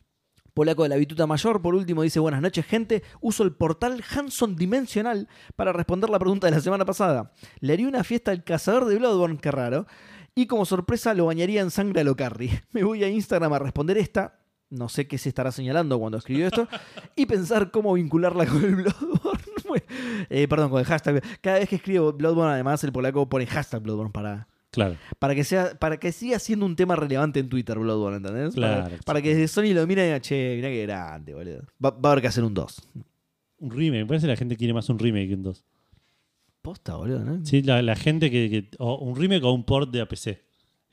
Polaco de la Bituta Mayor, por último, dice: Buenas noches, gente. Uso el portal Hanson Dimensional para responder la pregunta de la semana pasada. Le haría una fiesta al cazador de Bloodborne, qué raro. Y como sorpresa, lo bañaría en sangre a lo Carry. <laughs> Me voy a Instagram a responder esta. No sé qué se estará señalando cuando escribió esto. y pensar cómo vincularla con el Bloodborne. <laughs> Bueno, eh, perdón, con el hashtag. Cada vez que escribo Bloodborne, además, el polaco pone hashtag Bloodborne para, Claro. para, que, sea, para que siga siendo un tema relevante en Twitter, Bloodborne, ¿entendés? Para- Claro. para, que desde Sony lo mire y diga, che, mirá qué grande, boludo. Va, va a haber que hacer un 2. Un remake. Me parece que la gente quiere más un remake que un 2. Posta, boludo, ¿no? Sí, la, la gente que, que- o un remake o un port de APC.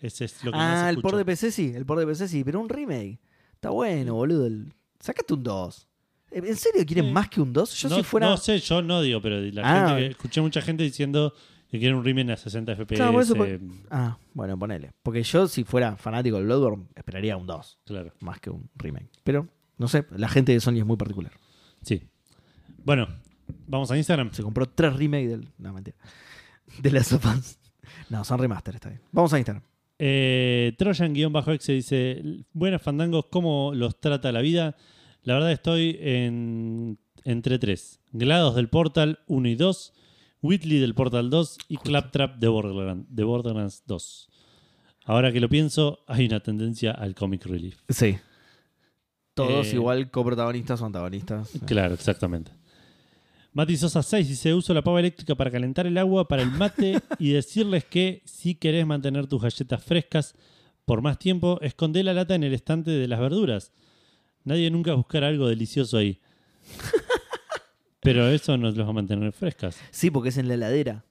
Ese es lo que más ah, el escucho. port de PC sí, el port de PC sí, pero un remake. Está bueno, boludo. el- Sácate un 2. Eh, ¿En serio quieren Sí. más que un 2? Yo no, si fuera... no sé, yo no digo, pero la Ah. gente que- escuché mucha gente diciendo que quieren un remake a 60 FPS. Claro, por eso, por- eh, Ah, bueno, ponele. Porque yo si fuera fanático del Bloodborne, esperaría un 2, claro. más que un remake. Pero, no sé, la gente de Sony es muy particular. Sí. Bueno, vamos a Instagram. Se compró tres remakes del... No, mentira. De las sopas. No, son remaster, está bien. Vamos a Instagram. Eh, Trojan-Exe dice: Buenas fandangos, ¿cómo los trata la vida? La verdad, estoy en, entre tres: Glados del Portal 1 y 2, Whitley del Portal 2 y Claptrap de Borderland- de Borderlands 2. Ahora que lo pienso, hay una tendencia al comic relief. Sí. Todos Eh, igual coprotagonistas o antagonistas. Claro, exactamente. Mati Sosa 6 dice: Uso la pava eléctrica para calentar el agua para el mate y decirles que si querés mantener tus galletas frescas por más tiempo, escondé la lata en el estante de las verduras. Nadie nunca buscará algo delicioso ahí. Pero eso nos los va a mantener frescas. Sí, porque es en la heladera.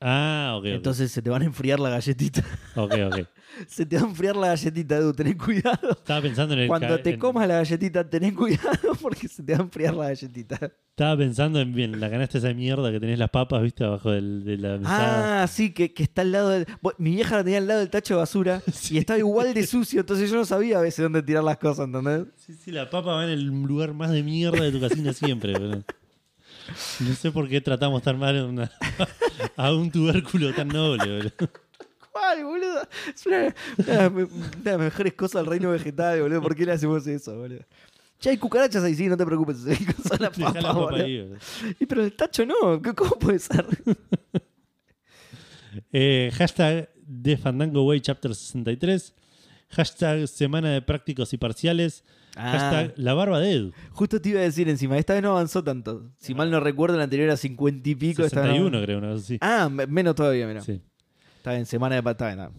Ah, ok. ok. Entonces se te van a enfriar la galletita. <laughs> ok, ok. Se te va a enfriar la galletita, Edu, tenés cuidado. Estaba pensando en el. Cuando Eh, ca- te en- comas la galletita, tenés cuidado <laughs> porque se te va a enfriar la galletita. Estaba pensando en bien, la canasta esa de mierda que tenés las papas, viste, abajo del- de la mesada. Ah, sí, que, que está al lado del... Bo- Mi vieja la tenía al lado del tacho <laughs> de basura y estaba igual de sucio, entonces yo no sabía a veces dónde tirar las cosas, ¿entendés? Sí, sí, la papa va en el lugar más de mierda de tu casina siempre. boludo. No sé por qué tratamos tan mal a, una- <laughs> a un tubérculo tan noble. boludo. ¿Cuál, boludo? Es una, una- una de las mejores cosas del reino vegetal, boludo. ¿Por qué le hacemos eso, boludo? Ya hay cucarachas ahí, sí, no te preocupes. <laughs> Hay cosas la Dejá papa, la papa boludo. ahí, boludo. Y pero el tacho no, ¿qué- ¿cómo <laughs> puede ser? Eh, hashtag de Fandango Way Chapter 63. Hashtag Semana de Prácticos y Parciales. Ah. Hashtag La Barba de Edu. Justo te iba a decir encima, esta vez no avanzó tanto. Si mal no recuerdo, la anterior era 50 y pico. esta vez no- 61, creo, una cosa así. Ah, me- menos todavía, mira. Sí. Está en semana de patada.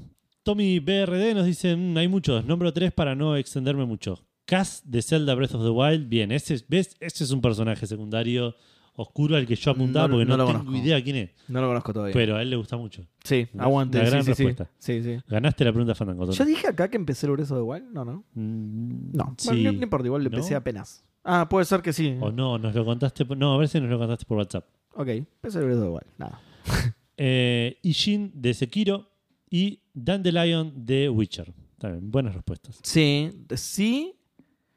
Tommy BRD nos dice, "Mm, hay muchos, número 3 para no extenderme mucho. Cass de Zelda Breath of the Wild, bien, ese, es- ¿ves? Ese es un personaje secundario oscuro al que yo apuntaba No lo- porque no, no lo tengo conozco. idea quién es. No lo conozco todavía. Pero a él le gusta mucho. sí, una aguante. gran sí, sí, sí, respuesta. sí, sí. Ganaste la pregunta Fandango. Tony. Yo dije acá que empecé el brezo de igual, no, no. Mm, No, sí. bueno, no, no importa, igual lo ¿No? empecé apenas. Ah, puede ser que sí. O no, nos lo contaste. por- No, a ver si nos lo contaste por WhatsApp. Ok, empecé el brezo de igual. Nada. Eh, Ishin de Sekiro y Dandelion de Witcher. También, buenas respuestas. Sí, sí,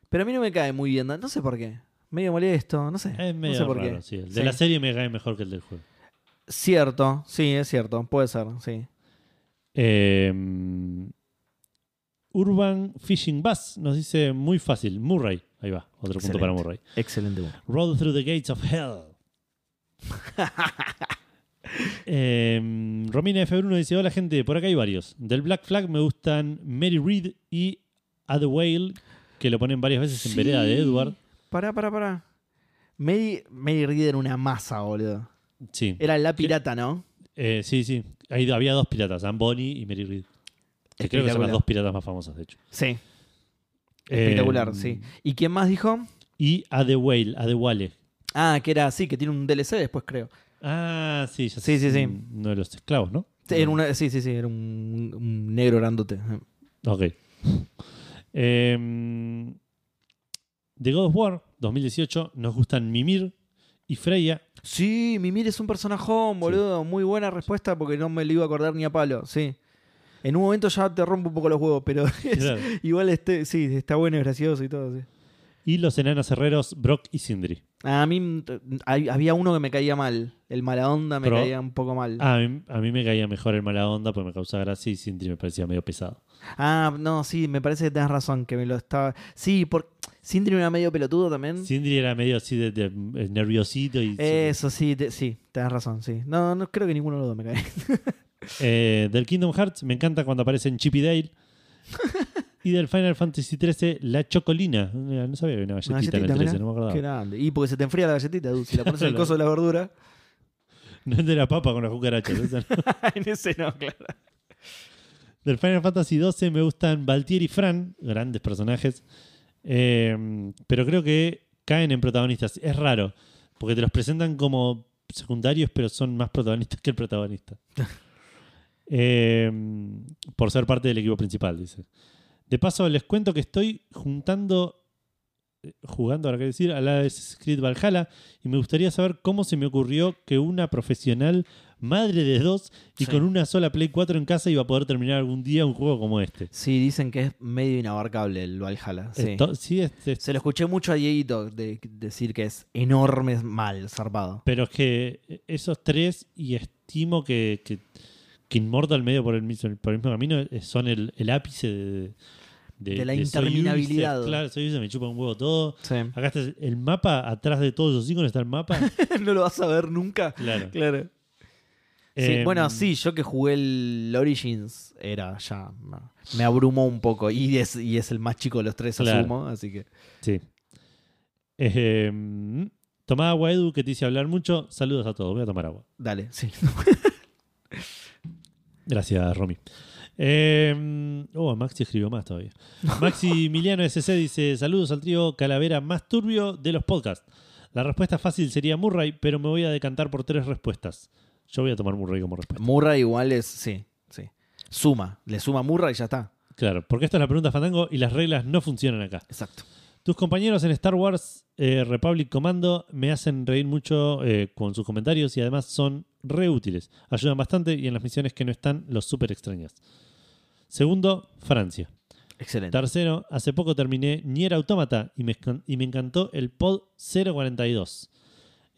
pero a mí no me cae muy bien. No sé por qué. Medio molesto, no sé. Es medio no sé por raro, qué. sí. El de Sí. la serie me cae mejor que el del juego. Cierto, sí, es cierto. Puede ser, sí. Eh, Urban Fishing Bus nos dice muy fácil. Murray. Ahí va, otro punto Excelente. para Murray. Excelente. bueno. Road Through the Gates of <laughs> Hell. Eh, Romina F1 dice: Hola, gente, por acá hay varios. Del Black Flag me gustan Mary Reed y Ad Whale, que lo ponen varias veces en vereda de Edward. Pará, pará, pará. Mary, Mary Reed era una masa, boludo. Sí, Era la pirata, ¿no? eh, sí, sí. Ahí había dos piratas, Anne Bonny y Mary Reed. Que creo que son Espectacular. las dos piratas más famosas, de hecho. Sí, espectacular, Eh, sí. ¿Y quién más dijo? Y Ad Whale, Ad Wale. Ah, que era así, que tiene un DLC después, creo. Ah, sí, ya Sí, sí, sí. Uno de los esclavos, ¿no? Sí, era una- sí, sí, sí, era un, un negro grandote. Ok. Em, The God of War 2018 nos gustan Mimir y Freya. Sí, Mimir es un personajón, boludo. Muy buena respuesta porque no me lo iba a acordar ni a palo, sí. En un momento ya te rompo un poco los huevos, pero <laughs> <laughs> es- Claro. igual este, sí, está bueno, es gracioso y todo, sí. Y los enanos herreros Brock y Sindri. A mí mm, t- hay- había uno que me caía mal. El mala onda me Pero- caía un poco mal. Ah, Ah, a, mí, a mí me caía mejor el mala onda porque me causaba gracia y Sindri me parecía medio pesado. Ah, no, sí, me parece que tenés razón, que me lo estaba. Sí, por Sindri era medio pelotudo también. Sindri era medio así de, de- eh, nerviosito y... Eso sí, te- sí, tenés razón, sí. No, no creo que ninguno de los dos me cae. <laughs> Eh, del Kingdom Hearts me encanta cuando aparecen Chip y Dale. <laughs> y del Final Fantasy XIII, la chocolina. Mira, No sabía que había una galletita, en el mirá. 13, no me acordaba. Qué grande. Y porque se te enfría la galletita, Du, si la pones en <laughs> el coso de la verdura. No el de la papa con las cucarachas. esa no. en ese no, claro. <laughs> Del Final Fantasy XII me gustan Valtier y Fran, grandes personajes, em, eh, pero creo que caen en protagonistas. Es raro, porque te los presentan como secundarios, pero son más protagonistas que el protagonista. Eh, por ser parte del equipo principal, dice. De paso, les cuento que estoy juntando, eh, jugando, ahora que decir, a la Assassin's Creed Valhalla y me gustaría saber cómo se me ocurrió que una profesional, madre de dos y Sí. con una sola Play 4 en casa, iba a poder terminar algún día un juego como este. Sí, dicen que es medio inabarcable el Valhalla. Sí. Esto- sí, este, es- es- Se lo escuché mucho a Dieguito de, decir que es enorme mal, zarpado. pero es que esos tres, y estimo que, que, que Immortal medio por el mismo, por el mismo camino, eh, son el, el ápice de, De la soy interminabilidad. Ubisoft. claro, soy Ubisoft, me chupa un huevo todo. Sí. Acá está el mapa, atrás de todos los iconos está el mapa. <laughs> no lo vas a ver nunca. Claro. Claro. Em, bueno, sí, yo que jugué el Origins era ya. no, Me abrumó un poco. Y es, y es el más chico de los tres, Claro. asumo. Así que. Sí. Em, tomá agua, Edu, que te hice hablar mucho. Saludos a todos. Voy a tomar agua. Dale, sí. Gracias, Romy. Eh, oh, Maxi escribió más todavía. Maximiliano SC dice: Saludos al trío Calavera más turbio de los podcasts. La respuesta fácil sería Murray, pero me voy a decantar por tres respuestas. Yo voy a tomar Murray como respuesta. <laughs> Murra igual es. Sí, sí. Suma. Le suma Murra y ya está. Claro, porque esta es la pregunta Fandango y las reglas no funcionan acá. Exacto. Tus compañeros en Star Wars eh, Republic Commando me hacen reír mucho eh, con sus comentarios y además son reútiles. Ayudan bastante y en las misiones que no están los súper extrañas. Segundo, Francia. Excelente. Tercero, hace poco terminé Nier Automata y me, escan- y me encantó el Pod 042,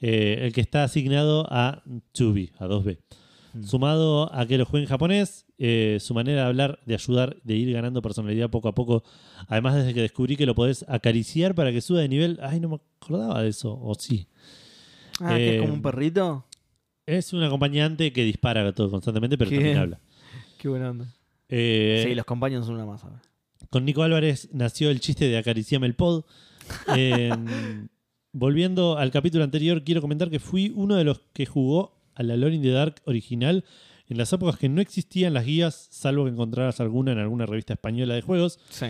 eh, el que está asignado a 2B, a 2B. Mm. Sumado a que lo juegue en japonés, eh, su manera de hablar, de ayudar, de ir ganando personalidad poco a poco. Además, desde que descubrí que lo podés acariciar para que suba de nivel, ay, no me acordaba de eso, o sí. Ah, que eh, es como un perrito. Es un acompañante que dispara todo constantemente, pero Qué también bien. habla. Qué buena onda. Eh, Sí, los compañeros son una masa. Con Nico Álvarez nació el chiste de acariciame el pod. Eh, volviendo al capítulo anterior, quiero comentar que fui uno de los que jugó a la Lore in the Dark original en las épocas que no existían las guías, salvo que encontraras alguna en alguna revista española de juegos. Sí.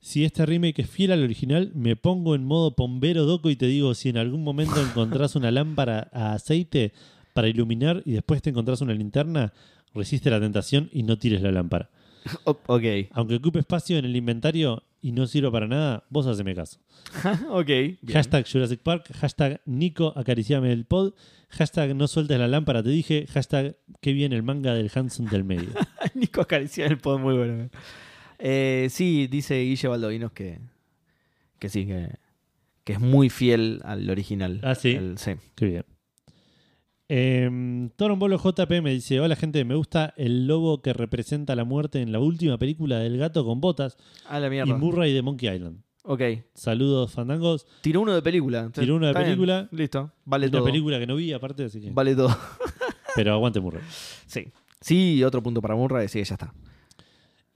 Si este remake es fiel al original, me pongo en modo pombero doco y te digo si en algún momento encontrás una lámpara a aceite para iluminar y después te encontrás una linterna, resiste la tentación y no tires la lámpara. O- ok. <laughs> Aunque ocupe espacio en el inventario y no sirva para nada, vos haceme caso. ok. bien. Hashtag Jurassic Park, hashtag Nico acariciame el pod, hashtag no sueltes la lámpara, te dije, hashtag qué bien el manga del Hanson del <laughs> medio. Ay, Nico acaricia el pod muy bueno. Eh, sí, dice Guille Baldovinos que, que sí, que, que es muy fiel al original. Ah, sí. El- sí. qué bien. Em, Torombolo JP me dice, hola gente, me gusta el lobo que representa la muerte en la última película del gato con botas Ah, la y mierda. Murray de Monkey Island. ok. Saludos, fandangos. Tiró uno de película. Entonces, Tiró uno de está bien. película. Listo. Vale Una todo. película que no vi aparte, así que... Vale todo. <laughs> Pero aguante Murray. sí. Sí, otro punto para Murray. Sí, ya está.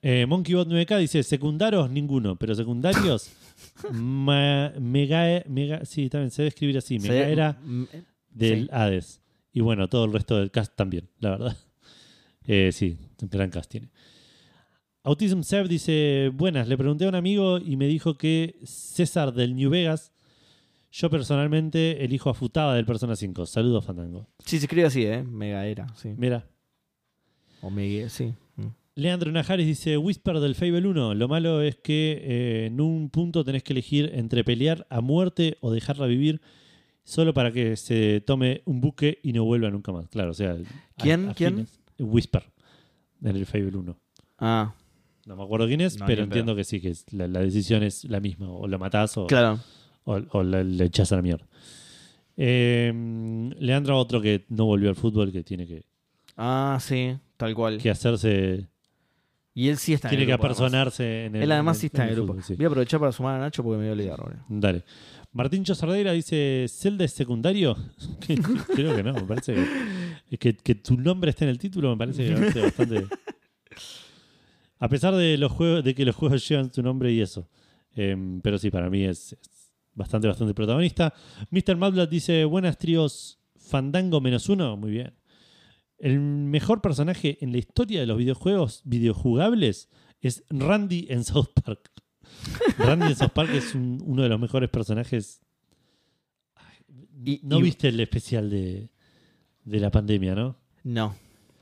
Eh, MonkeyBot 9K dice: secundarios ninguno, pero secundarios. ma- mega, mega, sí, también se debe escribir así. Se- Mega era mm, del sí. Hades. Y bueno, todo el resto del cast también, la verdad. <laughs> Eh, sí, gran cast tiene. Autism Serve dice: Buenas, le pregunté a un amigo y me dijo que César del New Vegas. Yo personalmente elijo a Futaba del Persona 5. Saludos, Fandango. Sí, se escribe así, ¿eh? Mega era. Sí. Mira, O Megue, sí. Mm. Leandro Najares dice Whisper del Fable 1. Lo malo es que eh, en un punto tenés que elegir entre pelear a muerte o dejarla vivir solo para que se tome un buque y no vuelva nunca más. Claro, o sea, a- ¿Quién? a ¿Quién? fines- Whisper en el Fable 1. Ah, No me acuerdo quién es, No, ni pero en entiendo que sí, que es- la, la decisión es la misma. O lo matás o, claro. o, o le, le echás a la mierda. Eh, Leandro, otro que no volvió al fútbol, que tiene que, Ah, sí. Tal cual. que hacerse, Y él sí está tiene en que el grupo, además. apersonarse en el Él además sí está en el fútbol, grupo. sí. Voy a aprovechar para sumar a Nacho porque me voy a olvidar ahora. Dale. Martín Chozardeira dice: ¿Zelda es secundario? <laughs> Que- que- Creo que no, me parece que, que, que tu nombre esté en el título, me parece que es bastante. A pesar de los juegos, de que los juegos <laughs> llevan tu nombre y eso. Em, pero sí, para mí es, es bastante, bastante protagonista. Mr. Madblad dice: Buenas tríos, Fandango menos uno. Muy bien. El mejor personaje en la historia de los videojuegos videojugables es Randy en South Park. <laughs> Randy en South Park es un- uno de los mejores personajes. Ay, Y- ¿No y- viste el especial de, de la pandemia, ¿no? No.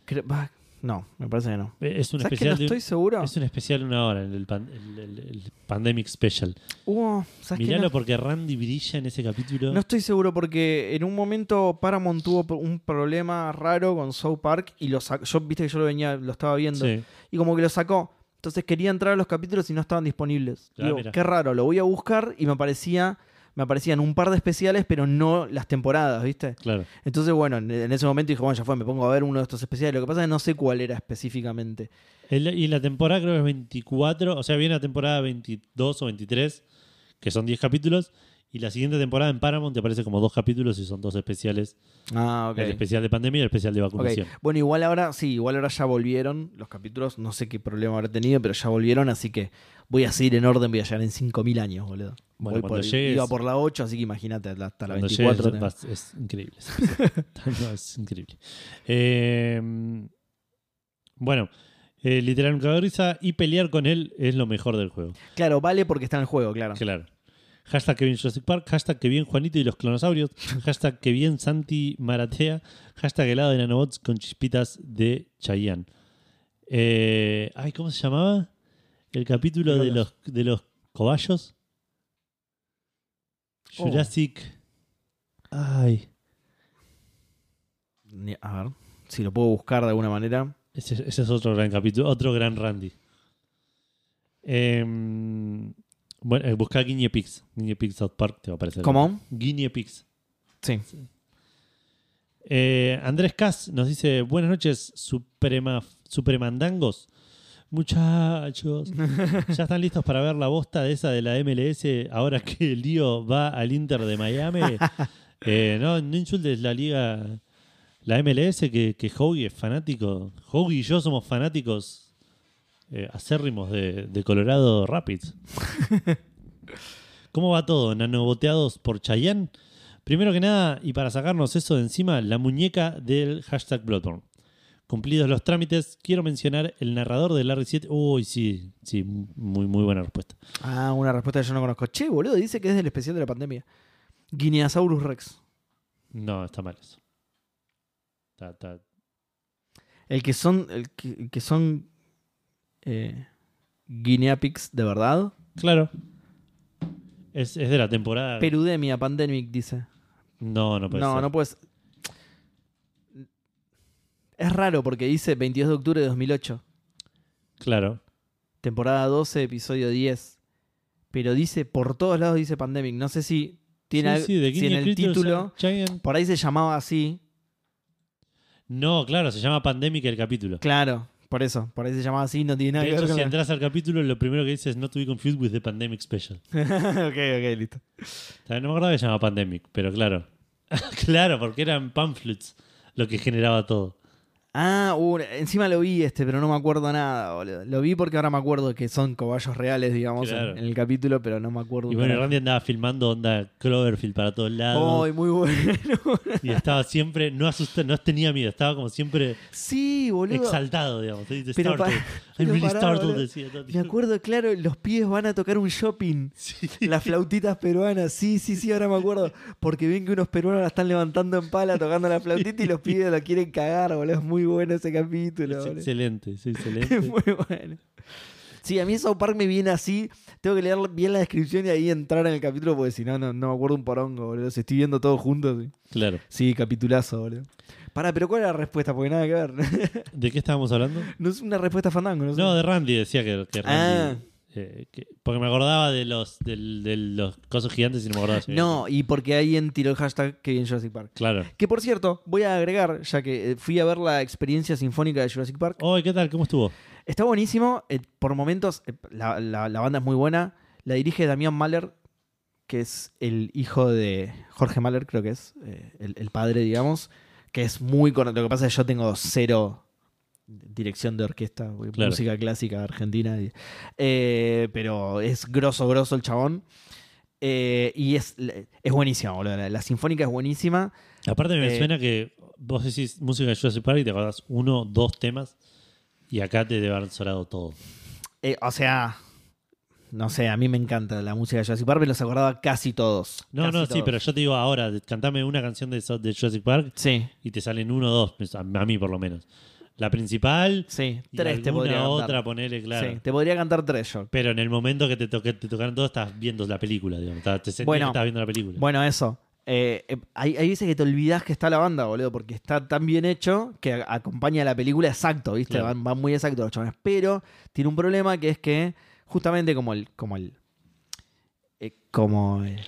Creo- bah, no, me parece que no. Eh, Es un ¿Sabes que no especial de un- estoy seguro? es un especial de una hora, el, del pan- el- el- el Pandemic Special. Hubo- ¿sabes que Miralo no, porque Randy brilla en ese capítulo. no estoy seguro porque en un momento Paramount tuvo pro- un problema raro con South Park y lo sacó. Yo viste que yo lo venía, lo estaba viendo. Sí. Y como que lo sacó. Entonces quería entrar a los capítulos y no estaban disponibles. Ah, Digo, mira. qué raro, lo voy a buscar y me aparecía. Me aparecían un par de especiales, pero no las temporadas, ¿viste? Claro. Entonces, bueno, en- en ese momento dije, bueno, ya fue, me pongo a ver uno de estos especiales. Lo que pasa es que no sé cuál era específicamente. El- y la temporada creo que es 24, o sea, viene la temporada 22 o 23, que son 10 capítulos, y la siguiente temporada en Paramount te aparece como dos capítulos y son dos especiales, Ah, ok. el especial de pandemia y el especial de Ok. vacunación. Bueno, igual ahora, sí, igual ahora ya volvieron los capítulos. No sé qué problema habrá tenido, pero ya volvieron, así que voy a seguir en orden. Voy a llegar en 5.000 años, boludo. Bueno, Voy cuando por- llegues- Iba por la 8, así que imagínate, la- hasta la Cuando 24. llegues, tengo. vas- es increíble. ese episodio. <laughs> No, es increíble. Eh, bueno, eh, literal nunca de risa y pelear con él es lo mejor del juego. Claro, vale porque está en el juego, claro. Claro. Hashtag que bien Jurassic Park, hashtag que bien Juanito y los <laughs> clonosaurios, hashtag que bien Santi Maratea, hashtag helado de nanobots con chispitas de Chayanne. Eh, ay, ¿cómo se llamaba? El capítulo de los, de los cobayos. Oh. Jurassic. Ay. Ni- A ver, si lo puedo buscar de alguna manera. Ese, ese es otro gran capítulo, otro gran Randy. Em, bueno, eh, busca Guinea Pigs. Guinea Pigs South Park te va a aparecer. ¿Cómo? Guinea Pigs. Sí. Eh, Andrés Cas nos dice: Buenas noches, suprema, supremandangos. Muchachos, ¿ya están listos para ver la bosta de esa de la MLS ahora que el lío va al Inter de Miami? Eh, no, no insultes la liga, la MLS, que, que Hoagie es fanático. Hoagie y yo somos fanáticos eh, acérrimos de, de Colorado Rapids. ¿Cómo va todo? Nanoboteados por Chayanne. Primero que nada, y para sacarnos eso de encima, la muñeca del hashtag Bloodborne. Cumplidos los trámites, quiero mencionar el narrador de Larry 7. Uy, sí, sí, muy, muy buena respuesta. Ah, una respuesta que yo no conozco. Che, boludo, dice que es del especial de la pandemia. Guineasaurus Rex. No, está mal eso. Está, está- El que son. El que, el que son. Eh, Guinea pigs de verdad. Claro. Es, es de la temporada. Perudemia Pandemic dice. no, no puede no, ser. no puedes. Es raro porque dice 22 de octubre de 2008, Claro. temporada 12, episodio 10. Pero dice, por todos lados dice Pandemic. No sé si tiene Sí, sí, de algo- si en Guinea el Creatures título. and Giant- Por ahí se llamaba así. No, claro, se llama Pandemic el capítulo. Claro, por eso. Por ahí se llamaba así, no tiene nada de que hecho, ver con si la- entras al capítulo, lo primero que dice es Not to be confused with the Pandemic Special. ok, <laughs> ok, listo. También no me acordaba que se llamaba Pandemic, pero claro. <laughs> claro, porque eran pamphlets lo que generaba todo. Ah, uh, encima lo vi este, pero no me acuerdo nada, boludo. Lo vi porque ahora me acuerdo que son cobayos reales, digamos, en- Claro. en, el capítulo, pero no me acuerdo. Y bueno, carajo. Randy andaba filmando onda Cloverfield para todos lados. Ay, muy bueno. <laughs> Y estaba siempre, no asustado, no tenía miedo, estaba como siempre sí, boludo. exaltado, digamos. ¿sí? De Pero startled. pa- I'm pero really pará, startled, boludo. decía todo el Me tiempo. acuerdo, claro, los pibes van a tocar un shopping. Sí. Las flautitas peruanas, sí, sí, sí, ahora me acuerdo. Porque ven que unos peruanos la están levantando en pala tocando la flautita y los pibes la quieren cagar, boludo. Es muy bueno ese capítulo, Es boludo. excelente, es <laughs> Es excelente. muy bueno. Sí, a mí South Park me viene así. Tengo que leer bien la descripción y ahí entrar en el capítulo porque si no, no, no me acuerdo un porongo, boludo. Si estoy viendo todo junto, sí. claro. Sí, capitulazo, boludo. Pará, pero ¿cuál era la respuesta? Porque nada que ver. <laughs> ¿De qué estábamos hablando? No es una respuesta fandango, no sé. No, de Randy decía que, que Randy. Ah. eh, que- porque me acordaba de los, del- de los cosos gigantes y no me acordaba. si me- No, y porque alguien tiró el hashtag que en Jurassic Park. Claro. Que por cierto, voy a agregar, ya que eh, fui a ver la experiencia sinfónica de Jurassic Park. Oye, ¿qué tal? ¿Cómo estuvo? Está buenísimo, eh, por momentos eh, la, la- la banda es muy buena. La dirige Damián Mahler, que es el hijo de Jorge Mahler, creo que es, eh, el, el padre, digamos, que es muy... cono- Lo que pasa es que yo tengo cero dirección de orquesta, porque Claro. música clásica argentina, y- eh, pero es grosso, grosso el chabón. Eh, y es, es buenísimo, boludo. La, la sinfónica es buenísima. Aparte me Eh, suena que vos decís música de Jurassic Park y te acordás uno, dos temas y acá te debe haber sonado todo. Eh, o sea, no sé, a mí me encanta la música de Jurassic Park, me los acordaba casi todos. No, casi no, sí, todos. pero yo te digo ahora, de- cantame una canción de, South- de Jurassic Park Sí, y te salen uno o dos, a, a mí por lo menos. La principal sí, y tres te alguna podría cantar. otra, ponele, claro. Sí, te podría cantar tres yo. Pero en el momento que te, toque, te tocaron todos, estás viendo la película, digamos. Estás- Te sentías Bueno. que estás viendo la película. Bueno, eso. Eh, eh, hay, hay veces que te olvidas que está la banda, boludo, porque está tan bien hecho que a- acompaña a la película exacto, ¿viste? Claro. Van, van muy exactos los chavales. Pero tiene un problema que es que, justamente como el. como el. eh, como eh,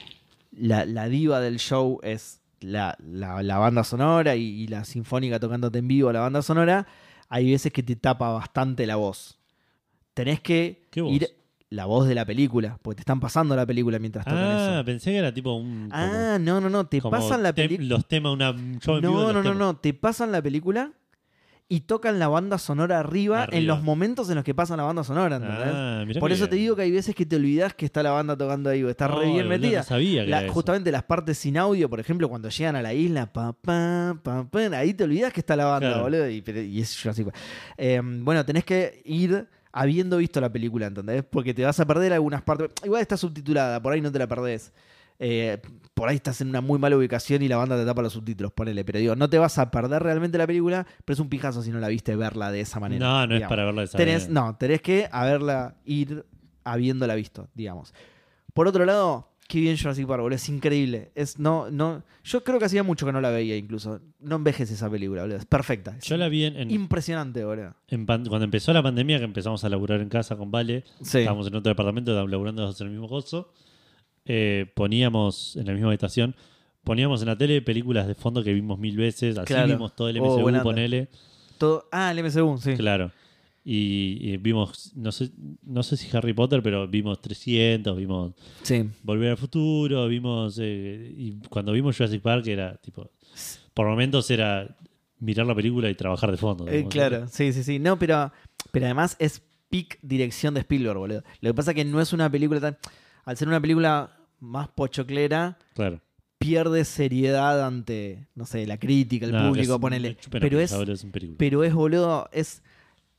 la, la diva del show es la, la- la banda sonora y, y la sinfónica tocándote en vivo la banda sonora, hay veces que te tapa bastante la voz. Tenés que ¿Qué voz? ir la voz de la película, porque te están pasando la película mientras tocan eso. ah, pensé que era tipo un. como- Ah, no, no, no. Te como pasan la tem- película. Los temas, una. un show No, en vivo de no, los no, temas. no. Te pasan la película y tocan la banda sonora arriba, Arriba. en los momentos en los que pasan la banda sonora, ¿entendés? Ah, mirá Por qué eso te bien. digo que hay veces que te olvidás que está la banda tocando ahí, o está re Ay, bien boludo, metida. No sabía que La- era eso. justamente las partes sin audio, por ejemplo, cuando llegan a la isla, pa, pa, pa, pa, ahí te olvidás que está la banda, Claro. boludo. Y, pero- y es Jurassic Park. Eh, bueno, tenés que ir habiendo visto la película, ¿entendés? Porque te vas a perder algunas partes. Igual está subtitulada, por ahí no te la perdés. Eh, por ahí estás en una muy mala ubicación y la banda te tapa los subtítulos, ponele. Pero digo, no te vas a perder realmente la película, pero es un pijazo si no la viste verla de esa manera. No, no es digamos. para verla de esa Tenés, manera. no, tenés que haberla, ir habiéndola visto, digamos. Por otro lado, qué bien Jurassic Park, boludo, es increíble. Es, no, no, yo creo que hacía mucho que no la veía incluso. No envejece esa película, boludo, es perfecta. Es Yo la vi en- en- Impresionante, boludo. en pan- cuando empezó la pandemia, que empezamos a laburar en casa con Vale. Sí. Estábamos en otro departamento estábamos laburando en el mismo gozo. eh, poníamos en la misma habitación, poníamos en la tele películas de fondo que vimos mil veces. Así Claro. vimos todo el Oh, MCU, buena onda. ponele. Todo, ah, el MCU, sí. Claro. Y, y vimos, no sé, no sé si Harry Potter, pero vimos 300, vimos Sí. Volver al Futuro, vimos. eh, y cuando vimos Jurassic Park era tipo. S- Por momentos era mirar la película y trabajar de fondo. Eh, digamos. claro, sí, sí, sí. No, pero, pero además es peak dirección de Spielberg, boludo. Lo que pasa es que no es una película tan. Al ser una película más pochoclera, Claro. pierde seriedad ante, no sé, la crítica, el No, público, es- ponele. me chupan las Pero pijas, es, boludo, es un película. pero es, boludo, es.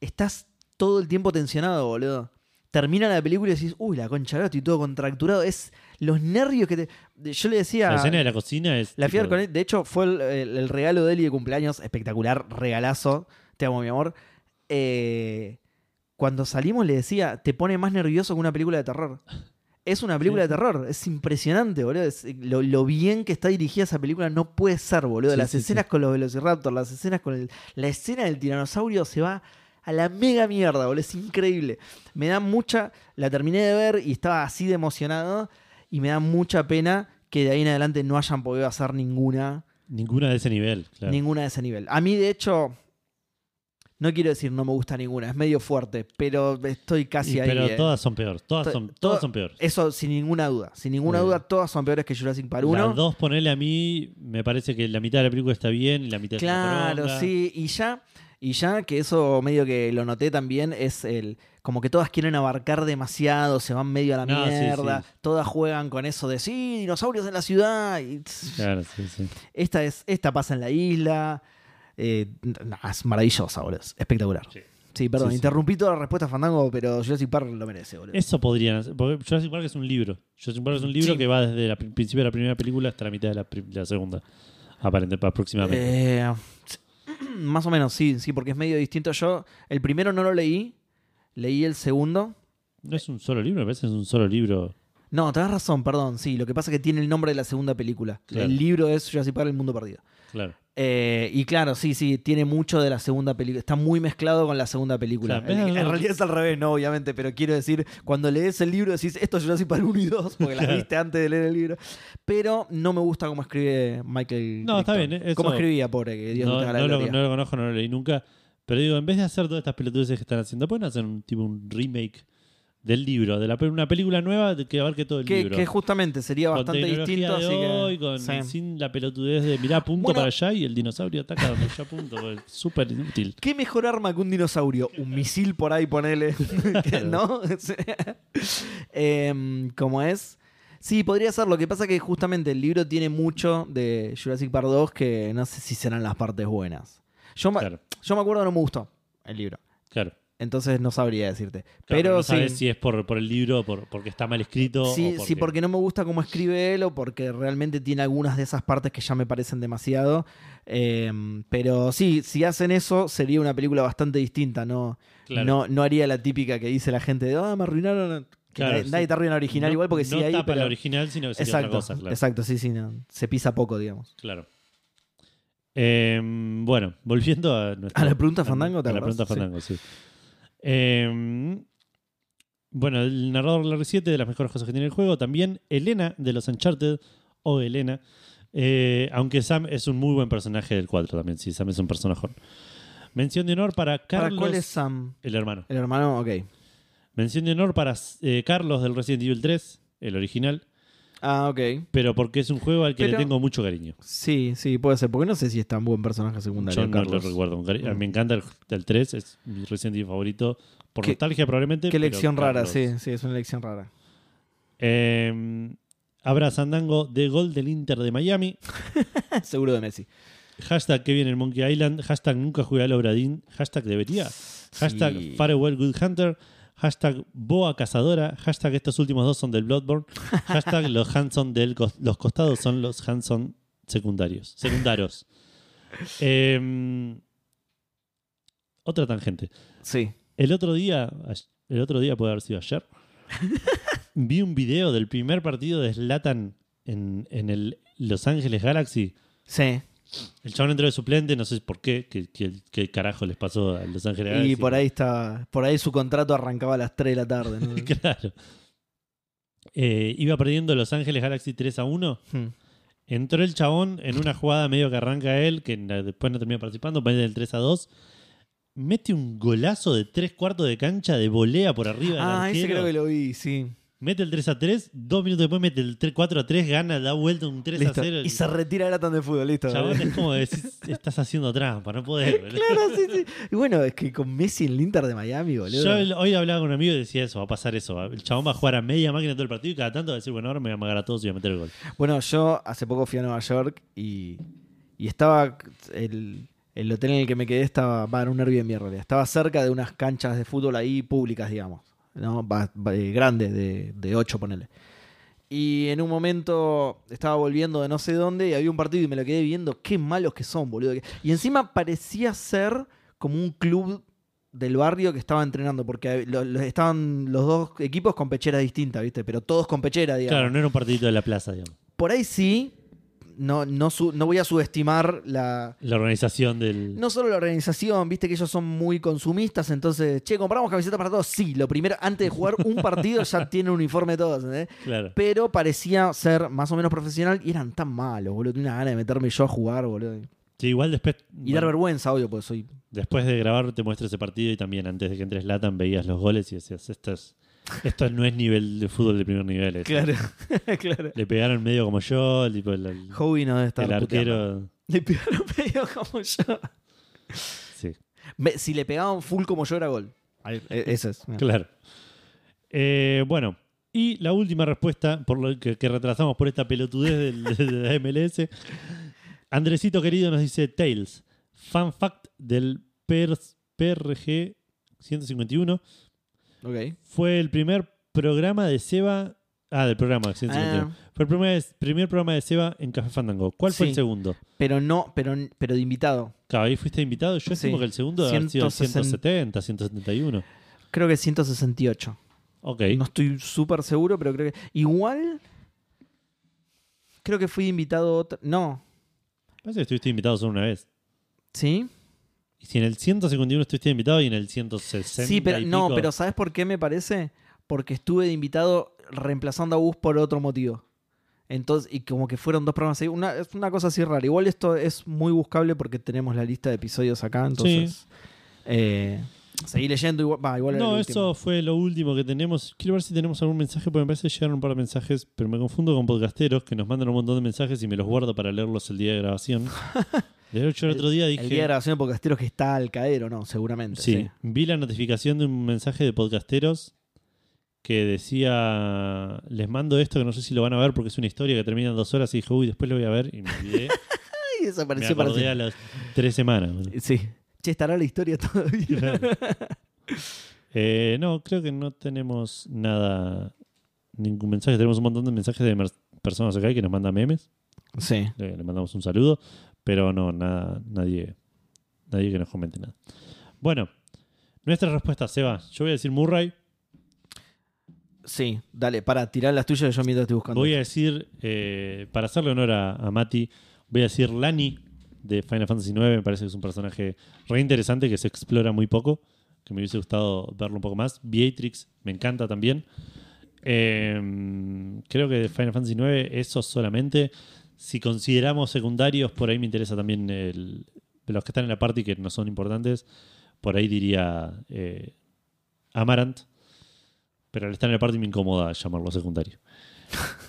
Estás todo el tiempo tensionado, boludo. Termina la película y decís, uy, la concha, ahora estoy todo contracturado. Es los nervios que te. Yo le decía. la escena de la cocina es. La fui a ver tipo, con él. De hecho, fue el, el- el regalo de Eli de cumpleaños. Espectacular, regalazo. Te amo, mi amor. Eh, cuando salimos le decía, te pone más nervioso que una película de terror. Es una película Sí. de terror. Es impresionante, boludo. Es- lo, lo bien que está dirigida esa película no puede ser, boludo. Sí, las sí, escenas con los velociraptors, las escenas con el... La escena del tiranosaurio se va a la mega mierda, boludo. Es increíble. Me da mucha... La terminé de ver y estaba así de emocionado. Y me da mucha pena que de ahí en adelante no hayan podido hacer ninguna, Ninguna de ese nivel. Claro. ninguna de ese nivel. A mí, de hecho, no quiero decir no me gusta ninguna, es medio fuerte, pero estoy casi Y- ahí. pero eh. todas son peor. Todas To- son, to- todas son peor. Eso sin ninguna duda. Sin ninguna Muy duda, bien. todas son peores que Jurassic Park Las 1. dos, ponerle a mí, me parece que la mitad de la película está bien y la mitad es una Claro, poronga. sí. Y ya, y ya que eso medio que lo noté también, es el. Como que todas quieren abarcar demasiado, se van medio a la No, sí, mierda. sí. Todas juegan con eso de sí, dinosaurios en la ciudad. y- Claro, sí, sí. Esta es, esta pasa en la isla. Eh, nah, es maravillosa, boludo. Es espectacular. Sí. Sí, perdón, Sí, sí. interrumpí toda la respuesta Fandango, pero Jurassic Park lo merece, boludo. Eso podrían hacer. Porque Jurassic Park es un libro. Jurassic Park es un libro Sí. que va desde el principio de la primera película hasta la mitad de la, pri- de la segunda. Aparentemente, aproximadamente. Eh, <clears throat> más o menos, sí, sí, porque es medio distinto. Yo el primero no lo leí, leí el segundo. no es un solo libro, me parece que es un solo libro. No, tenés razón, perdón, sí. Lo que pasa es que tiene el nombre de la segunda película. Claro. El libro es Jurassic Park, El Mundo Perdido. Claro. Eh, y claro, sí, sí, tiene mucho de la segunda película. Está muy mezclado con la segunda película. Claro, en vez en, de- en realidad es al revés, no, obviamente, pero quiero decir, cuando lees el libro decís, esto es Jurassic Park 1 y 2, porque la viste antes de leer el libro. Pero no me gusta cómo escribe Michael. No, está Crichton. bien, eh, Cómo eso- escribía, pobre, que Dios no, No, tenga la no lo, gloria. no lo conozco, no lo leí nunca. Pero digo, en vez de hacer todas estas pelotudeces que están haciendo, pueden hacer un tipo un remake del libro, de la, pe- una película nueva de que abarque todo el que, libro. que justamente sería Con bastante tecnología distinto. de así que- hoy, con- sí. sin la pelotudez de mirá, apunto Bueno. para allá y el dinosaurio ataca donde yo apunto. <laughs> porque es Súper inútil. ¿Qué mejor arma que un dinosaurio? Un misil por ahí, ponele. <laughs> ¿No? <laughs> Em, ¿Cómo es? Sí, podría ser. Lo que pasa que justamente el libro tiene mucho de Jurassic Park 2 que no sé si serán las partes buenas. Yo, me- Claro. yo me acuerdo que no me gustó el libro. Claro. Entonces no sabría decirte. Claro, Pero no sí. sabes si es por, por el libro, por, porque está mal escrito. Sí, o sí, porque no me gusta cómo escribe él o porque realmente tiene algunas de esas partes que ya me parecen demasiado. Eh, pero sí, si hacen eso, sería una película bastante distinta. No, Claro. no, no haría la típica que dice la gente de, ah, me arruinaron. Que Claro, nadie, sí. nadie te arruina la original No- igual porque no sí hay. tapa pero- la original, sino que sería Exacto, otra cosa, claro. exacto, sí, sí, no, se pisa poco, digamos. Claro. Eh, bueno, volviendo a nuestra- A la pregunta Fandango, ¿te A la acordás? pregunta Sí. Fandango, sí. Eh, bueno, el narrador Larry 7 de las mejores cosas que tiene el juego. También Elena de los Uncharted o Elena. Eh, aunque Sam es un muy buen personaje del 4 también, sí, Sam es un personaje. Mención de honor para Carlos, ¿Para cuál es Sam? el hermano. El hermano, ok. Mención de honor para eh, Carlos del Resident Evil 3, el original, Ah, ok. pero porque es un juego al que le Pero- tengo mucho cariño. Sí, sí, puede ser, porque no sé si es tan buen personaje secundario. Yo no lo Carlos. recuerdo. con cari- Mm. Me encanta el, el 3, es mi Resident Evil favorito. Por Qué- nostalgia, probablemente. Qué pero elección rara, Carlos. sí, sí, es una elección rara. <laughs> Eh, habrá Sandango de gol del Inter de Miami. Seguro de Messi. Hashtag que viene el Monkey Island. Hashtag nunca jugué al Obradín. Hashtag debería. Hashtag Sí. Farewell Good Hunter. Hashtag Boa Cazadora. Hashtag estos últimos dos son del <laughs> Bloodborne. Hashtag los Hanson del cos- los costados son los Hanson secundarios. <laughs> Secundarios. Eh, otra tangente. Sí. El otro día, ay- el otro día puede haber sido <laughs> ayer, vi un video del primer partido de Slatan en, en el Los Ángeles Galaxy. Sí. El chabón entró de suplente, no sé por qué, qué, qué- qué carajo les pasó a Los Ángeles Galaxy. Y por ahí está. Por ahí su contrato arrancaba a las 3 de la tarde. <laughs> ¿no? Claro. Eh, iba perdiendo Los Ángeles Galaxy 3 a 1. Hmm. Entró el chabón en una jugada medio que arranca él, que na- después no termina participando, pone el 3 a 2. Mete un golazo de tres cuartos de cancha de volea por arriba del ah, ese arquero. creo que lo vi, sí. Mete el 3 a 3, dos minutos después mete el 3, 4 a 3, gana, da vuelta un 3 Listo. a 0. Y se retira Latan de fútbol, listo. Chabón, es como decir, estás haciendo trampa, no podés. boludo". claro, sí, sí. Y bueno, es que con Messi en el Inter de Miami, boludo. Yo el- hoy hablaba con un amigo y decía eso, va a pasar eso. El chabón va a jugar a media máquina todo el partido y cada tanto va a decir, bueno, ahora me voy a amagar a todos y voy a meter el gol. Bueno, yo hace poco fui a Nueva York y, y estaba. El, el hotel en el que me quedé estaba. Va, era un Airbnb en realidad. Estaba cerca de unas canchas de fútbol ahí públicas, digamos. ¿no? Va- va- eh, grandes, de, de 8, ponele. Y en un momento estaba volviendo de no sé dónde y había un partido y me lo quedé viendo. Qué malos que son, boludo. Y encima parecía ser como un club del barrio que estaba entrenando, porque eh, lo- lo- estaban los dos equipos con pecheras distintas, ¿viste? Pero todos con pechera, digamos. Claro, no era un partidito de la plaza, digamos. Por ahí sí, no, no, su- no voy a subestimar la. La organización del. No solo la organización, viste que ellos son muy consumistas, entonces, che, compramos camisetas para todos. Sí, lo primero, antes de jugar un partido ya tienen uniforme todos, ¿entendés? Claro. Pero parecía ser más o menos profesional y eran tan malos, boludo. Tenía una gana de meterme yo a jugar, boludo. Y Sí, igual después. dar bueno, vergüenza, obvio, porque soy. después de grabar te muestro ese partido y también antes de que entres Latan veías los goles y decías, esto, es- esto no es nivel de fútbol de primer nivel. esto". <laughs> claro. Le pegaron medio como yo, tipo el, el- Howie no debe estar. el puteando. arquero. Le pegaron <laughs> medio como yo. Sí, Me- si le pegaban full como yo era gol. E- Ese es. claro. Eh, bueno, y la última respuesta por lo que, que retrasamos por esta pelotudez del- <laughs> de, la MLS. Andresito querido nos dice Tails, fan fact del Pers- PRG 151. Ok. Fue el primer programa de Seba. Ah, del programa 151. Ah. Fue el primer, primer programa de Seba en Café Fandango. ¿Cuál fue Sí. el segundo? Pero no, pero, pero de invitado. Claro, ahí fuiste invitado. Yo estimo Sí. que el segundo debe haber sido el 170, 160. 171. Creo que 168. Ok. No estoy súper seguro, pero creo que. Igual. Creo que fui invitado otra. No. Parece que estuviste invitado solo una vez. ¿Sí? Y si en el 151 estuviste invitado y en el 160. Sí, pero y no, pico- pero ¿sabes por qué me parece? Porque estuve de invitado reemplazando a Gus por otro motivo. Entonces, y como que fueron dos programas ahí. Una, es una cosa así rara. Igual esto es muy buscable porque tenemos la lista de episodios acá. Entonces. eh, seguí leyendo. Igual, va, igual era No, el último. eso fue lo último que tenemos. Quiero ver si tenemos algún mensaje, porque me parece que llegaron un par de mensajes, pero me confundo con podcasteros que nos mandan un montón de mensajes y me los guardo para leerlos el día de <laughs> grabación. De hecho, el, otro día dije. El día de grabación de Podcasteros que está al caer, ¿o no? Seguramente. Sí, vi la notificación de un mensaje de podcasteros que decía, les mando esto que no sé si lo van a ver porque es una historia que termina en dos horas y dije, uy, después lo voy a ver y me <laughs> olvidé. Y me desapareció para acordé a las tres semanas. Sí. Che, estará la historia <laughs> todavía. <laughs> Eh, no, creo que no tenemos nada, ningún mensaje. Tenemos un montón de mensajes de mer- personas acá que nos mandan memes. Sí. Le, le mandamos un saludo, pero no, nada, nadie, nadie que nos comente nada. Bueno, nuestra respuesta, Seba. Yo voy a decir Murray, Sí, dale, para tirar las tuyas, yo mientras estoy buscando. voy a decir, eh, para hacerle honor a, a Mati, voy a decir Lani de Final Fantasy IX. Me parece que es un personaje re interesante que se explora muy poco, que me hubiese gustado verlo un poco más. Beatrix me encanta también. Eh, creo que de Final Fantasy IX, eso solamente. Si consideramos secundarios, por ahí me interesa también el- los que están en la party que no son importantes. Por ahí diría eh, Amarant. Pero al estar en la party me incomoda llamarlo secundario.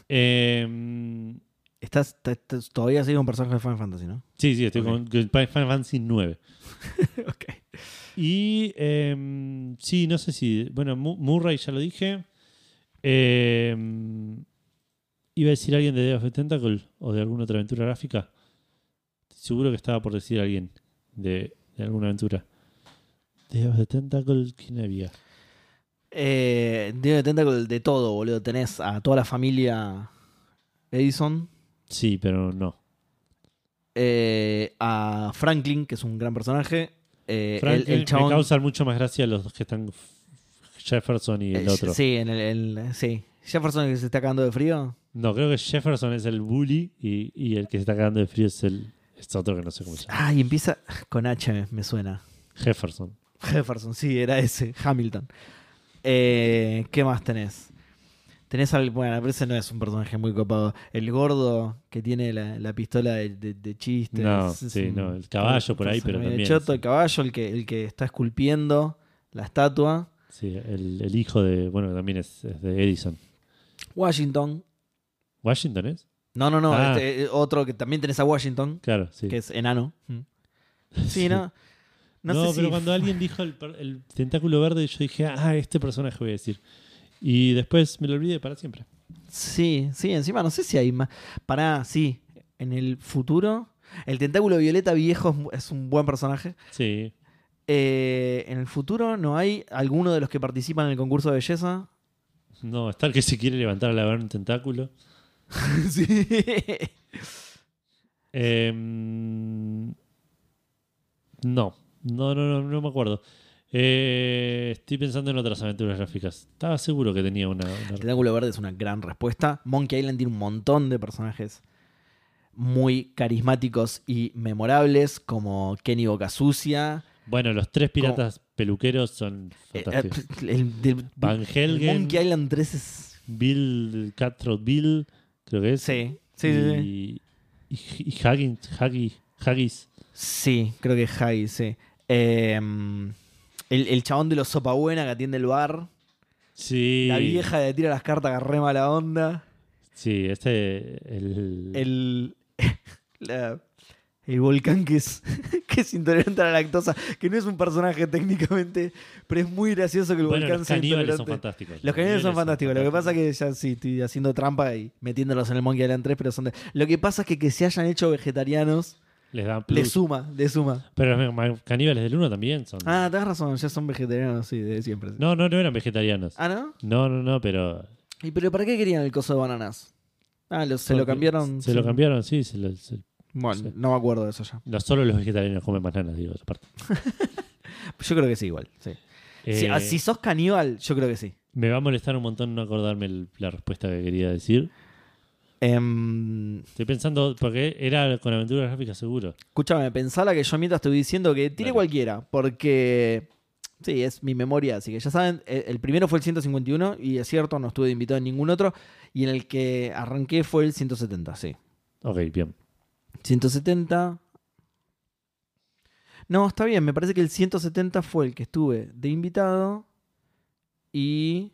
Eh, Estás, t- t- todavía sigue un personaje de Final Fantasy, ¿no? sí, sí, estoy Ok. con con Final Fantasy 9. <laughs> ok. Y em, sí, no sé si. Bueno, Mu- Murray ya lo dije. Em, iba a decir alguien de Death of the Tentacle o de alguna otra aventura gráfica. Seguro que estaba por decir alguien de, de alguna aventura. Death of the Tentacle, ¿quién había? Eh, Dino de Tentacle de todo, boludo. Tenés a toda la familia Edison, Sí, pero no. eh, a Franklin, que es un gran personaje. eh, Frank, el, el me chabón. causan mucho más gracia los dos que están f- Jefferson y el eh, otro. Sí, en el, el- sí. Jefferson que se está cagando de frío. No, creo que Jefferson es el bully y, y el que se está cagando de frío es el es otro que no sé cómo se llama. Ah, y empieza con H, me- me suena. Jefferson. Jefferson, sí, era ese, Hamilton. Eh, ¿Qué más tenés? Tenés al. Bueno, pero ese no es un personaje muy copado. El gordo que tiene la, la pistola de, de- de chistes. No, Es sí, un- no, el caballo por ahí, personaje pero medio también choto, es- el caballo, el que, el que está esculpiendo la estatua. Sí, el, el hijo de. Bueno, también es, es de Edison. Washington. ¿Washington es? No, no, no. Ah. este, eh, otro que también tenés a Washington, Claro, sí. <laughs> que es enano. Sí, no. No, No, sé pero si- cuando alguien dijo el, per- el tentáculo verde, yo dije, ah, este personaje voy a decir. Y después me lo olvidé para siempre. Sí, sí, encima no sé si hay más. Pará, sí, en el futuro. El tentáculo violeta viejo es mu- es un buen personaje. Sí. Eh, en el futuro no hay alguno de los que participan en el concurso de belleza. <laughs> No, está el que se quiere levantar a lavar un tentáculo. sí. Em, no, no, no, no, no me acuerdo. Eh, estoy pensando en otras aventuras gráficas. Estaba seguro que tenía una. El una- tentáculo verde es una gran respuesta. Monkey Island tiene un montón de personajes muy carismáticos y memorables, como Kenny Boca Sucia, Bueno, los tres piratas peluqueros son eh, fantásticos. el, del- Van el Helgen, Monkey Island 3 es. Bill, Cutthroat Bill, creo que es. Sí, sí, sí, sí. y, y, y Huggins, Huggy- Huggins. Sí, creo que es Haggy, sí. Eh, el, el chabón de los sopa buena que atiende el bar. Sí. La vieja de tira las cartas que rema la onda. Sí, este. El, El. <laughs> la- el volcán que es, <laughs> que es intolerante a la lactosa. Que no es un personaje técnicamente, pero es muy gracioso que el bueno, volcán los sea caníbales intolerante. son fantásticos. Los caníbales son fantásticos. Lo que pasa es que ya sí, estoy haciendo trampa y metiéndolos en el Monkey Island 3, pero son de- Lo que pasa es que que se hayan hecho vegetarianos Les dan le plus. suma, le suma. Pero los ma- caníbales del 1 también son. Ah, tenés razón, ya son vegetarianos, sí, de siempre. sí. No, no, no eran vegetarianos. Ah, ¿no? No, no, no, pero. ¿Y pero para qué querían el coso de bananas? Ah, lo- se lo porque cambiaron. Se sí. lo cambiaron, sí. se lo- se- Bueno, Sí. no me acuerdo de eso ya. no solo los vegetarianos comen bananas, digo, aparte. Yo creo que sí, igual. sí. Si, Eh, ah, si sos caníbal, yo creo que sí. Me va a molestar un montón no acordarme el- la respuesta que quería decir. Em, Estoy pensando, porque era con aventuras gráficas seguro. escúchame, pensala que yo mientras estoy diciendo que tiene Dale. cualquiera, porque. Sí, es mi memoria, así que ya saben, eh, el primero fue el 151 y es cierto, no estuve invitado en ningún otro, y en el que arranqué fue el 170, sí. Ok, bien. 170. No, está bien. Me parece que el 170 fue el que estuve de invitado. Y.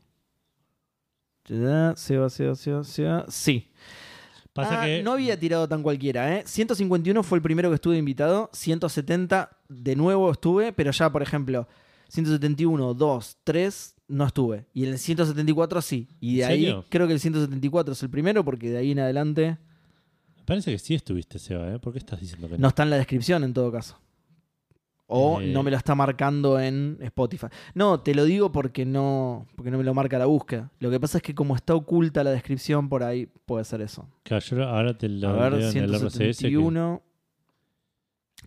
Tadá, Seba, Seba, Seba, Seba. Sí. Pasa Ah, que. No había tirado tan cualquiera, ¿eh? 151 fue el primero que estuve invitado. 170 de nuevo estuve, pero ya, por ejemplo, 171, 2, 3 no estuve. Y en el 174 sí. Y de ¿En ahí serio? creo que el 174 es el primero porque de ahí en adelante Parece que sí estuviste, Seba, ¿eh? ¿Por qué estás diciendo que no? no está en la descripción en todo caso. O Eh. no me lo está marcando en Spotify. No, te lo digo porque no, porque no me lo marca la búsqueda. Lo que pasa es que como está oculta la descripción por ahí, puede ser eso. Claro, yo ahora te lo A ver, leo en el RSS. que- 171.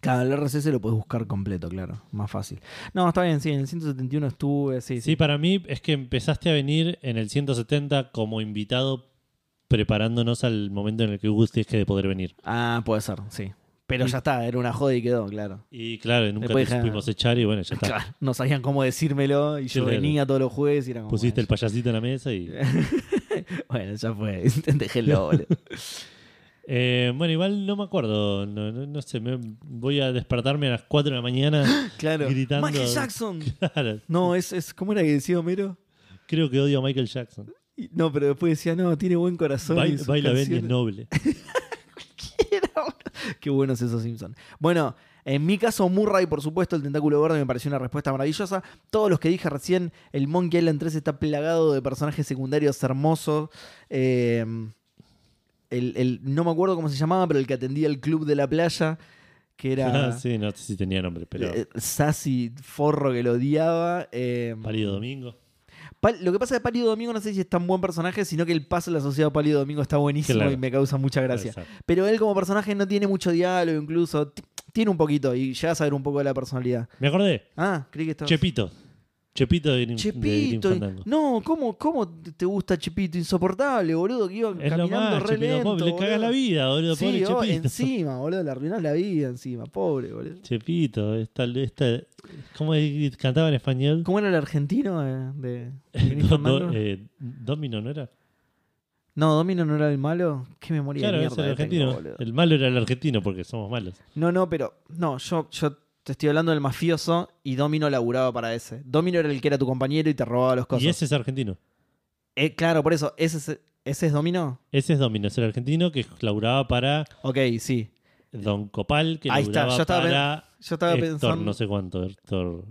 Claro, el RSS lo puedes buscar completo, claro. Más fácil. No, está bien, sí, en el 171 estuve, sí. Sí, para mí es que empezaste a venir en el 170 como invitado preparándonos al momento en el que gustes que de poder venir. Ah, puede ser, sí. Pero ya está, era una joda y quedó, claro. Y claro, nunca Después te dije, pudimos echar y bueno, ya está. <laughs> Claro, no sabían cómo decírmelo y yo Claro. venía todos los jueves y era como. <laughs> Pusiste el bueno, Eh. payasito en la mesa y... <laughs> Bueno, ya fue, déjenlo, boludo. Eh, bueno, igual no me acuerdo, no, no- no sé, me- voy a despertarme a las 4 de la <laughs> mañana. <laughs> Claro. Gritando. Michael Jackson. Claro, No, es, es. ¿Cómo era que decía Homero? creo que odio a Michael Jackson. Y- No, pero después decía, no, tiene buen corazón. y Bail- sus Baila bien y es canciones- <laughs> noble. Qué buenos esos Simpsons. Bueno, en mi caso, Murray, por supuesto, el tentáculo verde me pareció una respuesta maravillosa. Todos los que dije recién, el Monkey Island 3 está plagado de personajes secundarios hermosos. Eh, el, el- no me acuerdo cómo se llamaba, pero el que atendía el club de la playa, que era Ah, sí, no sé si tenía nombre, pero... eh, Sassy Forro que lo odiaba. eh, Pálido Domingo. Pal- lo que pasa de Pálido Domingo no sé si es tan buen personaje, sino que el paso de la sociedad Pálido Domingo está buenísimo Claro. y me causa mucha gracia. Exacto. Pero él como personaje no tiene mucho diálogo, incluso t- tiene un poquito y llegas a ver un poco de la personalidad. Me acordé, Ah, creí que estaba. Chepito. Chepito de Green, Chepito. de Green Fandango. No, ¿cómo, ¿cómo te gusta Chepito? Insoportable, boludo, que iba Es caminando lo más, re Chepito. lento, pobre, le boludo. cagas la vida, boludo. Sí, pobre oh, Chepito. encima, boludo, le arruinás la vida encima, pobre, boludo. <laughs> Chepito, esta, esta, ¿cómo es que cantaba en español? ¿Cómo era el argentino eh, de, <laughs> Green Do- Fandango? do- eh, Domino, ¿no era? No, Domino no era el malo. Qué memoria Claro, de ese mierda. era el que tengo, argentino. boludo. el malo era el argentino porque somos malos. No, no, pero. No, yo, yo te estoy hablando del mafioso y Domino laburaba para ese. Domino era el que era tu compañero y te robaba los cosas. Y ese es argentino. Eh, claro, por eso. ¿Ese es, ese es Domino? Ese es Domino, es el argentino que laburaba para Ok, sí. Don Copal, que Ahí está, laburaba yo estaba para Yo estaba Héctor, pensando. no sé cuánto, Héctor.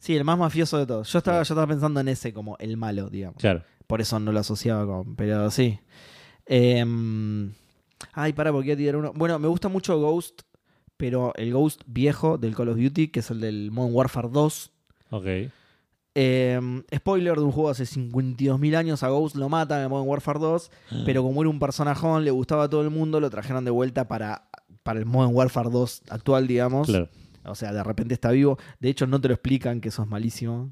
Sí, el más mafioso de todos. Yo estaba, yo estaba pensando en ese como el malo, digamos. Claro. Por eso no lo asociaba con. Pero sí. Em, ay, para, porque iba a tirar uno. Bueno, me gusta mucho Ghost, pero el Ghost viejo del Call of Duty, que es el del Modern Warfare 2. Ok. Eh, spoiler de un juego hace 52.000 años, a Ghost lo mata en el Modern Warfare 2, pero como era un personajón, le gustaba a todo el mundo, lo trajeron de vuelta para, para el Modern Warfare 2 actual, digamos. Claro. O sea, de repente está vivo. De hecho, no te lo explican que eso es malísimo.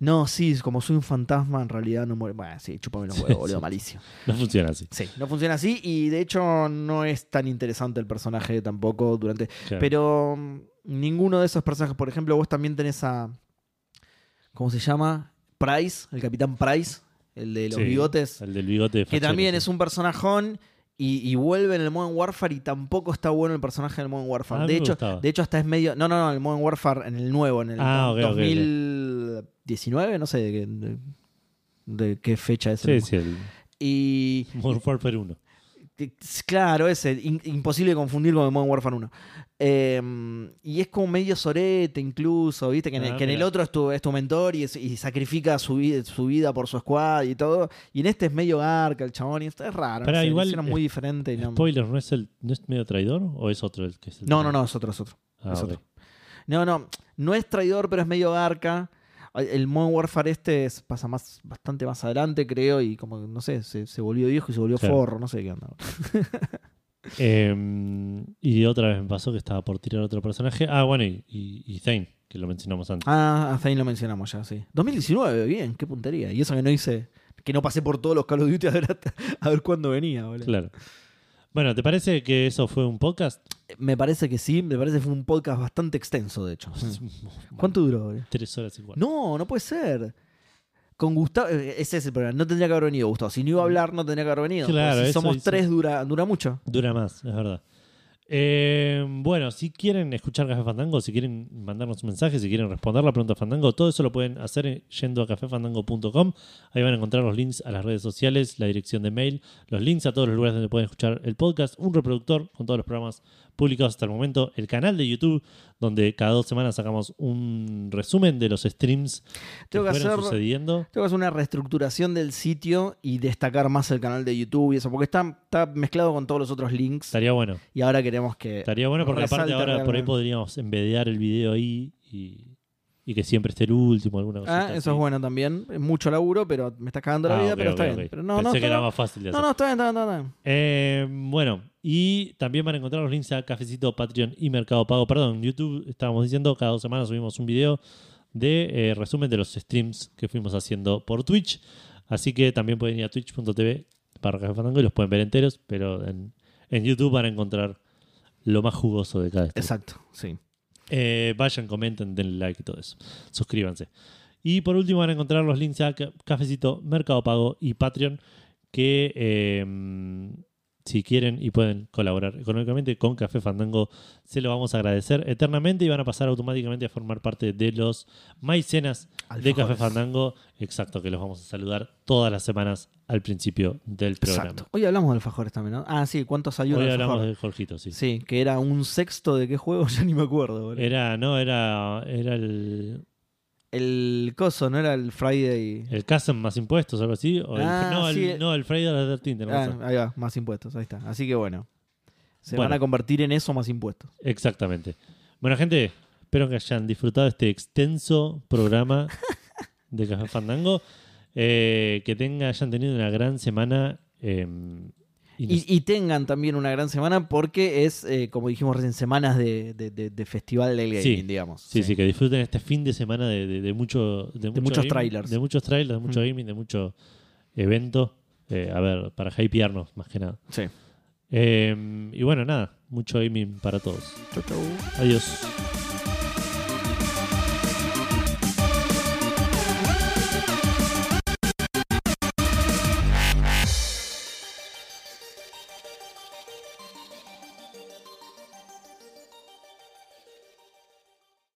No, sí, como soy un fantasma, en realidad no muere. Bueno, sí, chúpame los huevos, boludo, malísimo. No funciona así. Sí, no funciona así y de hecho no es tan interesante el personaje tampoco durante... Claro. Pero mm, ninguno de esos personajes, por ejemplo, vos también tenés a. ¿Cómo se llama? Price, el capitán Price, el de los Sí, bigotes. El del bigote de Que fachero, también sí. es un personajón y, y vuelve en el Modern Warfare y tampoco está bueno el personaje del Modern Warfare. Ah, a mí de, me hecho, gustaba. de hecho, hasta es medio. No, no, no, el Modern Warfare en el nuevo, en el Ah, ok, ok, ok. 2019, no sé de qué, de- de qué fecha es. Sí, el- sí, el Y Modern Warfare 1. Claro, ese. in- imposible de confundir con el Modern Warfare 1. Eh, y es como medio sorete incluso, ¿viste? Que en, el- Ah, que en el mira. otro es tu, es tu mentor y, es- y sacrifica su, vi- su vida por su squad y todo. Y en este es medio garca el chabón y esto es raro. no Pará, sé, lo igual, hicieron muy diferente. y no, Spoiler, ¿no es, el, ¿no es medio traidor o es otro el que es el no, no, no, es otro, es otro. Ah, es ok. otro. No, no, no es traidor, pero es medio garca. El Modern Warfare este es- pasa más, bastante más adelante, creo, y como, que, no sé, se, se volvió viejo y se volvió Claro. forro, no sé qué onda. Eh, y otra vez me pasó que estaba por tirar otro personaje. Ah, bueno, y, y, y Zane, que lo mencionamos antes. Ah, hasta ahí lo mencionamos ya, sí. 2019, bien, qué puntería. Y eso que no hice, que no pasé por todos los Call of Duty a ver, hasta- a ver cuándo venía, boludo. Claro. Bueno, ¿te parece que eso fue un podcast? Me parece que sí, me parece que fue un podcast bastante extenso, Mm, <laughs> de hecho. ¿Cuánto duró, boludo? <laughs> Tres horas igual. No, no puede ser. Con Gustavo, eh, ese es el problema, no tendría que haber venido Gustavo. Si no iba a hablar, no tendría que haber venido. Mm. Claro, Porque si eso somos hice. tres, dura, dura mucho. Dura más, es verdad. Eh, bueno, si quieren escuchar Café Fandango, si quieren mandarnos un mensaje, si quieren responder la pregunta Fandango, todo eso lo pueden hacer en- yendo a cafefandango.com. Ahí van a encontrar los links a las redes sociales, la dirección de mail, los links a todos los lugares donde pueden escuchar el podcast, un reproductor con todos los programas publicados hasta el momento, el canal de YouTube, donde cada dos semanas sacamos un resumen de los streams que Tengo que fueron hacer- sucediendo. Tengo que hacer una reestructuración del sitio y destacar más el canal de YouTube y eso, porque está, está mezclado con todos los otros links. Estaría bueno. Y ahora queremos que. Estaría bueno porque aparte resalte ahora por ahí realmente. podríamos embedear el video ahí y, y que siempre esté el último, alguna Ah, cosita eso así. es bueno también. Es Mucho laburo, pero me está cagando la Ah, vida, ok, pero está ok, bien. ok. Pero no, Pensé no, que está, era más fácil de no, hacer. no, está bien, está bien, está bien. Eh, bueno, y también van a encontrar los links a Cafecito, Patreon y Mercado Pago. Perdón, YouTube, estábamos diciendo, cada dos semanas subimos un video de eh, resumen de los streams que fuimos haciendo por Twitch. Así que también pueden ir a twitch.tv para Café Fandango y los pueden ver enteros, pero en, en YouTube van a encontrar lo más jugoso de cada stream. Exacto, sí. Eh, vayan, comenten, denle like y todo eso. Suscríbanse. Y por último van a encontrar los links a Ca- Cafecito, Mercado Pago y Patreon, que eh, si quieren y pueden colaborar económicamente con Café Fandango, se lo vamos a agradecer eternamente y van a pasar automáticamente a formar parte de los maicenas de Café Alfajores. Fandango. Exacto, que los vamos a saludar todas las semanas al principio del programa. Exacto. Hoy hablamos de alfajores también, ¿no? Ah, sí, ¿cuánto salió Hoy el hablamos alfajor? de Eh. Jorgito, sí. Sí, que era un sexto de qué juego, <laughs> ya ni me acuerdo, boludo. Era, no, era, era el, El coso, ¿no? Era el Friday. ¿El CASM más impuestos algo así? ¿O el- Ah, no, sí. el, no, el Friday the 13th, tenés Ah, razón. ahí va, más impuestos, ahí está. Así que bueno. Se Bueno. van a convertir en eso más impuestos. Exactamente. Bueno, gente, espero que hayan disfrutado este extenso <laughs> programa de Café Fandango. Eh, que tengan, hayan tenido una gran semana. eh, y nos- Y, y tengan también una gran semana porque es, eh, como dijimos recién, semanas de, de- de- de festival del gaming, Sí. digamos. sí, sí, que disfruten este fin de semana de, de- de mucho, de mucho muchos gaming, trailers. Mm. De muchos trailers, de mucho gaming, de mucho evento. Eh, a ver, para hypearnos más que nada. Em, Sí. Eh, y bueno, nada, mucho gaming para todos. Chau, chau. Adiós.